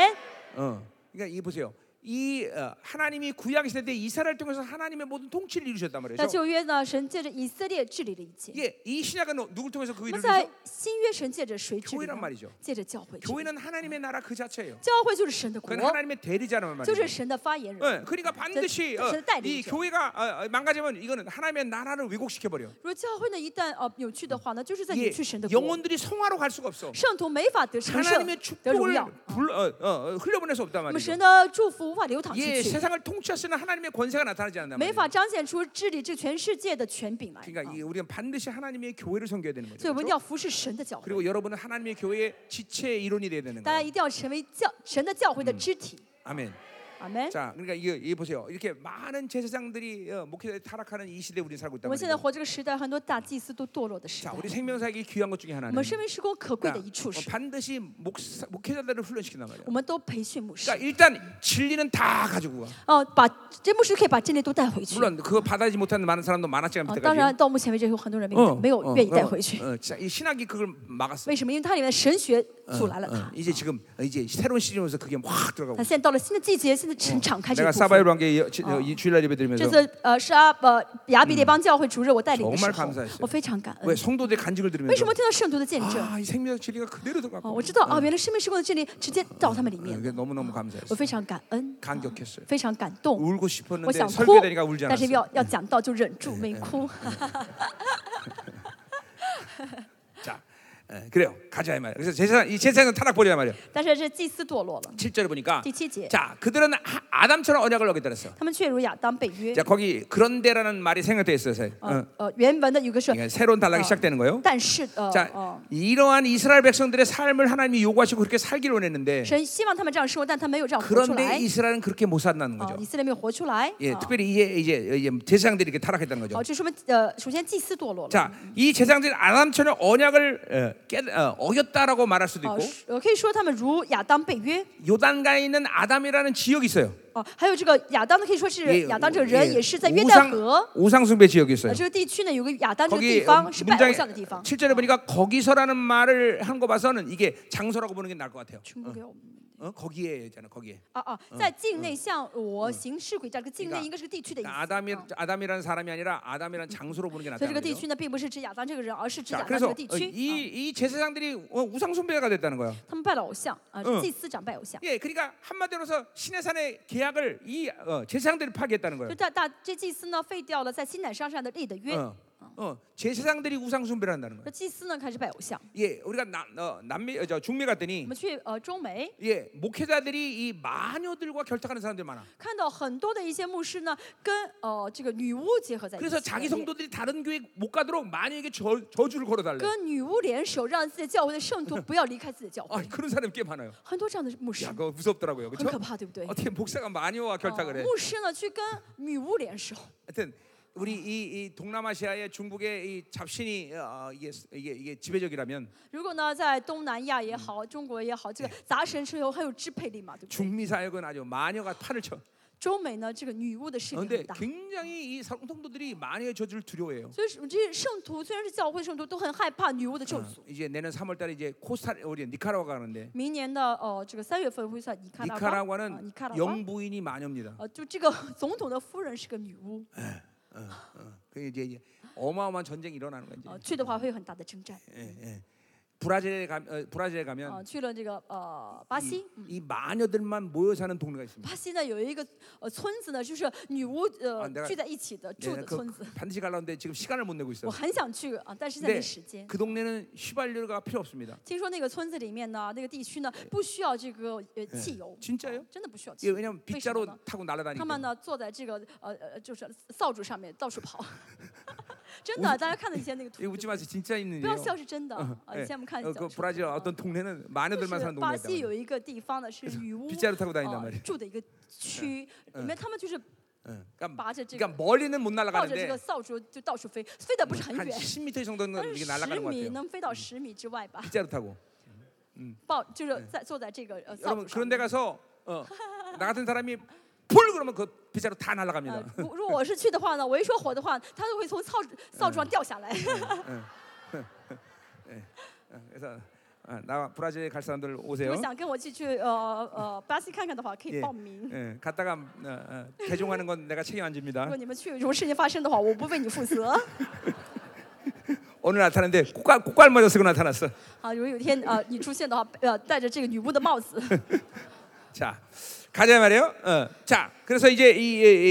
Speaker 1: 어. 그러니까 이 보세요. 이 어, 하나님이 구약 시대 때 이스라엘 통해서 하나님의 모든 통치를 이루셨단
Speaker 2: 在
Speaker 1: 말이죠.
Speaker 2: 旧约呢，神借着以色列治理了一切。
Speaker 1: 이게 이 신약은 누굴 통해서 그
Speaker 2: 我们
Speaker 1: 일을
Speaker 2: 在
Speaker 1: 이루죠?
Speaker 2: 新约神借着谁治理
Speaker 1: 교회란말이죠
Speaker 2: 呢？借着教会治理。
Speaker 1: 교회는 하나님의 나라 그 자체예요.
Speaker 2: 教会就是神的国，
Speaker 1: 그건 하나님의 대리자란
Speaker 2: 就
Speaker 1: 말이죠.
Speaker 2: 是神的发言人。
Speaker 1: 예, 그러니까 반드시
Speaker 2: 저-
Speaker 1: 어,
Speaker 2: 저는 딸이죠.
Speaker 1: 이 교회가 어, 어, 망가지면 이거는 하나님의 나라를 왜곡시켜 버려.
Speaker 2: 如果教会呢一旦啊扭曲的话呢，就是在扭
Speaker 1: 이게
Speaker 2: 曲神的国，
Speaker 1: 영혼들이 성화로 갈 수가 없어.
Speaker 2: 圣徒没法得成圣
Speaker 1: 하나님의 ，
Speaker 2: 得荣
Speaker 1: 축복을
Speaker 2: 耀。
Speaker 1: 불러, 어, 어, 어, 흘려보낼 수 없단
Speaker 2: 那么
Speaker 1: 말이죠.
Speaker 2: 神的祝福无法流淌出
Speaker 1: 예,
Speaker 2: 去，
Speaker 1: 세상을 통치하시는 하나님의 권세가 나타나지 않는다
Speaker 2: 没
Speaker 1: 말이에요.
Speaker 2: 法彰显出治理这全世界的权柄来。
Speaker 1: 그러니까
Speaker 2: 啊
Speaker 1: 이 우리는 반드시 하나님의 교회를 섬겨야 되는
Speaker 2: 所以
Speaker 1: 거죠.
Speaker 2: 我们一
Speaker 1: 그렇죠?
Speaker 2: 定要服侍神的教会，
Speaker 1: 그리고 여러분은 하나님의 교회의 지체 일원이 돼야 되는
Speaker 2: 大家
Speaker 1: 거예요.
Speaker 2: 一定要成为教神的教会的肢体。
Speaker 1: 아멘.
Speaker 2: 阿门。
Speaker 1: 자, 그러니까 이거, 이 보세요. 이렇게 많은 제사장들이 어, 목회자들이 타락하는 이 시대에 우리는 살고
Speaker 2: 我
Speaker 1: 있단
Speaker 2: 们现在
Speaker 1: 말이에요.
Speaker 2: 活这个时代，很多大祭司都堕落的时
Speaker 1: 자,
Speaker 2: 代。
Speaker 1: 우리 생명사역이 귀한 것 중에
Speaker 2: 我
Speaker 1: 하나는
Speaker 2: 们身为时光可贵的一处
Speaker 1: 그러니까
Speaker 2: 是，
Speaker 1: 반드시 목사, 목회자들을 훈련시킨단 말이에요.
Speaker 2: 我们都培训牧师
Speaker 1: 그러니까 ， 일단 진리는 다 가지고 와.
Speaker 2: 哦，把这牧师可以把真理都带回去。
Speaker 1: 물론 그거 받아들이지 어, 못하는 많은 사람도 많았지만
Speaker 2: 啊，
Speaker 1: 그때까지.
Speaker 2: 当然，到目前为止有很多人没
Speaker 1: 嗯
Speaker 2: 有没有愿意带回去。
Speaker 1: 어, 어, 진짜 이 신학이 그걸 막았어.
Speaker 2: 为什么？因为它里面的神学阻拦了
Speaker 1: 어,
Speaker 2: 他。
Speaker 1: 이제 지금 어, 이제 새로운 시즌에서 그게 확
Speaker 2: 那
Speaker 1: 들어가고. 어.
Speaker 2: 现在到了新的季节，现在神敞开这
Speaker 1: 내가
Speaker 2: 个部分
Speaker 1: 어, 사바이로 한게 주일날 예배 드리면서
Speaker 2: 这次呃是阿呃雅比列邦教会主日我带领的时
Speaker 1: 정말감사했
Speaker 2: 候
Speaker 1: 어요 ，
Speaker 2: 我非常感
Speaker 1: 왜
Speaker 2: 恩。
Speaker 1: 성도들 간직을
Speaker 2: 为
Speaker 1: 들으면서
Speaker 2: 什么听到圣徒的见证？
Speaker 1: 아이 생명 진리가 그대로
Speaker 2: 哦，
Speaker 1: 들어가고
Speaker 2: 我知道啊，原来生命时光的真理直接到他们里
Speaker 1: 어,
Speaker 2: 面，
Speaker 1: 그게 너무 너무
Speaker 2: 我
Speaker 1: 감사했어.
Speaker 2: 非常感恩，
Speaker 1: 감격했어요.
Speaker 2: 非常感动。
Speaker 1: 울고
Speaker 2: 我
Speaker 1: 싶었는데
Speaker 2: 想哭
Speaker 1: 설교되니까 ， 울지
Speaker 2: 但是
Speaker 1: 않았어. 嗯
Speaker 2: 要要讲到就忍住没哭。
Speaker 1: 자, 에, 그래요. 가자 이 말. 그래서 제사 이 제사는 타락 버리란 말이야.
Speaker 2: 但是这祭司堕落了，
Speaker 1: 7절에 보니까
Speaker 2: 第七节.
Speaker 1: 자 그들은 하- 아담처럼 언약을 어겼다 그랬어.
Speaker 2: 他们却如亚当被约
Speaker 1: 자 。 거기 그런데라는 말이 생각돼 있어요. 사실.
Speaker 2: 呃
Speaker 1: 어,
Speaker 2: 呃，原文的有个是，
Speaker 1: 그러니까 어, 새로운 단락이
Speaker 2: 어.
Speaker 1: 시작되는 거예요.
Speaker 2: 但是呃
Speaker 1: 자
Speaker 2: 哦，
Speaker 1: 이러한 이스라엘 백성들의 삶을 하나님이 요구하시고 그렇게 살기를 원했는데
Speaker 2: 神希望他们这样生活，但他没有这样活出
Speaker 1: 그렇죠. 그런데
Speaker 2: 来。
Speaker 1: 그렇죠. 어, 이스라엘은 그렇게 못 산다는
Speaker 2: 啊，
Speaker 1: 거죠.
Speaker 2: 以色列没有活出来。
Speaker 1: 예,
Speaker 2: 啊
Speaker 1: 특별히 이제 이제 이제 제사장들이 이렇게 타락했다는
Speaker 2: 好，
Speaker 1: 거죠.
Speaker 2: 这说明呃，首先祭司堕落了。
Speaker 1: 자, 이 제사장들이 아담처럼 언약을 어, 깨, 어, 어겼다라고 말할 수도
Speaker 2: 哦
Speaker 1: 있고 ，
Speaker 2: 呃，可以说他们如亚当被约
Speaker 1: 요단가에 있는 아담이라는 지역이 있어요.
Speaker 2: 哦，还有这个亚当呢，可以说是
Speaker 1: 예,
Speaker 2: 亚当这个人
Speaker 1: 예, 그.
Speaker 2: 也是在约
Speaker 1: 우상,
Speaker 2: 旦河
Speaker 1: 우상숭배 지역이 있어요.
Speaker 2: 呃这个地区呢，有个亚当这个
Speaker 1: 거기 呃 어,
Speaker 2: 地方是拜偶像的地方。
Speaker 1: 7절에 보니까 거기서라는 말을 한 거 봐서는 이게 장소라고 보는 게 나을 것 같아요.
Speaker 2: 全部给我们
Speaker 1: 어? 거기에 있잖아, 거기에.
Speaker 2: 啊啊，在
Speaker 1: 嗯
Speaker 2: 境内向我行事诡诈，这个境内应该是个地区的意思。
Speaker 1: 그러니까
Speaker 2: 啊
Speaker 1: 아담이 아담이라는 사람이 아니라 아담이라는 장소로 보는 게
Speaker 2: 所
Speaker 1: 낫다는
Speaker 2: 以这个地
Speaker 1: 거죠.
Speaker 2: 区呢，并不是指亚当这个人，而是指亚
Speaker 1: 자,
Speaker 2: 当这
Speaker 1: 그래서
Speaker 2: 个地
Speaker 1: 어,
Speaker 2: 区。啊
Speaker 1: 이, 이 제사장들이 어, 우상숭배가 됐다는 거야.
Speaker 2: 他们拜了偶像啊
Speaker 1: 嗯，
Speaker 2: 祭司长拜偶像。
Speaker 1: 예, 그러니까 한마디로서 신의 산의 계약을 이 어, 제사장들이 파기했다는
Speaker 2: 就
Speaker 1: 거예요.
Speaker 2: 大大这祭司呢，废掉了在新南山上的立的约，
Speaker 1: 어, 어, 제사장들이 우상 숭배를 한다는
Speaker 2: 那
Speaker 1: 거예요.
Speaker 2: 祭司呢开始拜偶像。
Speaker 1: 예, 우리가 남, 어, 남미, 어, 저 중미 갔더니
Speaker 2: 我们去呃中美，
Speaker 1: 예, 목회자들이 이 마녀들과 결탁하는 사람들이 많아.
Speaker 2: 看到很多的一些牧师呢，跟呃这个女巫结合在一
Speaker 1: 그래서
Speaker 2: 起，
Speaker 1: 자기 성도들이 다른 교회 못 가도록 마녀에게 저, 저주를 걸어달래.
Speaker 2: 跟女巫联手，让自己的教会的圣徒不要离开自己的教
Speaker 1: 아
Speaker 2: 会。
Speaker 1: 그런 사람이 꽤 많아요.
Speaker 2: 很多这样的牧师
Speaker 1: 야 ， 그거 무섭더라고요,
Speaker 2: 很
Speaker 1: 그렇죠?
Speaker 2: 可怕，对不对？嗯
Speaker 1: 어떻게 목사가 마녀와 결탁을 해?
Speaker 2: 牧师呢去跟女巫联手，
Speaker 1: 하여튼 우리 이, 이 동남아시아의 중국의 이 잡신이 어, 이게, 이게, 이게 지배적이라면
Speaker 2: 如果呢在东南亚也好，中国也好，这个杂神之后很有支配力嘛，对不对？
Speaker 1: 중미 사역은 아주 마녀가 판을 쳐.
Speaker 2: 中美呢这个女巫的势力
Speaker 1: 그런데
Speaker 2: 很大，
Speaker 1: 굉장히 이 성도들이 마녀의 저주를 두려워해요.
Speaker 2: 所以这些圣徒虽然是教会圣徒，都很害怕女巫的咒诅。
Speaker 1: 어, 이제 내년 3월달에 이제 코스타 우리 니카라과 가는데
Speaker 2: 明年的呃这个三月份会在尼卡拉瓜，啊尼
Speaker 1: 아, 니카라과는
Speaker 2: 卡拉瓜，
Speaker 1: 영부인이 마녀입니다.
Speaker 2: 呃就这个总统的夫人是个女巫，
Speaker 1: 그 이제 이제 어마어마한 전쟁이 일어나는 거죠.
Speaker 2: 呃去的话会有很大的征战，
Speaker 1: 예. 브라질에 가 어, 브라질에
Speaker 2: 啊
Speaker 1: 가면
Speaker 2: 去了这个呃巴
Speaker 1: 이,
Speaker 2: 西。
Speaker 1: 이 마녀들만 모여 사는 동네가 있습니다.
Speaker 2: 巴西呢有一个呃村子呢，就是女巫
Speaker 1: 啊
Speaker 2: 呃
Speaker 1: 那个
Speaker 2: 聚在一起的
Speaker 1: 네,
Speaker 2: 住的
Speaker 1: 그
Speaker 2: 村子，
Speaker 1: 반드시 가려는데 지금 시간을 못 내고
Speaker 2: 我
Speaker 1: 있어요.
Speaker 2: 很想去啊，但是现在没
Speaker 1: 근데
Speaker 2: 时间。
Speaker 1: 그 동네는 휘발유가 필요 없습니다.
Speaker 2: 听说那个村子里面呢，那个地区呢，不需要这个呃汽油，
Speaker 1: 진짜요
Speaker 2: 啊真的不需要汽
Speaker 1: 이게
Speaker 2: 油。
Speaker 1: 왜냐하면
Speaker 2: 왜
Speaker 1: 빗자루
Speaker 2: 그러나?
Speaker 1: 타고
Speaker 2: 他们
Speaker 1: 날아다니니까.
Speaker 2: 呢坐在这个呃呃就是扫帚上面到处 跑，真的，大家看到以前那个图
Speaker 1: 이 ， 웃지
Speaker 2: 不
Speaker 1: 마세요. 진짜 있는
Speaker 2: 要
Speaker 1: 일이에요.
Speaker 2: 笑是真的啊！以
Speaker 1: 예.
Speaker 2: 前我们看
Speaker 1: 어, 그
Speaker 2: 小说看
Speaker 1: 브라질
Speaker 2: 到
Speaker 1: 어떤 동네는
Speaker 2: 就
Speaker 1: 마녀들만
Speaker 2: 是
Speaker 1: 사는
Speaker 2: 巴西
Speaker 1: 동네다.
Speaker 2: 有一个地方 呢是女巫
Speaker 1: 빗자루 타고 어.
Speaker 2: 啊
Speaker 1: 다닌단 말이에요.
Speaker 2: 住的一嗯个区，里面他们就是
Speaker 1: 응. 그러니까,
Speaker 2: 拔着这个
Speaker 1: 그러니까 멀리는 못
Speaker 2: 抱着这
Speaker 1: 날아가는데
Speaker 2: 个扫帚就到处飞，飞的不是很
Speaker 1: 한
Speaker 2: 远，
Speaker 1: 10m 정도는
Speaker 2: 但是
Speaker 1: 이게
Speaker 2: 十
Speaker 1: 날아가는 것
Speaker 2: 米
Speaker 1: 같아요.
Speaker 2: 能飞到十米之外吧？
Speaker 1: 빗자루 타고.
Speaker 2: 抱就是在坐在这个呃扫帚
Speaker 1: 여러분
Speaker 2: 上
Speaker 1: 그런데
Speaker 2: 面。
Speaker 1: 가서 어, 나 같은 사람이 불 그러면 그 빗자루 다
Speaker 2: 呃
Speaker 1: 날아갑니다. ，
Speaker 2: 如如果我是去的话呢，我一说火的话，它就会从扫帚扫帚上掉下来。
Speaker 1: 예, 예. 그래서 어, 나 브라질에 갈 사람들
Speaker 2: 如
Speaker 1: 오세요.
Speaker 2: 果想跟我去去呃呃巴西看看的话，可
Speaker 1: 예,
Speaker 2: 以报名。
Speaker 1: 예, 갔다가 어, 어, 개종하는 건 내가 책임 안
Speaker 2: 如
Speaker 1: 집니다.
Speaker 2: 果你们去，如果事情发生的话，我不为你负责。
Speaker 1: 오늘 나타났는데 꽃갈 꽃갈 모자 쓰고 나타났어.
Speaker 2: 啊，如果有一天啊、呃你出现的话，呃，戴着这个女巫的帽子，
Speaker 1: 자 가자 말이에요. 어, 자 그래서 이제 이, 이, 이,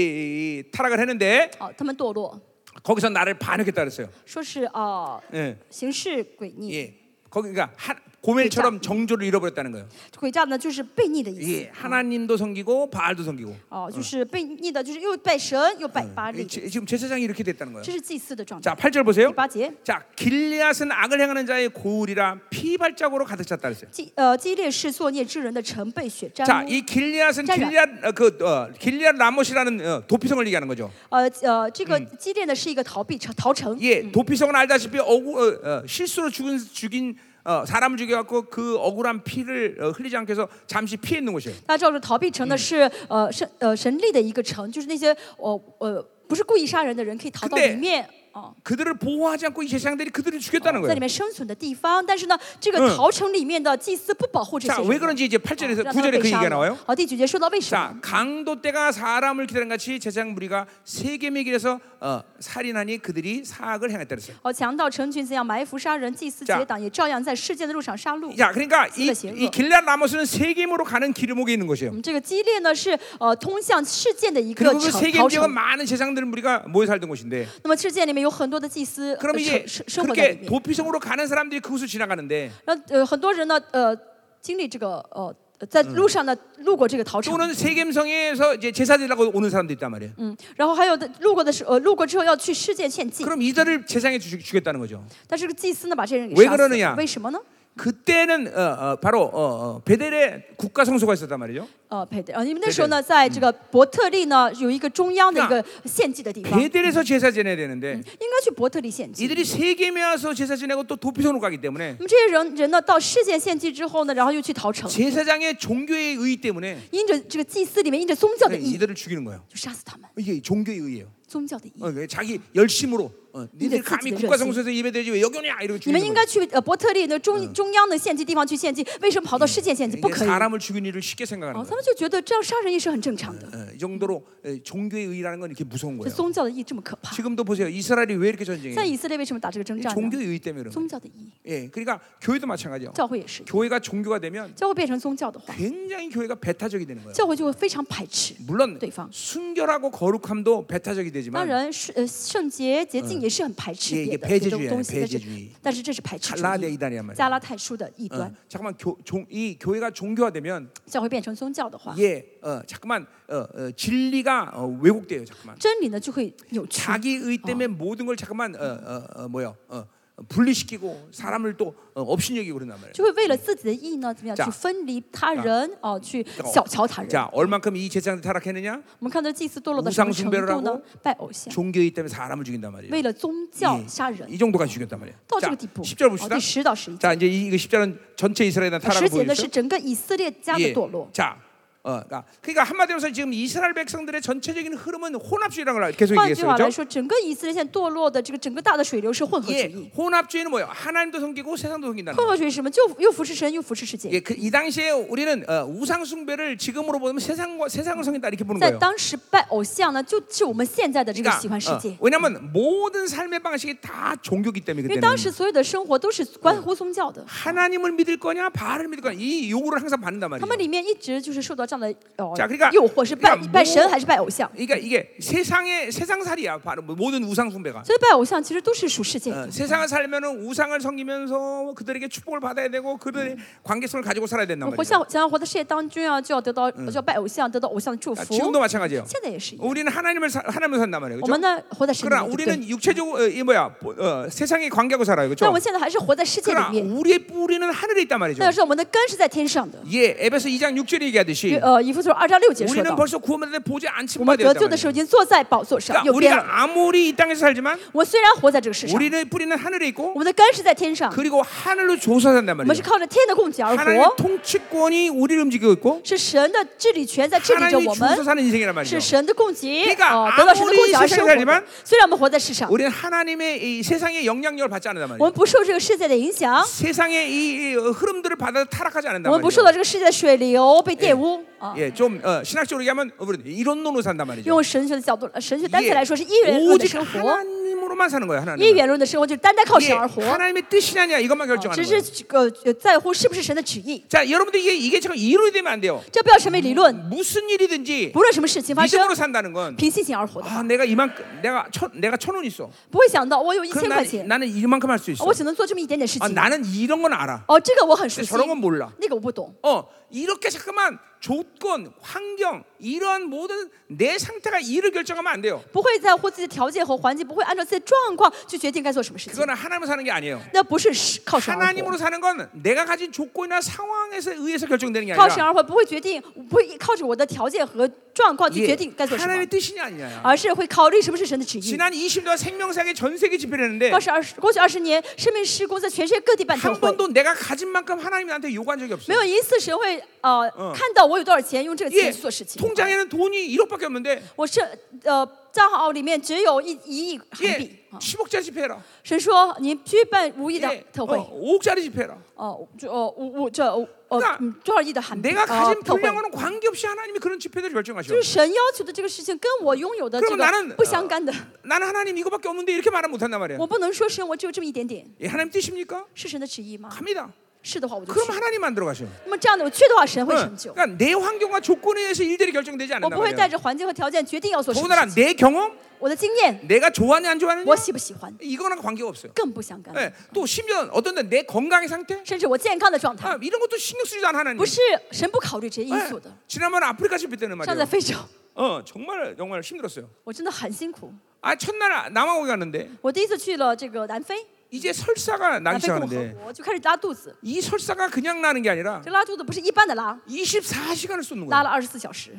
Speaker 1: 이 타락을 했는데
Speaker 2: 好、他们堕落，
Speaker 1: 거기서 나를 반역했다 그랬어요.
Speaker 2: 说是啊、呃
Speaker 1: 예,
Speaker 2: 行事诡逆，
Speaker 1: 예. 거기 그러니까 하, 고멜처럼 정조를 잃어버렸다는 거예요.
Speaker 2: 诡诈呢就是悖逆的意思。
Speaker 1: 예, 하나님도 섬기고 바알도 섬기고.
Speaker 2: 哦、就是悖逆的，就是又拜神又拜巴利，
Speaker 1: 지- 지금 제사장이 이렇게 됐다는 거예요.
Speaker 2: 这是祭司的状态。
Speaker 1: 자 8절
Speaker 2: 第
Speaker 1: 보세요.
Speaker 2: 八节，
Speaker 1: 자 길리앗은 악을 행하는 자의 고울이라 피발작으로 가득 찼다 그랬어요.
Speaker 2: 激呃激烈是作孽之人的城被血沾污。
Speaker 1: 자이 길리앗은 길리앗 어, 그 어, 길리앗 라못이라는 어, 도피성을 얘기하는 거죠.
Speaker 2: 呃呃，这个激烈呢是一个逃避城逃城，
Speaker 1: 예, 도피성은 알다시피 억울, 어, 어, 실수로 죽은 죽인 어, 사람을 죽여갖고 그 억울한 피를 어, 흘리지 않게 해서 잠시 피해 있는 곳이에요.
Speaker 2: 大家知道，这逃避城呢是呃神呃神力的一个城，就是那些呃呃不是故意杀人的人可以逃到
Speaker 1: 근데
Speaker 2: 里面哦，
Speaker 1: 그들을 보호하지 않고 이 제사장들이 그들을 죽였다는
Speaker 2: 在里
Speaker 1: 거예요.
Speaker 2: 面生存的地方。但是呢，这
Speaker 1: 嗯
Speaker 2: 个逃城里面的祭司不保护这些
Speaker 1: 자,
Speaker 2: 人，哦
Speaker 1: 왜 그런지 이제 8절에서 9절에 그 음.
Speaker 2: 被杀
Speaker 1: 얘기가
Speaker 2: 了哦
Speaker 1: 나와요. 。
Speaker 2: 好，第九节说到为什么
Speaker 1: 자, 강도 때가 사람을 기다린 같이 제사장 무리가 세겜의 길에서 어, 살인하니 그들이 사악을 행했다 그랬어요.
Speaker 2: 哦，强盗成群怎样埋伏杀人，祭司
Speaker 1: 자
Speaker 2: 结党也照样在世界的路上杀戮。
Speaker 1: 자, 그러니까 이,
Speaker 2: 쓰러지는
Speaker 1: 이
Speaker 2: 거.
Speaker 1: 길리앗 라모스는 세겜으로 가는 길목에 있는 곳이에요.
Speaker 2: 我嗯们这个激烈呢是呃通向世界的一个
Speaker 1: 음. 그리고 그
Speaker 2: 城逃
Speaker 1: 세겜 지역은
Speaker 2: 城。
Speaker 1: 많은 제사장들 무리가 모여 살던 곳인데
Speaker 2: 那么世界里面有很多的祭司呃
Speaker 1: 그럼 이제 음.
Speaker 2: 城生生活在里
Speaker 1: 그렇게
Speaker 2: 面，
Speaker 1: 도피성으로 가는 사람들이 그곳을 지나가는데
Speaker 2: 然后呃很多人呢呃经历这个呃在路上呢路过这个逃城。
Speaker 1: 또는 세겜성에서 이제 제사 드리려고 오는 사람도 있단 말이에요.
Speaker 2: 嗯，然后还有的路过的时候，呃，路过之后要去世界献祭，
Speaker 1: 그럼 이들을 제사장에 죽- 죽였다는 거죠.
Speaker 2: 但是这个祭司呢把这些人
Speaker 1: 왜
Speaker 2: 给杀死
Speaker 1: 그러느냐
Speaker 2: 了，为什么呢？
Speaker 1: 그때는 어, 어, 바로 어, 어, 베델에 국가 성소가 있었단 말이죠.
Speaker 2: 呃，佩德，呃，因为那时候呢，在这个伯特利呢有一个中央的一个献祭的
Speaker 1: 음.
Speaker 2: 地方，应
Speaker 1: 베델에서 제사 지내야 되는데
Speaker 2: 该去伯特利献祭。
Speaker 1: 이들이 세겜에 와서 제사 지내고 또 도피성으로 가기 때문에
Speaker 2: 那么这些人人呢到世界献祭之后呢，然后又去逃城，
Speaker 1: 제사장의 종교의 의의 때문에 네,
Speaker 2: 因着这个祭司里面因着宗教
Speaker 1: 음.
Speaker 2: 的意义
Speaker 1: 이들을 죽이는 거예요.
Speaker 2: 就杀死他们，
Speaker 1: 이게 종교의 의예요.
Speaker 2: 宗教的意义。
Speaker 1: 어, 자기 열심으로 어, 니들 감히 국가 성소에서 예배 드리지 왜 여기 오냐 이러고
Speaker 2: 你们
Speaker 1: 죽이는
Speaker 2: 应
Speaker 1: 거예요.
Speaker 2: 该去呃伯特利那中、中央的献祭地方去献祭，为什么跑到世界献祭？不
Speaker 1: 이게
Speaker 2: 可以。哦，
Speaker 1: 사람을 죽인 일을 쉽게 생각하는
Speaker 2: 他
Speaker 1: 거예요.
Speaker 2: 们就觉得这样杀人也是很正常的。
Speaker 1: 어, 이 정도로 어, 종교의 의라는 건 이렇게 무서운
Speaker 2: 这
Speaker 1: 거예요.
Speaker 2: 宗教的意义这么可怕。
Speaker 1: 지금도 보세요. 이스라엘이 왜 이렇게
Speaker 2: 在
Speaker 1: 전쟁해요?
Speaker 2: 以色列为什么打这个征
Speaker 1: 이
Speaker 2: 战呢？
Speaker 1: 종교의 의의 때문에 그런 거예요.
Speaker 2: 宗教的意义，
Speaker 1: 예, 그러니까 교회도 마찬가지예요.
Speaker 2: 教会也是一样，
Speaker 1: 교회가 종교가 되면
Speaker 2: 教会变成宗教的话，
Speaker 1: 굉장히 교회가 배타적이 되는 거예요.
Speaker 2: 教会就会非常排斥。
Speaker 1: 물론
Speaker 2: 对方
Speaker 1: 순결하고 거룩함도 배타적이
Speaker 2: 当
Speaker 1: 되지만
Speaker 2: 然，是呃圣洁洁嗯净也是很排斥
Speaker 1: 예
Speaker 2: 别
Speaker 1: 이게
Speaker 2: 的
Speaker 1: 배제
Speaker 2: 这种
Speaker 1: 주의야
Speaker 2: 东西，
Speaker 1: 배제
Speaker 2: 但是
Speaker 1: 주의
Speaker 2: 但是这是排斥主
Speaker 1: 갈라디아
Speaker 2: 义。
Speaker 1: 이단이란 말이에요.
Speaker 2: 加拉太书的异
Speaker 1: 어,
Speaker 2: 端，
Speaker 1: 잠깐만 교, 종, 이 교회가 종교화되면
Speaker 2: 教会变成宗教的话，
Speaker 1: 예, 어, 잠깐만 어, 어, 진리가 어, 왜곡돼요. 잠깐만
Speaker 2: 真理呢就会扭曲。
Speaker 1: 자기 의 때문에 모든 걸 잠깐만 어, 어, 어, 뭐야 어, 어, 분리시키고 사람을 또 어, 업신여기고 그런단 말이에요.
Speaker 2: 就会为了自己的意义呢，怎么样
Speaker 1: 자
Speaker 2: 去分离他人哦、去小瞧他人。
Speaker 1: 자 얼만큼 이 제사장 타락했느냐?
Speaker 2: 我们看到祭司堕落到什么程
Speaker 1: 우상숭배를
Speaker 2: 度呢
Speaker 1: 하고 ？
Speaker 2: 拜偶像，
Speaker 1: 종교의 때문에 사람을 죽인단 말이에요.
Speaker 2: 为了宗教
Speaker 1: 예,
Speaker 2: 杀人，
Speaker 1: 이 정도까지 죽였단 말이에요.
Speaker 2: 到这
Speaker 1: 자,
Speaker 2: 个地步。
Speaker 1: 10절
Speaker 2: 哦，
Speaker 1: 봅시다.
Speaker 2: 第十到十一节，
Speaker 1: 자, 이제 이- 이거 10절은 전체 이스라엘의
Speaker 2: 十
Speaker 1: 타락을
Speaker 2: 节呢是
Speaker 1: 보여줬어요.
Speaker 2: 整个以色列家的
Speaker 1: 예.
Speaker 2: 堕落。
Speaker 1: 자, 어, 그러니까, 그러니까 한마디로서 지금 이스라엘 백성들의 전체적인 흐름은 혼합주의라는 걸 계속
Speaker 2: 换句
Speaker 1: 얘기했어요.
Speaker 2: 话来
Speaker 1: 그렇죠?
Speaker 2: 说，整个以色列现在堕落的这个整个大的水流是混合主
Speaker 1: 예,
Speaker 2: 义。
Speaker 1: 혼합주의는 뭐예요? 하나님도 섬기고 세상도 섬긴다는
Speaker 2: 混
Speaker 1: 거예요.
Speaker 2: 合主义是什么？就又服侍神，又服侍世
Speaker 1: 예,
Speaker 2: 界。
Speaker 1: 그, 이 당시에 우리는 어, 우상 숭배를 지금으로 보면 세상과 세상을 섬긴다 이렇게 보는
Speaker 2: 在
Speaker 1: 거예요.
Speaker 2: 当时拜偶像呢，就是我们现在的这个
Speaker 1: 그러니까
Speaker 2: 喜欢世
Speaker 1: 어,
Speaker 2: 界，
Speaker 1: 왜냐하면 모든 삶의 방식이 다 종교기 때문에
Speaker 2: 因为
Speaker 1: 그때는
Speaker 2: 当时所有的生活都是关乎宗教的，
Speaker 1: 하나님을 믿을 거냐 바알을 믿을 거냐 이 요구를 항상 받는단
Speaker 2: 他
Speaker 1: 말이에요.
Speaker 2: 们里面一直就是受到这样的哦
Speaker 1: 자그러니까
Speaker 2: 诱惑，是拜
Speaker 1: 그러니까뭐
Speaker 2: 拜神还是拜偶像？
Speaker 1: 그러니까 이게 세상의 세상살이야 바로 뭐 모든 우상 숭배가.
Speaker 2: 所以拜偶像其实都是属世界
Speaker 1: 어,
Speaker 2: 的。
Speaker 1: 세상을 살면은 우상을 섬기면서 그들에게 축복을 받아야 되고 그들의 관계성을 가지고 살아야 된단
Speaker 2: 我活
Speaker 1: 말이에요.
Speaker 2: 像想要活在世界当中啊，就要得到就要拜偶像，得到偶像的祝
Speaker 1: 아,
Speaker 2: 福。
Speaker 1: 지금도 마찬가지예요. 어,
Speaker 2: 现在也是一样，
Speaker 1: 우리는 하나님을 사, 하나님을 산단 말이에요.
Speaker 2: 我
Speaker 1: 그렇죠?
Speaker 2: 们呢活在世界里
Speaker 1: 그러나
Speaker 2: 面，对不
Speaker 1: 우리는
Speaker 2: 对
Speaker 1: 육체적으로 어, 이 뭐야 보- 어, 세상의 관계하고 살아요,
Speaker 2: 但我
Speaker 1: 그렇죠?
Speaker 2: 们现在还是啊活在世界里
Speaker 1: 그러나
Speaker 2: 面。
Speaker 1: 우리의 뿌리는 예. 하늘에 있단
Speaker 2: 那要
Speaker 1: 말이죠.
Speaker 2: 知道我们的根是在天上的。
Speaker 1: 예, 에베소 2장 6절에 얘기하듯이
Speaker 2: 呃以弗所二章六节说
Speaker 1: 우리는
Speaker 2: 到，
Speaker 1: 벌써 구원받는데 보지 않지
Speaker 2: 我们得
Speaker 1: 못하였다.
Speaker 2: 救的时候已经坐在宝座上
Speaker 1: 그러니까
Speaker 2: 右边了。
Speaker 1: 우리가 아무리 이 땅에서 살지만
Speaker 2: 我虽然活在这个世上，
Speaker 1: 우리는 뿌리는 하늘에 있고
Speaker 2: 我们的根是在啊天上，
Speaker 1: 그리고 하늘로 조사한단
Speaker 2: 我们
Speaker 1: 말이에요.
Speaker 2: 是靠着天的供给而
Speaker 1: 하나님의
Speaker 2: 活，
Speaker 1: 통치권이 우리를 움직이고 있고
Speaker 2: 是神的治理权在治理着
Speaker 1: 하나님이
Speaker 2: 我
Speaker 1: 주셔서
Speaker 2: 们，
Speaker 1: 사는 인생이란
Speaker 2: 是
Speaker 1: 말이죠.
Speaker 2: 神的供给，
Speaker 1: 그러니까
Speaker 2: 哦，得到神的供给而生活
Speaker 1: 아무리세상에살지만
Speaker 2: 的。虽然我们活在世上，
Speaker 1: 우리는 하나님의 이 세상의 영향력을 받지 않는단
Speaker 2: 我
Speaker 1: 말이에요.
Speaker 2: 们不受这个世界的影响，
Speaker 1: 세상의 이, 이 흐름들을 받아 타락하지
Speaker 2: 我
Speaker 1: 않는단
Speaker 2: 们不
Speaker 1: 말이에요.
Speaker 2: 受到这个世界的水流被玷污啊。
Speaker 1: 예, 좀 어, 신학적으로 얘기하면 우리는 이론론으로 산단 말이죠.
Speaker 2: 用神学的角度，呃神学单词
Speaker 1: 이게
Speaker 2: 来说是一元论的
Speaker 1: 오직
Speaker 2: 生活，
Speaker 1: 하나님으로만 사는 거예요.
Speaker 2: 一
Speaker 1: 하나님.
Speaker 2: 元论的生活就是单单靠神而活，
Speaker 1: 하나님의 뜻이냐냐 이것만
Speaker 2: 哦只
Speaker 1: 결정하는 거예요.
Speaker 2: 是呃在乎是不是神的旨意，
Speaker 1: 자, 여러분들 이게 이게 지금 이론이 되면 안 돼요.
Speaker 2: 这不要成为理论。
Speaker 1: 무슨 일이든지
Speaker 2: 不论啊什么事情发生，
Speaker 1: 믿음으로 산다는 건
Speaker 2: 凭信心而活的，
Speaker 1: 아, 내가 이만큼 내가 천 내가 천 원 있어.
Speaker 2: 不会想到我有一千
Speaker 1: 그럼
Speaker 2: 块
Speaker 1: 나는,
Speaker 2: 钱，
Speaker 1: 나는 이만큼 할 수 있어.
Speaker 2: 我只能做这么一点点事
Speaker 1: 아,
Speaker 2: 情。
Speaker 1: 나는 이런 건 알아.
Speaker 2: 哦，这个我很熟悉，
Speaker 1: 저런 건 몰라.
Speaker 2: 那个我不懂。
Speaker 1: 어, 이렇게 자꾸만 조건, 환경, 이런 모든 내 상태가 이를 결정하면 안 돼요.
Speaker 2: 不会在乎自己的条件和环境，不会按照自己的状况去决定该做什么事情。
Speaker 1: 그거는 하나님으로 사는 게 아니에요.
Speaker 2: 那不是是靠神而
Speaker 1: 하나님으로
Speaker 2: 活，
Speaker 1: 사는 건 내가 가진 조건이나 상황에서 의해서 결정되는 게
Speaker 2: 靠神
Speaker 1: 아니라
Speaker 2: 而活不会决定，不会靠着我的条件和状况去
Speaker 1: 이게
Speaker 2: 决定该做什
Speaker 1: 하나님의
Speaker 2: 么，
Speaker 1: 뜻이냐 아니냐.
Speaker 2: 而是会考虑什么是神的旨意。
Speaker 1: 지난 20년 생명상의 전 세계 집회를 했는데
Speaker 2: 过去二十过去二十年，生命施工在全世界各地办特
Speaker 1: 한
Speaker 2: 会，
Speaker 1: 번도 내가 가진 만큼 하나님이 나한테 요구한 적이 없어.
Speaker 2: 没有一次神会呃、
Speaker 1: 嗯
Speaker 2: 看到我有多少钱，用这个
Speaker 1: 예,
Speaker 2: 钱去做事情。
Speaker 1: 통장에는 돈이 1억밖에 없는데
Speaker 2: 我是呃账号里面只有一一亿韩
Speaker 1: 예,
Speaker 2: 币啊。
Speaker 1: 10억짜리 집회해라.
Speaker 2: 神说你去办五亿的
Speaker 1: 예,
Speaker 2: 特会，
Speaker 1: 어, 5억짜리 집회해라.
Speaker 2: 哦，就哦五五这呃
Speaker 1: 那
Speaker 2: 嗯多少亿的韩币
Speaker 1: 내가
Speaker 2: 啊
Speaker 1: 가진
Speaker 2: 特会。
Speaker 1: 분량과는 관계없이 하나님이 그런 집회들을 결정하셔.
Speaker 2: 就是神要求的这个事情跟我拥有的
Speaker 1: 그러면
Speaker 2: 这
Speaker 1: 나는
Speaker 2: 个不相干的，
Speaker 1: 나는 하나님 이거밖에 없는데 이렇게 말하면 못한단 말이야.
Speaker 2: 我不能说神我只有这么一点点，
Speaker 1: 예, 하나님 뜻입니까?
Speaker 2: 是神的旨意吗？
Speaker 1: 갑니다.
Speaker 2: 是的话我就去
Speaker 1: 그럼 。 하나님 만들어 가셔.
Speaker 2: 那么这样的我去的话，神会
Speaker 1: 응.
Speaker 2: 成就，
Speaker 1: 그러니까 내 환경과 조건에 의해서 일들이 결정되지
Speaker 2: 我
Speaker 1: 않는단
Speaker 2: 不会带
Speaker 1: 말이야.
Speaker 2: 着环境和条件决定要做什么
Speaker 1: 더군다나
Speaker 2: 事情。
Speaker 1: 내 경험,
Speaker 2: 我的经验，
Speaker 1: 내가 좋아하냐 안 좋아하느냐
Speaker 2: 我喜不喜欢，
Speaker 1: 이거랑 관계가 없어요.
Speaker 2: 更不相干。
Speaker 1: 예, 또 심지어 어떤 데내 건강의 상태
Speaker 2: 甚至我健康的状
Speaker 1: 아,
Speaker 2: 态，
Speaker 1: 이런 것도 신경 쓰지도 않아 하나님. 예.
Speaker 2: 不是神不考虑这些
Speaker 1: 哎
Speaker 2: 因素的。
Speaker 1: 지난번 아프리카 집회 때는
Speaker 2: 像在
Speaker 1: 말이에요.
Speaker 2: 非洲，
Speaker 1: 어, 정말 정말 힘들었어요.
Speaker 2: 我真的很辛苦。
Speaker 1: 아, 첫날 남아공에 갔는데
Speaker 2: 我第一次去了这个南非，
Speaker 1: 이제 설사가
Speaker 2: 南
Speaker 1: 나기
Speaker 2: 非共和
Speaker 1: 시작하는데
Speaker 2: 国就开始拉肚子。
Speaker 1: 이 설사가 그냥 나는 게 아니라
Speaker 2: 这个拉肚子不是一般的拉，
Speaker 1: 24시간을 쏟는
Speaker 2: 拉
Speaker 1: 거예요.
Speaker 2: 了二十四小时。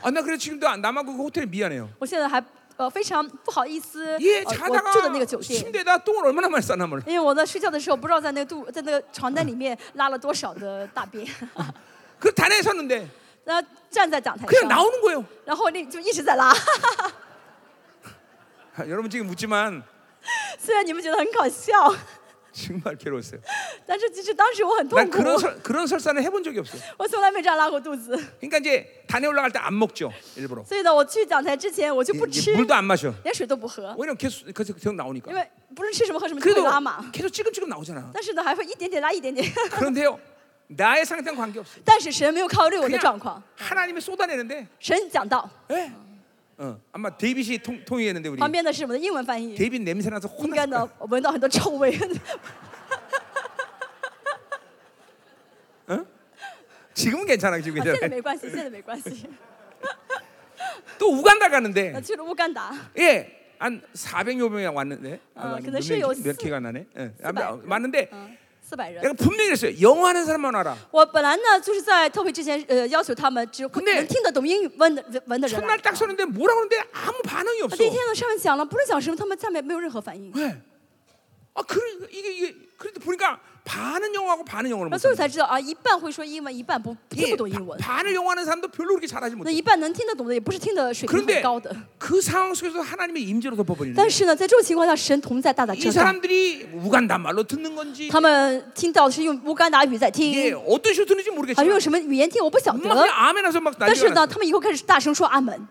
Speaker 1: 아, 나 그래서 지금도 남아공 그 호텔 미안해요.
Speaker 2: 我现在还呃非常不好意思，呃
Speaker 1: 얘
Speaker 2: 我住的那
Speaker 1: 자다가
Speaker 2: 个酒店，
Speaker 1: 침대에다 똥을 얼마나 많이 싸나 몰라.
Speaker 2: 因为我在睡觉的时候不知道在那个肚在那个床单里面拉了多少的大便，
Speaker 1: 그 단에 섰는데
Speaker 2: 然后站在讲台
Speaker 1: 그냥
Speaker 2: 上，
Speaker 1: 나오는 거예요.
Speaker 2: 然后那就一直在拉。
Speaker 1: 아, 여러분 지금 웃지만
Speaker 2: 虽然你们觉得很搞笑，
Speaker 1: 정말 괴로웠어요.
Speaker 2: 但是其实当时我很痛
Speaker 1: 난
Speaker 2: 苦，
Speaker 1: 그런 설, 그런 설사는 해본 적이 없어요.
Speaker 2: 我从来没这样拉过肚子。
Speaker 1: 그러니까 이제 단에 올라갈 때 안 먹죠. 일부러.
Speaker 2: 所以呢，我去讲台之前我就
Speaker 1: 이-
Speaker 2: 不
Speaker 1: 이제
Speaker 2: 吃，
Speaker 1: 물도 안 마셔.
Speaker 2: 连水都不喝，
Speaker 1: 왜냐면 계속 계속 계속
Speaker 2: 因
Speaker 1: 나오니까.
Speaker 2: 为不是吃什么喝什么就会
Speaker 1: 그래도
Speaker 2: 拉嘛。
Speaker 1: 계속 찌금찌금 나오잖아.
Speaker 2: 但是呢，还会一点点拉一点点，
Speaker 1: 그런데요. 나의 상태랑 관계없어.
Speaker 2: 但是神没有考虑我的
Speaker 1: 그냥
Speaker 2: 状况，
Speaker 1: 하나님이 쏟아내는데
Speaker 2: 神讲到
Speaker 1: 예? 어, 아마 데이빗이 통, 통일했는데 우리
Speaker 2: 旁边的是我们的英文翻译，
Speaker 1: 데이빗 냄새 나서
Speaker 2: 应该
Speaker 1: 혼났을 거야.
Speaker 2: 呢闻到很多臭味，
Speaker 1: 지금은 괜찮아 지금
Speaker 2: 现
Speaker 1: 괜찮아
Speaker 2: 在没关 系，现在没关系。
Speaker 1: 또 우간다
Speaker 2: 那
Speaker 1: 갔는데
Speaker 2: 去了乌干达，
Speaker 1: 예한 400여 명 왔는데
Speaker 2: 어,
Speaker 1: 아마
Speaker 2: 근데
Speaker 1: 몇
Speaker 2: 수요
Speaker 1: 명이- 몇
Speaker 2: 수-
Speaker 1: 개가 나네 예,
Speaker 2: 수백.
Speaker 1: 아마 맞는데
Speaker 2: 嗯，四百人。
Speaker 1: 내가 분명히 어, 그랬어요 영어하는 사람만 와라
Speaker 2: 我本来呢就是在特会之前，呃，要求他们只会
Speaker 1: 근데
Speaker 2: 能听得懂英语文的文的人来。
Speaker 1: 첫날 딱 서는데 뭐라 그러는데 아무 반응이
Speaker 2: 那
Speaker 1: 없어
Speaker 2: 第一天呢，上面讲了，不是讲什么，他们下面没有任何反应。
Speaker 1: 예. 아 그, 이게 이게 그래도 보니까 반은 영어하고 반은 영어를
Speaker 2: 那
Speaker 1: 못
Speaker 2: 最
Speaker 1: 하는
Speaker 2: 后才知道啊，一半会说英文，一半不听
Speaker 1: 예,
Speaker 2: 不懂英
Speaker 1: 바-
Speaker 2: 文。
Speaker 1: 반을 영어하는 사람도 별로 그렇게 잘하지
Speaker 2: 那
Speaker 1: 못해
Speaker 2: 一半能听得懂的，也不是听得水平
Speaker 1: 그런데
Speaker 2: 很高的。
Speaker 1: 그 상황 속에서 하나님의 임재로 덮어버리는
Speaker 2: 但是呢，在这种情况下，神同在，大大
Speaker 1: 이
Speaker 2: 遮盖。
Speaker 1: 사람들이 우간다 말로 듣는 건지
Speaker 2: 他们听到是用乌干达语在
Speaker 1: 이게
Speaker 2: 听，
Speaker 1: 어떤 식으로 듣는지
Speaker 2: 还是
Speaker 1: 모르겠지만
Speaker 2: 用什么语言听，我不晓
Speaker 1: 막 그냥
Speaker 2: 得。
Speaker 1: 아멘하면서 막
Speaker 2: 但是
Speaker 1: 난리가 났어.
Speaker 2: 呢，他们以后开始大声说阿门。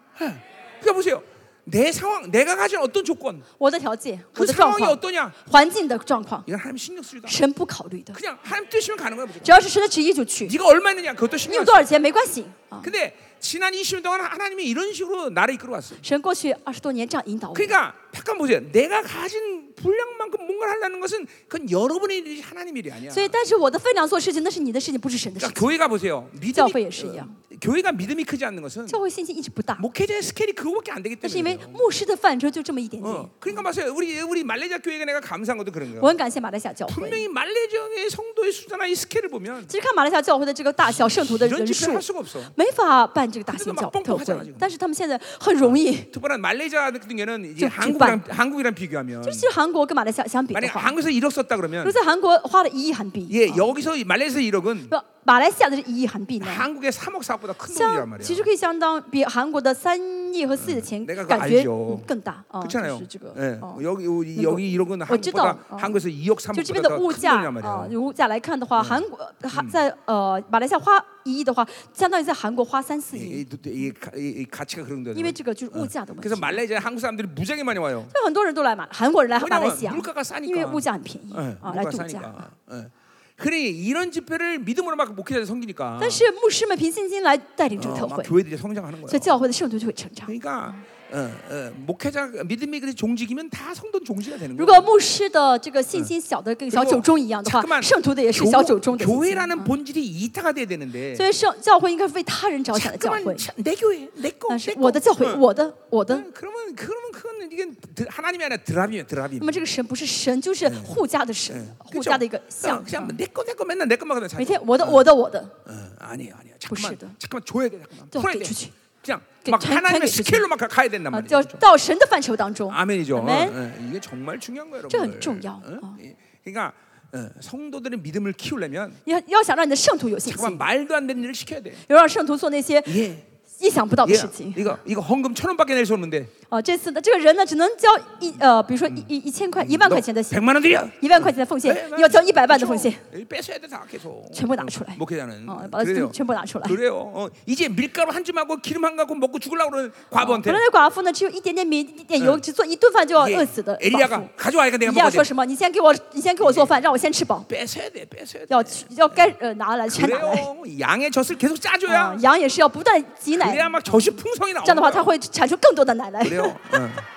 Speaker 1: 그러니까 보세요. 내 상황, 내가 가진 어떤 조건,
Speaker 2: 我的条件，我
Speaker 1: 그
Speaker 2: 的状
Speaker 1: 상황이
Speaker 2: 况，
Speaker 1: 어떠냐,
Speaker 2: 环境的状况，
Speaker 1: 이건 하나님 신경 쓰지도 않아.
Speaker 2: 神不考虑的。
Speaker 1: 그냥 하나님 뜻이면 가는 거야. 무조건.
Speaker 2: 只要是神的旨意就去，
Speaker 1: 네가 얼마 있느냐, 그것도
Speaker 2: 你
Speaker 1: 신경
Speaker 2: 有
Speaker 1: 안
Speaker 2: 多
Speaker 1: 써.
Speaker 2: 少钱没关系啊。
Speaker 1: 근데 지난 20년 동안 하나님이 이런 식으로 나를 이끌어 왔어.
Speaker 2: 神过去二十多年这样引导我，
Speaker 1: 그러니까 잠깐 보세요. 내가 가진 분량만 그만큼 뭔가를 하려는 것은 그건 여러분의 일이 하나님 일이 아니야.
Speaker 2: 所以，但是我的分量做事情，那是你的事情，不是神的事
Speaker 1: 그러니까
Speaker 2: 情。
Speaker 1: 교회가 보세요. 믿음이
Speaker 2: 자부의 시야.
Speaker 1: 어, 교회가 믿음이 크지 않는 것은
Speaker 2: 教会信心一直不大，
Speaker 1: 목회자의 스케일이 그거밖에 안 되기
Speaker 2: 但是因为
Speaker 1: 때문에.
Speaker 2: 牧师的范畴就这么一点点。
Speaker 1: 어, 그러니까 맞아요. 우리 우리 말레이시아 교회가 내가 감사한 것도 그런
Speaker 2: 我
Speaker 1: 거예요.
Speaker 2: 很感谢马来西亚教会。
Speaker 1: 분명히 말레이시아의 성도의 숫자나 이 스케일을 보면
Speaker 2: 其实看马来西亚教会的这个大小圣徒的
Speaker 1: 이런
Speaker 2: 人数
Speaker 1: 집회를 ，할 수가 없어.
Speaker 2: 没法办这个大
Speaker 1: 这个
Speaker 2: 型教
Speaker 1: 嘛
Speaker 2: 教
Speaker 1: 蹦蹦蹦蹦
Speaker 2: 会，但是他们现在很容易。
Speaker 1: 특별한 말레이시아 같은 경우는 이제
Speaker 2: 좀
Speaker 1: 한국이랑 한국이랑 비교하면
Speaker 2: 就是其实韩国跟马来西亚嗯相比的
Speaker 1: 만약
Speaker 2: 话，
Speaker 1: 한국에서 어. 1억 썼다
Speaker 2: 如
Speaker 1: 그러면
Speaker 2: 果在韩国花了一亿韩币，
Speaker 1: 예
Speaker 2: 啊
Speaker 1: 여기서 이 말레이시아 1억은
Speaker 2: 不，马来西亚的是一亿韩币呢，
Speaker 1: 한국의 3억 4억보다 큰 돈이란
Speaker 2: 相其
Speaker 1: 말이야.
Speaker 2: 实可以相当比韩国的三亿和四亿的钱
Speaker 1: 嗯那个
Speaker 2: 感觉
Speaker 1: 알죠
Speaker 2: 嗯更大啊，就
Speaker 1: 어, 그렇잖아요.
Speaker 2: 是这个
Speaker 1: 예,
Speaker 2: 哦
Speaker 1: 여기 여기
Speaker 2: 이거-
Speaker 1: 여기 1억은
Speaker 2: 어쨌든,
Speaker 1: 한국보다
Speaker 2: 어.
Speaker 1: 한국에서 2억
Speaker 2: 就这边的嗯
Speaker 1: 3억보다
Speaker 2: 物
Speaker 1: 큰 돈이란
Speaker 2: 价啊，
Speaker 1: 어, 말이에요.
Speaker 2: 物价来看的话，韩国韩在呃马来西亚花一亿的话，相当于在韩国花三四
Speaker 1: 이,
Speaker 2: 亿，
Speaker 1: 이, 이, 이, 이 가치가 그런 거죠.
Speaker 2: 因为这个嗯就是物价的问
Speaker 1: 그래서
Speaker 2: 题。
Speaker 1: 말레이시아 한국 사람들이 무지하게 많이 와요.
Speaker 2: 所以很多人都来马，韩国人来马来
Speaker 1: 왜냐면
Speaker 2: 西亚，
Speaker 1: 물가가 싸니까.
Speaker 2: 因为物价很便宜
Speaker 1: 예,
Speaker 2: 啊，来
Speaker 1: 물가가
Speaker 2: 度假。
Speaker 1: 싸니까. 예. 그래 이런 집회를 믿음으로 막 목회자들 섬기니까
Speaker 2: 但是牧师们凭信心来带领这个
Speaker 1: 어,
Speaker 2: 特
Speaker 1: 막
Speaker 2: 会，
Speaker 1: 교회들이 성장하는
Speaker 2: 所
Speaker 1: 거예요.
Speaker 2: 以教会的圣徒就会成长。
Speaker 1: 그러니까 어, 어, 목회자 믿음이 그래 종직이면 다 성돈 종지가 되는
Speaker 2: 如
Speaker 1: 거예요.
Speaker 2: 果牧师的这个信心小的跟小
Speaker 1: 그리고
Speaker 2: 九钟一样的话
Speaker 1: 잠깐만 ，
Speaker 2: 圣徒的也是小九钟
Speaker 1: 교,
Speaker 2: 的信心。
Speaker 1: 교회라는 본질이 이타가 돼야
Speaker 2: 嗯
Speaker 1: 되는데
Speaker 2: 所以圣教会应该是为他人着想的教
Speaker 1: 자꾸만
Speaker 2: 会，
Speaker 1: 자- 내 교회 내 거,
Speaker 2: 但
Speaker 1: 내
Speaker 2: 是
Speaker 1: 거.
Speaker 2: 我的教会，
Speaker 1: 응.
Speaker 2: 我的我的，
Speaker 1: 응, 그러면 그러면 그건 이게 드- 하나님이 아니라 드랍이에요 드랍이.
Speaker 2: 那么这个神不是神，就是护家的
Speaker 1: 嗯
Speaker 2: 神，护家的一个像
Speaker 1: 어,
Speaker 2: 啊
Speaker 1: 그냥 。 내거내거 맨날 내 것만 그냥 자꾸.
Speaker 2: 每天我的我的我的，
Speaker 1: 어, 아니에요, 아니에요. 잠깐만,
Speaker 2: 보시다.
Speaker 1: 잠깐만 줘야 돼, 잠깐만.
Speaker 2: 또
Speaker 1: 풀어야
Speaker 2: 어깨
Speaker 1: 돼.
Speaker 2: 주지.
Speaker 1: 그냥
Speaker 2: 그
Speaker 1: 막
Speaker 2: 잘-
Speaker 1: 하나님의
Speaker 2: 잘 주지. 아,
Speaker 1: 스케일로 막 가- 가야 된단
Speaker 2: 啊，
Speaker 1: 말이죠.
Speaker 2: 要到神的范畴当中。
Speaker 1: 아멘이죠.
Speaker 2: 아멘.
Speaker 1: 어, 예, 이게 정말 중요한 거예요,
Speaker 2: 네. 저건
Speaker 1: 여러분.
Speaker 2: 중요. 어.
Speaker 1: 그러니까 어, 성도들의 믿음을 키우려면
Speaker 2: 要要想让你的圣徒有信
Speaker 1: 잠깐만
Speaker 2: 心，
Speaker 1: 말도 안 되는 일을 시켜야 돼.
Speaker 2: 要让圣徒做那些
Speaker 1: 예.
Speaker 2: 意想不到的
Speaker 1: 예,
Speaker 2: 事情。
Speaker 1: 이거 이거 헌금 천 원밖에 낼 수 없는데
Speaker 2: 啊，这次的这个人呢，只能交一呃，比如说一一一千块、一万块钱的信，
Speaker 1: 백만 원 드려. 네,
Speaker 2: 一万块钱的奉献，要交一百万的奉献。
Speaker 1: 뺏어야 돼 다 계속.
Speaker 2: 全部拿出来。
Speaker 1: 목회자는
Speaker 2: 哦，把它
Speaker 1: 그래요.
Speaker 2: 全部拿出来。
Speaker 1: 그래요. 어, 이제 밀가루 한 줌하고 기름 한 가고 먹고 죽으려고 그러는 과부한테
Speaker 2: 本来那寡妇呢，只有一点点米、一点油，只做一顿饭就要
Speaker 1: 예,
Speaker 2: 饿死的寡
Speaker 1: 엘리야가
Speaker 2: 妇。
Speaker 1: 가져와야
Speaker 2: 你
Speaker 1: 내가
Speaker 2: 要
Speaker 1: 먹어야 돼.
Speaker 2: 说什么？你先给我，你先给我做饭，让我先吃饱。
Speaker 1: 뺏어야 돼, 뺏어야 돼.
Speaker 2: 要去，要该呃拿来全拿来。
Speaker 1: 그래요. 양의 젖을 계속 어, 짜줘야
Speaker 2: 啊，羊也是要不断挤奶，
Speaker 1: 그래야 막 젖이 풍성이
Speaker 2: 这样的话
Speaker 1: 나오는
Speaker 2: 它
Speaker 1: 거예요.
Speaker 2: 会产出更多的奶来。
Speaker 1: 그래요. 어,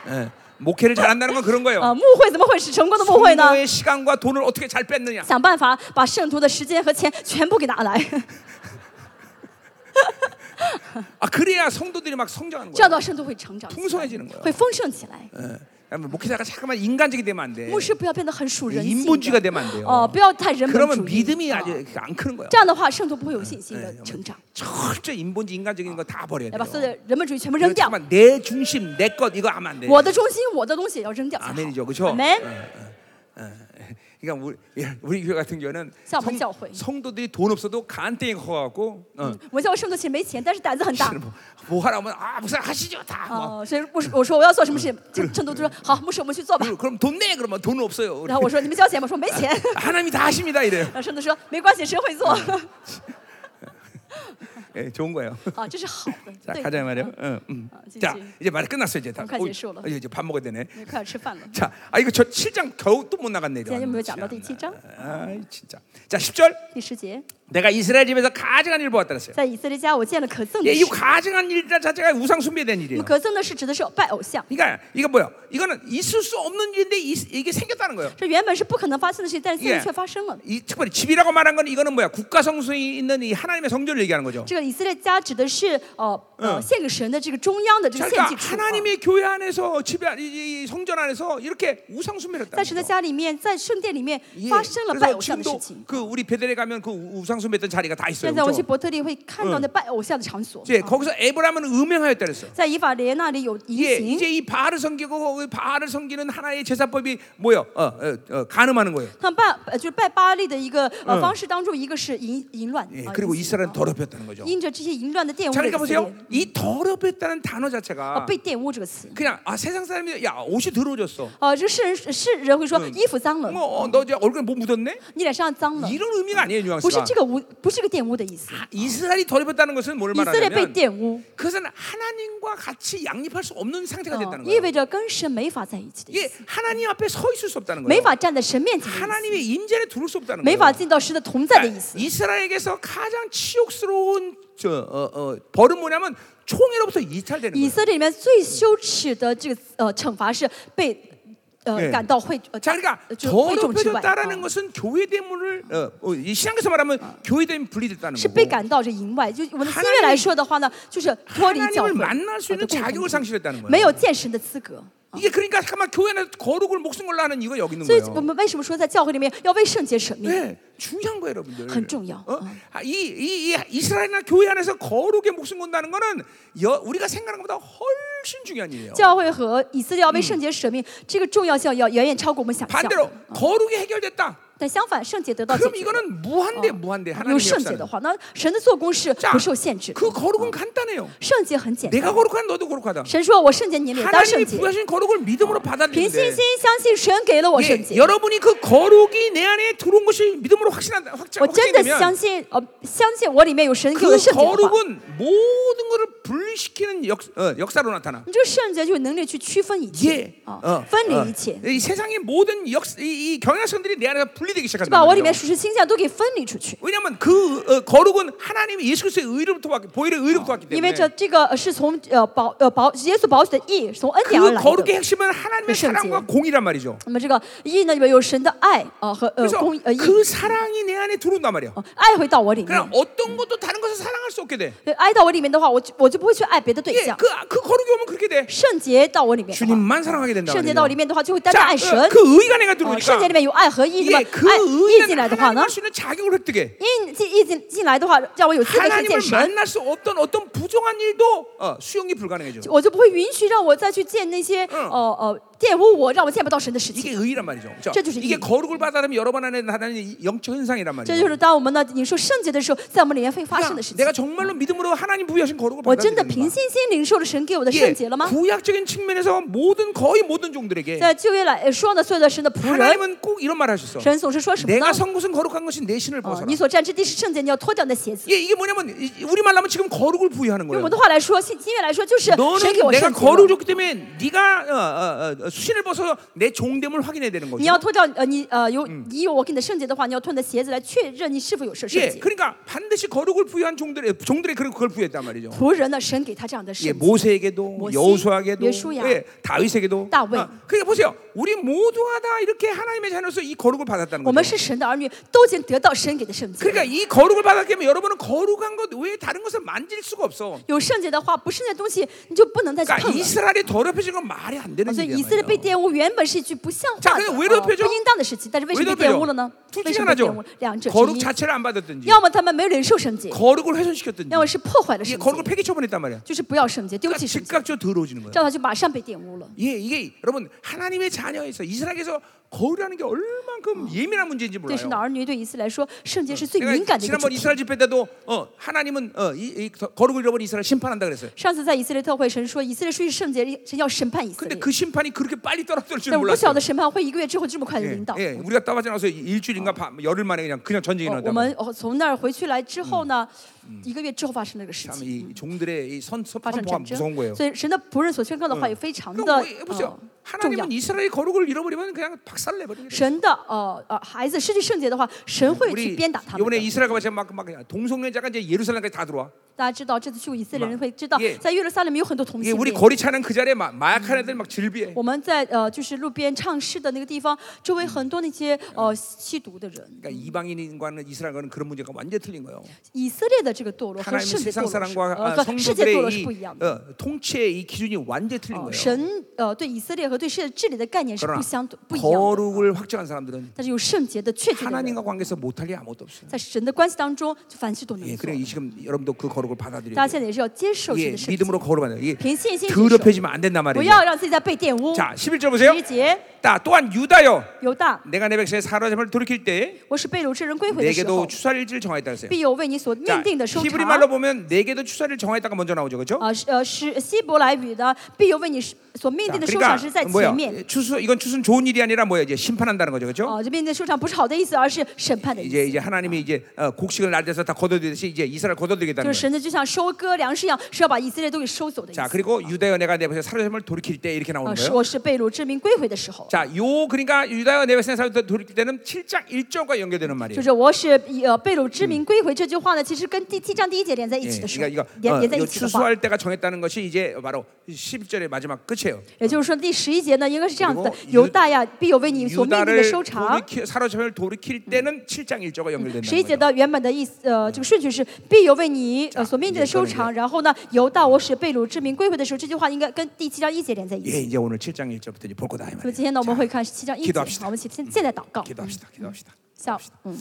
Speaker 1: 예. 목회를 잘한다는 건 그런 거예요.
Speaker 2: 啊，牧会怎么会是成功的牧会呢？
Speaker 1: 성도의 시간과 돈을 어떻게 잘 뺐느냐.
Speaker 2: 想办法把圣徒的时间和钱全部给拿来，
Speaker 1: 아 그래야 성도들이 막 성장하는
Speaker 2: 这
Speaker 1: 거예요.
Speaker 2: 样的话圣徒会成长起来，
Speaker 1: 丰盛해지는거예요
Speaker 2: 会丰盛起来。
Speaker 1: 예. 그러면 목회자가 잠깐만 인간적이 되면 안 돼.
Speaker 2: 牧师不要变得很属人性的
Speaker 1: 인본주의가 ， 되면 안 돼요.
Speaker 2: 哦，不要太人本
Speaker 1: 그러면
Speaker 2: 主义。
Speaker 1: 믿음이
Speaker 2: 啊哎
Speaker 1: 아주 안 크는 거예요.
Speaker 2: 这样的话，圣徒不会有信心的
Speaker 1: 嗯
Speaker 2: 成长。
Speaker 1: 철저 인본주의 인간적인 거 다 버려야
Speaker 2: 来把所有
Speaker 1: 돼요.
Speaker 2: 的人本主义全部扔
Speaker 1: 그리고
Speaker 2: 掉。
Speaker 1: 잠깐만 내 중심 내 것 이거 하면 안 돼.
Speaker 2: 我的中心，我的东西也要扔掉才好。
Speaker 1: 아멘이죠, 그렇죠?
Speaker 2: 아멘.
Speaker 1: 그러니까 우리 예, 우리 교회 같은 경우는
Speaker 2: 자, 먼저 회.
Speaker 1: 성도들이 돈 없어도 간땡이 커갖고 어,
Speaker 2: 我叫我圣徒，其实没钱，但是胆子很大。
Speaker 1: 뭐, 뭐 하라면 아 목사 하시죠 다. 뭐.
Speaker 2: 哦，所以我说我说我要做什么事情，圣圣徒就说好，牧师我们去做吧。
Speaker 1: 그럼- 그럼 돈 내 그러면 돈 없어요. 아,
Speaker 2: 然后我说你们交钱吧，我说没钱。
Speaker 1: 하나님이 다 하십니다 이래요.
Speaker 2: 然后圣徒说没关系，神会做。
Speaker 1: 예, 좋은 거예요.
Speaker 2: 啊，这是好的，
Speaker 1: 자
Speaker 2: 对
Speaker 1: 가자
Speaker 2: 的。
Speaker 1: 말이요. 응, 응.
Speaker 2: 네. 아,
Speaker 1: 자
Speaker 2: 진짜.
Speaker 1: 이제 말이 끝났어요 이제 다.
Speaker 2: 그럼 가지, 쉬어라.
Speaker 1: 어, 이제 밥 먹어야 되네.
Speaker 2: 因为快要吃饭了。
Speaker 1: 자, 아 이거 저 7장 겨우 또 못 나갔네. 이거.
Speaker 2: 지난번에 뭐 잡아도 이 칠장?
Speaker 1: 아, 진짜. 자, 10절.
Speaker 2: 第十节，
Speaker 1: 내가 이스라엘 집에서 가증한 일을 보았다 그랬어요.
Speaker 2: 在以色列家我见了可憎
Speaker 1: 예,
Speaker 2: 的
Speaker 1: 이
Speaker 2: 事。
Speaker 1: 가증한 일 자체가 우상 숭배에 대한
Speaker 2: 那
Speaker 1: 일이에요.
Speaker 2: 么可憎的事指的是拜偶像，
Speaker 1: 그러니까 이거 뭐야? 이거는 있을 수 없는 일인데 이, 이게 생겼다는 거예요.
Speaker 2: 这原本是不可能发生的事情，但是现在
Speaker 1: 예.
Speaker 2: 却发生了。
Speaker 1: 이 특별히 집이라고 말한 건 이거는 뭐야? 국가 성소에 있는 이 하나님의 성전을 얘기하는 거죠.
Speaker 2: 这个以色列家指的是呃呃献给神的这个中央的这个献
Speaker 1: 그러니까
Speaker 2: 祭处。
Speaker 1: 하나님의 교회 안에서 집에 안- 이, 이 성전 안에서 이렇게 우상 숭배를
Speaker 2: 呃在
Speaker 1: 했다는
Speaker 2: 神的
Speaker 1: 거죠.
Speaker 2: 家里面，在圣殿里面
Speaker 1: 예.
Speaker 2: 发生了拜
Speaker 1: 그래서
Speaker 2: 偶像的事
Speaker 1: 지금도
Speaker 2: 情。
Speaker 1: 그 우리 베델에 가면 그 우- 우상 숭배했던 자리가 다 있어요.
Speaker 2: 现在我去
Speaker 1: 그렇죠?
Speaker 2: 伯特利会看到那拜偶像的场所，
Speaker 1: 예, 거기서 에브라함은 음행하였다 그랬어.
Speaker 2: 在以法莲那里有
Speaker 1: 예,
Speaker 2: 移行，
Speaker 1: 이제 이 바알을 섬기고 이 바알을 섬기는 하나의 제사법이 뭐요? 어, 어, 어, 간음하는 거예요.
Speaker 2: 他们拜呃就是拜巴利的一个呃方式当中，一个是淫淫乱，
Speaker 1: 예,
Speaker 2: 啊
Speaker 1: 그리고
Speaker 2: 淫行
Speaker 1: 이스라엘
Speaker 2: 啊
Speaker 1: 더럽혔다는 거죠.
Speaker 2: 因着这些淫乱的玷污
Speaker 1: 자,
Speaker 2: 了以
Speaker 1: 그러니까
Speaker 2: 色
Speaker 1: 보세요.
Speaker 2: 列，
Speaker 1: 이 더럽혔다는 단어
Speaker 2: 啊
Speaker 1: 자체가
Speaker 2: 被玷污这个词，
Speaker 1: 그냥 아 세상 사람이 야 옷이 더러워졌어.
Speaker 2: 啊这世人世人会说衣服脏了，
Speaker 1: 뭐, 어, 너 이제 얼굴에 뭐 묻었네?
Speaker 2: 你脸上脏了，
Speaker 1: 이런 의미가 아니에요,
Speaker 2: 不是
Speaker 1: 뉘앙스가.
Speaker 2: 这个污，不是这个玷污的意思。
Speaker 1: 아, 이스라엘이 더럽혔다는 것은 뭘
Speaker 2: 以色列被
Speaker 1: 말하냐면
Speaker 2: 玷污，
Speaker 1: 그것은 하나님과 같이 양립할 수 없는 상태가
Speaker 2: 啊
Speaker 1: 됐다는
Speaker 2: 意
Speaker 1: 거예요.
Speaker 2: 味着跟神没法在一起的意思，
Speaker 1: 이게 하나님 앞에 서 있을 수 없다는
Speaker 2: 没
Speaker 1: 거예요.
Speaker 2: 法站在神面前的意思，
Speaker 1: 하나님의 임재를 두를 수 없다는
Speaker 2: 没
Speaker 1: 거예요.
Speaker 2: 法进到神的同在的意思。
Speaker 1: 이스라엘에게서 가장 치욕스러운 저, 어, 어, 벌은 뭐냐면 총애로부터 이탈되는
Speaker 2: 以
Speaker 1: 거예요.
Speaker 2: 色列里面最羞耻的这个呃惩罚是被呃
Speaker 1: 예
Speaker 2: 感到会呃
Speaker 1: 자, 그러니까
Speaker 2: 呃就会众之外，嗯
Speaker 1: 더럽혀졌다라는 것은 교회 대물을 어, 어, 이 신앙에서 말하면 교회 대물 분리됐다는
Speaker 2: 是被
Speaker 1: 거고
Speaker 2: 感到这营外。就我们
Speaker 1: 하나
Speaker 2: 思
Speaker 1: 님
Speaker 2: 维来说的话呢，就是脱离教
Speaker 1: 하나님을
Speaker 2: 会
Speaker 1: 만날 수
Speaker 2: 呃
Speaker 1: 있는
Speaker 2: 的共同
Speaker 1: 자격을
Speaker 2: 体
Speaker 1: 상실했다는
Speaker 2: 没
Speaker 1: 거예요.
Speaker 2: 有见神的资格。
Speaker 1: 이게 그러니까 잠깐만 교회 안에서 거룩을 목숨 걸라 하는 이유가 여기 있는
Speaker 2: 所以我
Speaker 1: 거예요.
Speaker 2: 们为什么说在教会里面要为圣洁舍命？
Speaker 1: 네, 중요한 거예요, 여러분들.
Speaker 2: 很重要.
Speaker 1: 어? 아, 이, 이, 이 이스라엘이나 교회 안에서 거룩에 목숨 건다는 거는 여, 우리가 생각하는 것보다 훨씬 중요한 일이에요.
Speaker 2: 教会和以色列要为圣洁舍命，这个重要性要远远超过我们想象的。
Speaker 1: 반대로 거룩이 해결됐다.
Speaker 2: 但相反，圣洁得到解
Speaker 1: 그럼
Speaker 2: 决。
Speaker 1: 이거는 무한대 무한대
Speaker 2: 有
Speaker 1: 하나님의
Speaker 2: 圣洁
Speaker 1: 역사는.
Speaker 2: 的话，那神的做工是
Speaker 1: 자,
Speaker 2: 不受限制的。
Speaker 1: 그 거룩은 간단해요.
Speaker 2: 圣洁很简
Speaker 1: 내가
Speaker 2: 单，
Speaker 1: 거룩하면 너도 거룩하다.
Speaker 2: 神说我圣洁，你们也当圣
Speaker 1: 하나님이
Speaker 2: 洁。
Speaker 1: 부여하신 거룩을 믿음으로
Speaker 2: 凭信
Speaker 1: 받아들이는데
Speaker 2: 心相信神给了我
Speaker 1: 예,
Speaker 2: 圣洁，
Speaker 1: 여러분이 그 거룩이 내 안에 들어온 것이 믿음으로 확신한다. 확정,
Speaker 2: 我真的相
Speaker 1: 확신되면
Speaker 2: 信，呃，相信我里面有神给我
Speaker 1: 그
Speaker 2: 的圣洁的话，
Speaker 1: 거룩은 모든 것을 분리시키는 역, 어, 역사로 나타나.
Speaker 2: 你这个圣洁就有能力去区分一切
Speaker 1: 예.
Speaker 2: 啊
Speaker 1: 어, ，
Speaker 2: 分
Speaker 1: 어.
Speaker 2: 离一切，
Speaker 1: 이 세상의 모든 역, 이, 이 경향성들이 내 안에서 분리되기
Speaker 2: 就把
Speaker 1: 시작한다.
Speaker 2: 我里面属实倾向都给嗯分离出去。
Speaker 1: 왜냐하면 그 어, 거룩은 하나님이 예수 그리스도의 의로부터 왔기, 보혈의 의로부터 왔기
Speaker 2: 因
Speaker 1: 때문에
Speaker 2: 为这这个呃是从呃保呃保耶稣保许的义是从恩典而
Speaker 1: 그
Speaker 2: 来
Speaker 1: 거룩의
Speaker 2: 的。
Speaker 1: 핵심은 하나님의
Speaker 2: 그圣洁.
Speaker 1: 사랑과 공이란 말이죠.
Speaker 2: 那么这个义呢里面有神的爱啊和呃
Speaker 1: 그래서
Speaker 2: 公呃义，
Speaker 1: 그 어, 사랑이 내 안에 들어온단 말이야.
Speaker 2: 哦爱会到我里面
Speaker 1: 그러니까 。 어떤 것도 다른 것을 사랑할 수 없게 돼.
Speaker 2: 对爱到我里面的话，我就我就不会去爱别的对
Speaker 1: 예,
Speaker 2: 象。
Speaker 1: 그, 그 거룩이 오면 그렇게 돼.
Speaker 2: 圣洁到我里面的话，
Speaker 1: 주님만 사랑하게 된다.
Speaker 2: 圣洁到我里哦
Speaker 1: 말이에요.
Speaker 2: 面的话，就会单单
Speaker 1: 자,
Speaker 2: 爱
Speaker 1: 어,
Speaker 2: 神。
Speaker 1: 그 의가 내가
Speaker 2: 哦圣
Speaker 1: 들어오니까
Speaker 2: 洁里面有爱和义，那
Speaker 1: 예,
Speaker 2: 么
Speaker 1: 그
Speaker 2: 爱义进
Speaker 1: 의는
Speaker 2: 来的话
Speaker 1: 하나님 ，
Speaker 2: 呢
Speaker 1: 할수는 자격을 획득해.
Speaker 2: 义进义进进来的话，让我有资格去
Speaker 1: 하나님을
Speaker 2: 见神，
Speaker 1: 만날 수 없던 어떤 부정한 일도 어, 수용이 불가능해져.
Speaker 2: 我就不会允许让我再去见那些呃呃玷污我、让我见不到神的事
Speaker 1: 이게
Speaker 2: 情。
Speaker 1: 의란 말이죠. 그죠?
Speaker 2: 저주지.
Speaker 1: 이게 거룩을 받아들면 여러 번 안에 하나님의 영적 현상이란
Speaker 2: 这
Speaker 1: 말이죠.
Speaker 2: 就是当我们呢领受圣洁的时候，在我们里面会发生的事
Speaker 1: 그러니까
Speaker 2: 情
Speaker 1: 내가 。 정말로 믿음으로 하나님 부여하신 거룩을
Speaker 2: 我真的凭
Speaker 1: 받아들이는
Speaker 2: 信心领受了神给我的
Speaker 1: 예,
Speaker 2: 圣洁了吗？
Speaker 1: 구약적인 측면에서 모든 거의 모든 종들에게
Speaker 2: 在旧约来呃说呢，所有的神的仆人，
Speaker 1: 하나님은 꼭 이런 말 하셨어.
Speaker 2: 神总是说什么呢
Speaker 1: 내가 ？ 성곳은 거룩한 것이 내 신을
Speaker 2: 哦
Speaker 1: 벗어라. ，
Speaker 2: 你所站之地是圣洁，你要脱掉你的鞋子。
Speaker 1: 예, 이게 뭐냐면 우리 말로 하면 지금 거룩을 부여하는
Speaker 2: 用我
Speaker 1: 거예요. 뭐
Speaker 2: 们的话来说，信音乐来说，就是神给
Speaker 1: 너는
Speaker 2: 我
Speaker 1: 내가
Speaker 2: 圣洁了
Speaker 1: 거룩을 줬기 때문에 네가 어, 어, 어, 신을 벗어서 내 종됨을 확인해야 되는
Speaker 2: 你
Speaker 1: 거죠.
Speaker 2: 要脱掉呃，你呃有你有我给你的圣洁的话，你要脱你的鞋子来确认你是否有圣圣
Speaker 1: 예,
Speaker 2: 洁。
Speaker 1: 그러니까 반드시 거룩을 부여한 종들의 종들의 그런 그걸 부여했단 말이죠.
Speaker 2: 仆人呢，神给他这样的
Speaker 1: 예,
Speaker 2: 圣洁。
Speaker 1: 모세에게도
Speaker 2: 모세,
Speaker 1: 여호수아에게도
Speaker 2: 예수야.
Speaker 1: 예, 다윗에게도
Speaker 2: 다윗.
Speaker 1: 아, 그러니까 보세요. 우리 모두가 다 이렇게 하나님의 자녀로서 이 거룩을 받았다는
Speaker 2: 我们
Speaker 1: 거죠.
Speaker 2: 是神的儿女，都已经得到神给的圣洁。
Speaker 1: 그러니까 이 거룩을 받았기 때문에 여러분은 거룩한 것 외에 다른 것을 만질 수가 없어.
Speaker 2: 有圣洁的话，不圣洁的东西你就不能再去
Speaker 1: 그러니까
Speaker 2: 碰了。
Speaker 1: 이스라엘이 더럽혀진 건 말이 안 되는
Speaker 2: 所以以
Speaker 1: 일이야.
Speaker 2: 色列被玷污原本是一句不像
Speaker 1: 자
Speaker 2: 话的、
Speaker 1: 그냥왜
Speaker 2: 呃
Speaker 1: 더럽혀져
Speaker 2: 不应当的事情，但是为什么被玷污了呢？
Speaker 1: 둘
Speaker 2: 为
Speaker 1: 중에
Speaker 2: 什么被玷污
Speaker 1: 하나죠. ？
Speaker 2: 两者之
Speaker 1: 거룩
Speaker 2: 一，
Speaker 1: 자체를 안 받았든지
Speaker 2: 要么他们没有领受圣洁，
Speaker 1: 거룩을 훼손시켰든지
Speaker 2: 要么是破坏了
Speaker 1: 이게
Speaker 2: 圣
Speaker 1: 거룩을
Speaker 2: 洁，
Speaker 1: 폐기 처분했단 말이야.
Speaker 2: 就是不要圣洁，丢
Speaker 1: 그러니까
Speaker 2: 弃圣洁，
Speaker 1: 즉각적으로 더러워지는 거야.
Speaker 2: 这样他就马上被玷污了。
Speaker 1: 예, 이게 여러분 하나님의 자녀에서 이스라엘에서 거울이라는 게 얼만큼 예민한 문제인지
Speaker 2: 对神的
Speaker 1: 몰라요.
Speaker 2: 儿女，对以色列来说，圣洁是最敏
Speaker 1: 제가
Speaker 2: 感的一个
Speaker 1: 지난번
Speaker 2: 主题。
Speaker 1: 이스라엘 집회 때도 어, 하나님은 어, 이, 이 거- 거룩을 잃어버린 이스라엘 심판한다 그랬어요.
Speaker 2: 上次在以色列特会，神说以色列出于圣洁，神要审判以色
Speaker 1: 근데
Speaker 2: 列。
Speaker 1: 그 심판이 그렇게 빨리 떨어질 줄
Speaker 2: 但我不晓
Speaker 1: 몰랐어요.
Speaker 2: 得审判会一个月之后这么快就
Speaker 1: 예,
Speaker 2: 领导。
Speaker 1: 예, 우리가 따바지 나서 일주일인가 밤, 열흘 만에 그냥 그냥 전쟁이
Speaker 2: 哦我
Speaker 1: 났단
Speaker 2: 们
Speaker 1: 말이에요.
Speaker 2: 哦从那儿回去来之后呢，一个月之后发生这个事情，
Speaker 1: 참이 종들의 이 선, 선,
Speaker 2: 发生
Speaker 1: 선포가
Speaker 2: 战争
Speaker 1: 무서운 ， 거예요.
Speaker 2: 所以神的仆人所宣告的嗯话也非常的
Speaker 1: 그러니까 뭐, 보세요.
Speaker 2: 呃重要
Speaker 1: 하나님은 。 이스라엘 거룩을 잃어버리면 그냥 박살 내버리는 거예요.
Speaker 2: 神的呃呃孩子失去圣洁的话，神会去
Speaker 1: 우리
Speaker 2: 鞭打他
Speaker 1: 이번에
Speaker 2: 们的。
Speaker 1: 이스라엘 가면 막, 막 동성애자가 이제 예루살렘까지 다 들어와.
Speaker 2: 大家知道，这次去以色列人会知道
Speaker 1: 예 ，
Speaker 2: 在耶路撒冷有很多同
Speaker 1: 이게
Speaker 2: 性
Speaker 1: 우리
Speaker 2: 恋。
Speaker 1: 거리 차는 그 자리에 마, 마약한 애들 막 질비해.
Speaker 2: 我们在呃就是路边唱诗的那个地方，周围很多那些呃吸毒的人。
Speaker 1: 그러니까 이방인과는 이스라엘과는 그런 문제가 완전 히 틀린 거예요.
Speaker 2: 以色列的这个堕落和
Speaker 1: 하나님은
Speaker 2: 圣洁
Speaker 1: 세상
Speaker 2: 堕落是
Speaker 1: 사람과
Speaker 2: 呃
Speaker 1: 아,
Speaker 2: 和世界堕
Speaker 1: 성도들의
Speaker 2: 落是
Speaker 1: 이
Speaker 2: 不一样的。
Speaker 1: 어, 통치의 이 기준이 완전히 틀린
Speaker 2: 哦
Speaker 1: 거예요.
Speaker 2: 神呃对以色列和对世界治理的概念是
Speaker 1: 그러나
Speaker 2: 不相不一样的，
Speaker 1: 거룩을 확정한 사람들은
Speaker 2: 但是有圣洁的确定的人，
Speaker 1: 하나님과 관계에서 못할 게 아무것도 없어요.
Speaker 2: 在神的关系当中，就凡事都能
Speaker 1: 예,
Speaker 2: 做
Speaker 1: 그래 。이 지금 여러분도 그 거룩을 받아들여야
Speaker 2: 大家
Speaker 1: 돼요.
Speaker 2: 现在也是要接受神
Speaker 1: 예,
Speaker 2: 的圣洁，
Speaker 1: 믿음으로 거룩을 받아요. 이게
Speaker 2: 凭信心接受，
Speaker 1: 더럽혀지면 안 된단
Speaker 2: 不
Speaker 1: 말이에요.
Speaker 2: 要让自己再被玷污。
Speaker 1: 자, 11절
Speaker 2: 十
Speaker 1: 보세요.
Speaker 2: 一节，
Speaker 1: 나 또한 유다여
Speaker 2: 犹大，
Speaker 1: 내가 내 백성의 사로잡음을 돌이킬 때
Speaker 2: 我使被掳之人归回的时候
Speaker 1: 내게도 ， 추살일지를 정하였다 했어요.
Speaker 2: 必有为你所命
Speaker 1: 자,
Speaker 2: 定的收
Speaker 1: 히브리
Speaker 2: 查
Speaker 1: 말로 。 보면 내게도 추사를 정하였다가 먼저 나오죠, 그렇죠?
Speaker 2: 啊，是呃，是希伯来语的，必有为你所命定的收场是在
Speaker 1: 그러니까 뭐야? 예,
Speaker 2: 前面。
Speaker 1: 추수 이건 추수는 좋은 일이 아니라 뭐야 이제 심판한다는 거죠, 그렇죠?
Speaker 2: 啊，这边的收场不是好的意思，而是审判的意
Speaker 1: 이제
Speaker 2: 思。
Speaker 1: 이제 하나님이 이제 어, 곡식을 날려서 다 거둬들듯이 이제 이스라엘
Speaker 2: 就
Speaker 1: 거둬들겠다는 거예요.
Speaker 2: 是神的就像收割粮食一样，是要把以色列都给收走的意
Speaker 1: 자
Speaker 2: 思。
Speaker 1: 그리고 유다여 내가 내 백성의 사로잡음을 돌이킬 때 이렇게
Speaker 2: 啊，
Speaker 1: 나오는
Speaker 2: 是
Speaker 1: 거예요.
Speaker 2: 我是被掳之民归回的时候。
Speaker 1: 자, 요 그러니까 유다여 내 백성의 사로잡음을 돌이킬 때는 7장 1절과 연결되는 말이에요.
Speaker 2: 嗯就是我使以呃被掳之民归回这句话呢，其实跟第第七章第一节连在
Speaker 1: 예,
Speaker 2: 一起的时
Speaker 1: 그러니까
Speaker 2: 候
Speaker 1: 이거 ，
Speaker 2: 连
Speaker 1: 어,
Speaker 2: 连在
Speaker 1: 이거
Speaker 2: 一起的话，
Speaker 1: 추수할 때가 정했다는 것이 이제 바로 11절의 마지막 끝이에요.
Speaker 2: 也就是说第十一节呢，应该是这样子的
Speaker 1: 그리고：
Speaker 2: 犹大呀，必有为你所命定的
Speaker 1: 유다를
Speaker 2: 收场。
Speaker 1: 돌이키, 사로잡을 돌이킬 때는 7장 1절과
Speaker 2: 十一
Speaker 1: 연결된다는
Speaker 2: 节
Speaker 1: 거죠.
Speaker 2: 的原本的意思，
Speaker 1: 嗯
Speaker 2: 呃，这个顺序是必有为你呃所命定的收场，然后呢，犹大我使被掳之民归回的时候，这句话应该跟第七章一节连在一
Speaker 1: 예,
Speaker 2: 起。
Speaker 1: 이제 오늘 7장 1절부터 이제 볼 거다 이
Speaker 2: 那么
Speaker 1: 말이에요.
Speaker 2: 今天呢，我们会看七章一
Speaker 1: 기도
Speaker 2: 节，
Speaker 1: 합시다
Speaker 2: 好，我们现现在祷告，
Speaker 1: 기도합시다. 기도합시다.
Speaker 2: 下，嗯，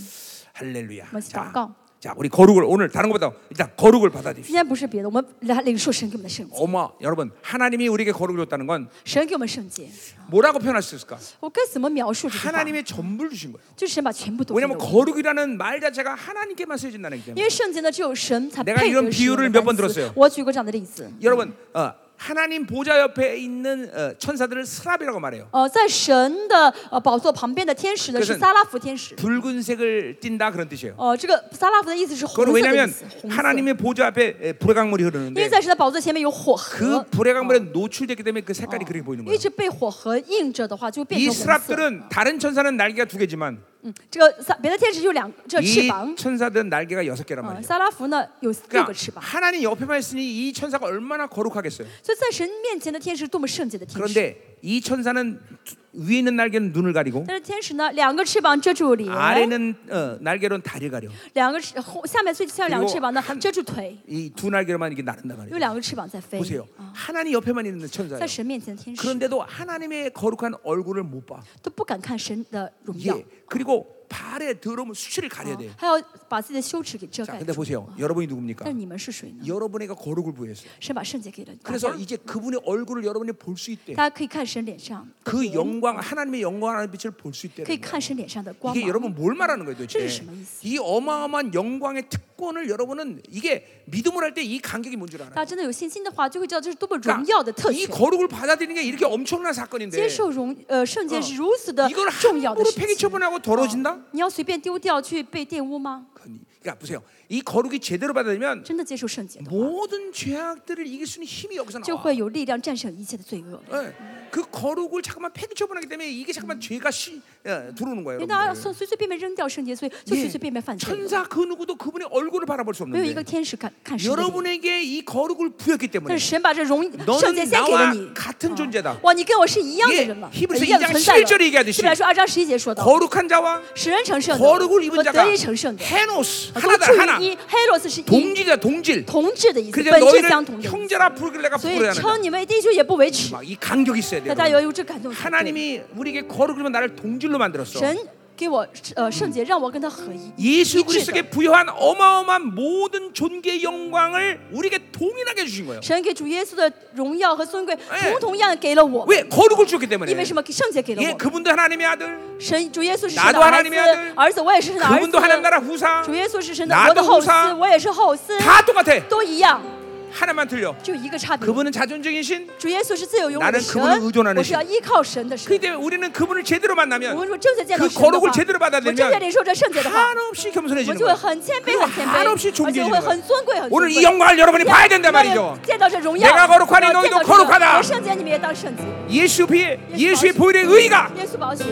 Speaker 1: 할렐루야.
Speaker 2: 멋있다.
Speaker 1: 자,
Speaker 2: 고.
Speaker 1: 자, 우리 거룩을 오늘 다른 것보다 일단 거룩을 받아들이시다.
Speaker 2: 今天不是别的，我们来领受神给我们的圣洁，
Speaker 1: 어마 여러분 하나님이 우리에게 거룩을 줬다는 건
Speaker 2: 神给我们圣洁，
Speaker 1: 뭐라고 표현할 수 있을까?
Speaker 2: 我该怎么描述这句话？
Speaker 1: 하나님의 전부를 주신 거예요.
Speaker 2: 就是神把全部都给了
Speaker 1: 왜냐하면
Speaker 2: 我们。
Speaker 1: 거룩이라는 말 자체가 하나님께만 쓰여진다는 기
Speaker 2: 因
Speaker 1: 때문에
Speaker 2: 为圣洁呢，只有神才
Speaker 1: 내가
Speaker 2: 配
Speaker 1: 이런
Speaker 2: 得使用
Speaker 1: 비유를
Speaker 2: 的
Speaker 1: 몇번
Speaker 2: 单词
Speaker 1: 들었어요
Speaker 2: 我举过这样的例子，
Speaker 1: 여러분 어, 하나님 보좌 옆에 있는 어, 천사들을 스랍이라고 말해요.
Speaker 2: 呃，在神的呃宝座旁边的天使呢
Speaker 1: 就是
Speaker 2: 是撒拉弗天使，
Speaker 1: 붉은색을 띈다 그런 뜻이에요.
Speaker 2: 呃，这个撒拉弗的意思是红
Speaker 1: 그건
Speaker 2: 色的意
Speaker 1: 왜냐하면
Speaker 2: 思，红色。
Speaker 1: 하나님의 보좌 앞에 에, 불의 강물이
Speaker 2: 因为
Speaker 1: 흐르는데
Speaker 2: 在神的宝座前面有火
Speaker 1: 그
Speaker 2: 河，
Speaker 1: 불의
Speaker 2: 어.
Speaker 1: 강물에 노출되기 때문에 그 색깔이 그렇게 보이는
Speaker 2: 一
Speaker 1: 거예요.
Speaker 2: 直被火河映着的话，就变
Speaker 1: 이
Speaker 2: 成红色。
Speaker 1: 스랍들은 다른 천사는 날개가 두 개지만
Speaker 2: 嗯，这个撒别的天使有两这
Speaker 1: 이
Speaker 2: 翅膀，
Speaker 1: 천사들은 날개가 여섯 개란
Speaker 2: 啊，
Speaker 1: 말이에요.
Speaker 2: 撒拉弗呢有六个
Speaker 1: 어, 그러니까
Speaker 2: 翅膀，
Speaker 1: 하나님 옆에만 있으니 이 천사가 얼마나 거룩하겠어요.
Speaker 2: 所以在神面前的天使是多么圣洁的天使。
Speaker 1: 그런데 이 천사는 두- 위에 있는 날개는 눈을 가리고
Speaker 2: 但是天使呢，两个翅膀遮住脸，
Speaker 1: 啊 아래는 어, 날개로는 다리를 가려. 两
Speaker 2: 两个翅后下面最下面两个
Speaker 1: 그리고
Speaker 2: 翅膀呢
Speaker 1: 한
Speaker 2: 遮住腿，
Speaker 1: 이 두 날개로만 이게 나른단
Speaker 2: 有
Speaker 1: 말이에요.
Speaker 2: 两个翅膀在飞。
Speaker 1: 보세요. 하나님 옆에만 있는 어. 천사예요.
Speaker 2: 在神面前的天使
Speaker 1: 그런데도 하나님의 거룩한 얼굴을 못 봐.
Speaker 2: 都不敢看神的荣耀，啊
Speaker 1: 예. 그리고 발에 더러움 수치를 가려야 돼요.
Speaker 2: 还要把自己的羞耻给遮
Speaker 1: 자,
Speaker 2: 盖
Speaker 1: 근데
Speaker 2: 住。
Speaker 1: 보세요. 여러분이 누굽니까?
Speaker 2: 但是你们是谁呢？
Speaker 1: 여러분에게 거룩을 부여했어요.
Speaker 2: 神把圣洁给了大
Speaker 1: 그래서
Speaker 2: 家，
Speaker 1: 이제 그분의 얼굴을 여러분이 볼 수 있대.
Speaker 2: 大家可以看神脸上，
Speaker 1: 그 영광 하나님의 영광 하나님의 빛을 볼 수
Speaker 2: 可以
Speaker 1: 있대.
Speaker 2: 看神脸上的光
Speaker 1: 이게
Speaker 2: 芒。
Speaker 1: 여러분 뭘 네, 말하는 거예요 도대체?
Speaker 2: 뜻이 무슨 뜻이야?
Speaker 1: 이 어마어마한 영광의 특권을 여러분은 이게 믿음을 할 때 이 간격이 뭔 줄
Speaker 2: 大
Speaker 1: 알아요?
Speaker 2: 家真的有信心的话，就会知道这是多么荣耀的
Speaker 1: 그러니까
Speaker 2: 特
Speaker 1: 이
Speaker 2: 权。
Speaker 1: 거룩을 받아들이는 게 이렇게 엄청난 사건인데
Speaker 2: 接受荣呃圣洁是如此的
Speaker 1: 이걸
Speaker 2: 重要的
Speaker 1: 함부로
Speaker 2: 事
Speaker 1: 폐기
Speaker 2: 情。
Speaker 1: 처분하고 더러워진다?
Speaker 2: 你要随便丢掉去被玷污吗？
Speaker 1: 그러니까 보세요. 이 거룩이 제대로 받아들이면
Speaker 2: 真的接受圣洁的话，
Speaker 1: 모든 죄악들을 이길 수 있는 힘이 여기서
Speaker 2: 就
Speaker 1: 나와.
Speaker 2: 会有力量战胜一切的罪恶。
Speaker 1: 예. 그 거룩을 잠깐만 폐기 처분하기 때문에 이게 잠깐만 죄가 시, 예, 들어오는
Speaker 2: 因
Speaker 1: 거예요.
Speaker 2: 为大家
Speaker 1: 여러분들.
Speaker 2: 随随便便扔掉圣洁，所以就
Speaker 1: 예.
Speaker 2: 随随便便犯罪了。
Speaker 1: 천사 그 누구도 그분의 얼굴을 바라볼 수
Speaker 2: 没有一个
Speaker 1: 없는데
Speaker 2: 天使看看神的脸。
Speaker 1: 여러분에게 이 거룩을 부여했기
Speaker 2: 但
Speaker 1: 때문에
Speaker 2: 是神把这荣圣洁
Speaker 1: 너는
Speaker 2: 先给了
Speaker 1: 나와
Speaker 2: 你。啊
Speaker 1: 같은 존재다.
Speaker 2: 哇，你跟我是一样的人了，
Speaker 1: 예 히브리서
Speaker 2: 一样的
Speaker 1: 2장
Speaker 2: 存在了。
Speaker 1: 11절에얘기하듯이
Speaker 2: 希伯来说二章十一节说到，
Speaker 1: 거룩한 자와
Speaker 2: 使人成圣的，
Speaker 1: 거룩을 입은
Speaker 2: 和
Speaker 1: 자가
Speaker 2: 得以成圣的，
Speaker 1: 헤노스
Speaker 2: 都
Speaker 1: 하나다
Speaker 2: 出于
Speaker 1: 하나
Speaker 2: 一。黑罗斯是一
Speaker 1: 동질이다 동질.
Speaker 2: 同质的意思，
Speaker 1: 그러니까
Speaker 2: 本质相同
Speaker 1: 너희를
Speaker 2: 的意思。
Speaker 1: 형제라 부르길 내가
Speaker 2: 所
Speaker 1: 부르려
Speaker 2: 以
Speaker 1: 하는
Speaker 2: 称你们为弟兄也不为耻。
Speaker 1: 막이 간격이 있어야
Speaker 2: 大家要
Speaker 1: 돼.
Speaker 2: 有这感动才对。
Speaker 1: 하나님이 우리에게 거룩이면 나를 동질로 만들었어.
Speaker 2: 神给我呃圣洁，让我跟他合一。
Speaker 1: 예수
Speaker 2: 一致的
Speaker 1: 그리스도께 부여한 어마어마한 모든 존귀의 영광을 우리에게 동일하게 주신 거예요.
Speaker 2: 神给主耶稣的荣耀和尊贵，
Speaker 1: 哎
Speaker 2: 同同样给了我。
Speaker 1: 왜 거룩을 주었기 때문에.
Speaker 2: 因为什么？圣洁给了
Speaker 1: 예,
Speaker 2: 我。
Speaker 1: 그분도 하나님의 아들.
Speaker 2: 神主耶稣是神
Speaker 1: 나도
Speaker 2: 的儿
Speaker 1: 하나님의아들
Speaker 2: 子，儿子我也是神的儿
Speaker 1: 그분도 하나님
Speaker 2: 子。
Speaker 1: 나라 후사.
Speaker 2: 主耶稣是神的
Speaker 1: 나도
Speaker 2: 我的后嗣
Speaker 1: 후사 ，
Speaker 2: 我也是后嗣，
Speaker 1: 다 똑같아.
Speaker 2: 都一样，
Speaker 1: 하나만 틀려.
Speaker 2: 就一个差别。
Speaker 1: 그분은 자존적인 신.
Speaker 2: 主耶稣是自由永远
Speaker 1: 나는
Speaker 2: 的
Speaker 1: 그
Speaker 2: 神
Speaker 1: 분을의존하는，
Speaker 2: 我是
Speaker 1: 신
Speaker 2: 要依靠神的神
Speaker 1: 그렇기 。 때문에 우리는 그분을 제대로
Speaker 2: 我
Speaker 1: 만나면
Speaker 2: 们说正确见到
Speaker 1: 그
Speaker 2: 神的话，
Speaker 1: 거룩을
Speaker 2: 我
Speaker 1: 제대로
Speaker 2: 正确
Speaker 1: 받아들면
Speaker 2: 领受这圣洁的话，
Speaker 1: 한없이
Speaker 2: 我
Speaker 1: 겸손해지는
Speaker 2: 就会
Speaker 1: 거예요.
Speaker 2: 很谦卑，
Speaker 1: 그리고
Speaker 2: 很谦
Speaker 1: 한없이
Speaker 2: 卑，而且
Speaker 1: 존귀해지는
Speaker 2: 会
Speaker 1: 거예요.
Speaker 2: 很尊贵，很
Speaker 1: 오늘
Speaker 2: 尊
Speaker 1: 이
Speaker 2: 贵。
Speaker 1: 영광을 여러분이 봐야 된단
Speaker 2: 要
Speaker 1: 말이죠.
Speaker 2: 见到这荣耀，
Speaker 1: 내가거룩하니너희도
Speaker 2: 要见到这荣耀
Speaker 1: 거룩하다
Speaker 2: 我圣洁，你们也当圣洁。
Speaker 1: 예수 피해 예수의
Speaker 2: 耶稣保
Speaker 1: 보혈의
Speaker 2: 险
Speaker 1: 의가 예.
Speaker 2: 耶稣保险，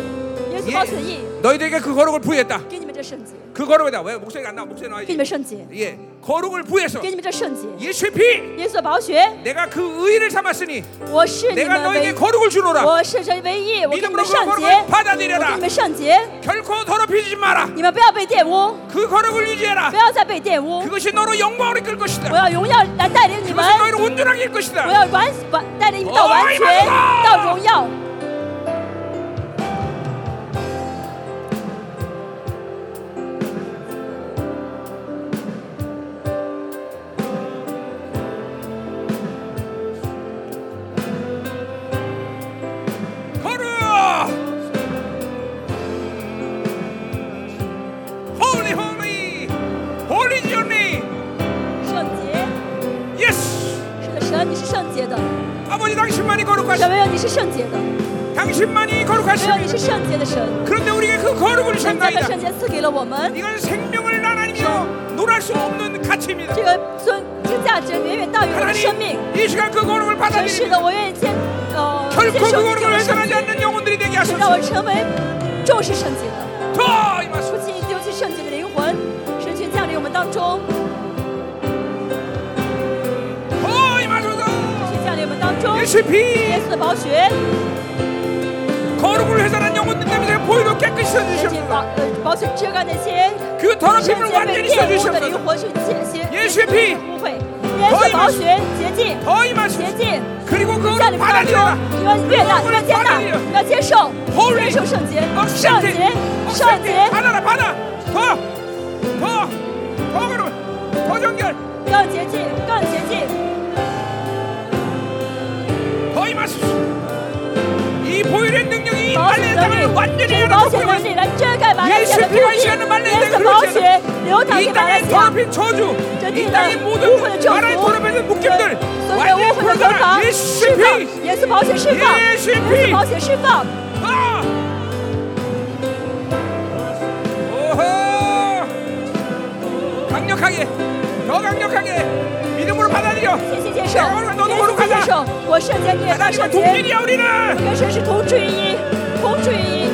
Speaker 2: 耶稣保险义
Speaker 1: 너희들에게 그 거룩을 부여했다.
Speaker 2: 给你们这圣洁，
Speaker 1: 그 거룩에다 왜 목소리가 안 나와? 목소리
Speaker 2: 给你
Speaker 1: 나와야지.
Speaker 2: 们圣洁，
Speaker 1: 예, 거룩을 부여해서
Speaker 2: 给你们这圣洁。
Speaker 1: 예수의 피
Speaker 2: 耶稣的宝血，
Speaker 1: 내가 그 의를 삼았으니
Speaker 2: 我是你
Speaker 1: 내가 뭐?
Speaker 2: 们唯
Speaker 1: 너에게
Speaker 2: 一，
Speaker 1: 거룩을 주노라.
Speaker 2: 我是神唯一，我给你
Speaker 1: 믿음으로 그
Speaker 2: 们圣洁，
Speaker 1: 거룩을
Speaker 2: 我给
Speaker 1: 받아들여라.
Speaker 2: 你们圣洁，
Speaker 1: 결코 더럽히지 마라.
Speaker 2: 你们不要被玷污，
Speaker 1: 그 거룩을 유지해라.
Speaker 2: 不要再被玷污。
Speaker 1: 그것이 너로 영광을 이끌
Speaker 2: 我
Speaker 1: 것이다.
Speaker 2: 要荣耀来带领你们
Speaker 1: 그것이 ， 너희를 온전하게 이끌
Speaker 2: 我
Speaker 1: 것이다.
Speaker 2: 要完完带领你们到完
Speaker 1: 哦哎
Speaker 2: 全
Speaker 1: 呀妈呀，
Speaker 2: 到荣耀。
Speaker 1: 거룩. Holy, holy, holy is your name.
Speaker 2: 圣洁，
Speaker 1: Yes.
Speaker 2: 是的，神，你是圣洁的，
Speaker 1: 아버지 당신만이
Speaker 2: 小
Speaker 1: 거룩하시
Speaker 2: 朋友，你是圣洁的，
Speaker 1: 당신만이
Speaker 2: 朋友，你是
Speaker 1: 거룩하십니다
Speaker 2: 圣洁的神，
Speaker 1: 그런데 우리에게 그 거룩을
Speaker 2: 神将把
Speaker 1: 주셨나이다
Speaker 2: 圣洁赐给了我们。
Speaker 1: 이건 생명을 하나님이여 논할 수 없는 가치입니다
Speaker 2: 这个尊这个价值远远大于我的生命。
Speaker 1: 하나님 이 시간 그 거룩을
Speaker 2: 真是
Speaker 1: 받아들이니
Speaker 2: 的，我愿意接呃接
Speaker 1: 결코
Speaker 2: 受
Speaker 1: 그
Speaker 2: 你给我
Speaker 1: 거룩을
Speaker 2: 的圣
Speaker 1: 훼손하지 ，
Speaker 2: 洁
Speaker 1: 않는 영혼들이 되게
Speaker 2: 神让我
Speaker 1: 하소서
Speaker 2: 成为重视圣洁的，
Speaker 1: 더 임하소서
Speaker 2: 不轻易丢弃圣洁的灵魂。神却降临我们当中，
Speaker 1: 예수의 피
Speaker 2: 耶稣的宝血，
Speaker 1: 거룩을 회산한 영혼 능력에서 보혈로 깨끗이
Speaker 2: 也请
Speaker 1: 씻어주시옵소서
Speaker 2: 宝呃宝血遮盖那些
Speaker 1: 그
Speaker 2: 圣
Speaker 1: 더럽힘을
Speaker 2: 洁被
Speaker 1: 완전히
Speaker 2: 玷污的灵
Speaker 1: 씻어주시옵소서
Speaker 2: 魂是洁洁
Speaker 1: 예수의피
Speaker 2: 污秽，耶稣的宝血洁净
Speaker 1: 더
Speaker 2: 洁
Speaker 1: 임하소서
Speaker 2: 净，
Speaker 1: 그리고
Speaker 2: 向
Speaker 1: 그거를
Speaker 2: 你们发出，
Speaker 1: 받아들여라
Speaker 2: 你要悦纳，你要接纳，你要接受，
Speaker 1: Holy 어,
Speaker 2: 接受圣洁，
Speaker 1: 억센
Speaker 2: 圣洁，圣洁
Speaker 1: 억센 ， 받아라 받아 더더더 그러면 더 정결
Speaker 2: 更洁净，更洁净。
Speaker 1: 더 임하소서 이 보혈의 능력이 이
Speaker 2: 保险
Speaker 1: 말레의
Speaker 2: 能
Speaker 1: 땅을
Speaker 2: 力，
Speaker 1: 완전히
Speaker 2: 这个保
Speaker 1: 열어서
Speaker 2: 险能
Speaker 1: 보여주시옵소서
Speaker 2: 力来遮盖马来西亚的
Speaker 1: 예수의피가이시간을말레
Speaker 2: 罪，
Speaker 1: 의 땅에
Speaker 2: 耶稣保血流淌
Speaker 1: 이
Speaker 2: 给马来
Speaker 1: 땅의
Speaker 2: 西亚，
Speaker 1: 더럽힌 저주
Speaker 2: 这
Speaker 1: 이
Speaker 2: 地
Speaker 1: 땅의
Speaker 2: 的污秽的
Speaker 1: 모든
Speaker 2: 咒
Speaker 1: 나라의
Speaker 2: 诅，
Speaker 1: 더럽혀진 묶임들
Speaker 2: 所有的
Speaker 1: 완전히
Speaker 2: 污秽的捆绑
Speaker 1: 풀어져라 ，
Speaker 2: 释放
Speaker 1: 예수피
Speaker 2: 耶稣保险释放，耶
Speaker 1: 예수의
Speaker 2: 稣
Speaker 1: 피
Speaker 2: 保险释放，
Speaker 1: 아! 오호! 강력하게 더 강력하게 믿음으로 받아들여
Speaker 2: 信心接受，
Speaker 1: 耶稣
Speaker 2: 耶稣接受，我圣洁，你也当
Speaker 1: 하나님과
Speaker 2: 圣洁，
Speaker 1: 동일이야 우리는
Speaker 2: 跟神是同处于一，同处于一，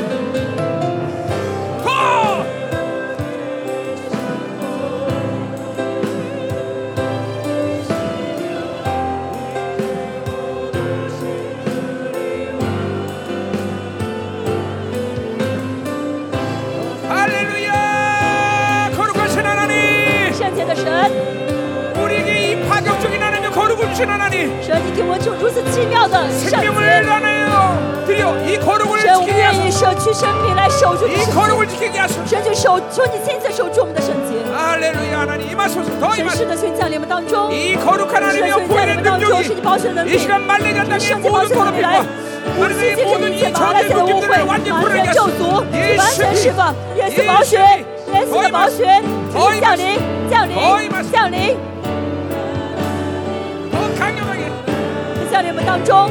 Speaker 1: 더! 할렐루야! 거룩하신 하나님!
Speaker 2: 圣洁的神，
Speaker 1: 우리에게 이 파격적인 하나님의 거룩을 주신 하나님
Speaker 2: 神你给我们这如此奇妙的圣
Speaker 1: 생명을
Speaker 2: 洁，
Speaker 1: 나눠요 드려 이 거룩을
Speaker 2: 神我
Speaker 1: 지키게
Speaker 2: 们
Speaker 1: 하소서
Speaker 2: 愿意舍去生命来守住你的
Speaker 1: 이
Speaker 2: 圣洁，
Speaker 1: 거룩을 지키게 하소서
Speaker 2: 神就守，求你亲自守住我们的圣洁。
Speaker 1: 할렐루야 하나님 임하소서 더
Speaker 2: 神
Speaker 1: 임하소서
Speaker 2: 是的宣教你们当中，
Speaker 1: 이 거룩한
Speaker 2: 是的
Speaker 1: 하나님의
Speaker 2: 宣教你
Speaker 1: 보이는
Speaker 2: 们当中是你保守
Speaker 1: 능력이
Speaker 2: 的能
Speaker 1: 이
Speaker 2: 力，
Speaker 1: 시간 말레 잔
Speaker 2: 圣
Speaker 1: 땅의
Speaker 2: 洁保
Speaker 1: 모든
Speaker 2: 守能力来
Speaker 1: 더럽힘과 ，
Speaker 2: 无世
Speaker 1: 하나님의 모든
Speaker 2: 界这一切
Speaker 1: 이
Speaker 2: 马来
Speaker 1: 전대
Speaker 2: 西亚的污秽
Speaker 1: 묶임들을 ，
Speaker 2: 完
Speaker 1: 완전히 풀어내게
Speaker 2: 全咒诅
Speaker 1: 하소서 ，
Speaker 2: 完全释
Speaker 1: 예수님
Speaker 2: 放，耶稣宝血，耶稣的宝血，降临，降临，降临，
Speaker 1: 더 강력하게
Speaker 2: 降临我们当中，